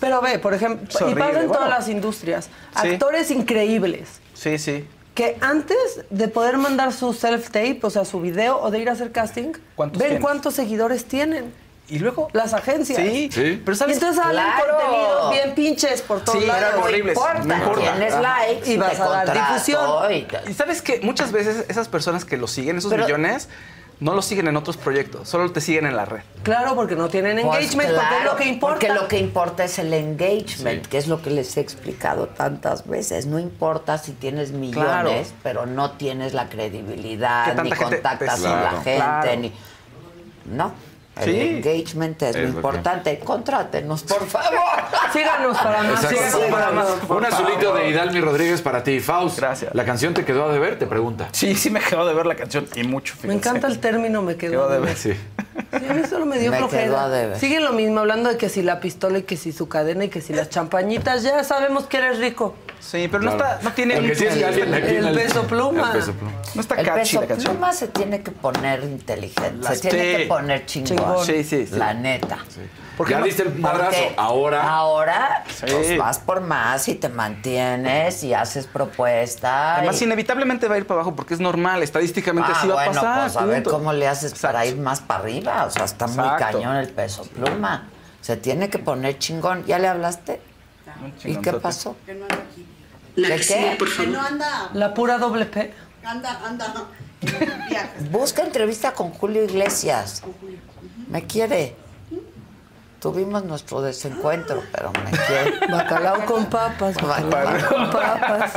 Pero ve, por ejemplo,
Es
y
horrible,
pasa en
bueno.
todas las industrias.
Sí.
Actores increíbles.
Sí, sí.
Que antes de poder mandar su self-tape, o sea, su video, o de ir a hacer casting, ven
¿Cuántos tienes?
cuántos seguidores tienen.
Y luego.
Las agencias.
Sí. Sí. Pero ¿sabes?
Y entonces salen
Claro.
contenidos bien pinches por todos
Sí,
lados.
eran horribles.
importa, tienes likes
y
y
vas
te
a dar
contrato
difusión.
Y, sabes que muchas veces esas personas que lo siguen, esos
Pero-
millones, no lo siguen en otros proyectos, solo te siguen en la red.
Claro, porque no tienen engagement,
Pues,
porque es
claro,
lo que importa.
Porque lo que importa es el engagement, que es lo que les he explicado tantas veces. No importa si tienes millones,
Claro.
pero no tienes la credibilidad,
Ah,
Que
ni
tanta gente te-
contactas con
Claro.
la gente,
Claro.
ni. No. El
Sí.
Eh,
engagement es,
Es
lo
lo que-
importante. Contrátenos, por favor.
Síganos para más.
Exacto.
síganos para más.
Un azulito de Hidalmi Rodríguez para ti, Faust. Gracias. ¿La canción te quedó a deber? Te pregunta.
Sí, sí me quedó de ver la canción y mucho.
Me encanta el término, me quedó.
de ver.
Sí.
Sí, a mí solo me dio
Me quedó a
flojera.
deber.
Sigue lo mismo, hablando de que si la pistola y que si su cadena y que si las champañitas, ya sabemos que eres rico.
Sí, pero no está, no tiene
el,
mucho-
el peso pluma.
No está
el
catchy
peso
la canción.
pluma se tiene que poner inteligente,
La-
se tiene
Sí.
que poner chingón.
Chingón. Sí, sí, sí.
La neta.
Ya diste el madrazo,
Porque
ahora-
Ahora pues, vas por más y te mantienes y haces propuesta.
Además,
y...
inevitablemente va a ir para abajo porque es normal, estadísticamente
Ah,
así va
bueno,
a pasar.
pues, a ver
punto.
cómo le haces para ir más para arriba. O sea, está muy
Exacto.
cañón el peso pluma. Se tiene que poner chingón. ¿Ya le hablaste? ¿Y qué pasó? ¿De qué?
La pura doble P.
Anda, anda.
Busca entrevista con Julio Iglesias. Me quiere. Tuvimos nuestro desencuentro, pero me quiere.
Bacalao con papas. Bacalao con papas.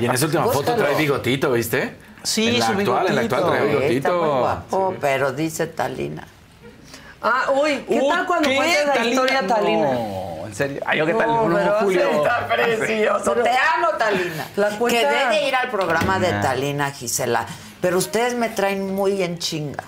Y en esa última foto
Búscalo.
trae bigotito, ¿viste?
Sí,
en la
su
actual, en la actual trae
bigotito. Sí, está muy
bigotito.
guapo, pero dice Talina.
Ah, uy, ¿qué
Uh,
tal cuando
¿qué?
cuentes la
Talina,
historia, Talina?
No, ¿En serio? Ay, yo qué tal,
No,
no,
pero
Julio.
está precioso. Te amo, Talina.
cuenta.
Que debe de ir al programa de
Nah.
Talina, Gisela. Pero ustedes me traen muy en chinga.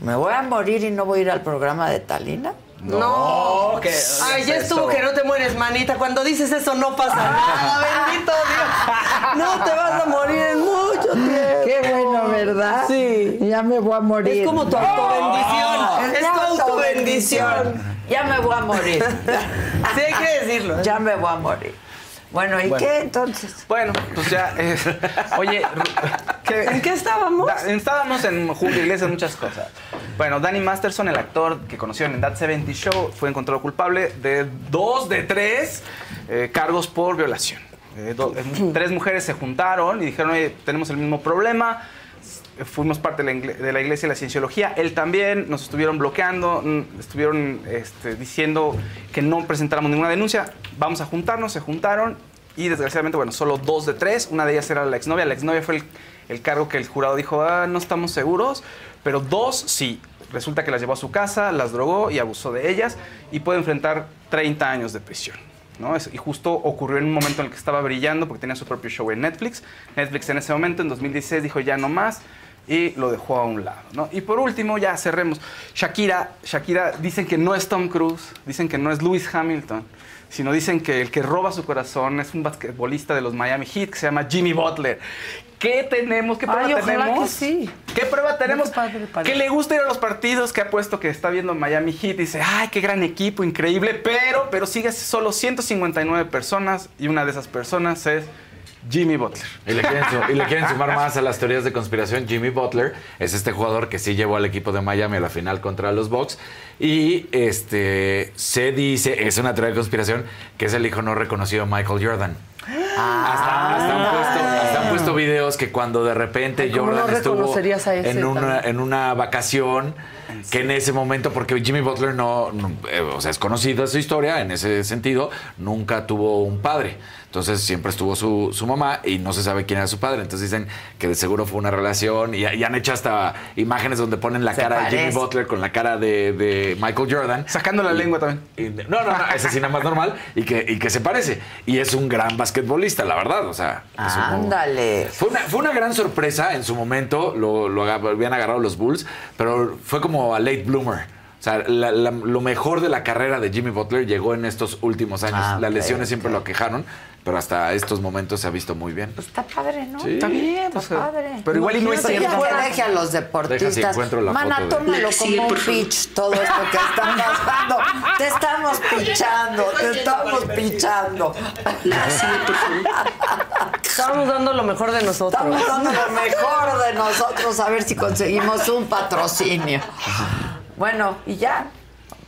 ¿Me voy a morir y no voy a ir al programa de Talina?
No,
que-
Ay, ya
eso.
estuvo que no te mueres, manita. Cuando dices eso no pasa nada, bendito Dios. No te vas a morir en mucho tiempo.
Qué bueno, ¿verdad? Sí. Ya me voy a morir.
Es como tu autobendición.
Ah,
es tu autobendición.
Ya me voy a morir.
Sí, hay que decirlo. ¿eh?
Ya me voy a morir. Bueno, ¿y
Bueno.
qué entonces?
Bueno, pues ya. eh, oye, ¿en qué estábamos? estábamos en Julio Iglesias, muchas cosas. Bueno, Danny Masterson, el actor que conocieron en That 70 Show, fue encontrado culpable de dos de tres eh, cargos por violación. Eh, do- eh, tres mujeres se juntaron y dijeron, oye, tenemos el mismo problema. Eh, Fuimos parte de la, ingle- de la iglesia de la cienciología. Él también nos estuvieron bloqueando, mm, estuvieron este, diciendo que no presentáramos ninguna denuncia. Vamos a juntarnos, se juntaron y desgraciadamente, bueno, solo dos de tres. Una de ellas era la exnovia. La exnovia fue el, el cargo que el jurado dijo, ah, no estamos seguros, pero dos sí. Resulta que las llevó a su casa, las drogó y abusó de ellas y puede enfrentar 30 años de prisión. ¿no? Es- Y justo ocurrió en un momento en el que estaba brillando porque tenía su propio show en Netflix. Netflix en ese momento, en 2016, dijo ya no más y lo dejó a un lado. ¿no? Y por último, ya cerremos. Shakira, Shakira dicen que no es Tom Cruise, dicen que no es Lewis Hamilton, sino dicen que el que roba su corazón es un basquetbolista de los Miami Heat que se llama Jimmy Butler. ¿Qué tenemos? ¿Qué prueba
Ay, ojalá
tenemos?
que sí.
¿Qué prueba tenemos? que le gusta ir a los partidos, que ha puesto que está viendo Miami Heat, dice, ay, qué gran equipo, increíble, pero, pero sigue solo 159 personas y una de esas personas es Jimmy Butler.
Y le, quieren su- y le quieren sumar más a las teorías de conspiración. Jimmy Butler es este jugador que sí llevó al equipo de Miami a la final contra los Bucks. Y este se dice, es una teoría de conspiración, que es el hijo no reconocido de Michael Jordan.
Ah,
Hasta, hasta han puesto, hasta han puesto videos que cuando de repente
¿cómo
Jordan
no
estuvo
reconocerías a ese
en, una,
también?
en una vacación, que en ese momento, porque Jimmy Butler no, no, eh, o sea, es conocida su historia en ese sentido, nunca tuvo un padre. Entonces siempre estuvo su, su mamá y no se sabe quién era su padre. Entonces dicen que de seguro fue una relación y, y han hecho hasta imágenes donde ponen la
Se
cara de
parece.
Jimmy Butler con la cara de, de Michael Jordan.
Sacando la lengua también.
no, no, no, ese sí nada más normal y que, y que se parece. Y es un gran basquetbolista, la verdad. O sea, es un-
Ándale.
fue una, fue una gran sorpresa en su momento, lo, lo aga- habían agarrado los Bulls, pero fue como a late bloomer. O sea, la- la- lo mejor de la carrera de Jimmy Butler llegó en estos últimos años.
Ah,
Las
ok, Pues
lesiones siempre lo quejaron, pero hasta estos momentos se ha visto muy bien.
Está padre, ¿no?
Sí.
Está bien,
pues,
padre.
pero igual y no es
Imagínate
cierto.
que
Fuera-
deje a los
Deja si
deportistas.
encuentro la
Mana,
foto de-
tómalo
Sí,
como
por
un
favor.
pitch todo esto que están pasando. Te estamos pinchando, te estamos pinchando.
Estamos dando lo mejor de nosotros.
Estamos dando lo mejor de nosotros a ver si conseguimos un patrocinio. Bueno, y ya.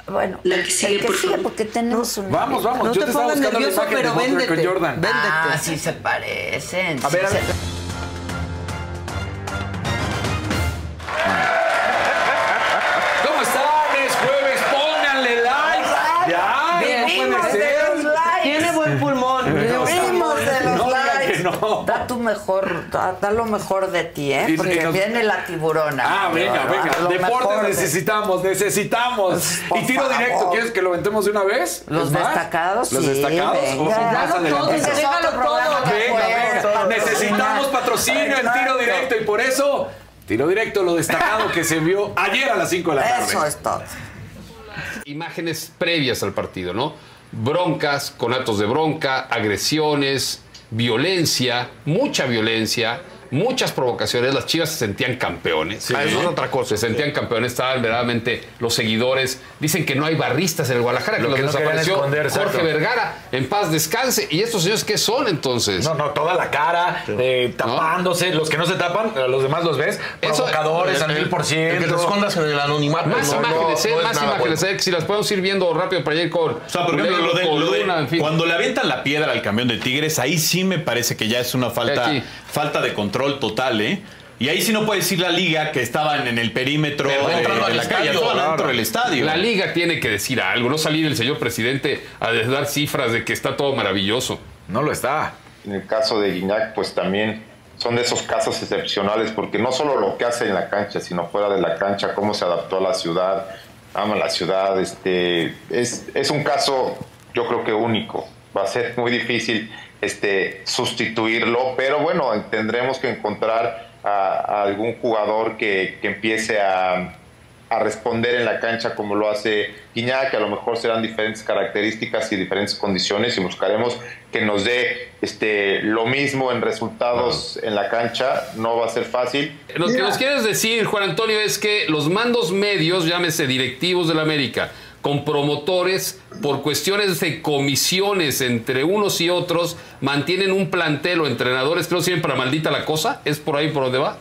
Bueno, el el que sigue, porque tenemos un.
Vamos, vamos, yo te estaba buscando la imagen de Butler con Jordan.
Ah, sí se parecen.
A ver, a
sí
ver.
se-
¿Cómo están? Es jueves, pónganle like. Ya, no
Vivimos
puede
de
ser.
los likes.
Tiene buen pulmón.
Vivimos de los
No, diga
likes.
que no.
Da tu mejor, da, da lo mejor de ti, ¿eh?
Y-
Porque
y nos-
viene la tiburona.
Ah,
mi
venga,
Dios,
venga.
da lo
Deportes
mejor de-
necesitamos, necesitamos. y tiro
favor.
directo, ¿quieres que lo aventemos de una vez?
Los
¿Es más?
destacados,
Los
sí,
destacados. o
venga.
más
Dalo todo,
adelante?
ese es otro
Déjalo
programa
todo,
que
Venga,
puede
venga.
patrocinar.
Necesitamos patrocinio en tiro directo y por eso, tiro directo, lo destacado que se vio ayer a las 5 de la tarde.
Eso es todo.
Imágenes previas al partido, ¿no? Broncas, con actos de bronca, agresiones, violencia, mucha violencia, muchas provocaciones. Las chivas se sentían campeones. Ah, eso es otra cosa. Se sentían campeones, estaban verdaderamente los seguidores. Dicen que no hay barristas en el Guadalajara, que
Lo
los
que no querían
desapareció
esconder,
Jorge
exacto.
Vergara. En paz descanse. ¿Y estos señores qué son entonces?
No, no, toda la cara, eh, tapándose. Los que no se tapan, a los demás los ves. Provocadores al mil por ciento.
Más
No, no,
imágenes, eh,
no es
más
nada
imágenes.
bueno.
eh, que si las podemos ir viendo rápido para ir con.
O sea, por ejemplo, lo de, lo de-
en fin.
cuando le avientan la piedra al camión de Tigres, ahí sí me parece que ya es una falta,
Aquí.
falta de control total, ¿eh? Y ahí sí no puede decir la liga que estaban en el perímetro
Pero
de,
entrando
de
al
la
estadio,
calle, estaban
claro.
dentro del estadio.
La liga tiene que decir algo, no salir el señor presidente a dar cifras de que está todo maravilloso.
No lo está.
En el caso de Guiñac, pues también son de esos casos excepcionales, porque no solo lo que hace en la cancha, sino fuera de la cancha, cómo se adaptó a la ciudad, aman la ciudad. Este, es, es un caso, yo creo que único. Va a ser muy difícil este, sustituirlo, pero bueno, tendremos que encontrar a, a algún jugador que, que empiece a, a responder en la cancha como lo hace Guiñac, que a lo mejor serán diferentes características y diferentes condiciones y buscaremos que nos dé este lo mismo en resultados en la cancha, no va a ser fácil.
Lo que nos quieres decir, Juan Antonio, es que los mandos medios, llámese directivos del América, con promotores, por cuestiones de comisiones entre unos y otros, mantienen un plantel o entrenadores que no sirven para maldita la cosa. ¿Es por ahí por donde va?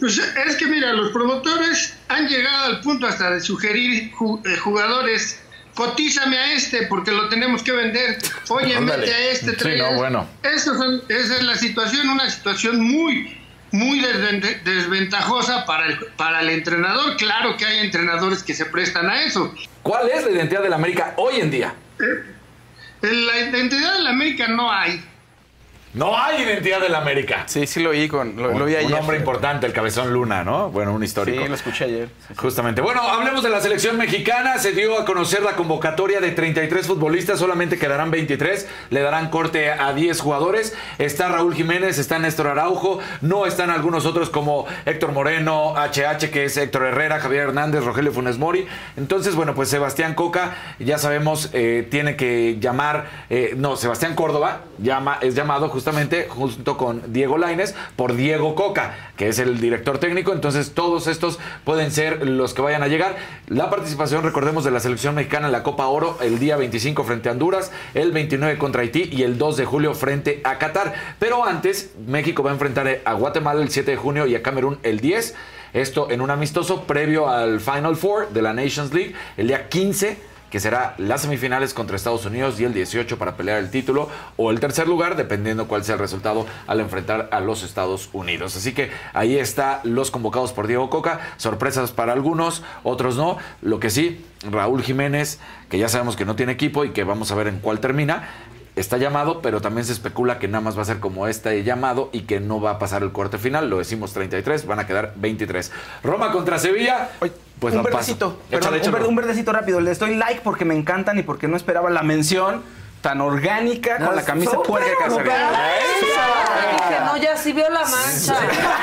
Pues es que mira, los promotores han llegado al punto hasta de sugerir ju- eh, jugadores, cotízame a este porque lo tenemos que vender, oye,
Ándale.
mete a este.
Sí,
trae
no,
a-
bueno.
Eso son- esa es la situación, una situación muy, muy desven- desventajosa para el, para el entrenador. Claro que hay entrenadores que se prestan a eso.
¿Cuál es la identidad de la América hoy en día?
eh, En la identidad de la América no hay.
No hay identidad del América.
Sí, sí lo oí, con, lo, lo vi
Un
ayer.
hombre importante, el Cabezón Luna, ¿no? Bueno, un histórico.
Sí, lo escuché ayer.
Justamente. Bueno, hablemos de la selección mexicana. Se dio a conocer la convocatoria de 33 futbolistas, solamente quedarán 23. Le darán corte a 10 jugadores. Está Raúl Jiménez, está Néstor Araujo, no están algunos otros como Héctor Moreno, HH, que es Héctor Herrera, Javier Hernández, Rogelio Funes Mori. Entonces, bueno, pues Sebastián Coca, ya sabemos, eh, tiene que llamar, eh, no, Sebastián Córdoba llama, es llamado justamente junto con Diego Laines por Diego Coca, que es el director técnico. Entonces, todos estos pueden ser los que vayan a llegar. La participación, recordemos, de la selección mexicana en la Copa Oro el día 25 frente a Honduras, el 29 contra Haití y el 2 de julio frente a Qatar. Pero antes, México va a enfrentar a Guatemala el 7 de junio y a Camerún el 10. Esto en un amistoso previo al Final Four de la Nations League el día 15 que será las semifinales contra Estados Unidos y el 18 para pelear el título o el tercer lugar, dependiendo cuál sea el resultado al enfrentar a los Estados Unidos. Así que ahí está los convocados por Diego Coca, sorpresas para algunos, otros no. Lo que sí, Raúl Jiménez, que ya sabemos que no tiene equipo y que vamos a ver en cuál termina. Está llamado, pero también se especula que nada más va a ser como este llamado y que no va a pasar el corte final. Lo decimos 33, van a quedar 23. Roma contra Sevilla, pues
un
la paso.
verdecito,
Échale,
perdón, un,
échalo.
verde- un verdecito rápido. Les doy like porque me encantan y porque no esperaba la mención tan orgánica con la camisa puerca que hace.
Dije, no, ya sí veo la mancha.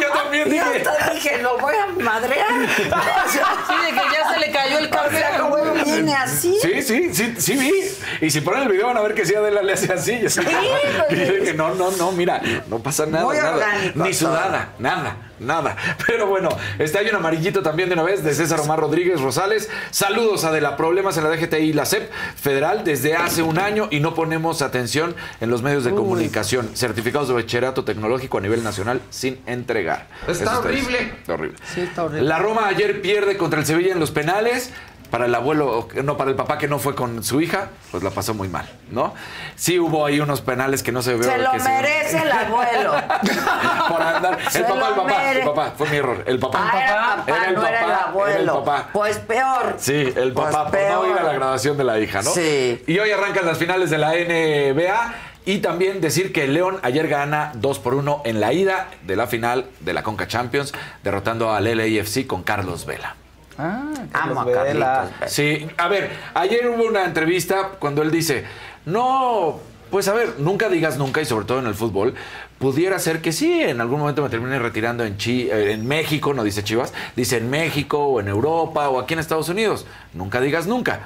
yo también
dije. Yo hasta dije, lo voy a madrear.
Sí, de que ya se le cayó el café.
O sea, como él viene así.
Sí, sí, sí, sí vi. Y si ponen el video van a ver que sí Adela le hace así. Yo sé que-
Sí,
yo sé que no, no, no, mira, no pasa nada,
Muy
nada.
orgánico
Ni
todo.
sudada, nada, nada. Pero bueno, este hay un amarillito también de una vez de César Omar Rodríguez Rosales. Saludos a de la problemas en la DGTI y la CEP federal desde hace un año y no ponemos atención en los medios de comunicación. Certificados de bachillerato tecnológico a nivel nacional sin entregar. Eso
Está horrible.
diciendo. Horrible.
Sí, está
La Roma ayer pierde contra el Sevilla en los penales. Para el abuelo, no, para el papá que no fue con su hija, pues la pasó muy mal, ¿no? Sí hubo ahí unos penales que no se vio.
Se lo
que
merece el abuelo.
Por andar.
Se
El papá, el
lo
papá, el
mere-
papá, fue mi error. El papá.
Ah, era el papá, no era el
era el
abuelo.
papá.
Pues peor.
Sí, el papá por no ir a la graduación de la hija, ¿no?
Sí.
Y hoy arrancan las finales de la NBA y también decir que León ayer gana 2 por 1 en la ida de la final de la Conca Champions, derrotando al LAFC con Carlos Vela.
Ah. Amo a Carlitos.
Sí, a ver, ayer hubo una entrevista cuando él dice, no, pues a ver, nunca digas nunca y sobre todo en el fútbol, pudiera ser que sí, en algún momento me termine retirando en, Chi- eh, en México, no dice Chivas, dice en México o en Europa o aquí en Estados Unidos, nunca digas nunca.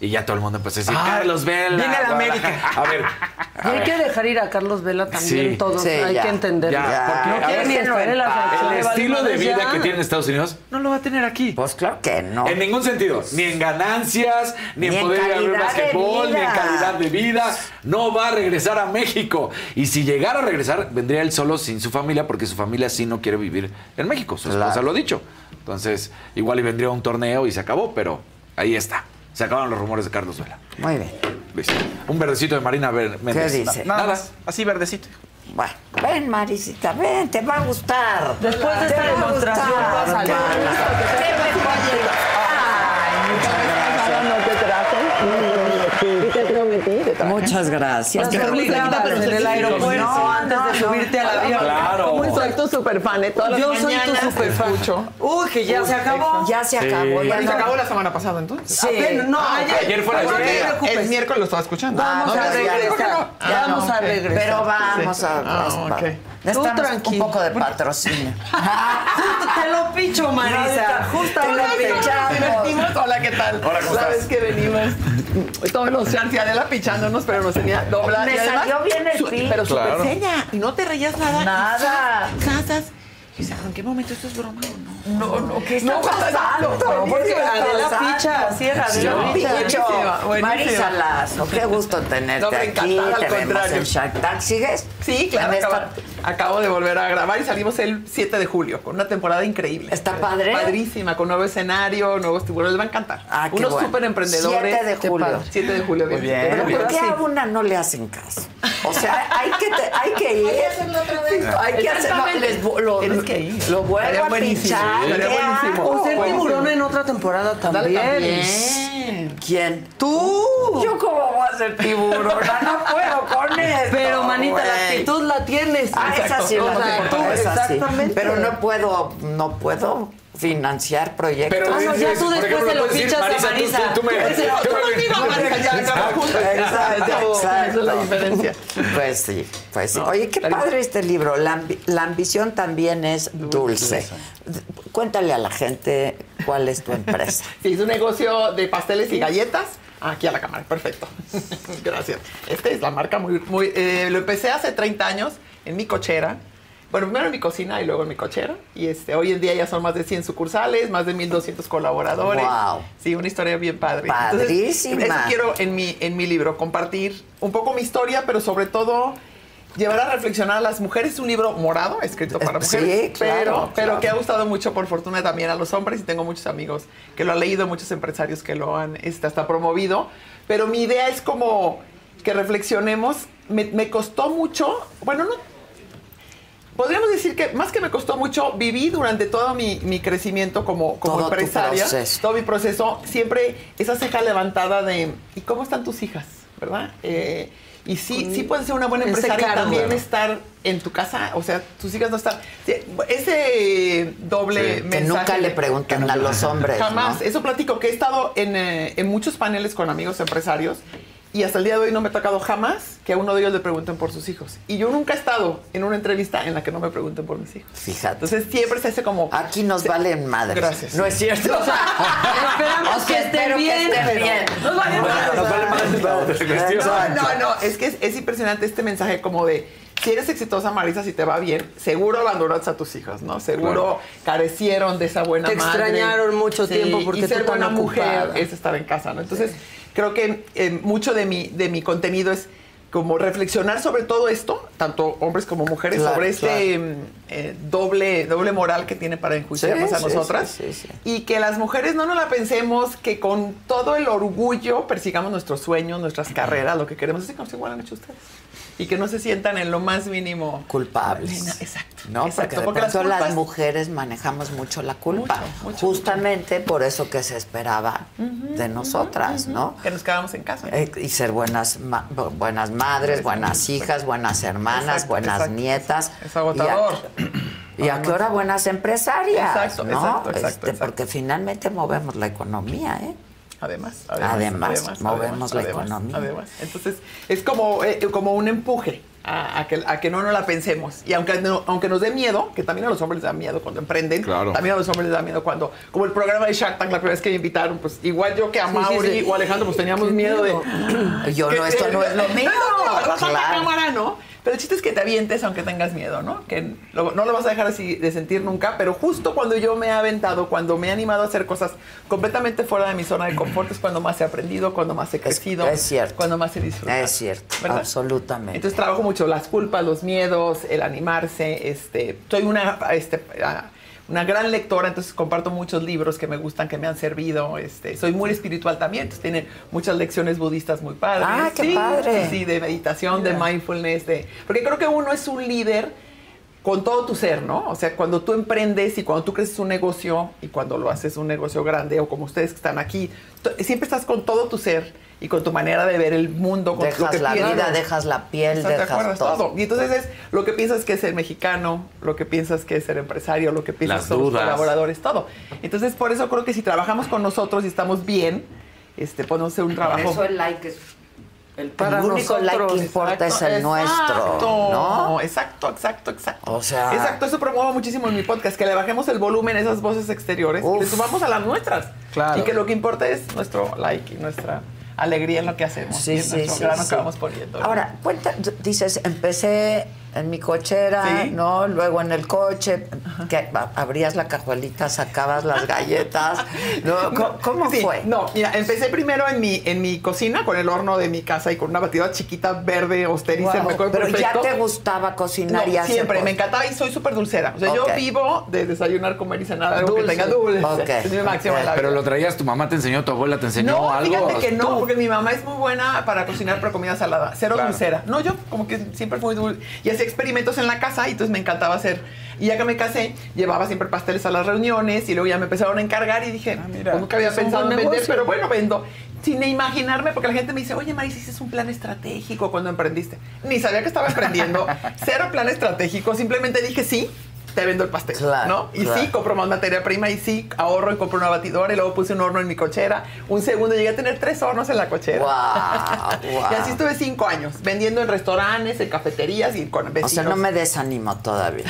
Y ya todo el mundo empezó a decir,
Ah,
Carlos Vela.
viene a la
Guadalajara". A ver,
Y hay que dejar ir a Carlos Vela también
Sí.
todos,
Sí,
hay
ya.
que entenderlo.
Ya, porque,
no
a
quiere
ver,
ni estar en la selección,
el
le vale
estilo de
madres
vida
ya.
que tiene en Estados Unidos no lo va a tener aquí.
Pues claro que no.
En ningún sentido. Ni en ganancias, ni,
Ni
en
en
poder ir a ver
calidad de
básquetbol, ni en
vida.
calidad de vida. No va a regresar a México. Y si llegara a regresar, vendría él solo sin su familia, porque su familia sí no quiere vivir en México. Su esposa lo ha dicho. Entonces, igual y vendría a un torneo y se acabó, pero ahí está. Se acabaron los rumores de Carlos Vela.
Muy bien.
Luis. Un verdecito de Marina Ver- Méndez.
dice?
Nada.
Nada.
Así verdecito.
Bueno, ven, Marisita, ven, te va a gustar.
Después de esta
Te va a
demostración,
gustar,
vas a
hermana. Te va
Ah,
a gustar.
no te traje. Y te tromé de ti. de traje.
Muchas gracias.
Las obligadas en el aeropuerto antes de subirte al avión.
Como soy tu superfan de todas las
Yo soy
mañanas.
tu superfan.
escucho.
Uy, que ya se acabó.
Ya se acabó.
Bueno,
Ya
¿y
no-
se acabó la semana pasada entonces.
Sí. Apenas- no,
Ah,
ayer- no te preocupes.
El miércoles lo estaba escuchando.
Vamos
Ah,
a
no, ya-
regresar.
¿por qué no?
Ya
Ah,
vamos
no,
a
ok.
regresar.
Pero vamos a.
Ah,
vamos,
ok.
vamos.
Tú
Necesitamos un
tranquilo.
poco de patrocinio.
Te lo picho, Marisa.
Te lo pichamos. divertimos. Hola, ¿qué tal? Hola, ¿cómo Sabes estás? que venimos todos los chances de Adela pichándonos, pero nos tenía dobla.
Me
y además,
salió bien el
su-
pin.
Pero súper Claro. seria. Y no te reías nada.
Nada.
Y zas, zas. Y zas, ¿en qué momento esto es broma o no? No, no, ¿qué
está pasando?
No, porque
Buenísimo,
Adela
está
picha,
pasando.
así es, Adela
Yo
picha.
picho.
Buenísima, buenísima.
Marisa Lazo, qué gusto tenerte
No, me
aquí.
encantaba, al
Te vemos
contrario.
en Shark Tank. ¿Sigues?
Sí, claro.
En esta-
acaba- acabo de volver a grabar y salimos el 7 de julio con una temporada increíble. Está
padre?
Padrísima, con nuevo escenario, nuevos tiburones. Les va a encantar.
Ah, qué
Unos
bueno.
súper emprendedores.
7 de
Qué
julio.
padre. 7 de julio.
Muy bien. Pero ¿por qué
Sí.
a una no le hacen caso? O sea, hay que, te- hay que ir.
Hay que hacerlo otra vez.
Hay que hacerlo.
Exactamente.
les vo- lo,
Tienes que ir.
Lo vuelvo
Estaría
a
buenísimo.
pinchar.
Estaría
¿Qué
buenísimo.
hago?
O ser tiburón pues, en otra temporada también.
También. ¿Quién?
Tú.
¿Yo cómo voy a ser tiburona? No puedo con esto.
Pero, manita, la
güey.
actitud la tienes.
Ah, esa sí,
O
la
sea,
tengo,
tú,
esa sí.
Exactamente.
Pero no puedo, no puedo financiar proyectos.
Ah, no, ya tú después se lo pinchas a Marisa.
tú- tú me-
Ese-
yo
tú
me-
conmigo,
yo me-
Marisa, ya
Exacto.
acabamos juntas.
Exacto,
Exacto. Esa
exacto.
es la diferencia.
Pues sí, pues sí. Oye, qué padre este libro. La, ambi- la ambición también es dulce. D- Cuéntale a la gente cuál es tu empresa.
Sí, es un negocio de pasteles y galletas. Aquí a la cámara, perfecto. Gracias. Esta es la marca muy... muy eh, lo empecé hace 30 años en mi cochera. Bueno, primero en mi cocina y luego en mi cochera. Y este, hoy en día ya son más de 100 sucursales, más de 1.200 colaboradores.
Wow.
Sí, una historia bien padre.
Padrísima.
Entonces, eso quiero en mi, en mi libro, compartir un poco mi historia, pero sobre todo llevar a reflexionar a las mujeres. Es un libro morado, escrito para
Eh,
mujeres,
sí, claro,
pero,
claro.
pero que ha gustado mucho, por fortuna, también a los hombres. Y tengo muchos amigos que lo han leído, muchos empresarios que lo han este, hasta promovido. Pero mi idea es como que reflexionemos. Me, me costó mucho, bueno, no, podríamos decir que más que me costó mucho, viví durante todo mi, mi crecimiento como, como
Todo tu
empresaria,
proceso.
todo mi proceso, siempre esa ceja levantada de ¿y cómo están tus hijas? ¿Verdad? Eh, y sí, sí puede ser una buena
Ese
empresaria
cargo.
también estar en tu casa, o sea, tus hijas no están. sí, Ese doble
Que
mensaje.
nunca le preguntan a los hombres.
Jamás.
¿no?
Eso platico, que he estado en, eh, en muchos paneles con amigos empresarios y hasta el día de hoy no me ha tocado jamás que a uno de ellos le pregunten por sus hijos. Y yo nunca he estado en una entrevista en la que no me pregunten por mis hijos.
Fíjate.
Entonces siempre se hace como...
Aquí nos valen madres.
Gracias.
No es cierto.
O sea,
esperamos
O sea,
que esté
espero que
bien.
esté
pero
bien.
Nos vale madre.
nos vale
madre la otra cuestión.
No, no, no. Es que es, es impresionante este mensaje como de. Si eres exitosa, Marisa, si te va bien, seguro abandonaste a tus hijos, ¿no? Seguro carecieron de esa buena
Te
madre.
extrañaron mucho tiempo porque
y ser
tú tan
buena mujer
ocupada.
es estar en casa, ¿no? Entonces, creo que eh, mucho de mi, de mi contenido es como reflexionar sobre todo esto, tanto hombres como mujeres,
Claro,
sobre
claro.
este mm, eh, doble, doble moral que tiene para enjuiciarnos
Sí,
a
sí,
nosotras
sí, sí, sí.
y que las mujeres no nos la pensemos, que con todo el orgullo persigamos nuestros sueños, nuestras carreras, lo que queremos, así como igual han hecho ustedes. Y que no se sientan en lo más mínimo.
culpables.
Elena, exacto,
No,
exacto, porque
porque, de
las
pronto las,
culpas-
mujeres manejamos mucho la culpa. justamente por eso que se esperaba de nosotras, ¿no?
Que nos quedamos en casa.
Eh, y ser buenas ma- bu- buenas madres, buenas hijas, buenas hermanas,
Exacto,
buenas
exacto,
nietas.
Es agotador.
Y a, y a qué hora buenas empresarias,
Exacto,
¿no?
exacto, exacto,
Este,
exacto.
Porque finalmente movemos la economía, ¿eh?
Además,
Además, movemos la economía.
además. Entonces, es como, eh, como un empuje a, a que, a que no nos la pensemos. Y aunque, no- aunque nos dé miedo, que también a los hombres les da miedo cuando emprenden,
Claro.
también a los hombres les da miedo cuando, como el programa de Shark Tank, la primera vez que me invitaron, pues igual yo que a
Sí, sí,
Mauri
sí.
o Alejandro, pues teníamos miedo de...
Yo no, esto no es lo mío.
No, no, no, saca
Claro.
cámara, ¿no? Pero el chiste es que te avientes aunque tengas miedo, ¿no? Que lo- no lo vas a dejar así de sentir nunca, pero justo cuando yo me he aventado, cuando me he animado a hacer cosas completamente fuera de mi zona de confort, es cuando más he aprendido, cuando más he crecido,
es cierto.
cuando más he disfrutado.
Es cierto,
¿Verdad?
absolutamente.
Entonces trabajo mucho las culpas, los miedos, el animarse. Este, soy una, este, a- una gran lectora, entonces comparto muchos libros que me gustan, que me han servido. Este, soy muy espiritual también, entonces tienen muchas lecciones budistas muy padres.
Ah, qué
Sí,
padre.
Sí, sí, de meditación, de mindfulness, de porque creo que uno es un líder con todo tu ser, ¿no? O sea, cuando tú emprendes y cuando tú creces un negocio y cuando lo haces un negocio grande o como ustedes que están aquí, t- siempre estás con todo tu ser y con tu manera de ver el mundo. Con
Dejas la vida, dejas la piel,
Estás de
dejas
acuerdo, es
todo.
Y entonces es lo que piensas que es ser mexicano, lo que piensas que es ser empresario, lo que piensas
Las
que son los
dudas.
colaboradores, todo. Entonces por eso creo que si trabajamos con nosotros y estamos bien, este, podemos hacer un
Por
trabajo.
eso el like es. El,
Para
el único like
nosotros,
que importa
exacto,
es el nuestro.
exacto,
¿No?
Exacto, exacto, exacto.
O sea.
Exacto, eso promuevo muchísimo en mi podcast, que le bajemos el volumen a esas voces exteriores y le subamos a las nuestras.
Claro.
Y que lo que importa es nuestro like y nuestra alegría en lo que hacemos.
Sí,
y en
sí,
nuestro
sí,
grano
sí.
que vamos poniendo. ¿no?
Ahora, cuenta, d- dices, empecé en mi cochera,
Sí.
¿no? Luego en el coche, que a- abrías la cajuelita, sacabas las galletas, ¿no? ¿Cómo, cómo
Sí,
fue?
No, mira, empecé primero en mi, en mi cocina con el horno de mi casa y con una batidora chiquita verde, austeriza.
Guau,
me acuerdo
pero ya
perfecto.
te gustaba cocinar
No,
y hacer
siempre,
cosas.
me encantaba y soy súper dulcera. O sea,
Ok.
yo vivo de desayunar, comer y cenar algo que
Dulce.
tenga dulce.
Ok,
Es mi máxima en la vida.
Pero lo traías, tu mamá te enseñó, tu abuela te enseñó
No,
algo.
fíjate que no,
Tú.
porque mi mamá es muy buena para cocinar para comida salada, cero
Claro.
dulcera. No, yo como que siempre fui dulce y hacía experimentos en la casa y entonces me encantaba hacer. Y ya que me casé, llevaba siempre pasteles a las reuniones y luego ya me empezaron a encargar y dije, pues nunca había
Ah, es un
pensado en
buen
vender,
negocio.
pero bueno, vendo. Sin imaginarme, porque la gente me dice, oye, Maris, hiciste un plan estratégico cuando emprendiste. Ni sabía que estaba emprendiendo, cero plan estratégico, simplemente dije sí. Te vendo el pastel, ¿no? Y sí,
claro.
compro más materia prima y sí, ahorro y compro una batidora y luego puse un horno en mi cochera. Un segundo llegué a tener tres hornos en la cochera.
guau.
y así estuve cinco años, vendiendo en restaurantes, en cafeterías y con
O
vecinos.
sea, no me desanimo todavía.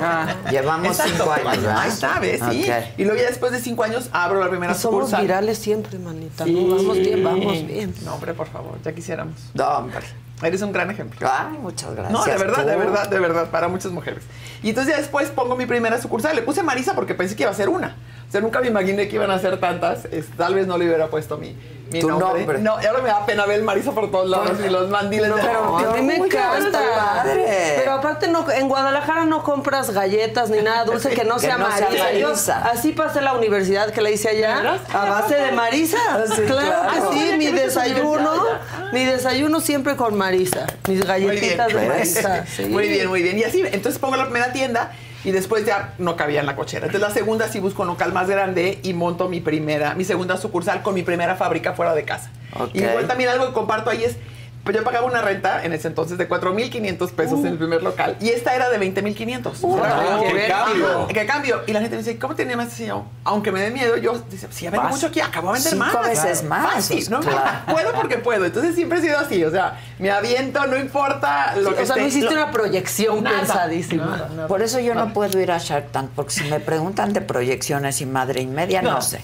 Ah.
Llevamos
Exacto.
cinco años, ¿verdad?
Ahí sabes, sí.
Ok.
Y luego ya después de cinco años abro la primera
Y somos
sucursal.
virales siempre, manita.
Sí.
No, vamos bien, vamos bien.
No, hombre, por favor, ya quisiéramos.
No, hombre.
Eres un gran ejemplo.
Ay, muchas gracias.
No, de verdad, de
tú.
verdad, de verdad, para muchas mujeres. Y entonces ya después pongo mi primera sucursal. Le puse Marisa porque pensé que iba a ser una. O sea, nunca me imaginé que iban a ser tantas. Es- tal vez no le hubiera puesto mi, mi
Tu
nombre.
nombre.
No, y ahora me da pena ver el Marisa por todos lados y los mandiles. de-
Pero a mí me encanta. Pero aparte no, en Guadalajara no compras galletas ni nada dulce que no
Que
sea
no sea
Marisa. Yo
Marisa.
así pasé la universidad que la hice allá a base de Marisa.
Ah, Sí,
claro,
claro.
así
Ah,
mi
ya que eres
desayuno,
universidad,
mi desayuno siempre con Marisa, mis galletitas de Marisa. sí.
Muy bien, muy bien. Y así, entonces pongo la primera tienda y después ya no cabía en la cochera. Entonces la segunda sí busco un local más grande y monto mi primera, mi segunda sucursal con mi primera fábrica fuera de casa.
Ok.
Y igual también algo que comparto ahí es, pues yo pagaba una renta en ese entonces de 4.500 pesos en el primer local y esta era de 20.500.
Uh,
Era
ah,
que
qué
ver-
cambio.
ajá, qué cambio. Y la gente me dice, ¿cómo tenía más yo? Aunque me dé miedo, yo dice, sí, ya vendo
Vas.
mucho aquí, acabo de vender
Cinco
más.
veces más,
Fácil,
pues,
¿no?
claro.
Puedo porque puedo. Entonces siempre he sido así, o sea, me aviento, no importa lo
Sí,
que
o sea, no
esté.
hiciste
Lo-
una proyección
Nada,
pensadísima.
nada, nada. Ah.
Por eso yo no puedo ir a Shark Tank, porque si me preguntan de proyecciones y madre y media, no,
No.
sé.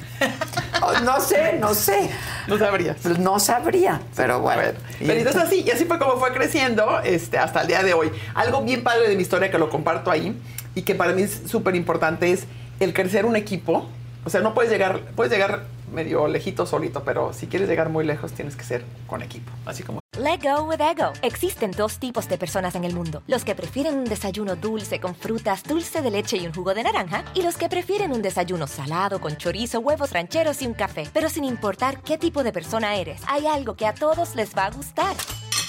Oh, No sé, no sé.
No sabría.
Pues No sabría, pero bueno. Y
Pero entonces así, y así fue como fue creciendo este, hasta el día de hoy. Algo bien padre de mi historia que lo comparto ahí y que para mí es súper importante es el crecer un equipo. O sea, no puedes llegar, puedes llegar medio lejito solito, pero si quieres llegar muy lejos tienes que ser con equipo. Así como
Let go with ego. Existen dos tipos de personas en el mundo: los que prefieren un desayuno dulce con frutas, dulce de leche y un jugo de naranja, y los que prefieren un desayuno salado con chorizo, huevos rancheros y un café. Pero sin importar qué tipo de persona eres, hay algo que a todos les va a gustar.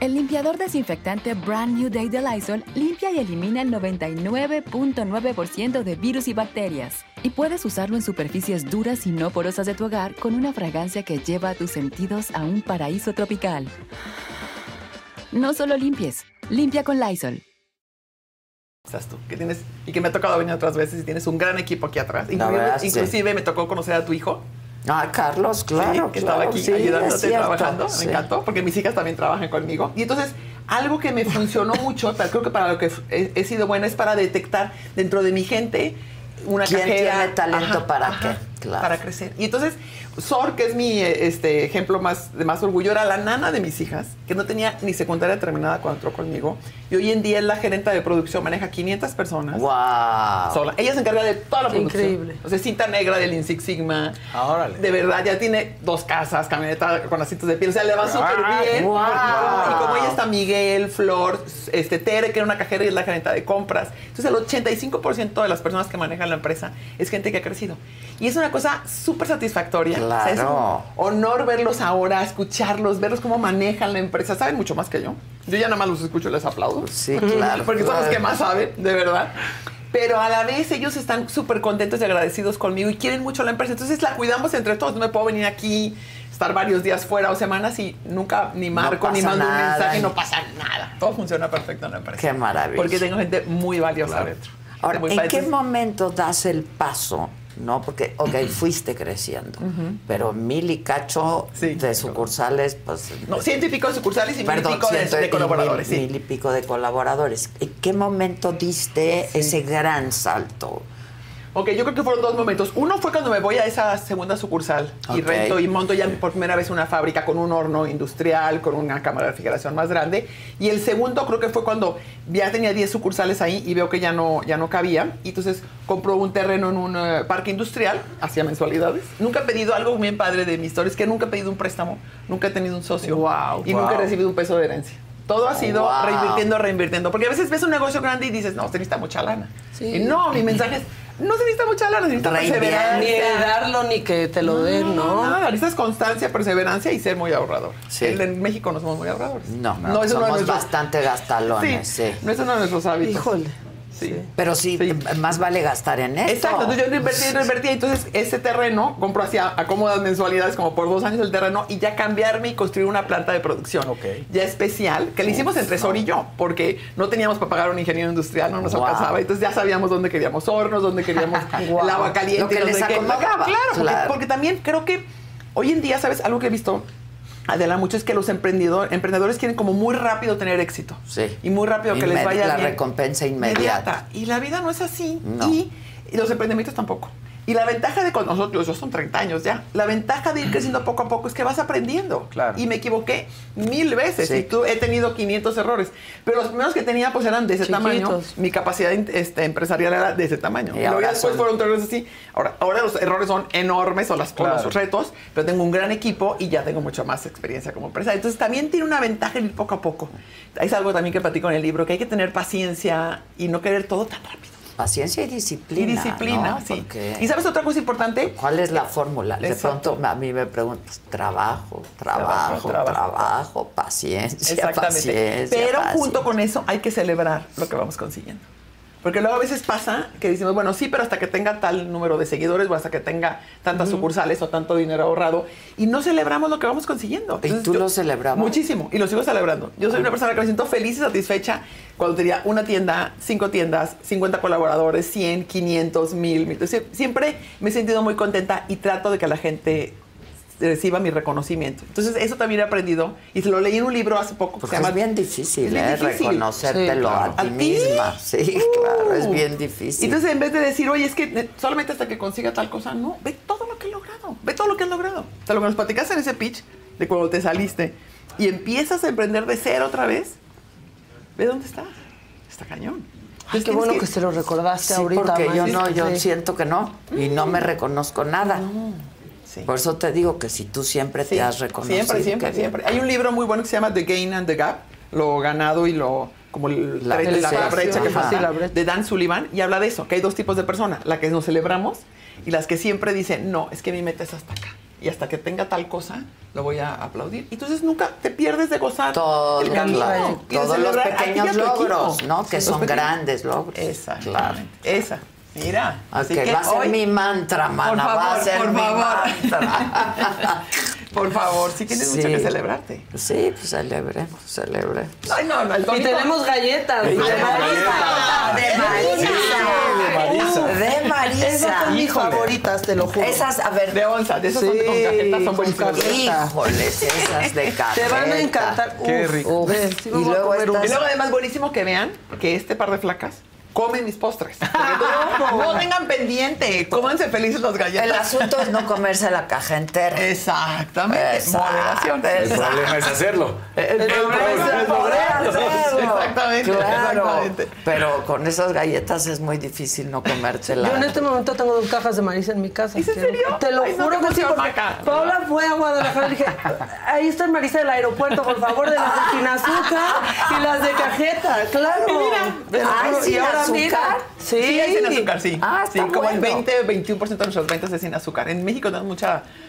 El limpiador desinfectante Brand New Day de Lysol limpia y elimina el 99.9% de virus y bacterias. Y puedes usarlo en superficies duras y no porosas de tu hogar con una fragancia que lleva a tus sentidos a un paraíso tropical. No solo limpies, limpia con Lysol.
estás tú, que tienes, y que me ha tocado venir otras veces y tienes un gran equipo aquí atrás.
La
Inclusive,
verdad, sí.
inclusive me tocó conocer a tu hijo.
Ah, Carlos, claro.
Sí, que estaba
claro,
aquí
sí, es
ayudándote
cierto,
trabajando.
sí.
Me encantó, porque mis hijas también trabajan conmigo. Y entonces, algo que me funcionó mucho, tal- creo que para lo que f- he, he sido buena, es para detectar dentro de mi gente una
¿Quién
cajera.
tiene talento
Ajá,
para
ajá,
qué? Claro.
Para crecer. Y entonces, Sor, que es mi eh, este, ejemplo más, de más orgullo, era la nana de mis hijas, que no tenía ni secundaria terminada cuando entró conmigo. Y hoy en día es la gerente de producción, maneja 500 personas.
¡Wow!
Sola. Ella se encarga de toda la
Qué
producción.
increíble.
O sea, cinta negra del Insic Sigma. De verdad, ya tiene dos casas, camioneta con asientos de piel. O sea, le va súper
Ah,
bien.
wow.
Y como ella está Miguel, Flor, este, Tere, que era una cajera y es la gerente de compras. Entonces, el 85% de las personas que manejan la empresa es gente que ha crecido. Y es una cosa súper satisfactoria. O sea, es
Claro.
un honor verlos ahora, escucharlos, verlos cómo manejan la empresa. Saben mucho más que yo. Yo ya nada más los escucho y les aplaudo.
Sí, claro,
Porque son los
claro.
que más saben, de verdad. Pero a la vez ellos están súper contentos y agradecidos conmigo y quieren mucho la empresa. Entonces la cuidamos entre todos. No me puedo venir aquí, estar varios días fuera o semanas y nunca ni marco, ni
pasa
mando un
nada,
mensaje,
ni-
no pasa nada. Todo funciona perfecto en la empresa.
Qué maravilla.
Porque tengo gente muy valiosa adentro.
Ahora,
Muy
¿en
padre.
qué momento das el paso? No, porque, ok, fuiste creciendo,
Ujú.
pero mil y cacho de sucursales, pues...
No, ciento y pico de sucursales y mil y
Perdón,
pico de-
ciento
de
y
colaboradores,
Mil,
sí.
mil y pico de colaboradores. ¿En qué momento diste ese gran salto?
Ok, yo creo que fueron dos momentos. Uno fue cuando me voy a esa segunda sucursal y
Ok.
rento y monto ya por primera vez una fábrica con un horno industrial, con una cámara de refrigeración más grande. Y el segundo creo que fue cuando ya tenía 10 sucursales ahí y veo que ya no, ya no cabía. Y entonces compró un terreno en un eh, parque industrial, hacía mensualidades. Nunca he pedido algo bien padre de mi historia, es que nunca he pedido un préstamo, nunca he tenido un socio y nunca he
wow.
recibido un peso de herencia. Todo ha sido
Wow.
reinvirtiendo, reinvirtiendo. Porque a veces ves un negocio grande y dices, no, se necesita mucha lana.
Sí.
Y no, mi mensaje es, no se necesita mucha lana, se necesita perseverancia.
Ni de darlo ni que te lo den, ¿no?
Nada, necesitas constancia, perseverancia y ser muy ahorrador. En, en México no somos muy ahorradores.
No,
No, es uno de
somos
nuestros-
bastante gastalones, sí.
No es uno de nuestros hábitos.
Híjole.
Sí.
Pero sí, eh, más vale gastar en esto.
Exacto, entonces yo invertí, invertí, entonces ese terreno, compro hacia acomodas mensualidades como por dos años el terreno y ya cambiarme y construir una planta de producción ya especial, que le hicimos entre Sor y yo, porque no teníamos para pagar un ingeniero industrial, no nos
Wow.
alcanzaba, entonces ya sabíamos dónde queríamos hornos, dónde queríamos
Wow.
el agua caliente.
Lo que
no
les
sé qué.
acomodaba.
Claro, porque-
Claro.
porque también creo que hoy en día, ¿sabes? Algo que he visto, Adela, mucho es que los emprendedor, emprendedores quieren como muy rápido tener éxito.
Sí.
Y muy rápido que les
Inmedi-
vaya
La
bien.
recompensa inmediata.
Y la vida no es así.
No.
Y los emprendimientos tampoco. Y la ventaja de con nosotros, yo son 30 años ya, la ventaja de ir creciendo poco a poco es que vas aprendiendo. Claro. Y me equivoqué mil veces
Sí.
y tú he tenido 500 errores. Pero los primeros que tenía pues eran de ese tamaño.
Chiquitos.
Mi capacidad este, empresarial era de ese tamaño. Y
Y
luego
ahora
ya después
son-
fueron errores así. Ahora, ahora los errores son enormes o, las, o
Claro.
los retos, pero tengo un gran equipo y ya tengo mucha más experiencia como empresa. Entonces también tiene una ventaja el ir poco a poco. Es algo también que platico en el libro, que hay que tener paciencia y no querer todo tan rápido.
Paciencia y disciplina.
Y disciplina,
¿no?
sí.
Porque-
¿Y sabes otra cosa importante?
¿Cuál es la fórmula? De
Exacto.
pronto a mí me preguntas, trabajo,
Trabajo,
trabajo, trabajo,
trabajo.
paciencia,
Exactamente.
paciencia.
Pero
paciencia.
junto con eso hay que celebrar lo que vamos consiguiendo. Porque luego a veces pasa que decimos, bueno, sí, pero hasta que tenga tal número de seguidores o hasta que tenga tantas sucursales o tanto dinero ahorrado y no celebramos lo que vamos consiguiendo. Entonces,
tú
yo-
lo celebrabas?
Muchísimo y lo sigo celebrando. Yo soy una persona que me siento feliz y satisfecha cuando tenía una tienda, cinco tiendas, 50 colaboradores, 100, 500, 1000. mil. Entonces, Siempre me he sentido muy contenta y trato de que la gente reciba mi reconocimiento. Entonces, eso también he aprendido y se lo leí en un libro hace poco.
Porque es bien difícil, ¿eh? Reconocértelo
Sí, claro. Uh.
a ti misma. Sí, claro, es bien difícil.
Entonces, en vez de decir, oye, es que eh, solamente hasta que consiga tal cosa, no, ve todo lo que he logrado, ve todo lo que has logrado. O sea, lo que nos platicaste en ese pitch de cuando te saliste y empiezas a emprender de cero otra vez, ve dónde está. Está cañón.
Ay, qué bueno que se lo recordaste
Sí,
ahorita.
porque yo
Mari.
no, yo
Sí.
siento que no y no
Mm.
me reconozco nada. Por eso te digo que si tú siempre te has reconocido.
Siempre, siempre,
qué bien.
siempre. Hay un libro muy bueno que se llama The Gain and the Gap, lo ganado y lo como el-
La
la, brecha,
brecha,
la brecha que
ajá.
falta,
Sí, la
de Dan Sullivan y habla de eso, que hay dos tipos de personas, la que nos celebramos y las que siempre dicen, no, es que mi meta es hasta acá y hasta que tenga tal cosa lo voy a aplaudir. Y Entonces nunca te pierdes de gozar
Todo,
el camino
claro,
y de
todos los
celebrar a ti y a
pequeños
tu equipo.
logros, ¿no? Que
Los
son
pequeños-
grandes logros. Exacto. Claro.
Esa, mira. Así
Ok,
que
va a ser
hoy-
mi mantra, mana.
Por favor,
va a ser
por
mi
favor.
mantra.
por favor, sí tienes mucho que celebrarte.
Sí, pues celebremos, celebremos.
Ay, no, no, el
Y
tónico-
tenemos galletas.
De
Ay,
Marisa. De Marisa. De Marisa.
Esas son mis
Híjole.
favoritas, te lo juro.
Esas, a ver.
De onza, de esas son con cajetas, son buenísimas.
Híjoles, esas de cajeta.
Te van a encantar.
Qué
Uf,
rico.
uf.
Ven, sí me voy
y
a
luego
comer
Y
estas...
luego además buenísimo que vean que este par de flacas comen mis postres. Porque No, no tengan pendiente, cómanse felices los galletas.
El asunto es no comerse la caja entera.
Exactamente.
Exacto,
Moderación.
El
exacto.
problema es hacerlo.
El problema es moderarlos.
Claro,
Exactamente.
claro.
exactamente.
Pero con esas galletas es muy difícil no comérselas.
Yo en este momento tengo dos cajas de maíz en mi casa. ¿Es en serio? Te lo
Ay, no,
juro
qué
que sí,
emoción,
porque
Maca.
Paula fue a Guadalajara y dije, ahí está el maíz del aeropuerto, por favor, de las de sin azúcar y las de cajeta, claro.
Y mira, te lo
Ay,
juro,
¿sin azúcar?
Sí.
Sí, hay sin azúcar, sí.
Ah,
sí,
está
como
bueno.
el 20, 21% de nuestras ventas es sin azúcar. En México tenemos mucho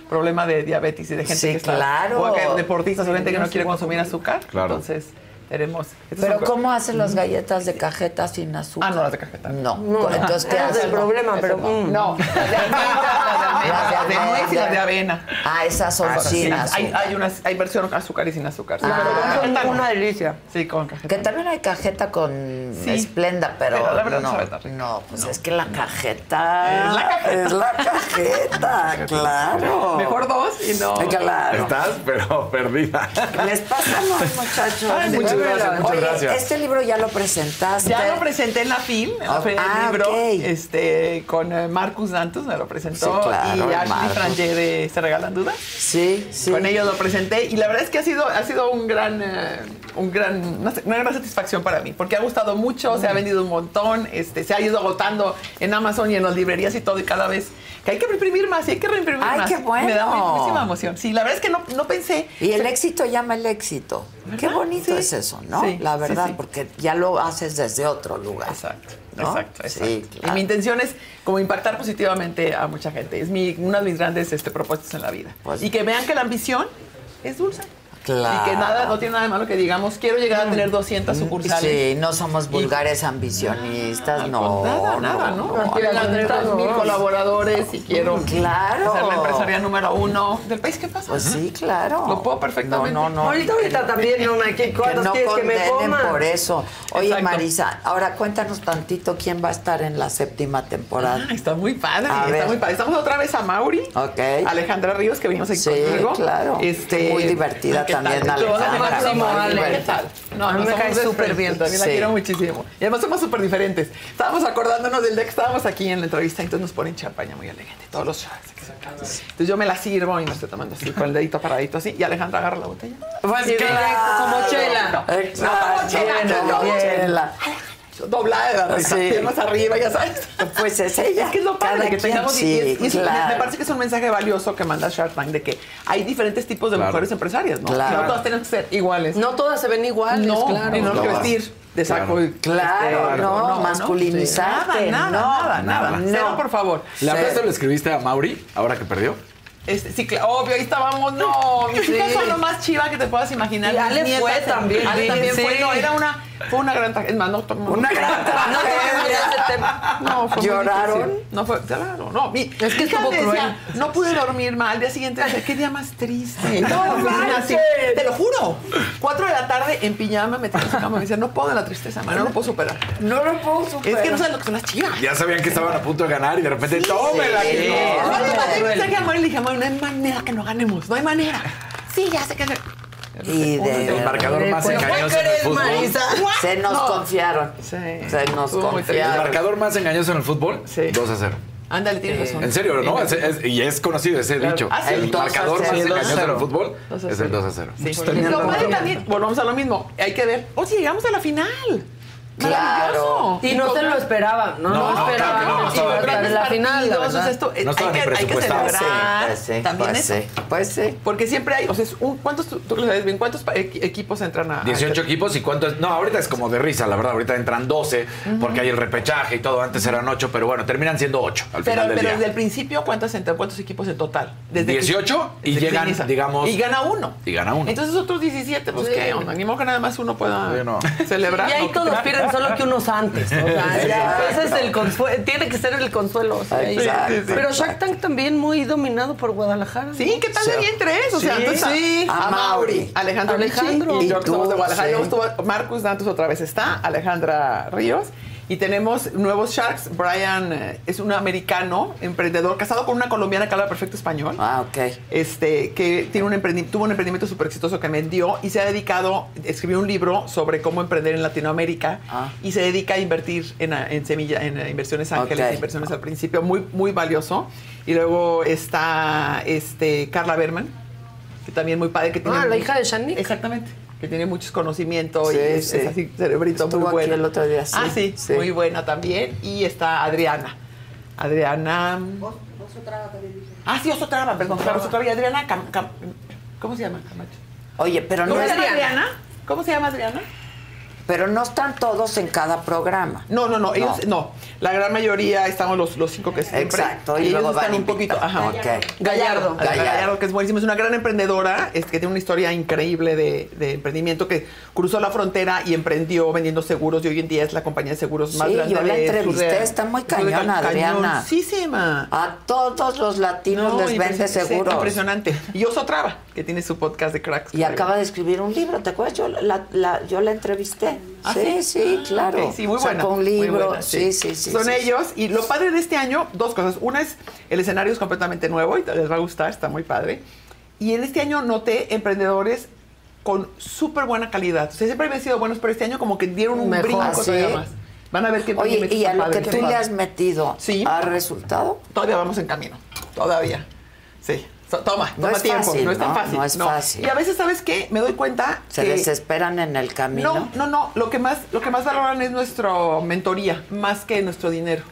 problema de diabetes y de gente
Sí,
que está.
claro.
O acá, deportistas, o gente que no quiere consumir azúcar. Claro. Entonces, tenemos. este estos
Pero
son-
¿cómo hacen las galletas de cajeta sin azúcar? Ah, no, las
de cajeta.
No.
No,
Entonces, ¿qué
Mm. ese es
hacen?
el problema,
Ese
pero,
No.
mm. No, las de almendras, las de almendras, las de nuez y las de avena.
Ah, esas son
Ah, esas
sin
sí. Hay,
azúcar.
hay, unas, hay versión con azúcar y sin azúcar. Sí,
Ah.
pero con cajeta no.
una delicia.
Sí, con cajeta.
Que también hay cajeta con
Sí.
esplenda, pero,
Pero la verdad
no,
sabe tan rico.
no, pues es que la cajeta es la cajeta, Ah, claro. Ah,
Mejor dos y no.
Claro.
Estás, pero perdida.
Les pasamos, muchachos.
Ay, muchas gracias, muchas
Oye,
gracias.
Este libro ya lo presentaste.
Ya lo presenté en la film, en la
Ah,
Feria del
ah,
libro,
ok.
este, con eh, Marcus Dantus me lo presentó
Sí, claro,
y
el
Ashley
Marcus.
Frangé de Se Regalan Dudas.
Sí, sí.
Con ellos lo presenté y la verdad es que ha sido, ha sido un gran, eh, un gran, no sé, una gran satisfacción para mí porque ha gustado mucho,
Mm.
se ha vendido un montón, este, se ha ido agotando en Amazon y en las librerías y todo y cada vez que hay que reimprimir más y hay que reimprimir
Ay,
más.
qué bueno.
Me da muchísima emoción. Sí, la verdad es que no, no pensé.
Y el éxito llama el éxito. Qué
¿Verdad?
bonito
Sí.
es eso, ¿no?
Sí,
la
sí,
verdad,
sí.
porque ya lo haces desde otro lugar.
Exacto.
¿no?
Exacto, exacto.
Sí,
Y
claro.
mi intención es como impactar positivamente a mucha gente. Es mi, una de mis grandes este, propuestas en la vida.
Pues- Ah.
y que vean que la ambición es dulce.
Claro.
Y que nada, no tiene nada de malo que digamos, quiero llegar a tener 200 sucursales.
Mm, Sí, no somos vulgares ambicionistas, no.
Ah, Nada, nada, ¿no? quiero tener 3.000 colaboradores y quiero
Mm, Claro.
ser la empresaria número uno del país. ¿Qué pasa?
Pues sí, claro.
Lo puedo perfectamente.
No, no, no.
Ahorita, ahorita también, no, Nike, ¿cuántos
no
quieres que me
condenen
coman?
por eso. Oye,
Exacto.
Marisa, ahora cuéntanos tantito quién va a estar en la séptima temporada.
Ah, Está muy padre,
A
está
ver.
muy padre. Estamos otra vez a Mauri.
ok.
Alejandra Ríos, que venimos aquí
Sí,
contigo.
claro.
Este,
Muy divertida
¿qué tal?
también, Alejandra.
Yo, además,
Máximo,
somos-
Ale.
¿Qué tal?
A
No,
mí
no
me
somos
cae
best
súper
friends,
bien.
También la
Sí.
quiero muchísimo. Y además somos súper diferentes. Estábamos acordándonos del día que estábamos aquí en la entrevista, entonces nos ponen champaña muy elegante, todos los shots. que se acaban. Entonces yo me la sirvo y me estoy tomando así, con el dedito paradito así, y Alejandra agarra la botella.
Pues
Y
claro.
directo, como
No,
chela. No, como chela, no, como chela. Doblada de la risa,
Sí.
piernas arriba, ya sabes.
Pues es ella.
Es que es lo padre
Cada
que
quien,
tengamos y-
sí,
y, y es-
claro.
me parece que es un mensaje valioso que manda Shark Tank de que hay diferentes tipos de
Claro.
mujeres empresarias, ¿no?
Claro.
No todas tienen que ser iguales.
No todas se ven iguales,
no,
claro.
y no
No.
que vestir de saco y-
Claro,
este,
no, masculinizarte,
Sí. Nada,
no,
nada, nada, nada.
no.
Cero, por favor.
¿Le
Sí.
hablaste o le escribiste a Mauri ahora que perdió?
Este, sí, claro, obvio, ahí estábamos, no, mis
Sí.
hijas son lo más chiva que te puedas imaginar.
Y
mis
Ale
nietas,
fue
eh,
también,
Ale
sí,
también fue,
sí.
no, era una, fue una gran tragedia, es más, no, tomó-
Una gran
No,
tragedia.
No, fue muy
¿Lloraron?
difícil. No fue, claro, no. Mi,
Es que
mi hija
estuvo
me decía,
cruel.
No pude dormir mal. Al día siguiente decía, qué día más triste.
No
Estaba en la oficina así,
manches.
Te lo juro. Cuatro de la tarde en pijama me en su cama. Me decía, no puedo de la tristeza, man, no lo puedo superar.
No lo puedo superar.
Es que no sabes lo que son las chivas.
Ya sabían que estaban a punto de ganar y de repente tómela.
sí.
que no!
Yo le mandé
cruel.
un mensaje a Mari y le dije, Mari, no hay manera que no ganemos. No hay manera. Sí, ya sé que se...
Y de
El marcador más
Pues,
engañoso en el fútbol.
Se nos
No.
confiaron.
Sí.
Se nos
Estuvo muy triste.
El
confiaron.
marcador más engañoso en el fútbol, 2 a 0.
Ándale, tienes razón.
En serio, ¿no? Es- es- y es conocido ese
Claro.
dicho.
Ah, sí.
El
El 2
a
marcador más
0.
engañoso en el fútbol
2 a
es
0.
el 2 a 0.
Sí, lo padre también, volvamos a lo mismo. Hay que ver. O si llegamos a la final.
Claro.
Maravilloso.
Y no se lo esperaba,
No,
no, lo
no, claro
esperaba.
que no, no
y
estaba
va a estar en la final, la
partidos, o sea,
verdad.
esto, eh,
No
hay,
estaba
que,
ni
hay que
presupuestado.
celebrar
Pues sí, pues sí,
también
pues
eso.
sí, pues sí.
Porque siempre hay, o sea, es un- ¿cuántos, tú, tú lo sabes bien, cuántos pa- equi- equipos entran a... a
18
este-
equipos y cuánto es. No, ahorita es como de risa, la verdad. Ahorita entran 12 porque hay el repechaje y todo. Antes eran 8, pero bueno, terminan siendo 8 al
Pero,
final del
pero
día.
desde el principio, ¿cuántos, entran, ¿cuántos equipos en total? Desde
18 y
desde que
llegan,
inicia.
digamos-
Y gana uno.
Y gana uno.
Entonces ah. otros 17, pues
Sí.
qué onda, ni modo que nada más uno pueda
Sí, no.
celebrar.
Y ahí
¿no?
todos pierden, solo que unos antes. O sea, ya, ese es el consuelo. Tiene que ser el consuelo. o sea, ahí.
Exacto,
Pero
exacto.
Shark Tank también muy dominado por Guadalajara.
Sí, ¿qué tal de bien tres? O sea,
Sí,
entonces,
sí.
a Mauri, Alejandro,
Alejandro.
Michi, y yo
Y
que somos de
tú,
Guadalajara.
sí.
Luego estuvo Marcus Dantus otra vez está, Alejandra Ríos. Y tenemos nuevos Sharks. Brian eh, es un americano, emprendedor, casado con una colombiana que habla perfecto español.
Ah, ok.
Este, que tiene un emprendi- tuvo un emprendimiento súper exitoso que vendió y se ha dedicado a escribir un libro sobre cómo emprender en Latinoamérica.
Ah.
Y se dedica a invertir en, a- en semilla, en eh, inversiones ángeles,
Ok.
inversiones al principio, muy, muy valioso. Y luego está este, Carla Berman, que también muy padre. Que tiene
Ah, la
mucho-
hija de Shanik.
Exactamente. Que tiene muchos conocimientos
Sí,
y es,
sí.
es así, cerebrito
Estuvo
muy
aquí
bueno.
el otro día, sí,
Ah, sí,
sí.
muy buena también. Y está Adriana. Adriana. Ah, sí, Osotrava, perdón. Claro, Osotrava y Adriana. Cam- Cam- ¿Cómo se llama? Camacho?
Oye, pero no
¿Cómo se
es
llama Adriana? ¿Cómo se llama Adriana?
Pero no están todos en cada programa.
No, no, no, ellos- no. La gran mayoría estamos los, los cinco que siempre.
Exacto, y
ellos
luego van
están un poquito. Ajá.
Ok.
Gallardo.
Gallardo.
Gallardo. que es buenísimo. Es una gran emprendedora este, que tiene una historia increíble de, de emprendimiento que cruzó la frontera y emprendió vendiendo seguros y hoy en día es la compañía de seguros más
Sí,
grande.
yo la
de
entrevisté,
Sudam-
está muy
Sudam-
cañona, Adriana.
Cañoncísima.
A todos los latinos les vende
impresionante, sí,
seguros.
Impresionante. Y Oso Traba, que tiene su podcast de cracks.
Y acaba de escribir un libro, ¿te acuerdas? Yo la, la- yo la entrevisté.
¿Ah,
sí, sí, claro.
Ok, sí, muy
Sacó
buena.
un
muy
libro,
buena,
sí, sí, sí.
Son
sí, sí.
ellos. Y lo padre de este año, dos cosas. Una es, el escenario es completamente nuevo y te- les va a gustar, está muy padre. Y en este año noté emprendedores con súper buena calidad. O sea, siempre habían sido buenos, pero este año como que dieron un
Mejor.
brinco
¿Ah, sí?
todavía más. Van a ver qué
Oye,
emprendimientos
y a
tan
lo que
padres
tú
van.
le has metido, ¿ha resultado?
Todavía vamos en camino. Todavía. Sí. So- toma,
No
toma
es
tiempo.
fácil,
no es tan
¿no?
fácil.
No es fácil.
Y a veces, ¿sabes qué? Me doy cuenta
Se
que...
desesperan en el camino.
No, no, no. Lo que más, lo que más valoran es nuestra mentoría, más que nuestro dinero.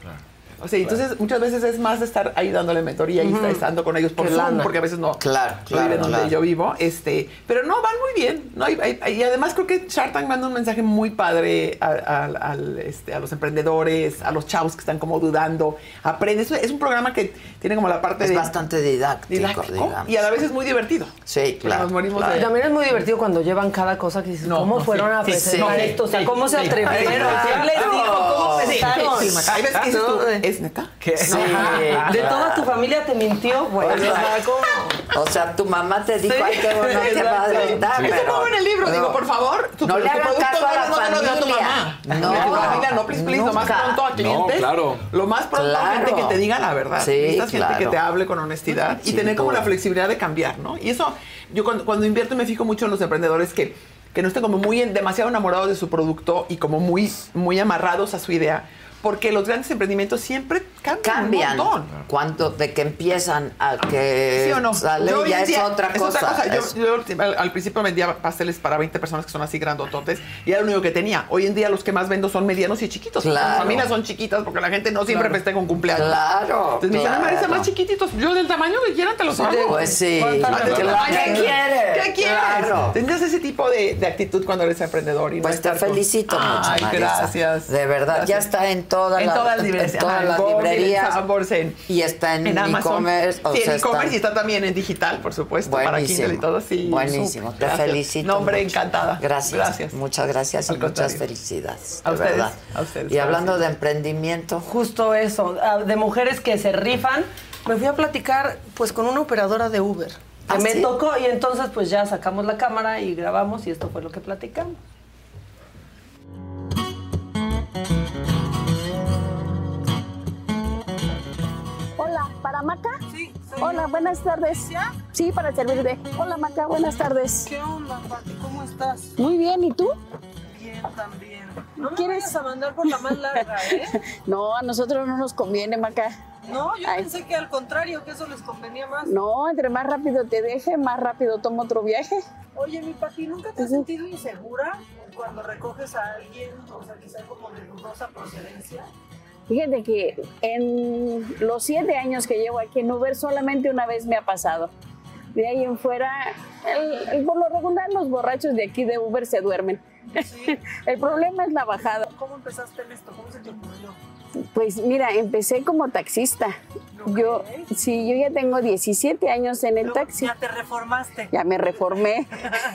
O sea, entonces muchas veces es más de estar ahí dándole mentoría y
Ujú.
estar estando con ellos por
Qué
Zoom,
lana.
porque a veces no,
Claro,
no
claro,
viven donde
claro.
yo vivo. Este, pero no, van muy bien. ¿no? Y, y- y además creo que Shark Tank manda un mensaje muy padre a, a- al, este, a los emprendedores, a los chavos que están como dudando. Aprende. Es, es un programa que tiene como la parte
Es
de-
bastante didáctico,
didáctico
digamos.
y a la vez es muy divertido.
Sí, claro.
nos morimos
claro.
de-
También es muy divertido cuando llevan cada cosa que dices, ¿cómo
no,
fueron
sí,
a
sí,
pues,
presentar
sí,
esto? O sea,
sí,
¿cómo se
sí.
atrevieron?
Ay,
¿Quién les dijo? ¿Cómo
Sí,
pensaron?
sí, sí. Ay, ¿ves que eh, dices tú? ¿Es neta?
¿Qué? Sí,
De
claro.
toda tu familia te mintió, güey.
Oye,
O sea, ¿cómo?
O sea, tu mamá te dijo, ay, qué bueno, te va a
Exacto.
aventar,
Eso
pero-
pongo en el libro,
no.
digo, por favor, tu,
no le
tu
hagan
producto
caso a la
no, no, no, no, a tu
familia.
mamá.
No,
a tu familia, no, please, please, lo más
nunca.
pronto a
No,
clientes.
claro.
Lo más pronto a
Claro.
gente que te diga la verdad.
Sí,
Necesitas gente
claro.
que te hable con honestidad y
Sin
tener como
duda.
la flexibilidad de cambiar, ¿no? Y eso, yo cuando, cuando invierto me fijo mucho en los emprendedores que que no estén como muy en- demasiado enamorados de su producto y como muy muy amarrados a su idea, porque los grandes emprendimientos siempre cambian,
Cambian
un montón.
cuando de que empiezan a que
¿Sí o no?
Eh, sale
Yo hoy
ya
en
es,
día-
otra
es
cosa.
Yo-
Es-
yo al, al principio vendía pasteles para 20 personas que son así grandototes y era lo único que tenía. Hoy en día los que más vendo son medianos y chiquitos.
Claro.
Las familias son chiquitas porque la gente no siempre
Claro.
festeja un cumpleaños.
Claro,
Entonces me dicen,
claro.
"Ah, Marisa, más chiquititos. Yo del tamaño que quieran te los
Sí,
hago.
pues sí.
¿Cuántas
Claro.
veces tamaño?
¿Qué quieres?
¿Qué quieres?
Claro.
Tendrías ese tipo de, de actitud cuando eres emprendedor. Y no
Pues te
estar con-
felicito mucho,
Ay,
Marisa.
gracias.
De verdad, ya
Gracias.
está en todas
En
las-
todas las
en
librerías.
todas
Ajá,
las
Gourmet,
librerías.
Sambors, en-
y está en,
en Amazon.
e-commerce. o
sí, en
sea,
e-commerce
está-
y está también en digital, por supuesto, para
Buenísimo.
Kindle y todo. Sí,
Buenísimo,
súper,
te
gracias.
felicito.
No, hombre,
mucho.
encantada.
Gracias.
Gracias.
Muchas gracias
Al
y muchas
contrario.
felicidades.
A
de
ustedes,
verdad.
a ustedes,
Y hablando
gracias.
de emprendimiento,
Justo eso, ah, de mujeres que se rifan. Me fui a platicar pues con una operadora de Uber. Que
¿Ah,
me
sí?
tocó y entonces pues ya sacamos la cámara y grabamos y esto fue lo que platicamos.
Hola, ¿para Maca? Sí, Hola, buenas tardes. Sí, para servirte. Hola, Maca, buenas tardes.
¿Qué onda, Pati? ¿Cómo estás?
Muy bien, ¿y tú?
Bien, también. No me quieres a mandar por la más larga, ¿eh?
No, a nosotros no nos conviene, Maca.
No, yo
Ay.
pensé que al contrario, que eso les convenía más.
No, entre más rápido te deje, más rápido tomo otro viaje.
Oye, mi papi, ¿nunca te has sentido insegura cuando recoges a alguien, o sea, quizá como de dudosa procedencia?
Fíjate que en los siete años que llevo aquí en Uber, solamente una vez me ha pasado. De ahí en fuera, el- el- por lo regular los borrachos de aquí de Uber se duermen. El problema es la bajada.
¿Cómo empezaste en esto? ¿Cómo se te ocurrió?
Pues mira, empecé como taxista. Yo, sí, yo ya tengo 17 años en el taxi.
Ya te reformaste.
Ya me reformé.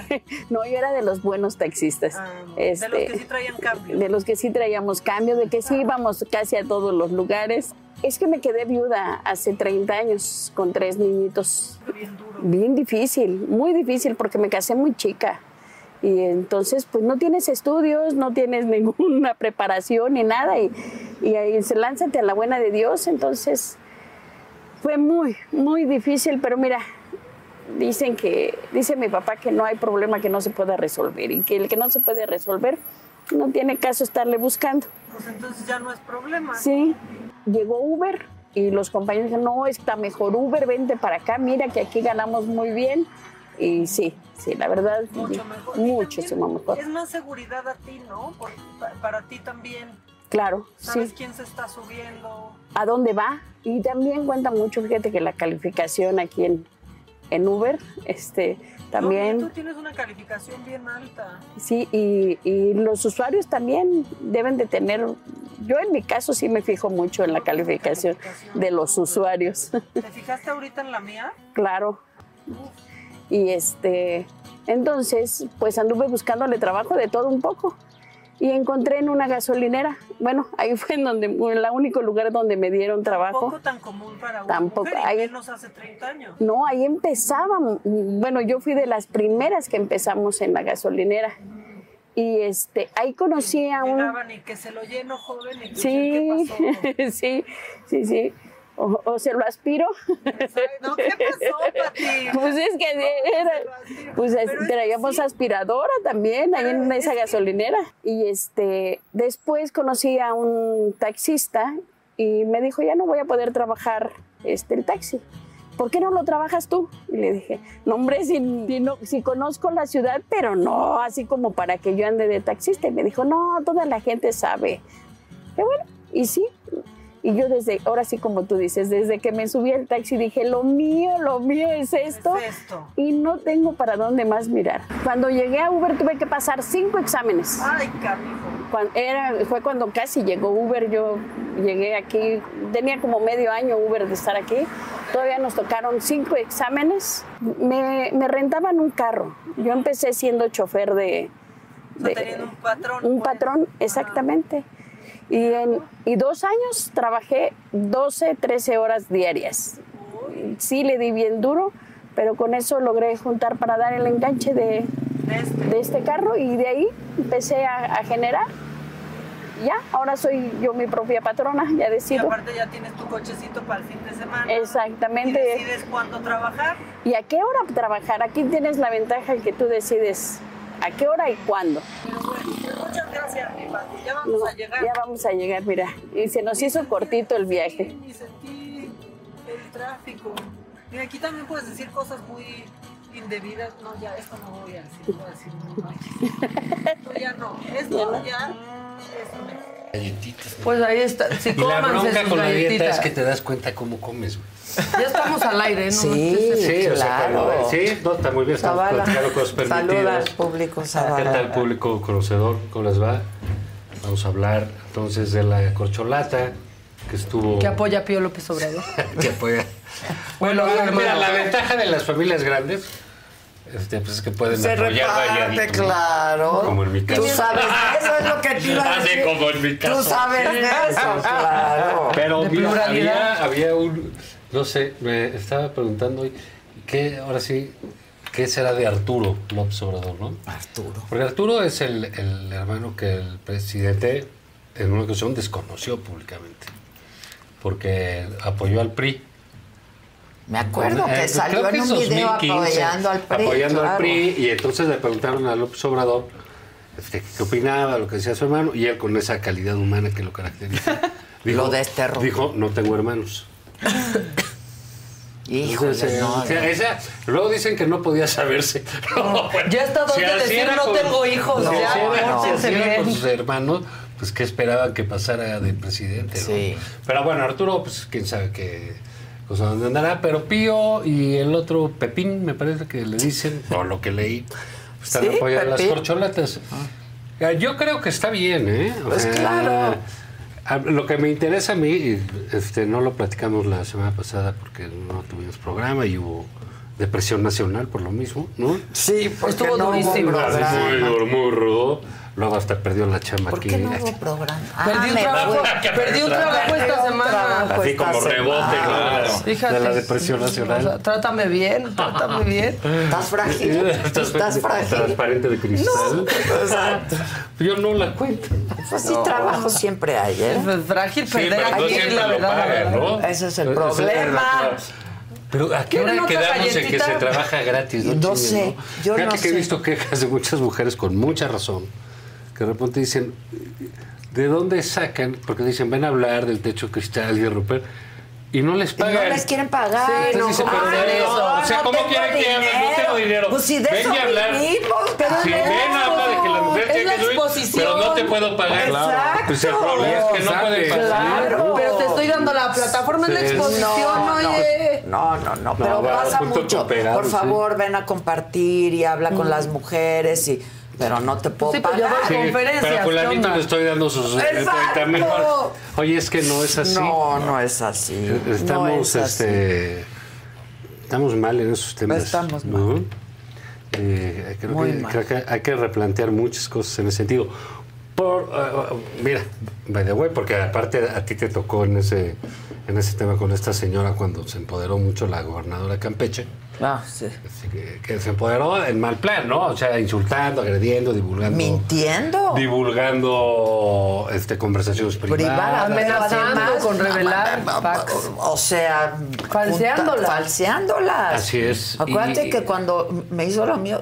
no, yo era de los buenos taxistas.
Ah,
Este,
De los que sí traían cambio.
de los que sí traíamos cambio, de que sí íbamos casi a todos los lugares. Es que me quedé viuda hace 30 años con tres niñitos. Bien difícil, muy difícil porque me casé muy chica. Y entonces, pues no tienes estudios, no tienes ninguna preparación ni nada. Y, y ahí se lánzate a la buena de Dios. Entonces, fue muy, muy difícil, pero mira, dicen que, dice mi papá que no hay problema que no se pueda resolver y que el que no se puede resolver No tiene caso estarle buscando.
Pues entonces ya no es problema.
Sí. Llegó Uber y los compañeros dijeron, no, está mejor Uber, vente para acá, mira que aquí ganamos muy bien. Y sí, sí, la verdad,
Mucho mejor.
muchísimo mejor.
Es más seguridad a ti, ¿no? Por- pa- para ti también.
Claro,
Sabes
sí.
quién se está subiendo.
¿A dónde va? Y también cuenta mucho, fíjate que la calificación aquí en, en Uber, este, también...
No, tú tienes una calificación bien alta.
Sí, y, y los usuarios también deben de tener, yo en mi caso sí me fijo mucho en la calificación de los usuarios,
¿Te fijaste ahorita en la mía?
claro. Y este, entonces, pues anduve buscándole trabajo de todo un poco y encontré en una gasolinera. Bueno, ahí fue en donde, el único lugar donde me dieron trabajo.
Tampoco tan común para una
Tampoco,
mujer, y
ahí-
menos hace 30 años.
No, ahí empezaban. Bueno, yo fui de las primeras que empezamos en la gasolinera. Y este, ahí conocí a un...
Llegaban y que se lo lleno joven y que
Sí, sí, sí, sí. O, o se lo aspiro.
No, ¿qué pasó, Pati?
Pues es que era, pues as- traíamos aspiradora también ahí en esa gasolinera. Y este, después conocí a un taxista y me dijo, ya no voy a poder trabajar este, el taxi. ¿Por qué no lo trabajas tú? Y le dije, no hombre, si, si no- si conozco la ciudad, pero no así como para que yo ande de taxista. Y me dijo, no, toda la gente sabe. Y bueno, y sí. Y yo desde, ahora sí como tú dices, desde que me subí al taxi dije, lo mío, lo mío es esto. Y no tengo para dónde más mirar. Cuando llegué a Uber tuve que pasar cinco exámenes.
Ay, carajo.
Cuan- era, fue cuando casi llegó Uber, yo llegué aquí, tenía como medio año Uber de estar aquí, todavía nos tocaron cinco exámenes, me, me rentaban un carro, yo empecé siendo chofer de... de- un patrón.
pues.
exactamente. Y, en, y dos años trabajé 12, 13 horas diarias. Sí, le di bien duro, pero con eso logré juntar para dar el enganche de, de este carro y de ahí empecé a, a generar. Ya, ahora soy yo mi propia patrona, ya
Y
decido.
aparte ya tienes tu cochecito para el fin de semana.
Exactamente.
Y decides cuándo trabajar.
¿Y a qué hora trabajar? Aquí tienes la ventaja que tú decides a qué hora y cuándo.
Muchas gracias, mi Pati. Ya vamos
No,
a llegar.
Ya vamos este. a llegar, mira. Y se nos hizo cortito el viaje.
Y sentí el tráfico. Mira, aquí también puedes decir cosas muy indebidas. No, ya, esto no voy a decir. Voy a decir no, manches. Esto ya no. Esto ya. esto no.
Pues ahí está. Si
Y la
cómanse
bronca
sus
con la dieta
galletitas.
es que te das cuenta cómo comes, güey.
Ya estamos al aire, ¿no?
sí, o sea, cuando- sí, no, está muy bien, estamos
Zavala.
platicando cosas
Saluda al
permitidas. Ah,
público
¿Qué
Zavala.
tal, público conocedor? ¿Cómo les va? Vamos a hablar entonces de la corcholata que estuvo.
Que apoya a Pío López Obrador.
que apoya. Bueno,
Bueno,
mira,
hermano.
la ventaja de las familias grandes este, pues es que pueden
Se
apoyar
reparte,
variadito, ¿no?
claro.
Como en mi caso.
Tú sabes, eso es lo que te iba a
Hace
decir.
como en mi caso.
Tú sabes de eso, claro.
Pero
De
mira,
pluralidad.
había, había un, no sé, me estaba preguntando hoy, ¿qué, ahora sí, qué será de Arturo López Obrador, no? Arturo. Porque Arturo es el, el hermano que el presidente en una ocasión desconoció públicamente, porque apoyó al PRI.
Me acuerdo
Eh,
que salió en un video apoyando al PRI,
Apoyando al
claro.
PRI, y entonces le preguntaron a López Obrador este, qué opinaba, lo que decía su hermano, y él con esa calidad humana que lo caracteriza. Dijo, lo este desterró. Dijo, no tengo hermanos.
Híjole,
Entonces, eh,
no,
o sea,
no.
esa- luego dicen que no podía saberse.
Ya está
Si
donde
así
decir,
era
"No
con-
tengo hijos",
si
ya,
así era-
pórtense
si así era con
bien.
sus hermanos, pues qué esperaban que pasara de presidente. ¿no? Pero bueno, Arturo, pues quién sabe qué cosa dónde andará. Pero Pío y el otro Pepín, me parece que le dicen, o lo que leí, están Sí, apoyando las Pepín. corcholatas. Eh, Yo creo que está bien, ¿eh? O Pues claro. a- Lo que me interesa a mí, y, este, no lo platicamos la semana pasada porque no tuvimos programa y hubo depresión nacional por lo mismo, ¿no?
Sí, porque Estuvo no hubo durísimo. programa.
Muy, duro, muy rudo. Luego hasta perdió la chamba aquí.
¿Qué no hubo programa?
Perdí un
me
trabajo-
voy.
perdí un trabajo esta
Perdí un
semana.
trabajo
Así
esta
como rebote,
semana.
claro.
Fíjate.
De la depresión nacional.
O sea, trátame bien, trátame bien.
Estás frágil. Estás frágil.
Transparente de cristal.
Exacto.
Yo no la cuento.
Pues sí, trabajo siempre hay, ¿eh?
Es pues, frágil
Sí,
perder
pero
aquí,
no siempre
la
lo
verdad, la
pagan,
verdad.
¿no?
Ese es el
Esa la
problema.
verdad. Pero ¿a qué
¿Quieren
hora
otra
quedamos en que
galletita?
se trabaja gratis?
No
Chingues,
sé, yo
Fíjate
no
que he
sé.
visto quejas de muchas mujeres con mucha razón que que de repente dicen, ¿de dónde sacan? Porque dicen, ven a hablar del techo cristal y de romper. Y no les pagan.
No les quieren pagar.
Entonces
no,
dice, pero
hagan
no,
eso.
o sea,
No
¿cómo
tengo
quieren que hagan? No tengo dinero.
Pues si de
Ven
eso
y hablar.
vivimos, pero
Si
de
ven a hablar de que la mujer
Es
tiene
la
que subir, pero no te puedo pagar.
Exacto.
Pues el problema es que no pueden pagar.
Claro. Pero te estoy dando la plataforma en la
Sí.
exposición,
No, no.
oye.
No, no, no, pero
va,
pasa
punto
mucho.
cooperado,
Por favor, ven a compartir y habla con las mujeres y pero no te puedo
Mm. Sí, pues yo
pagar.
doy conferencias,
pero
¿qué
fulanito
onda?
le estoy dando sus
Exacto.
30 mil Oye, es que no es así. Eh,
No, no es así.
Estamos,
No es así.
este, estamos mal en esos temas. Estamos mal. creo,
Muy
que,
mal.
creo que hay que replantear muchas cosas en ese sentido. Por, ah, ah, mira, by the way, porque aparte a ti te tocó en ese, en ese tema con esta señora cuando se empoderó mucho la gobernadora de Campeche.
Ah, sí.
que, que se empoderó en mal plan, ¿no? O sea, insultando, agrediendo, divulgando.
Mintiendo.
Divulgando este, conversaciones privadas.
Privadas, pero
Amenazando
además-
con revelar facts.
O sea,
Falseándolas.
junta- falseándolas.
Así es.
Acuérdate
Y-
que cuando me hizo lo mío,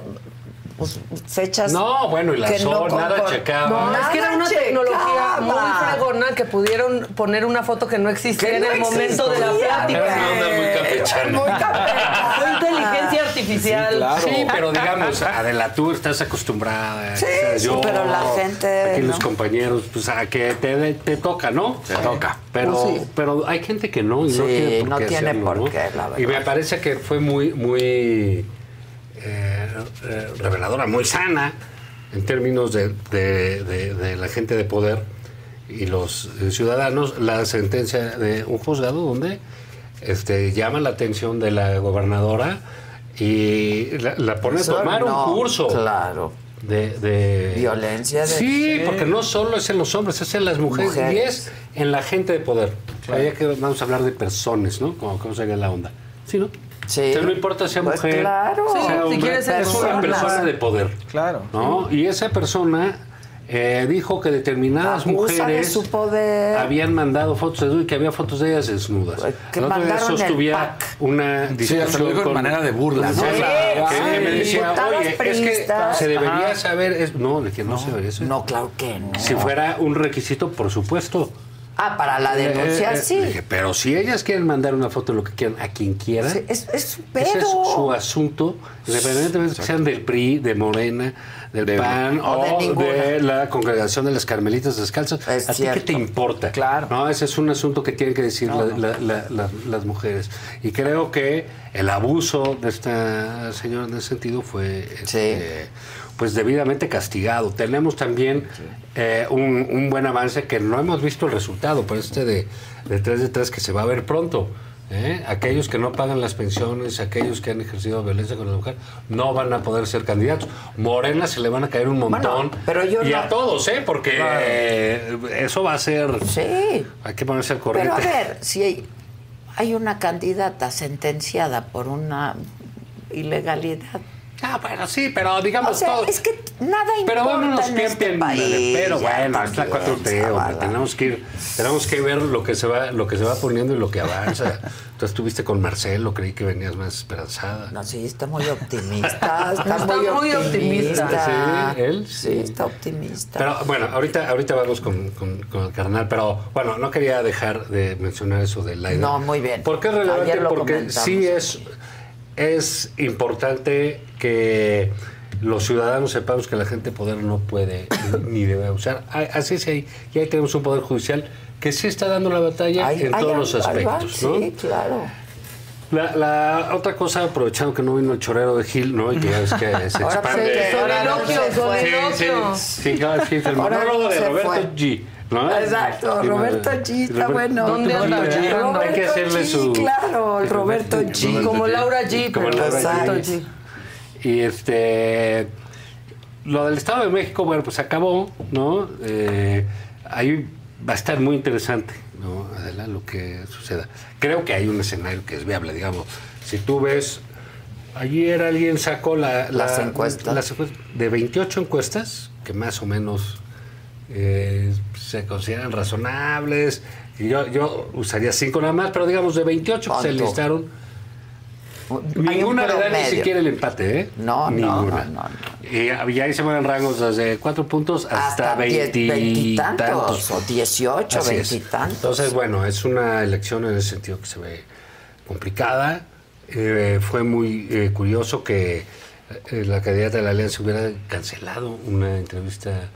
pues, fechas.
No, bueno, y la
que
Sol, nada
concor-
checaba.
No, es que era una
checaba.
tecnología muy fregona que pudieron poner una foto que no existía
Que
en
no
el momento de la
existía.
plática.
Era una onda muy campechana.
Fue inteligencia artificial.
Sí, pero digamos, Adela, tú estás acostumbrada.
Sí,
o sea,
sí, pero la gente,
Aquí los
¿no?
compañeros, pues a que te, te toca, ¿no? Te toca. Pero,
Pues sí.
pero hay gente que no, y no
Sí,
tiene por
no
qué.
tiene
hacerlo,
por
¿no?
qué, la
Y me
verdad.
parece que fue muy, muy eh, eh, reveladora, muy sana en términos de, de- de- de la gente de poder y los eh, ciudadanos, la sentencia de un juzgado donde este, llama la atención de la gobernadora y la, la pone a
Eso
tomar
Pues no,
un curso.
Claro.
De, de-
Violencia de-
sí,
sí.
porque no solo es en los hombres, es en las mujeres, y
Mujeres.
es en la gente de poder. Ahí que vamos a hablar de personas, ¿no? Como, como sería la onda. Sí, ¿no?
Sí.
O sea, no importa sea
Pues
mujer,
claro. Sí,
sea
si
hombre,
quieres ser
es una
personas.
persona de poder. Claro. ¿no? Y esa persona eh, dijo que determinadas
Abusa de
mujeres
su poder.
habían mandado fotos de desnudas y que había fotos de ellas desnudas.
que
El otro día
mandaron el
sostuviera una
Sí,
discusión
hasta lo dijo en manera de burla, ¿no?
Sí,
Sí,
que
sí.
me decía,
Diputados
oye, es que
priistas.
se debería
Ajá.
saber, es- no, de que no, se debería saber.
No, claro que no.
Si fuera un requisito, por supuesto.
Ah, para la denuncia,
Eh, eh,
sí.
dije, pero si ellas quieren mandar una foto, lo que quieran, a quien quiera,
Sí, Es, es su
ese Ah, es su
pedo.
asunto, independientemente que sean del PRI, de Morena, del PAN
o de
o,
ninguna.
de, la congregación de las Carmelitas Descalzas. ¿A ti qué
cierto.
te importa? Claro. No, ese es un asunto que tienen que decir
No,
la-
no.
la- la- la- las mujeres. Y creo que el abuso de esta señora en ese sentido fue este, pues debidamente castigado. Tenemos también eh, un, un buen avance que no hemos visto el resultado, pero este de, de 3 de 3 que se va a ver pronto. ¿eh? Aquellos que no pagan las pensiones, aquellos que han ejercido violencia con la mujer, no van a poder ser candidatos. Morena se le van a caer un montón.
pero yo
y
no-
a todos, ¿eh? porque
Claro.
eh, eso va a ser...
Sí.
Hay que ponerse al corriente.
Pero a ver, si hay, hay una candidata sentenciada por una ilegalidad.
Ah, bueno, sí, pero digamos
O sea,
todo-
es que nada
Pero
importa
vámonos
en
bien,
este
bien,
país.
madre, Pero
ya,
bueno, es la
también,
4T, hombre,
chaval.
tenemos que ir, tenemos que ver lo que se va, lo que se va poniendo y lo que avanza. Tú estuviste con Marcelo, creí que venías más esperanzada.
No, sí, está muy optimista. Está,
Está muy optimista.
Sí, él
Sí, está optimista.
Pero bueno, ahorita, ahorita vamos con, con- con el carnal, pero bueno, no quería dejar de mencionar eso del aire.
No, muy bien.
¿Por qué es relevante?
Ayer lo
Porque
comentamos.
sí es, es importante que los ciudadanos sepamos que la gente de poder no puede ni debe usar. A- Así es, ahí, y ahí tenemos un poder judicial que sí está dando la batalla
Ahí-
en
ahí
todos
van,
los
ahí van,
aspectos. ¿no?
Sí, claro.
La, la otra cosa, aprovechando que no vino el chorero de Gil, ¿no? Y que ya ves que se
Ahora pues,
expande.
sí, soliloquio,
Sí,
soliloquio.
sí, sí, claro, sí, el
Ahora
monólogo de
se
Roberto
fue.
G. ¿no?
Exacto,
Y
Roberto
Robert-
G está
Roberto-
bueno.
¿Dónde
Roberto
anda
G,
G? Hay que
Roberto
hacerle
G,
su.
claro, el Roberto G. Como Laura G,
Como
pero
Laura
exacto.
G. Y este. Lo del Estado de México, bueno, pues acabó, ¿no? Eh, ahí va a estar muy interesante, ¿no? Adela, lo que suceda. Creo que hay un escenario que es viable, digamos. Si tú ves. Ayer alguien sacó la, la-
Las encuestas.
las encuestas. De 28 encuestas, que más o menos eh, se consideran razonables. Y Yo, yo usaría cinco nada más, pero digamos de 28 que se
¿Cuánto?
listaron.
Hay un
Ninguna le da ni
promedio.
siquiera el empate, ¿eh? No,
no,
Ninguna.
no,
Eh, Y ahí se van en rangos desde cuatro puntos hasta
Hasta diez- veintitantos,
veintitantos.
o dieciocho, veintitantos.
Entonces, bueno, es una elección en el sentido que se ve complicada. Eh, fue muy eh, curioso que eh, la candidata de la Alianza hubiera cancelado una entrevista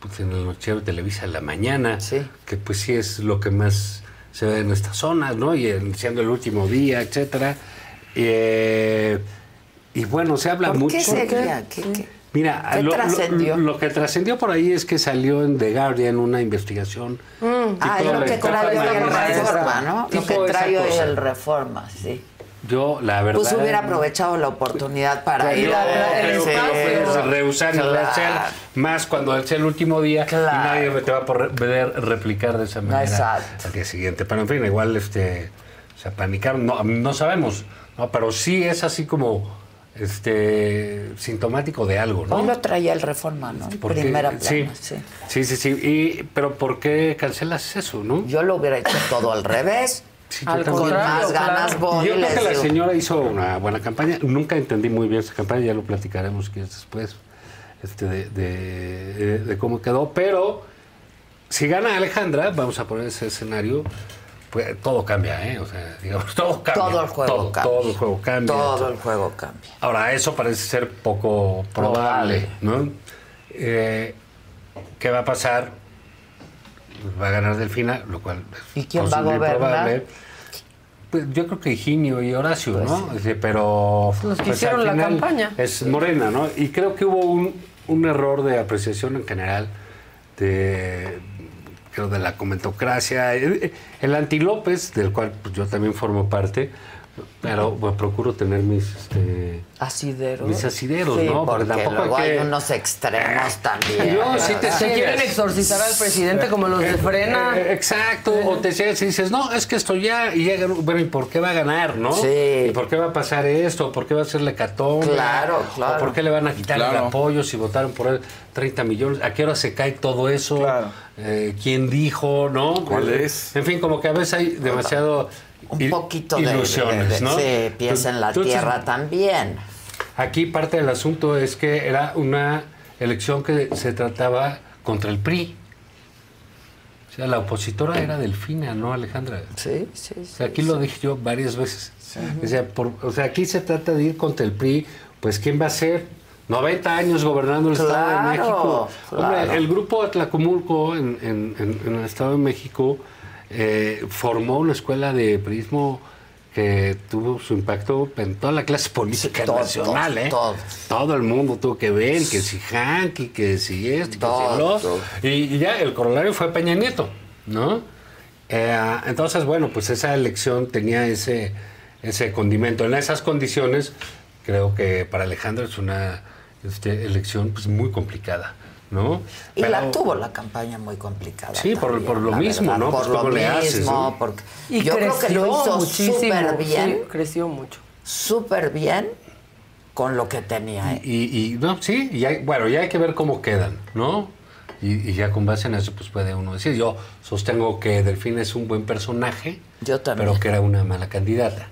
pues, en el nochero de Televisa en la mañana, que pues sí es lo que más se ve en estas zonas, ¿no? Y el- siendo el último día, etcétera. Eh, y bueno, se habla
¿Por
mucho.
qué sería? ¿Qué- qué?
Mira,
¿Qué
lo, lo-
trascendió?
lo que trascendió por ahí es que salió en The Guardian una investigación.
Mm,
Ah, es lo que trae hoy el
Reforma,
Reforma, ¿no? Lo
tipo
que
esa
trae hoy
cosa.
el Reforma, sí.
Yo, la verdad.
Pues hubiera aprovechado la oportunidad para
Yo
ir a hablar
creo
del
que
Cel.
puedes rehusar el
Claro.
cel, más cuando es el último día y nadie te va a poder replicar de esa manera
Exacto.
al día siguiente. Pero en fin, igual este, se apanicaron, no, no sabemos, ¿no? pero sí es así como este sintomático de algo, ¿no?
Hoy lo traía el Reforma, ¿no?
¿Por qué?
Primera
Sí.
plana, sí.
Sí, sí, sí. Y, pero ¿por qué cancelas eso, no?
Yo lo hubiera hecho todo al revés.
Sí, yo
Al
también.
contrario, Con más ganas claro. voy,
Yo creo
les
que la
digo.
señora hizo una buena campaña. Nunca entendí muy bien esa campaña, ya lo platicaremos que es después este, de, de- de- de cómo quedó. Pero si gana Alejandra, vamos a poner ese escenario, pues todo cambia, ¿eh? O sea, digamos, todo cambia.
Todo el juego
todo,
cambia.
Todo el juego cambia.
Todo el juego cambia.
Ahora, eso parece ser poco probable, ¿no? Eh, ¿Qué va a pasar? Pues Va a ganar Delfina, lo cual es
¿Y quién va a
posible y
gobernar?
Pues yo creo que Higinio y Horacio,
Pues
¿no? Este, Pero
Los que
Pues al
hicieron la
final
campaña.
Es Morena, ¿no? Y creo que hubo un, un error de apreciación en general de creo de la comentocracia. El, el anti López, del cual pues, yo también formo parte, pero bueno, procuro tener mis este,
Asideros.
mis asideros,
Sí,
¿no?
Porque
tampoco
luego hay
que-
unos extremos también.
Yo sí te
Se quieren
sigues.
exorcizar al presidente como los de Frena.
Eh, eh, Exacto, o te sigues y dices, no, es que esto ya, y ya ganó". bueno, ¿y por qué va a ganar, no?
Sí.
¿Y por qué va a pasar esto? ¿Por qué va a ser la hecatombe?
Claro, claro.
¿O por qué le van a quitar
Claro.
el apoyo si votaron por él 30 millones? ¿A qué hora se cae todo eso? Eh, ¿Quién dijo, no?
¿Cuál
Eh,
es?
En fin, como que a veces hay demasiado... Un
poquito de-
ilusiones,
de- de-
¿no?
sí, piensa en la
Entonces,
tierra también.
Aquí parte del asunto es que era una elección que se trataba contra el PRI. O sea, la opositora era Delfina, ¿no, Alejandra?
Sí, sí.
O sea, aquí lo dije yo varias veces. O, sea, por- o sea, aquí se trata de ir contra el PRI, pues ¿quién va a ser? 90 años gobernando el Estado
Claro,
de México. Hombre,
claro.
el grupo Atlacomulco en, en- en- en el Estado de México eh, formó una escuela de prismo que tuvo su impacto en toda la clase política
todos,
nacional. ¿eh?
todos.
Todo el mundo tuvo que ver, que si Hanky, que si esto, que si lo otro. Y, y ya el corolario fue Peña Nieto, ¿no? Eh, entonces, bueno, pues esa elección tenía ese, ese condimento. En esas condiciones, creo que para Alejandro es una este, elección pues, muy complicada, ¿no?
Y
Pero-
la tuvo la campaña muy complicada.
Sí, por-
también,
por lo
la
mismo, ¿no?
Por
Pues,
lo
¿cómo le
mismo,
haces, no?
porque
Y
yo creo
creció
que lo hizo
muchísimo.
súper
sí,
bien,
creció mucho.
súper bien con lo que tenía. ¿eh?
Y, y, no, sí, y hay- bueno, ya hay que ver cómo quedan, ¿no? Y, y ya con base en eso, pues puede uno decir, yo sostengo que Delfín es un buen personaje,
yo también.
pero que era una mala candidata.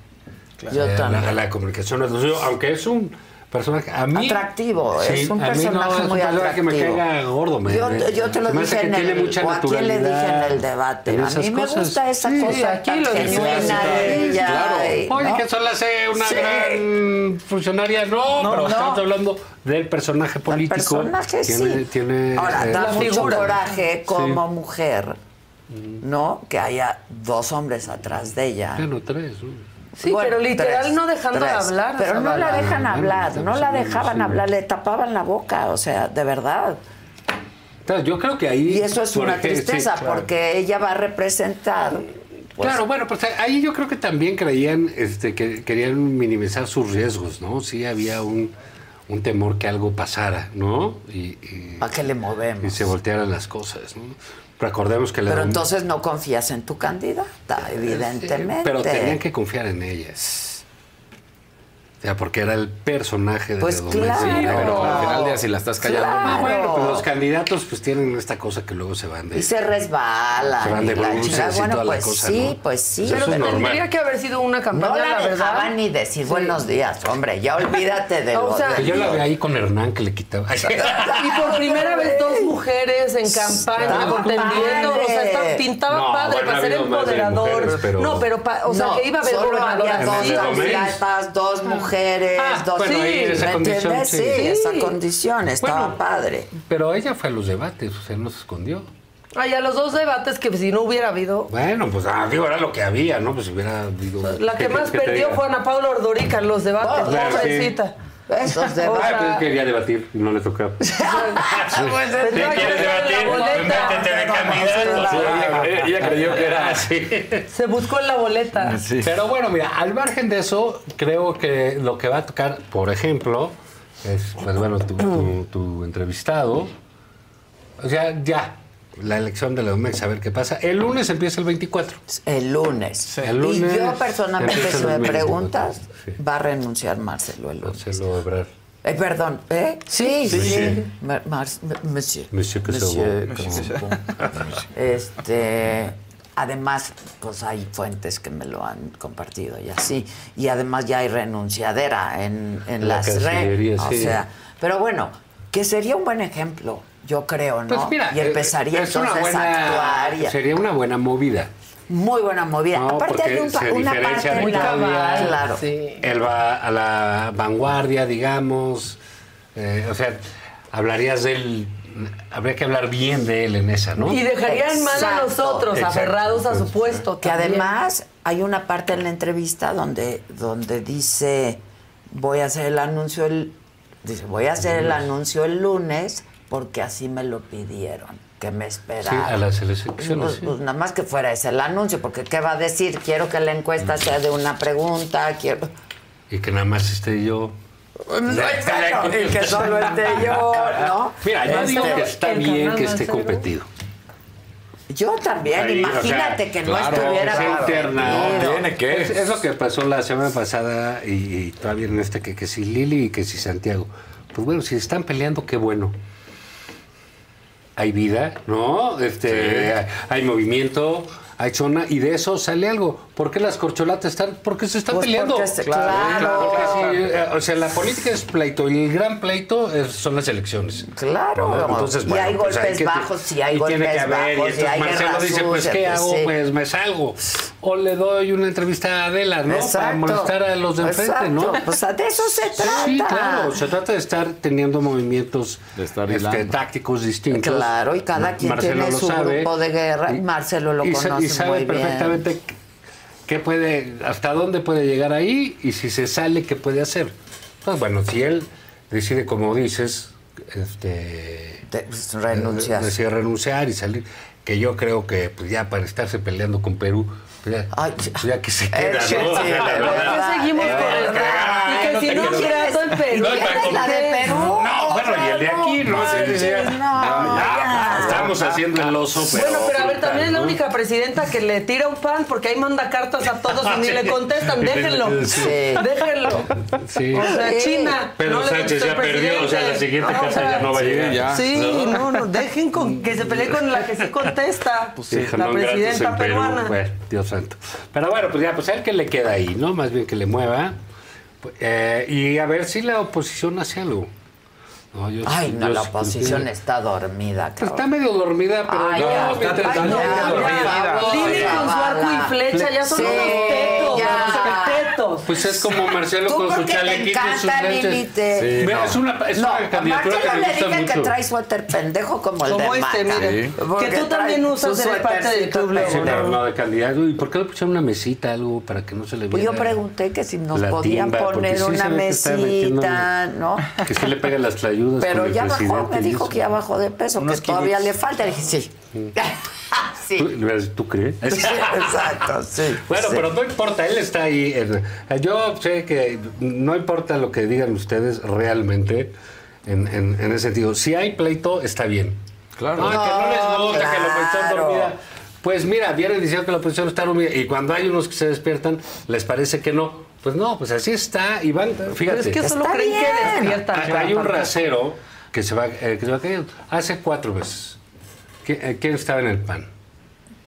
Yo
Eh, la-
también.
La, comunicación no es lo suyo, aunque es un personaje a mí,
Atractivo,
Sí,
es un
a mí no,
personaje
es un
muy
personaje que
atractivo.
me caiga gordo. me-
yo,
me-
yo te lo
se me hace
dije
que
en
tiene
el,
mucha
o a quién le dije en
naturalidad
el debate.
en
A
esas
mí me
cosas.
gusta esa
Sí,
cosa
aquí
tan
lo dijimos.
genuina de ella. y-
Oye,
¿no?
que solo hace una
Sí.
gran funcionaria. No,
No,
pero
no.
estamos hablando del personaje político.
personaje,
tiene,
sí.
Tiene,
Ahora,
eh,
da
la
mucho
figura.
coraje como
Sí. Mm.
mujer, ¿no? Que haya dos hombres atrás de ella.
Bueno, tres. ¿no?
Sí, pero literal no dejándola
tres.
hablar a
Pero no la
Zavala.
dejan
No,
hablar,
no,
no la
no,
dejaban
sí.
hablar, le tapaban la boca, o sea, de verdad.
Entonces, yo creo que ahí.
Y eso es una
surge-
tristeza,
sí, claro.
porque ella va a representar. pues,
claro, bueno, pues ahí yo creo que también creían este, que querían minimizar sus riesgos, ¿no? Sí había un, un temor que algo pasara, ¿no? Y,
¿A qué le movemos?
Y se voltearan las cosas, ¿no? Recordemos que le
Pero entonces no confías en tu candidata, evidentemente.
Pero tenían que confiar en ellas. O sea, porque era el personaje de
Pues
Don
claro.
Mancilla, pero al final del día
si la estás
callando
Claro.
más. Bueno, pues los candidatos pues tienen esta cosa que luego se van de...
Y se resbalan.
Se van de
y la
bruces
chingada.
y
Bueno,
toda la
pues
cosa,
sí,
¿no?
pues sí.
Eso es Pero normal.
Tendría que haber sido una
No
campaña,
la
la,
dejaban
verdad.
ni decir buenos días, hombre, ya olvídate de
O
lo
sea,
de-
Yo la veía ahí con Hernán que le quitaba.
Y por primera vez dos mujeres en campaña
Está
contendiendo, o sea, está-
padre.
pintaba
No,
padre
bueno, ha
para ser
habido más de
empoderador.
mujeres, pero-
No, pero pa- o sea,
No,
que iba a haber
solo
gobernadora.
había dos
Sí, lo menos.
candidatas,
Ah.
dos mujeres, dos
bueno, ahí en esa
¿me
condición,
entiendes? Sí,
sí.
esa condición estaba
Bueno.
padre.
Pero ella fue a los debates, o sea, no se escondió.
Ay, a los dos debates que si no hubiera habido.
Bueno, pues ah, digo, era lo que había, ¿no? Pues hubiera habido...
La que
¿qué
más
quieres te
perdió
diga?
fue Ana Paula Ordorica en los debates,
Claro, sí.
pobrecita.
Esos
Ah,
debates.
pues quería debatir, no le tocaba. Pues,
¿Te
quieres debatir?
Métete de candidato.
Ella creyó que
Ah,
era así.
Se buscó en la boleta.
Pero bueno, mira, al margen de eso, creo que lo que va a tocar, por ejemplo, es, pues bueno, tu, tu- tu entrevistado. O sea, ya, la elección de la UMEX, a ver qué pasa. El lunes empieza el 24.
El lunes.
El lunes
y yo personalmente,
empieza
si
el
me
24.
preguntas, va a renunciar Marcelo el lunes.
Marcelo Ebrard.
Eh, perdón, ¿eh? Sí, sí.
Monsieur.
Mar- Mar- monsieur.
Monsieur que se va.
que se va. Este, además, pues hay fuentes que me lo han compartido y así. Y además ya hay renunciadera en, en
La
las
Cancillería,
redes. O
sí.
sea, pero bueno, que sería un buen ejemplo, yo creo, ¿no?
Pues mira,
y empezaría
eh, es una
entonces
buena-
a actuar. y a-
Sería una buena movida.
Muy buena movida.
No,
Aparte hay
porque
un pa-
se
una parte
diferencia
en
de
la-
Claudia.
claro.
Él va a la vanguardia, digamos. Eh, o sea, hablarías de él. Habría que hablar bien de él en esa, ¿no?
Y dejaría en mal a los
Exacto,
otros,
exacto.
aferrados a su puesto.
Que
también.
además hay una parte en la entrevista donde, donde dice, voy a hacer el anuncio el... Dice, voy a hacer el anuncio el lunes porque así me lo pidieron, que me
Sí,
esperaron.
a las
Pues,
elecciones. sí.
pues nada más que fuera ese el anuncio, porque ¿qué va a decir? Quiero que la encuesta sea de una pregunta, quiero...
Y que nada más esté yo.
Exacto, Pues, y que solo esté yo, ¿no?
Mira, yo
Este,
digo que está
el
bien
canal
que esté
Mancero.
competido.
Yo también,
Ahí, o sea,
imagínate que
claro,
no estuviera...
que sea interna.
competido.
Es, es lo que pasó la semana pasada y, y todavía en esta que, que si Lili y que si Santiago. Pues bueno, si están peleando, qué bueno. Hay vida, ¿no? Este, hay, hay movimiento, hay zona y de eso sale algo. ¿Por qué las corcholatas están? Porque se están
Pues
peleando.
porque se- claro.
Porque si, eh, o sea, la política es pleito y el gran pleito es- son las elecciones.
Claro.
¿no? Entonces,
Y
bueno,
hay
pues,
golpes
que-
bajos, y hay
y tiene que
golpes
haber,
bajos, y
Y entonces
hay
Marcelo
guerras
dice, pues,
sucias,
¿qué hago?
sí.
Pues me salgo. O le doy una entrevista a Adela, ¿no? Para
Exacto.
molestar a los de enfrente, ¿no?
Exacto. O sea, de eso se trata.
Sí, claro. Se trata de estar teniendo movimientos este,
hilando.
tácticos distintos.
Claro, y cada
¿no?
quien
Marcelo
tiene
lo
su
sabe.
grupo de guerra.
Y-
Marcelo lo
y sa-
conoce
y sabe
muy bien.
perfectamente qué puede, hasta dónde puede llegar ahí y si se sale, qué puede hacer. Pues bueno, si él decide, como dices, este,
Te- pues, renunciar.
eh, decide renunciar y salir, que yo creo que pues ya para estarse peleando con Perú, pues ya, pues ya que se queda,
Eh, sí,
¿no?
sí, de verdad,
Seguimos
de
con el
Pues
verdad.
Y que si no,
quiero-
grato el Perú.
¿Y quién es la de Perú?
No, bueno, y el de aquí, ¿no? Sí,
manches,
sí, sí.
no,
Ah,
ya.
Estamos haciendo el oso, pero...
Bueno, pero a ver, también es la
¿no?
única presidenta que le tira un pan porque ahí manda cartas a todos y ni le contestan. Déjenlo.
Sí.
Déjenlo.
Sí.
O sea, China.
Pero
no le
Sánchez
contestó
ya
el
perdió, o sea, la
presidente.
siguiente
No, o
casa ya
sea,
no va a llegar.
Sí, no, no, dejen con que se pelee con la que sí contesta.
Pues
pues, eh, la
no gratis
presidenta
en Perú. pues.
peruana.
Bueno, Dios santo. Pero bueno, pues ya, pues a él que le queda ahí, ¿no? Más bien que le mueva. Eh, y a ver si la oposición hace algo. No, yo-
Ay, no,
yo-
la oposición está dormida,
Pues
cabrón.
está medio dormida, pero
Ay,
no,
ya,
mientras-
ay, no,
medio
ya, por favor,
Lili
ya,
con su arco y
bala.
flecha, ya son
Sí,
unos tetos,
ya.
unos tetos.
Pues es como Marcelo
Tú
con su
porque te
chalequito y sus
encanta,
lentes.
Lili, te-
Sí, Mira,
no.
es una, es
No,
una candidatura que
Marcelo
me
le
gusta
dije
mucho.
que trae suéter pendejo como el de
Como
Maca.
este, mire.
Sí.
Porque
Que tú
trae
también usas
su
en el parte del
suétercito
club, Leo.
Sí,
pendejo.
pero no de candidato. ¿Y por qué le pusieron una mesita, algo, para que no se le viera?
Pues yo pregunté que si nos
La
podían
timba, porque
poner
sí se
una
ve que está metiendo-
mesita, ¿no?
Que sí le pega las tlayudas
Pero
con el
ya bajó,
presidente
me
y
dijo
eso.
que ya bajó de peso, que
Unos
todavía le
kilitos.
falta. Le dije, sí.
¿Tú,
sí.
¿Tú crees?
Sí, exacto, sí.
Bueno,
sí.
pero no importa, él está ahí. en- yo sé que no importa lo que digan ustedes realmente en, en- en ese sentido. Si hay pleito, está bien. Claro. que no les gusta, que la oposición
Claro.
dormida. Pues mira, vienen diciendo que la oposición está unida y cuando hay unos que se despiertan, les parece que no. Pues no, pues así está y van, fíjate.
Pero es que solo
Está
creen
bien.
que despiertan.
Ah, Hay un
Chaparro.
rasero que se va, eh, que se va cayendo. Hace cuatro veces. ¿Qui- eh, ¿Quién estaba en el pan?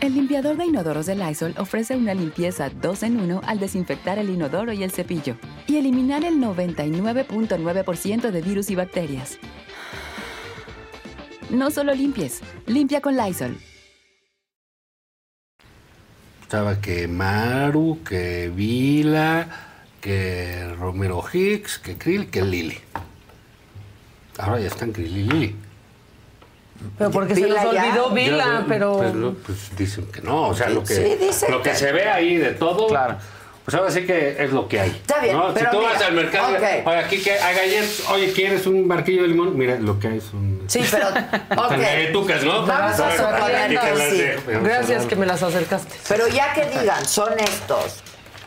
El limpiador de inodoros de Lysol ofrece una limpieza 2 en 1 al desinfectar el inodoro y el cepillo y eliminar el 99.9% de virus y bacterias. No solo limpies, limpia con Lysol.
Estaba que Maru, que Vila, que Romero Hicks, que Krill, que Lili. Ahora ya están Krill y Lili.
Pero porque se nos
Vila ya.
olvidó
Yo-
Vila,
yo-
pero.
Pues, no, pues dicen que no, o sea, lo que,
Sí, dicen
lo que,
que-
se ve ahí de todo, pues ahora sí que es lo que hay.
Está bien,
¿no?
pero
si tú
mira,
vas al mercado,
ok.
oye, aquí que hay galletas, oye, ¿quieres un barquillo de limón? Mira, lo que hay son...
Sí, pero. ok.
Etucas, ¿no?
Vamos a suponer
Aquí te
que
las
sí.
dejo, pero-
Gracias que me las acercaste.
Pero ya que digan, son estos.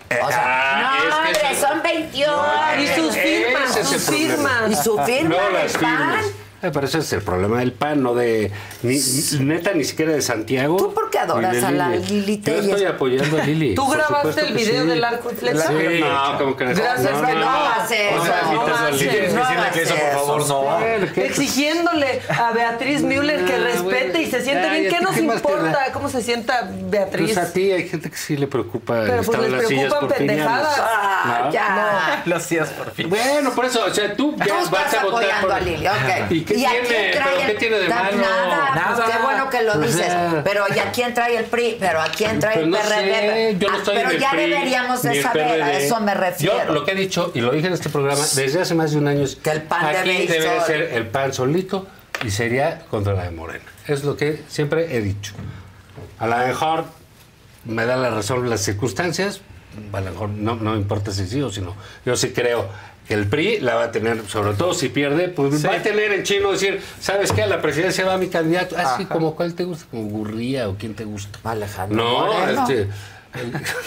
O sea,
ah,
no,
es que
hombre,
son-
son 21.
No,
Y sus
ese
firmas,
es
sus
el
firmas.
problema.
Y su firma
No
del
las
PAN.
firmas. Eh, pero ese es el problema del pan, no de. Ni, ni- neta, ni siquiera de Santiago. ¿Tú por qué
adoras a la Lili
Yo
Telles?
estoy apoyando a Lili.
¿Tú
por
grabaste
supuesto
el
que
video
sí.
del arco y flecha?
Sí, no, como que
Gracias,
no,
no,
no,
no hagas eso,
O sea,
no
invitas a
hagas
Lili.
eso.
Decirle que eso, por favor, no.
Exigiéndole a Beatriz Müller que
No,
respete
güey.
y se siente bien.
Cállate,
¿Qué nos
¿qué más te
importa cómo se sienta Beatriz?
Pues a ti hay gente que sí le preocupa el
Pero pues
estado de
les
las sillas
preocupan
porfirianas.
pendejadas.
Ah,
¿No?
ya.
Las sillas por fin.
Bueno, por eso, o sea, tú
Tú
ya vas
estás
a votar
apoyando
por
a Lili, ok.
¿Y qué
a
tiene?
quién trae
¿Pero
el-
qué tiene de
Na-
malo?
Nada, pues qué bueno que lo
O
dices.
sea,
pero ¿y a quién trae el PRI? ¿Pero a quién trae
Pues
el
no
PRD?
sé, yo no
Ah,
estoy en
pero
el
ya
PRI,
deberíamos
ni
de
el
saber, a
PRD.
eso me
Yo
refiero.
lo que he dicho, y lo dije en este programa desde hace más de un año, es que el
pan
aquí
debe ir
debe de
solo.
ser el pan solito y sería contra la de Morena. Es lo que siempre he dicho. A lo mejor me da la razón las circunstancias, a lo mejor no, no me importa si sí o si no. Yo sí creo que el PRI la va a tener, sobre todo si pierde, pues va a tener en chino decir, ¿sabes qué? A la presidencia va mi candidato. Así
Ajá.
como cuál te gusta, como Gurría o quién te gusta.
Alejandro
No,
Moreno.
este...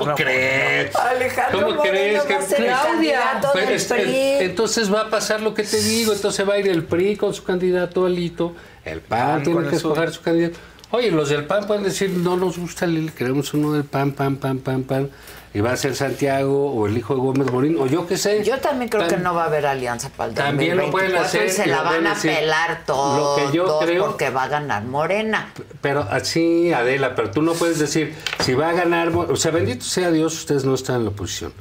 ¿Cómo crees?
Alejandro
¿Cómo
Moreno
crees que
va a ser el candidato
Pues,
del
es-
PRI.
en- entonces va a pasar lo que te digo, entonces va a ir el PRI con su candidato Alito, el PAN tiene
con
que
el
escoger su candidato. Oye, los del PAN pueden decir, no nos gusta Lili, queremos uno del PAN, PAN, PAN, PAN, PAN, y va a ser Santiago o el hijo de Gómez Morín, o yo qué sé. Yo
también creo que no va a haber alianza para el
También lo pueden
2024
hacer.
y se
y
la
lo
van a
decir.
pelar
Lo que yo
todos
creo
porque va a ganar Morena.
pero así, Adela, pero tú no puedes decir si va a ganar. Mo- O sea, bendito sea Dios, ustedes no están en la oposición.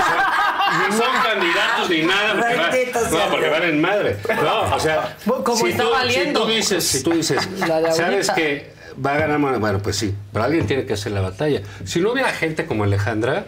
Ni son candidatos ni nada. Porque van-
Bendito sea
no, porque
Dios.
van en madre. No, o sea,
Como está
tú,
valiendo.
si tú dices, si tú dices,
La de
sabes
ahorita.
que va a ganar, Morena? bueno, pues sí, pero alguien tiene que hacer la batalla. Si no hubiera gente como Alejandra,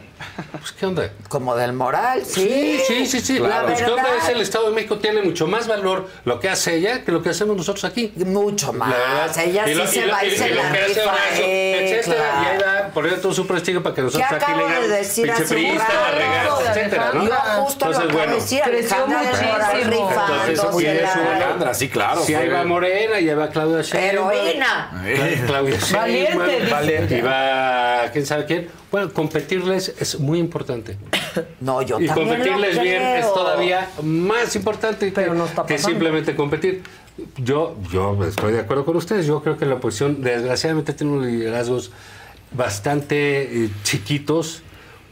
pues qué onda.
Como del Moral, sí.
Sí, sí, sí. sí.
La
Pues, ¿qué onda?
verdad.
Es el Estado de México tiene mucho más valor lo que hace ella que lo que hacemos nosotros aquí.
Mucho más. Ella sí se va y se la rifa, eh,
etcétera, y ahí
claro.
va poniendo todo su prestigio para que nosotros
¿Qué
aquí le
acabo
digan
de decir
pinche
hace
priista,
un rato?
la regaste, etcétera, ¿no?
Yo justo lo acabo de decir, Alejandra del Moral
Entonces,
rifándose
sí,
la-
es una-
Alejandra, sí, claro,
Sí, ahí
fue-
va Morena, y ahí va Claudia Sheinbaum.
Heroína.
Cla- Claudia
Valiente,
Sheinbaum,
dice.
Eh, valiente. Y va, quién sabe quién. Bueno, competirles es muy importante.
No, yo
y
también lo
competirles bien
creo.
es todavía más importante que, que simplemente competir. Yo, yo estoy de acuerdo con ustedes. Yo creo que la oposición, desgraciadamente, tiene unos liderazgos bastante eh, chiquitos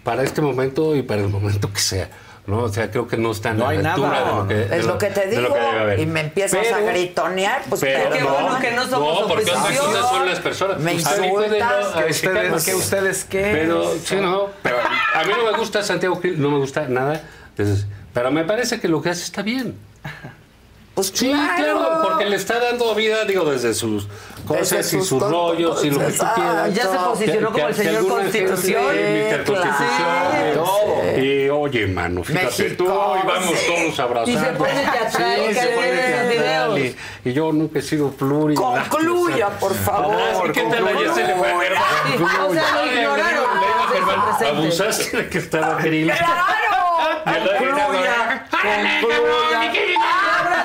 para este momento y para el momento que sea. ¿no? O sea, creo que no están
No
a
hay
la
nada.
altura de lo que, de
es lo, que te
de
digo.
lo que debe haber.
y me empiezas
Pero-
a gritonear, pues
pero
perdón.
No, porque otra cosa son las personas. Pues,
Me
A mí pueden no-
insultas.
a
Que
visitarnos.
ustedes- que ustedes qué.
Pero, sí, no, pero a mí no me gusta Santiago Krill, no me gusta nada. Entonces, pero me parece que lo que hace está bien.
Pues
Sí, claro. porque le está dando vida, digo, desde sus cosas
Desde
y
sus
sus rollos y lo que tú
tontos-
quieras.
Ya se posicionó
Que-
como el
que- que
señor
alguna gente-
Constitución.
Sí, Mr.
Claro.
Constitución,
Sí.
todo. Y oye, mano, fíjate
México,
tú, y vamos
sí.
todos abrazando.
Y se pone teatral,
Sí,
que
se
le
pone
den
teatral,
videos.
Y, y yo nunca he sido pluri.
Concluya, por favor,
Así que te la ya se le fue, ¿verdad?
Sí, o sea, lo ignoraron.
Venga, Germán,
Presente.
Abusaste de que estaba querida.
¡Concluya! ¡Concluya!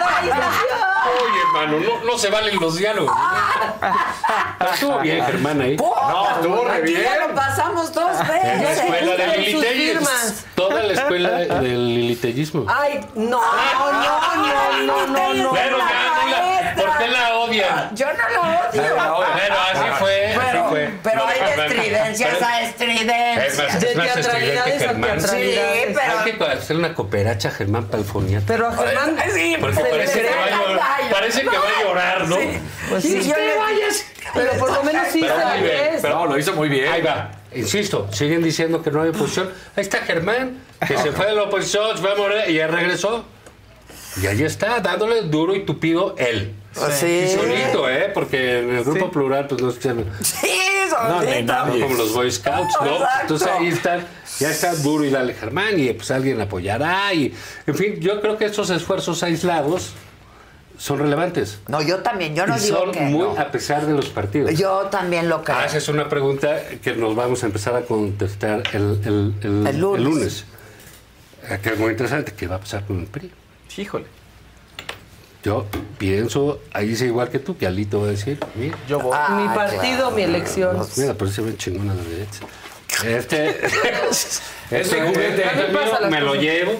Oye, hermano, no, no se valen los diálogos.
Ah.
Estuvo bien, Germán, ahí. No, estuvo re
Aquí
bien.
ya lo pasamos dos veces.
La escuela del
Sus
Liliteyes.
firmas.
Toda la escuela Ah, de- del lilitellismo.
Ay, no, no, no, no, no, no.
Pero ya, dila, ¿por qué la odian?
Yo no la odio.
Bueno, así fue, así
Pero-
fue.
Pero
No,
hay
Germán,
estridencias
pero-
a
Es más,
estridencias.
es más estudiante que Germán.
Sí, pero
Hay que hacer una cooperacha Germán Palfoniata.
Pero a Germán
Sí,
Porque
se le
parece que,
crea
va a llorar,
caballo.
parece que va a llorar, ¿no?
Pues
Sí,
sí,
yo le-
Pero por lo menos sí se
Pero
la
muy bien,
crees.
pero-
No, lo hizo muy bien.
Ahí va. Insisto, siguen diciendo que no hay oposición. Ahí está Germán, que se fue de la oposición, se fue a Morena y ya regresó. Y ahí está, dándole duro y tupido él.
Pues
Sí.
Y solito, ¿eh? Porque en el grupo plural, pues no escuchan.
Sí,
No, no hay
solito.
nada, como los Boy Scouts, ¿no?
Exacto.
Entonces ahí están, ya está duro y dale Germán, y pues alguien apoyará, y en fin, yo creo que estos esfuerzos aislados son relevantes.
No, yo también, yo no
y
digo
son
que
muy
no.
a pesar de los partidos.
Yo también lo creo.
Haces una pregunta que nos vamos a empezar a contestar el, el- el-
El lunes.
el lunes. Eh, Que es muy interesante, ¿qué va a pasar con el PRI?
Híjole.
Yo pienso, ahí sí igual que tú, que Alito va a decir, mira,
Yo voy.
Ah,
Mi partido, mi elección.
no, mira, por eso se ven chingona la derecha. Este,
Este
este
juguete.
juguete
Así pasan
me
las
lo
cosas.
llevo.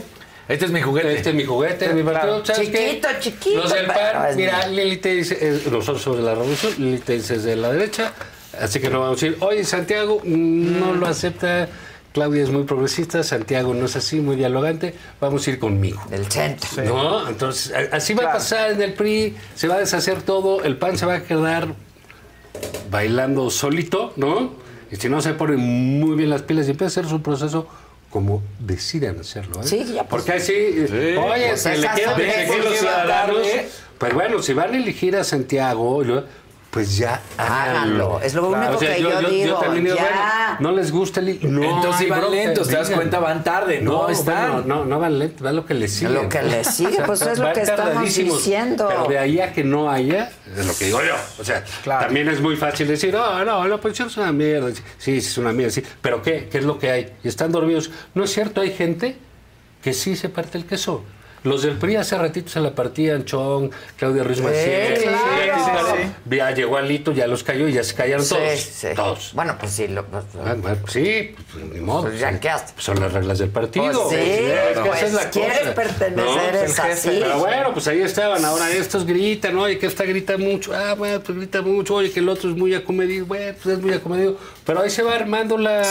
Este es mi juguete.
Este es mi juguete, mi partido. ¿sabes qué?
Chiquito, chiquito.
Los del
pero
PAN,
es
mira,
mío.
Lili te dice, eh, nosotros sobre la revolución, Lili te dice es de la derecha, así que no vamos a decir, oye, Santiago mm, no lo acepta, Claudia es muy progresista, Santiago no es así, muy dialogante, vamos a ir conmigo.
Del centro.
¿No? Entonces, a- así va a pasar en el PRI, se va a deshacer todo, el PAN se va a quedar bailando solito, ¿no? Y si no se ponen muy bien las pilas y empieza a hacer su proceso como decidan hacerlo. ¿eh?
Sí, ya, pues.
Porque así, eh, oye,
Pues
se le
esas
quieren
son
elegir
esas
los ciudadanos.
ciudadanos.
Pues bueno, si van a elegir a Santiago, y luego, pues ya háganlo.
Háganlo. Es lo único
O sea,
que yo, digo. ya.
bueno, no les gusta el... No,
Entonces
hay
iban
bronca,
lentos, ¿te das
digan.
cuenta? Van tarde, no, están.
bueno, no, no van lentos, va lo que les sigue.
Lo que les sigue, pues, es lo
van
que estamos
tardadísimos,
diciendo.
Pero de ahí a que no haya, es lo que digo yo. O sea, también es muy fácil decir, no, no, la oposición es una mierda. Sí, sí, es una mierda, sí. Pero ¿qué? ¿Qué es lo que hay? Y están dormidos. No es cierto, hay gente que sí se parte el queso. Los del PRI hace ratito se la partían Chong, Claudia Ruiz Macié,
claro.
Beatriz Barro. Ya llegó Alito, ya los cayó y ya se callaron
Sí,
todos.
sí.
Todos.
Bueno, pues sí, lo, pues,
Ah, bueno, pues sí, pues, ni modo.
Pues ya, ¿qué haces?
Pues son las reglas del partido.
Pues sí,
es que
pues,
esa es la
quieres
cosa,
pertenecer,
¿no?
es así.
Pero bueno, pues ahí estaban. Ahora estos gritan, oye, que esta grita mucho. Ah, bueno, pues grita mucho. Oye, que el otro es muy acomedido. Bueno, pues es muy acomedido. Pero ahí se va armando la,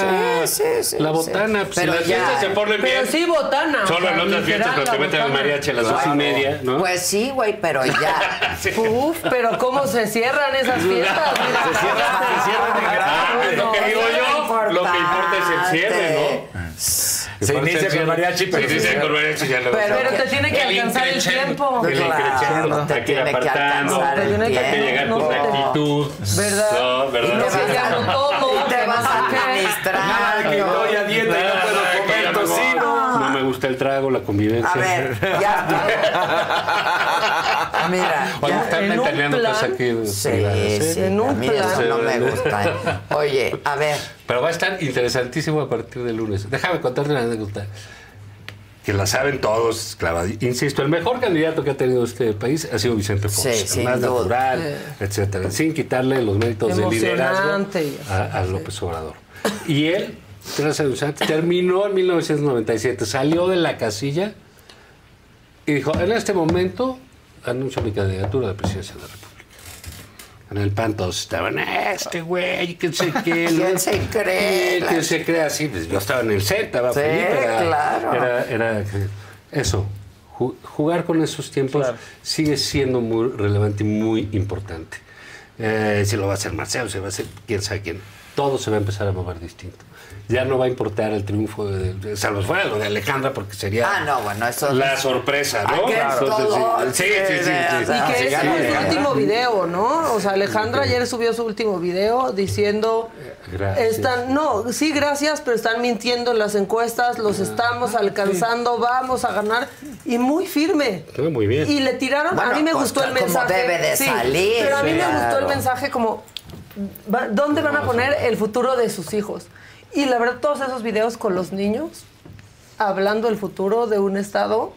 sí, sí,
la
sí.
botana. Pues
Pero
en las
ya,
fiestas se ponen bien.
Pero sí, botana.
Solo
o sea,
en otras fiestas cuando
literal,
te
la
meten al
botana.
mariachi a las dos y media, ¿no?
Pues sí, güey, pero ya.
Uf, pero cómo se cierran esas fiestas. Mira,
Se cierran, se cierran en grande.
Ah,
Lo que
no,
digo
eso es
yo, lo que importa es el cierre, ¿no?
Eh.
Se
Por
inicia
ser-
con mariachi, pero
se
se
inicia
cierra.
con mariachi ya lo
Pero, te tiene que alcanzar el tiempo.
El
Claro,
increchendo,
te
hay que ir
tiene que
apartando,
alcanzar el
hay que
tiempo.
llegar con actitud.
¿Verdad?
No,
Y
¿verdad?
te vas a-
Callaron todo.
y te vas
¿Qué?
Nada de que
administrando.
estoy a dieta y no puedo
Ay, que ya me
comer
voy.
tocino.
No me gusta el trago, la convivencia.
A ver, ya. Mira,
Oye,
ya.
están
en un
ventaneando
plan-
cosas aquí.
Sí,
cuidado,
sí,
¿eh?
En
a
un
mí eso
plan.
no me gusta. Oye, a ver,
Pero va a estar interesantísimo a partir del lunes. Déjame contarte una anécdota. Que la saben todos, clavado. Insisto, el mejor candidato que ha tenido este país ha sido Vicente Fox.
Sí,
el
sin
más
duda. Eh.
natural, etcétera. Sin quitarle los méritos de liderazgo
Emocionante.
a, a López Obrador. Y él, tras anunciar, terminó en 1997, salió de la casilla y dijo, en este momento anuncio mi candidatura de presidencia de la República. En el PAN todos estaban, este güey, que se qué.
¿Quién
¿no?
se cree?
Sí, ¿Quién se cree así? Pues yo estaba en el set, estaba
Sí,
feliz. Era,
claro.
era- era- eso. Ju- Jugar con esos tiempos sigue siendo muy relevante y muy importante. Eh, si lo va a hacer Marcelo, si lo va a hacer quién sabe quién. todo se va a empezar a mover distinto. Ya no va a importar el triunfo de, de- salvo fuera lo de Alejandra, porque sería
Ah, no, bueno, eso.
la sorpresa, ¿no?
Aquel todo
sí, sí, sí, sí, sí.
Y
Que
Sí,
ese
sí,
fue su
sí.
último video, ¿no? O sea, Alejandra ayer subió su último video diciendo...
Gracias.
Están, no, sí, gracias, pero están mintiendo en las encuestas,
Ah,
los estamos alcanzando, vamos a ganar y muy firme.
Estuvo muy bien.
Y le tiraron, a
Bueno,
mí me
pues,
gustó el
como
mensaje.
debe de
sí,
salir,
Pero a mí me
claro.
gustó el mensaje como, va- ¿dónde van a poner el futuro de sus hijos? Y la verdad, todos esos videos con los niños, hablando del futuro de un estado,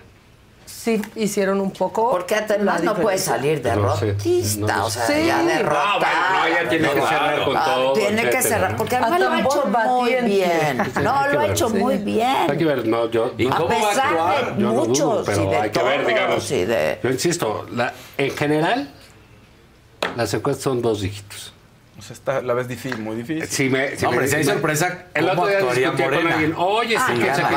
sí hicieron un poco. Porque
Además, no puede salir derrotista, o sea,
Sí.
ya derrotada.
Ah, bueno, no,
ella tiene que cerrar con
Ah,
todo,
Tiene que
etcétera,
cerrar,
¿no?
porque además lo ha hecho muy bien.
Sí, sí,
No,
hay
lo
que
ha
ver.
hecho
Sí.
muy
Hay que
bien.
ver, no, yo.
¿Y A cómo va a pesar actuar? de
Yo no dudo,
muchos
pero
y de
hay que ver,
todos
digamos. Yo insisto, la- en general, las encuestas son dos dígitos.
O sea, está- la ves difícil, muy difícil.
Si me- si me- me- El otro día discutí con alguien. Oye,
Ah,
sí, que sé que-
No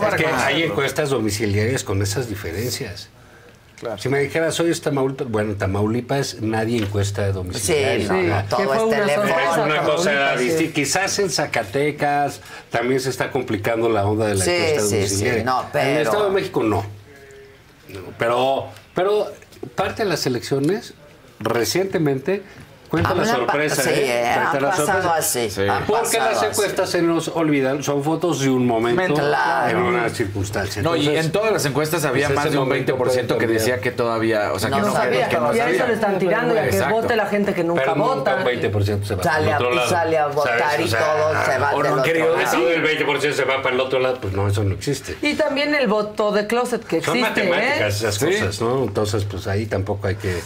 va a
Es que hay
reconocerlo.
encuestas domiciliarias con esas diferencias. Si me dijeras, hoy es Tamaulipas, bueno, Tamaulipas nadie encuesta de domiciliario.
Sí, no,
¿verdad?
no, todo Que fue es una teléfono.
Es
sorpresa,
una cosa
Tamaulipas, sí.
distinta. Quizás en Zacatecas también se está complicando la onda de la
Sí,
encuesta
sí, sí,
domiciliaria.
no,
En
pero-
el Estado de México no. No, Pero, pero parte de las elecciones recientemente cuenta la
Hablan pa-
sorpresa.
sí, eh,
Cuenta
han
la
pasado
sorpresa.
así, han
Porque
pasado
las
así.
encuestas se nos olvidan, son fotos de un momento
Claro.
en una circunstancia.
No, y
Entonces,
en todas las encuestas había
pues,
más
ese
de un
momento
20% que
puede
decía que todavía, o sea, que
No
no
sabía,
que no
y a eso
sabía.
le están tirando, y a que
Exacto.
vote la gente que nunca
Pero nunca
vota.
un 20% se va
Sale
para
a-
el otro
y
lado.
sale a votar y todo se va
o
del
no
otro
querido
lado.
decir, el 20% se va para el otro lado, pues no, eso no existe.
Y también el voto de closet que
Son
existe,
matemáticas
¿eh?
esas cosas, ¿no? Entonces, pues ahí tampoco hay que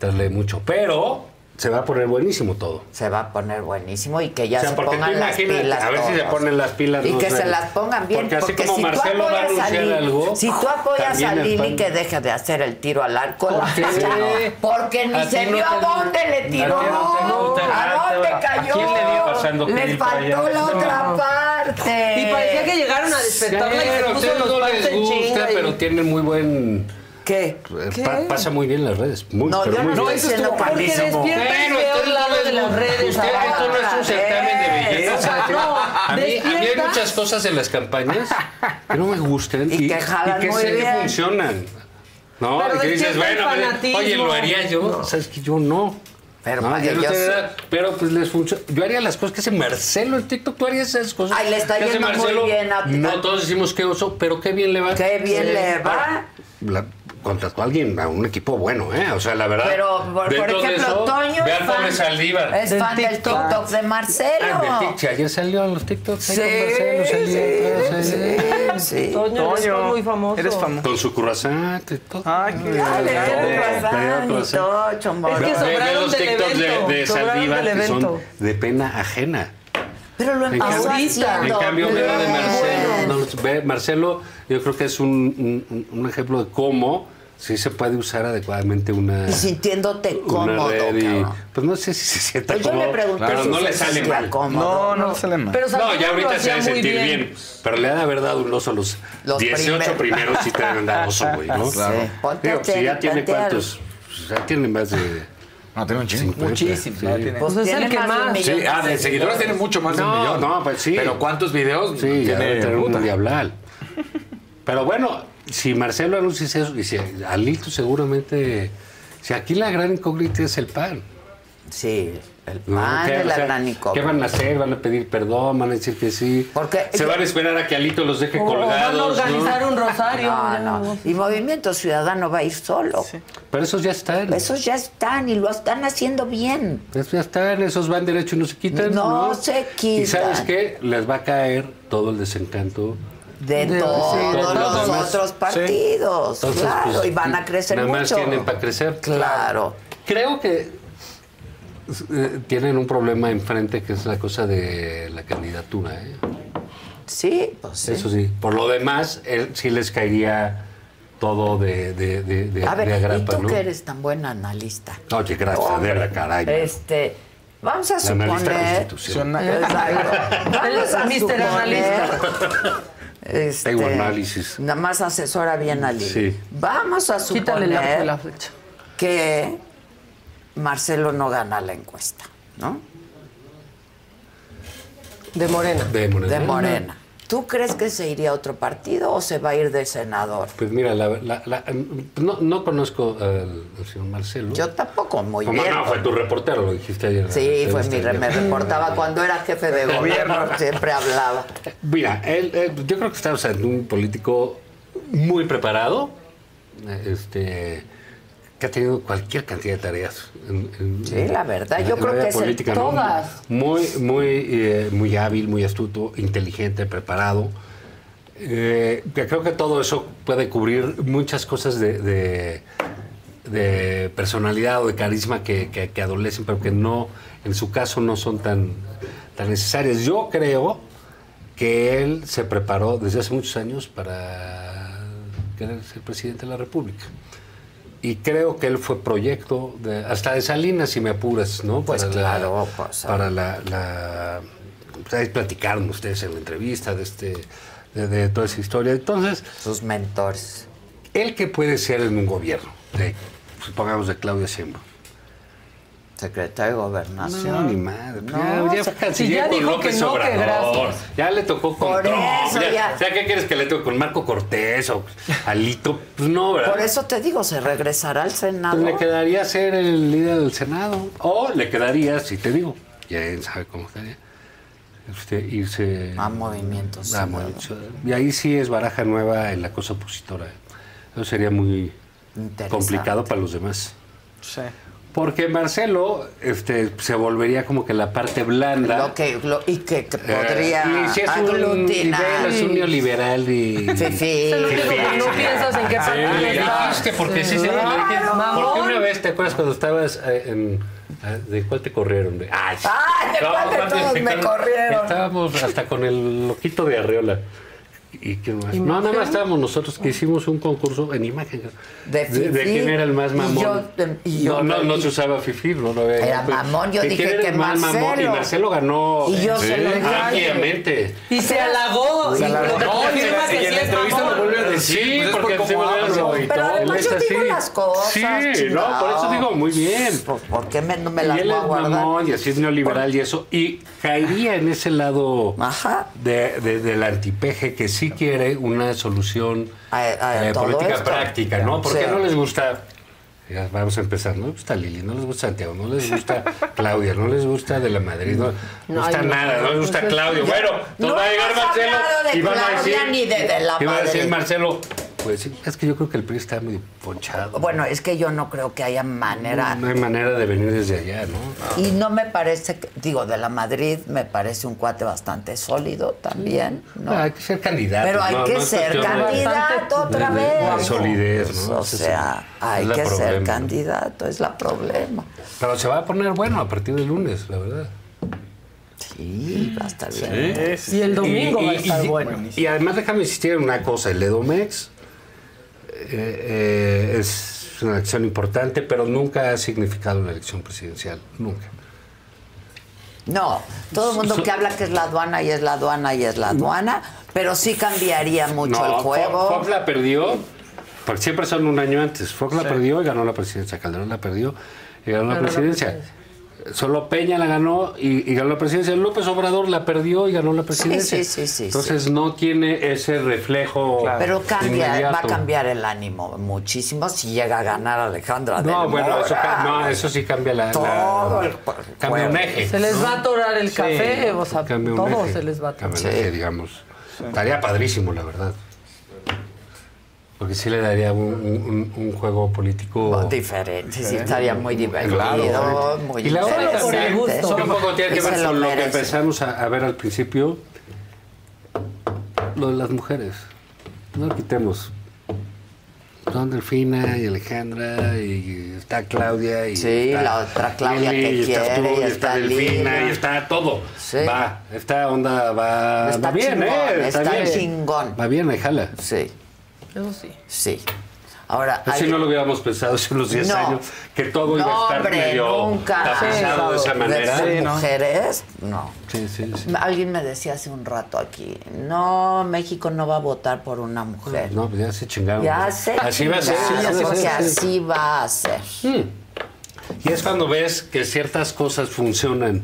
darle mucho. Pero se va a poner buenísimo todo.
Se va a poner buenísimo y que ya
O sea,
se
porque tú
pongan las
imagínate,
pilas.
a ver si se
todos.
ponen las pilas
Y
los
que se
verdes.
las pongan bien.
Porque
Porque,
así como
si
Marcelo
tú
va a
apoyas
anunciar
Lili-
algo,
si tú apoyas
también
a
el
Lili,
PAN.
que deje de hacer el tiro al arco, la
Porque-
fecha, porque
A
ni
ti
se
no
vio a
te-
dónde le
a
tiró.
ti no te gusta,
¿A dónde
¿a
cayó?
quién le dio pasando
Les
pelito
faltó
allá?
la
No.
otra parte.
Y parecía que llegaron a despertarla y se
Pero a
puso
ustedes
los
no
pants
les
en
gusta,
chinga. y-
pero tienen muy buen...
¿Qué?
¿Qué?
pasa muy bien en las redes. Muy,
No,
pero
yo no
muy
estoy
bien.
diciendo
Porque
Malísimo.
despierta y
Pero
ve a
ustedes
un lado de las redes.
Ustedes,
ahora.
esto no es un certamen
Eh.
de belleza.
Exacto. No,
a, mí, a mí hay
despierta.
muchas cosas en las campañas que no me gustan y,
que jalan
y que
muy
sé
bien.
que funcionan. No,
Pero
y que dices,
despierta el
bueno, pues,
fanatismo.
oye, lo haría yo.
No.
Sabes que yo no.
Pero
No,
para
ya no
ellos
sé,
sí.
¿verdad? pero pues les funciona. Yo haría las cosas que hace Marcelo en TikTok, tú harías esas cosas.
Ay, le está
que hace
yendo muy bien a-
No, todos decimos que oso, pero qué bien le va.
Qué bien
Sí.
le va.
Ahora, la- contrató a alguien, a un equipo bueno, ¿eh? O sea, la verdad.
Pero, por, por
dentro de
ejemplo,
eso,
Toño
Ve
es
al pobre
fan,
Saldívar.
es fan del TikTok de Marcelo.
Ah, del Tik- si ayer salió en los TikToks. ahí
Sí,
con Marcelo, salía,
sí,
sí.
Toño, eres
Toño,
muy famoso.
eres famoso. Con su croissant y todo.
Ay,
qué
Es que sobraron
los
del
TikToks de,
evento,
de
sobraron
Saldívar
del
que son
evento.
de pena ajena.
Pero lo
En
empezó
cambio-
haciendo.
En cambio, ve la de
bien.
Marcelo. no, los- ve, Marcelo, yo creo que es un, un- un ejemplo de cómo sí se puede usar adecuadamente una.
Y sintiéndote
una
cómodo,
red y-
cabrón.
Pues no sé si se sienta
Pues yo
cómodo.
le pregunté
pero
si
no
se
le sale
sentía
mal.
cómodo. No, no le
sale mal.
Pero
no,
Saldívar
ya
lo
ahorita se
hacía
debe
muy
sentir
bien.
bien. Pero le ha de haber dado un oso a los,
Los
18
primeros.
primeros sí te deben dar oso, güey, ¿no?
Sí, ponte
Digo,
a
si ya
hacer-
tiene
plantear.
cuántos. pues, Ya tiene más de.
No, tiene un chingo.
50,
Muchísimo.
sí.
no, tiene-
Pues es el
Tiene
que
de
más.
un millón Sí, ah, de seguidores tiene mucho más de un
No,
millón.
no, pues sí.
Pero ¿cuántos videos?
Sí, ya
tiene
debe tener
puta?
un diablal. Pero bueno, si Marcelo anuncia eso, y si Alito seguramente. Si aquí la gran incógnita es el pan.
Sí, el
pan
es la gran incógnita.
¿Qué van a hacer? ¿Van a pedir perdón? ¿Van a decir que sí? Se van a esperar a que Alito los
Oh,
deje colgados. ¿no?
rosario.
No, no. Y Movimiento Ciudadano va a ir solo.
Pero esos ya están.
Esos ya están y lo están haciendo bien.
Esos Pues ya están, esos van derecho y no se quitan.
No
No,
se quitan.
¿Y sabes qué? Les va a caer todo el desencanto.
De,
De-
todos
sí, de todos
los
los demás.
otros partidos.
Entonces,
claro,
pues,
y van a crecer
nada más
mucho.
tienen para crecer.
Claro.
Creo que eh, tienen un problema enfrente que es la cosa de la candidatura. ¿eh?
Sí, pues sí.
Eso sí. Por lo demás, él, sí les caería todo de, de, de, de-
A
de
ver, ¿y
agrapa,
tú
¿no?
que eres tan buen analista?
Oye, gracias, de la caray.
Este, vamos a
La analista
suponer.
constitucional.
Exacto. Vamos a
Mr.
suponer,
Analista.
este,
Tengo análisis.
Nada más asesora bien a Lili.
Sí.
Vamos a
Quítale la-
suponer
la
que Marcelo no gana la encuesta, ¿no?
De Morena.
De Morena.
de Morena. ¿Tú crees que se iría a otro partido o se va a ir de senador?
Pues mira, la, la- la- em, no, no conozco al, al señor Marcelo. Yo
tampoco, muy
bien.
bien.
No, fue tu reportero, lo dijiste ayer. eh, este
Sí, pues
Entrevista
mira, me
ayer.
reportaba cuando era jefe de gobierno, siempre hablaba.
Mira, él, él- yo creo que está usando un político muy preparado, eh, este, que ha tenido cualquier cantidad de tareas. en- en-
Sí, la verdad, yo
en
creo
área
que es en
¿no?
todas.
Muy, muy, eh, muy hábil, muy astuto, inteligente, preparado. Eh, que creo que todo eso puede cubrir muchas cosas de, de- de personalidad o de carisma que, que- que adolecen, pero que no, en su caso, no son tan, tan necesarias. Yo creo que él se preparó desde hace muchos años para querer ser presidente de la República. Y creo que él fue proyecto de, hasta de Salinas, si me apuras, ¿no? Pues claro, para la, la- pues ahí platicaron ustedes en la entrevista de este de, de toda esa historia. Entonces.
Sus mentores.
¿Él que puede ser en un gobierno? De, supongamos de Claudia Sheinbaum.
Secretario de Gobernación.
No, ni madre. pues,
No,
ya, ya fue
si
canciller
ya
con
dijo que
López
no, que
Obrador.
gracias.
Ya le tocó con
Por
Trump,
eso,
ya.
ya.
O sea, ¿qué quieres que le toque con Marco Cortés o Alito? Pues no, ¿verdad?
Por eso te digo, se regresará al Senado.
Pues le quedaría ser el líder del Senado. O le quedaría, si te digo, ya él sabe cómo estaría, este, irse...
A movimientos.
A Movimiento Ciudadano. Y ahí sí es baraja nueva en la cosa opositora. Eso sería muy complicado para los demás.
Sí.
Porque Marcelo este, se volvería como que la parte blanda. Eh,
y que, podría
y si es un,
aglutinar.
nivel, es un neoliberal y...
Sí, sí. Es el único que no piensas en qué partido
Sí,
estás.
dijiste, porque sí, se
Claro.
lo dije. Porque
Mamón.
una vez, ¿te acuerdas cuando estabas eh, en... ah, ¿De cuál te corrieron? De- ¡Ay!
Ay, ¿de
No,
cuál de
mames,
todos
te
me
corri-
corrieron?
Estábamos hasta con el loquito de Arreola. ¿Y quién más? No, nada
¿Imagen?
más estábamos nosotros que hicimos un concurso en imagen. de,
De fifí.
quién era el más
Y
mamón.
yo- y yo-
no, no, no se usaba fifi, no lo había.
Era
Pues,
mamón, yo
¿de
dije
quién era
que
el más mamón? Y
Marcelo.
Marcelo ganó
Y yo se lo dije.
ampliamente.
Y se halagó.
Se
y
halagó.
lo
No,
que
y en la-
confirma que
y en
sí
la
es
entrevista
mamón.
lo vuelve a decir.
Sí,
pues es
porque
por cómo
habla,
hablo
güey.
y
Pero
todo,
además
él
yo
es
digo
así.
las cosas. Pues,
Sí, no, por eso digo muy bien.
¿Por qué me, no me
Y
las
él
voy a
es
guardar?
mamón y así es neoliberal y eso. Y caería en ese lado de- de- del antipeje que sí quiere una solución eh,
todo
política
esto.
práctica, ¿no? Porque
Sí.
no les gusta. ya vamos a empezar. No les gusta Lili, no les gusta Santiago, no les gusta Claudia, no les gusta de la Madrid, no, no
No,
gusta
ay, no.
nada, no les gusta
Entonces,
Claudio.
ya.
Bueno, nos
No
va a llegar
hemos
Marcelo
hablado de
y van a
Claudia
decir.
ni de De La
y va a decir
Madrid.
Marcelo, pues sí, es que yo creo que el PRI está medio ponchado.
Bueno, es que yo no creo que haya manera.
No, no hay manera de venir desde allá, ¿no?
Y no me parece, que- digo, de la Madrid me parece un cuate bastante sólido también, ¿no?
Ah, hay que ser candidato.
Pero hay
no,
que
no es
ser
cuestión de-
candidato
de-
otra
de- De
vez.
solidez, ¿no?
O sea, hay que ser candidato, es la problema.
Pero se va a poner bueno a partir del lunes, la verdad.
Sí, va a estar
bien.
Y el domingo va a estar bueno.
Y además déjame insistir en una cosa, el Edomex eh, eh, es una elección importante, pero nunca ha significado una elección presidencial, nunca.
No, todo el mundo que habla que es la aduana y es la aduana y es la aduana, pero sí cambiaría mucho el
No,
juego.
Fo- Fox la perdió, porque siempre son un año antes. Fox la perdió y ganó la presidencia. Calderón la perdió y ganó la
Ganó la
presidencia. Solo Peña la ganó y, y ganó la presidencia. López Obrador la perdió y ganó la presidencia.
sí, sí, sí,
Entonces no tiene ese reflejo.
Pero cambia, va a
inmediato.
cambiar el ánimo muchísimo si llega a ganar Alejandra.
No,
del
bueno, eso,
Moral.
ca- no, eso sí cambia la. la-
Todo el-
cambia un eje.
Se les
¿no?
va a atorar el café, o sea,
Cambia un
todo
eje.
se les va a atorar.
Cambia un eje, digamos. Estaría padrísimo, la verdad. Porque sí le daría un, un- un- un juego político.
Oh, Diferente, sí, estaría muy divertido,
Claro.
muy
y la otra
interesante.
por el gusto.
Solo
Que un poco tiene que
se
ver
lo
con lo que
merece.
empezamos a, a ver al principio. Lo de las mujeres. No lo quitemos. Son Delfina y Alejandra y está Claudia y
Sí,
está
la otra Claudia
Lili,
que
y estás tú,
quiere, y
y
está
está Delfina
Lili.
y está todo. Va, esta onda va,
Está
va bien,
chingón,
¿eh?
está
bien.
chingón.
Va bien, ahí jala.
Sí.
Eso sí.
Sí. Ahora,
Así
hay-
Pues no lo hubiéramos pensado hace unos 10
No.
años, que todo iba a
No,
estar
hombre,
medio
nunca.
tapizado de esa
Sí,
manera.
de ser mujeres, no.
Sí, sí, sí.
Alguien me decía hace un rato aquí, no, México no va a votar por una mujer.
No, pues ya se chingaron.
Ya sé.
Así va a ser. así va
ya
a
sé que
ser, sí.
así va a ser.
Y es cuando ves que ciertas cosas funcionan.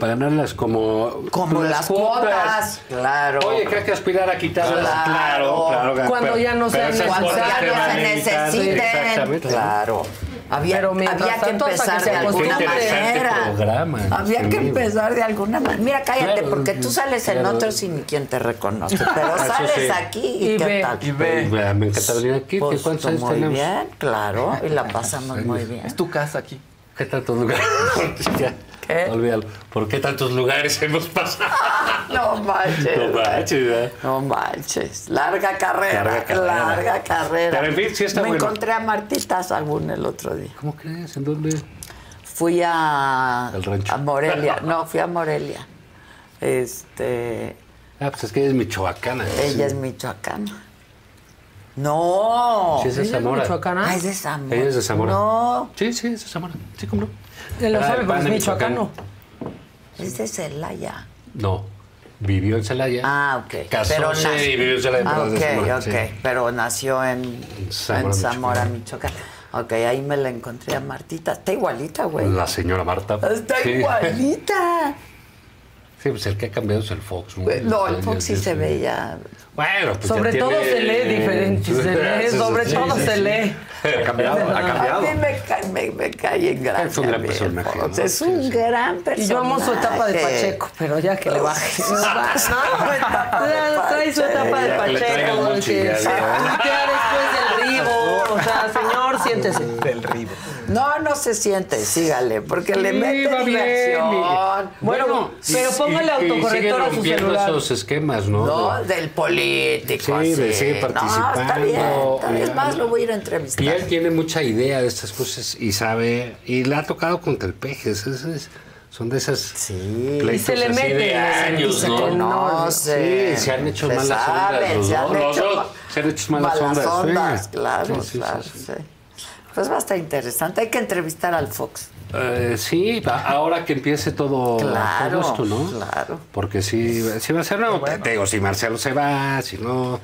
para ganarlas como,
Como las cuotas, claro.
Oye, que hay que aspirar a quitarlas. Claro, claro.
Cuando ya no sean
esas
necesarias,
cuotas que van a
se
evitar,
necesiten.
Exactamente.
Claro. Había,
Pero
mientras
había que
tanto, hasta
empezar
que se
de alguna
Qué interesante
manera.
programa.
Había que
Sí.
empezar de alguna manera. Mira, cállate,
Claro,
porque tú sales en
claro.
otros y ni quien te reconoce. Pero
Eso
sales
sí.
aquí y,
Y
qué
ve.
tal.
Y ve. Pues, me encanta venir aquí,
Pues,
¿qué cuántos años
muy
tenemos?
bien, claro, y la pasamos muy bien.
tu casa aquí. ¿Qué tantos lugares? Ya, Olvídalo. ¿Por qué tantos lugares hemos pasado?
No manches.
No manches,
¿eh?
¿verdad?
No manches. Larga carrera,
Larga carrera.
larga carrera.
Pero en fin, sí está
Me
bueno.
encontré a Martita Sagún el otro día.
¿Cómo crees? ¿En dónde?
Fui a,
Al rancho.
a Morelia. No, fui a Morelia. Este,
Ah, pues es que ella es michoacana.
ella es michoacana. No.
Sí, es de ¿Ella es Zamora. michoacana?
Ah, es de Zamora.
Ella es de Zamora.
No,
Sí, sí, es de Zamora. Sí, cómo no.
Él lo
Era
sabe,
el
pero
pan
es
de
michoacano.
Michoacán.
es de Celaya.
No. Vivió en Celaya.
Ah, ok.
Casó
nació-
y vivió en Celaya.
Ah,
pero
ok,
de Zamora,
ok.
sí.
Pero nació en, en Zamora,
Zamora,
Michoacán. Ok, ahí me la encontré a Martita. Está igualita, güey.
La señora Marta.
Está
Sí.
igualita.
Sí, pues el que ha cambiado es el Fox.
No, el Fox sí se
ve
veía.
Bueno, pues
Sobre
ya
todo
tiene-
se lee diferente, se lee, sobre todo se lee.
Ha cambiado, ha
A
cambiado.
mí me cae, me, me cae en gracia.
Es un gran
mi
personaje,
Fox.
¿no?
Es un gran personaje.
Y yo amo su etapa de Pacheco, pero ya que le baje.
No, etapa de
Ya trae su etapa de
Ya que le traigan
Pacheco.
un
que se
chingadero.
putea después del ribo. O sea,
Ah.
señor, siéntese. Del ribo.
No, no se siente, sígale, porque le
Sí,
mete
va bien,
diversión.
Miguel. Bueno,
pero póngale autocorrector
siguen
a su
rompiendo
celular.
esos esquemas, ¿no?
No, del político.
Sí, de
así.
seguir
No, está bien.
participando. eh.
está bien. Es más, lo voy a ir a entrevistar.
Y él tiene mucha idea de estas cosas y sabe, y le ha tocado contra el peje. es- es- son de esas sí.
Y se le mete,
de
se-
años,
se
¿no?
conoce.
Sí, se han hecho
Se
malas
saben,
ondas los
se
dos.
han
Los
hecho
dos se han hecho malas, ondas. sí.
claro,
Sí, sí, sí,
claro,
sí.
sí. Pues va a estar interesante. Hay que entrevistar al Fox.
Eh, sí, va- ahora que empiece todo,
Claro,
todo esto, ¿no?
Claro.
Porque si, si Marcelo, te- te digo, si Marcelo se va, si no.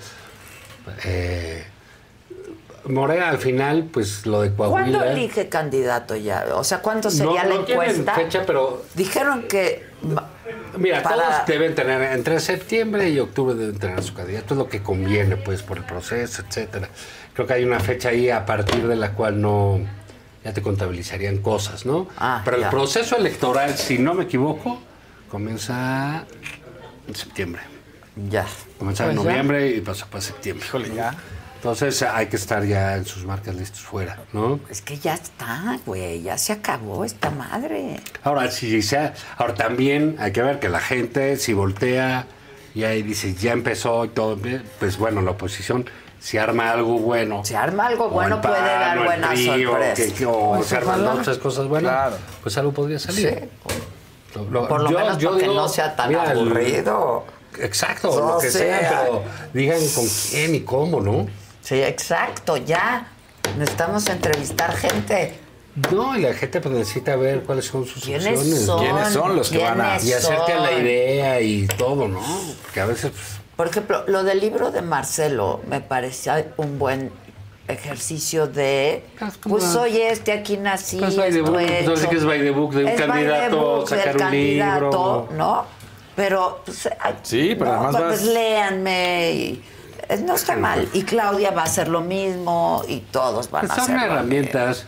eh, Morena al final, pues lo de Coahuila.
¿Cuándo elige candidato ya? O sea, ¿cuánto sería
no,
la
no tienen
encuesta?
fecha, pero
Dijeron que. ma-
mira,
para-
todos deben tener, entre septiembre y octubre deben tener su candidato, es lo que conviene, pues, por el proceso, etcétera. Creo que hay una fecha ahí a partir de la cual no. Ya te contabilizarían cosas, ¿no? Pero
Ah, ya.
el proceso electoral, si no me equivoco, comienza en septiembre.
Ya.
Comenzaba en
Pues ya.
noviembre y pasó para septiembre. ¿no? Entonces hay que estar ya en sus marcas listos fuera, ¿no?
Es que ya está, güey. Ya se acabó esta madre.
Ahora, si sea, ahora también hay que ver que la gente, si voltea y ahí dice, ya empezó y todo, bien", pues bueno, la oposición, si arma algo bueno. Si
arma algo bueno, puede dar buenas sorpresas.
o
Pues
se arman
ojalá.
otras cosas buenas, pues algo podría salir. Lo- lo-
Por lo
yo-
menos
yo
para que
digo,
no sea tan
mira, el-
aburrido.
Exacto,
No
lo que sea,
sea.
pero digan con quién y cómo, ¿no?
Sí, exacto, ya. Necesitamos entrevistar gente.
No, y la gente pues, necesita ver cuáles son sus
¿Quiénes
opciones.
son? ¿Quiénes son los que van a-
Y hacerte a la
son?
idea y todo, ¿no? Que a veces... pues,
Por ejemplo, lo del libro de Marcelo me parecía un buen ejercicio de.
como-
Pues soy este, aquí nací.
Pues, by the
esto
book,
he
entonces
hecho.
que es by the book de un
Es by the
candidato,
book del
sacar un
candidato,
libro.
¿no? Pero, pues, ay,
Sí, pero
no,
además
pues,
vas-
pues, léanme. y- eh, no está mal. Y Claudia va a hacer lo mismo y todos van a
pues,
hacer.
son
lo mismo.
herramientas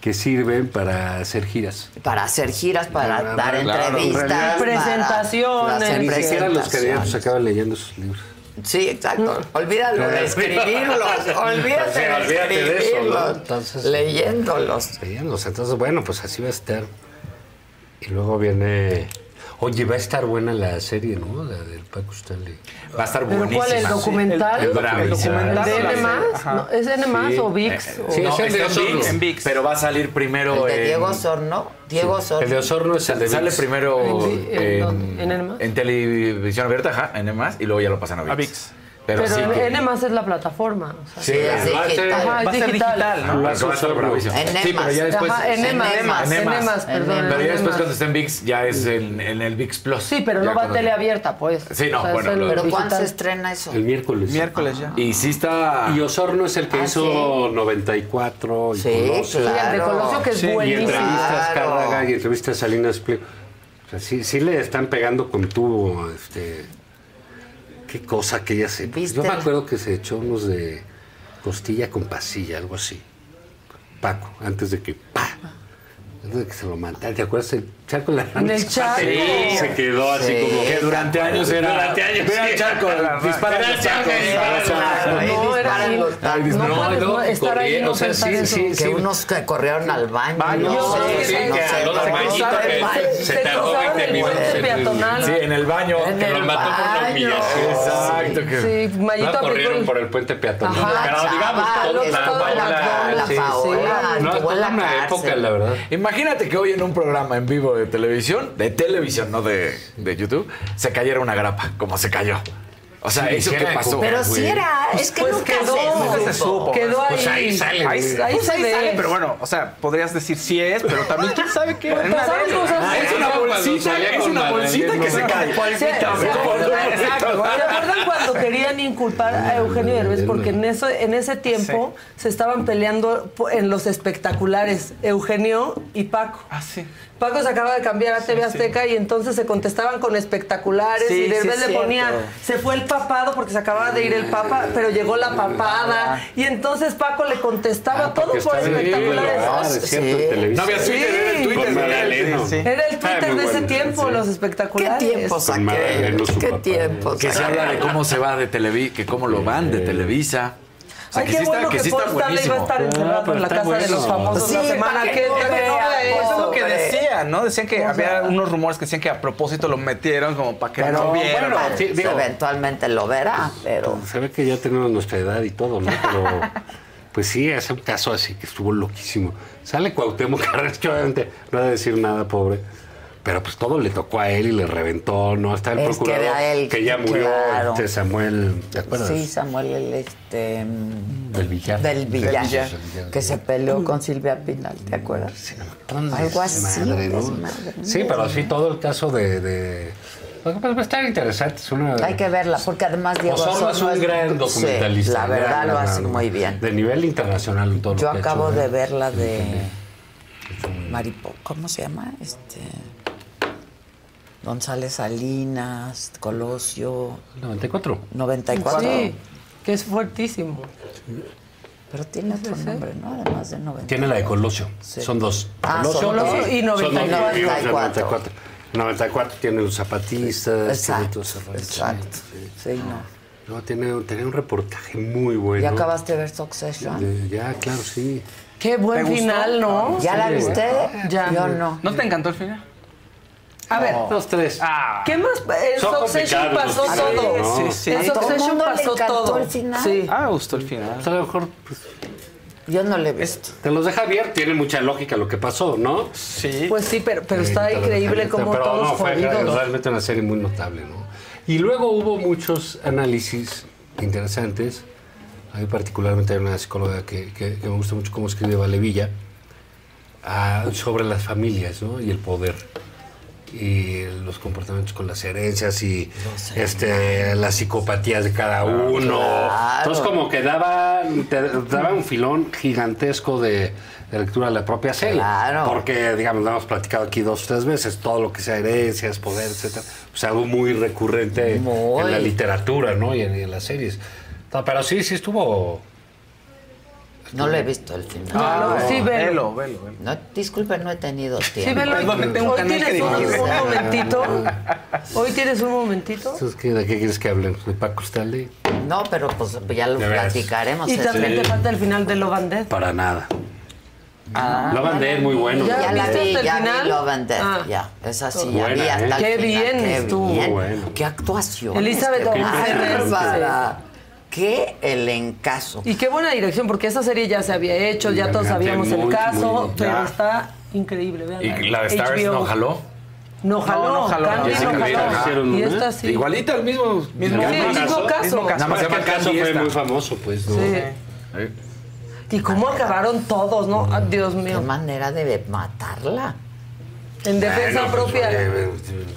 que sirven para hacer giras.
Para hacer giras, para
Para-
dar
claro,
entrevistas. para-
Presentaciones.
para hacer
Ni siquiera los
presentaciones.
candidatos acaban leyendo sus libros. Pues
Sí, exacto. Olvídalo de escribirlos. Olvídate
Sí,
de
olvídate de eso, ¿no?
escribirlos.
Entonces,
leyéndolos.
Leyéndolos. Entonces, bueno, pues así va a estar. Y luego viene... Oye, va a estar buena la serie, ¿no? La del Paco Stanley. Va a estar
¿Pero
buenísima.
cuál, el
Sí,
documental?
el drama.
¿El documental? ¿De N+?
Ajá.
No, ¿es N+, o ViX?
Sí, es
o-
No,
el de
está en
Osorno.
ViX, en Pero va a salir primero.
El de
en-
Diego Osorno. Diego Osorno.
El de Osorno es el de
Sale
ViX.
primero
¿En- en
en,
dónde? ¿En N+?
en televisión abierta, ajá, en N+, y luego ya lo pasan a VIX. Pero,
Pero
sí que-
N+, es la plataforma. o sea.
Sí, es
Ajá,
digital.
es
Va a ser digital, ¿no?
digital.
Va a ser bravísimo.
En
Sí, pero ya
Enemas.
después.
Ajá, en
Enemas,
Enemas, en
Enemas.
Enemas, perdón, en
Pero ya después
Enemas.
cuando está en VIX ya es en, en el VIX Plus.
Sí, pero
Ya
no va
cuando-
tele abierta, pues.
Sí, no,
O sea, es
bueno,
el
lo-
¿Pero cuándo
digital.
se estrena eso?
El miércoles. Miércoles ya.
Y sí está.
Y Osorno es el que
Ah,
hizo 94 y Colosio.
claro. Sí, el de Colosio que es
Y
buenísimo.
entrevistas
Claro.
Cárraga y entrevistas Salinas Pliego. O sea, sí, sí le están pegando con tubo, este... Qué cosa que ella se... Yo me acuerdo que se echó unos de costilla con pasilla, algo así. Paco, antes de que... ¡pa! Antes de que se lo matara. ¿Te acuerdas? El charco de la
En el charco.
Sí, se quedó así
Sí.
como...
Que durante años era-
Durante años.
Era el charco de la
Dispara
rancha. Era el
los
charco,
tacos,
dispara los tacos.
Ahí
No, era
disparan
ahí.
los tacos.
No
No,
puedes,
no,
no, estar ahí,
corrieron,
no
o sea,
pensar
sí,
eso.
sí,
Que
sí.
unos que corrieron al baño.
Baño,
no
sí,
sé,
sí,
no
que
sé,
al otro
no
bañito
sé,
que
baño.
se Se tardó cruzaron 20 el minutos. puente peatonal.
Sí, en el baño.
En
que
el
los mató por una
baño.
humillación.
Exacto, que-
Sí, Mayito
no
aplicó
corrieron
el-
por el puente peatonal.
Ajá,
pero digamos,
chaval,
todo
es
la
toda la
bola,
bola,
sí, sí.
Paola,
No,
estuvo en
toda
la
una
cárcel.
época, la verdad.
Imagínate que hoy en un programa en vivo de televisión, de televisión, no de, de YouTube, se cayera una grapa, como se cayó. O sea,
Sí,
eso
sí
que
era de
pasó.
comer, Pero sí güey.
Ah,
era,
es que nunca
quedó,
se
nunca
supo.
se supo.
Quedó Pues ahí. ahí sale,
Ahí,
güey.
ahí
Pues ahí
se
sale.
ve.
Pero bueno, o sea, podrías decir si es, pero también quién sabe qué.
Pero
En una
pasaron
de esas.
cosas. Es una bolsita,
Cuando salía
es
con
una
Madeleine,
bolsita que
¿no?
se cae.
Sí,
Exacto.
exacto.
Exacto.
¿Se acuerdan cuando querían inculpar a Eugenio Derbez? Porque en, eso, en ese tiempo se estaban peleando po- en los espectaculares Eugenio y Paco.
Ah, sí.
Paco se acaba de cambiar a TV Azteca y entonces se contestaban con espectaculares
Sí,
y
sí,
Derbez
es
le
cierto.
ponía, se fue el papado porque se acababa de ir el papa, pero llegó la papada y entonces Paco le contestaba todo
que
por
estaba en
espectaculares.
el lugar, es Ah, cierto, en televisión.
No había Twitter, era el Twitter,
Con
era el-
Magdaleno.
sí, sí.
Era el
Ah,
Twitter
muy
de ese
bueno,
tiempo,
sí.
los espectaculares.
¿Qué tiempos
Con Magdaleno,
aquellos?
su
¿Qué
papá.
Pues
tiempos?
Que se habla de cómo se va de Televisa, que cómo lo van de Televisa. O sea,
Ay,
que
qué
sí está,
bueno
que
que
sí está
Paul Stanley va a
buenísimo. Ah,
estar encerrado en la casa de los famosos la semana
¿para
que
qué
entra.
no
que no
vea
vea
Eso es
eso.
lo que
Hombre.
decían, ¿no? Decían que había unos rumores que decían que a propósito lo metieron como para que
Pero
no vieran.
bueno, eventualmente lo verá, pero...
Pues, Se ve que ya tenemos nuestra edad y todo, ¿no? Pero, pues sí, es un caso así que estuvo loquísimo. Sale Cuauhtémoc Carranza, que obviamente no va a decir nada, pobre. Pero pues todo le tocó a él y le reventó, ¿no? Hasta el
Es que
procurador
era él,
que ya murió,
claro.
este Samuel, ¿te acuerdas?
Sí, Samuel, el este... mm,
Del Villar.
Del Villar.
Del Villar.
Que se peleó con Silvia Pinal, ¿te acuerdas? Algo así.
Madre, ¿no?
desmadre.
Sí, pero sí, todo el caso de... de- Pues va a estar interesante, es una...
Hay que verla, porque además Diego
Osorno es
Osorno
Pues un gran
sí,
documentalista.
la verdad
gran,
lo hace
gran,
muy bien.
De nivel internacional en todo
Yo
lo que ha
acabo
hecho,
de
¿eh?
ver la de
bien.
Maripo, ¿cómo se llama? Este González Salinas, Colosio.
94.
94.
Sí, que es fuertísimo.
Pero tiene otro nombre, ¿no? Además de 94.
Tiene la de Colosio.
Sí.
Son dos.
Ah,
Colosio
son dos. Y
son dos
94.
vivos del 94. 94 tiene los zapatistas. tiene
Exacto,
todo ese rollo.
exacto. Sí, no.
No, tiene, tenía un reportaje muy bueno.
¿Ya acabaste de ver Succession?
De- ya, claro, sí.
Qué buen
gustó?
final, ¿no?
¿Ya la
Sí.
viste?
Ya.
Yo no.
Ah, ¿No te encantó el final? Ah.
A ver,
Dos, tres.
¿qué más? En
Son
Succession
complicados
pasó
los finales,
todo.
¿no?
Sí,
Sí, sí.
En
A todo
Succession
mundo le
pasó
encantó
todo.
el final.
Sí.
Ah, me gustó el final.
A lo mejor pues,
Yo no le he visto.
te los deja abiertos. Tiene mucha lógica lo que pasó, ¿no?
Sí.
Pues sí, pero, pero está
Sí,
increíble
pero
como todos
no, fue
jodidos.
realmente una serie muy notable, ¿no? Y luego hubo muchos análisis interesantes. Hay particularmente hay una psicóloga que, que- que me gusta mucho cómo escribe Valevilla ah, sobre las familias, ¿no? Y el poder y los comportamientos con las herencias y este las psicopatías de
Ah,
cada uno. Entonces como que daba, te daba un filón gigantesco de, de lectura de la propia serie. Porque, digamos, lo hemos platicado aquí dos o tres veces, todo lo que sea herencias, poder, etcétera. O sea, algo muy recurrente en la literatura, ¿no? Y en, y en las series. No, pero sí, sí estuvo. Este, Ah,
No le he visto el final.
No, no, sí, velo.
Velo, velo, velo.
No, disculpe, no he tenido tiempo.
Sí,
Pues,
velo.
Perdón, tengo un
Hoy
canal que
tienes un,
dirigir.
un momentito. Hoy tienes un momentito.
Entonces, ¿qué- ¿De qué quieres que hablemos? ¿De Paco Stanley?
No, pero pues ya lo
De veras.
platicaremos. este.
Y
es
también
que-
te falta el final de Love and Death.
Para nada.
Ah.
Lo mandé, muy bueno.
Ya,
¿Ya
la
viste
vi,
hasta el
ya
final?
vi Love and Death,
Ah.
ya. Es así, ya
Buena,
vi
¿eh?
hasta el
Qué
final.
bien estuvo.
Qué,
Bueno.
qué actuación. este,
Elizabeth
qué
Olsen.
bárbara. Qué elencazo.
Y qué buena dirección, porque esa serie ya se había hecho, ya todos
Imagínate,
sabíamos el
muy,
caso,
muy,
pero
ya.
está increíble. vean.
Y la de Stars
HBO.
no jaló.
No jaló,
No, no jaló,
Candy
Jessica
no
Biel
jaló.
hicieron
Y
una.
esta sí.
Igualita, el mismo.
Mismo Sí, caso. mismo caso. Mismo caso.
Nada más se llama
el caso
Candy
fue
esta.
muy famoso, pues. ¿no?
Sí.
Eh,
Y cómo acabaron todos, ¿no? Ah, Dios
Qué
mío.
manera de matarla.
En defensa
Bueno, pues,
propia.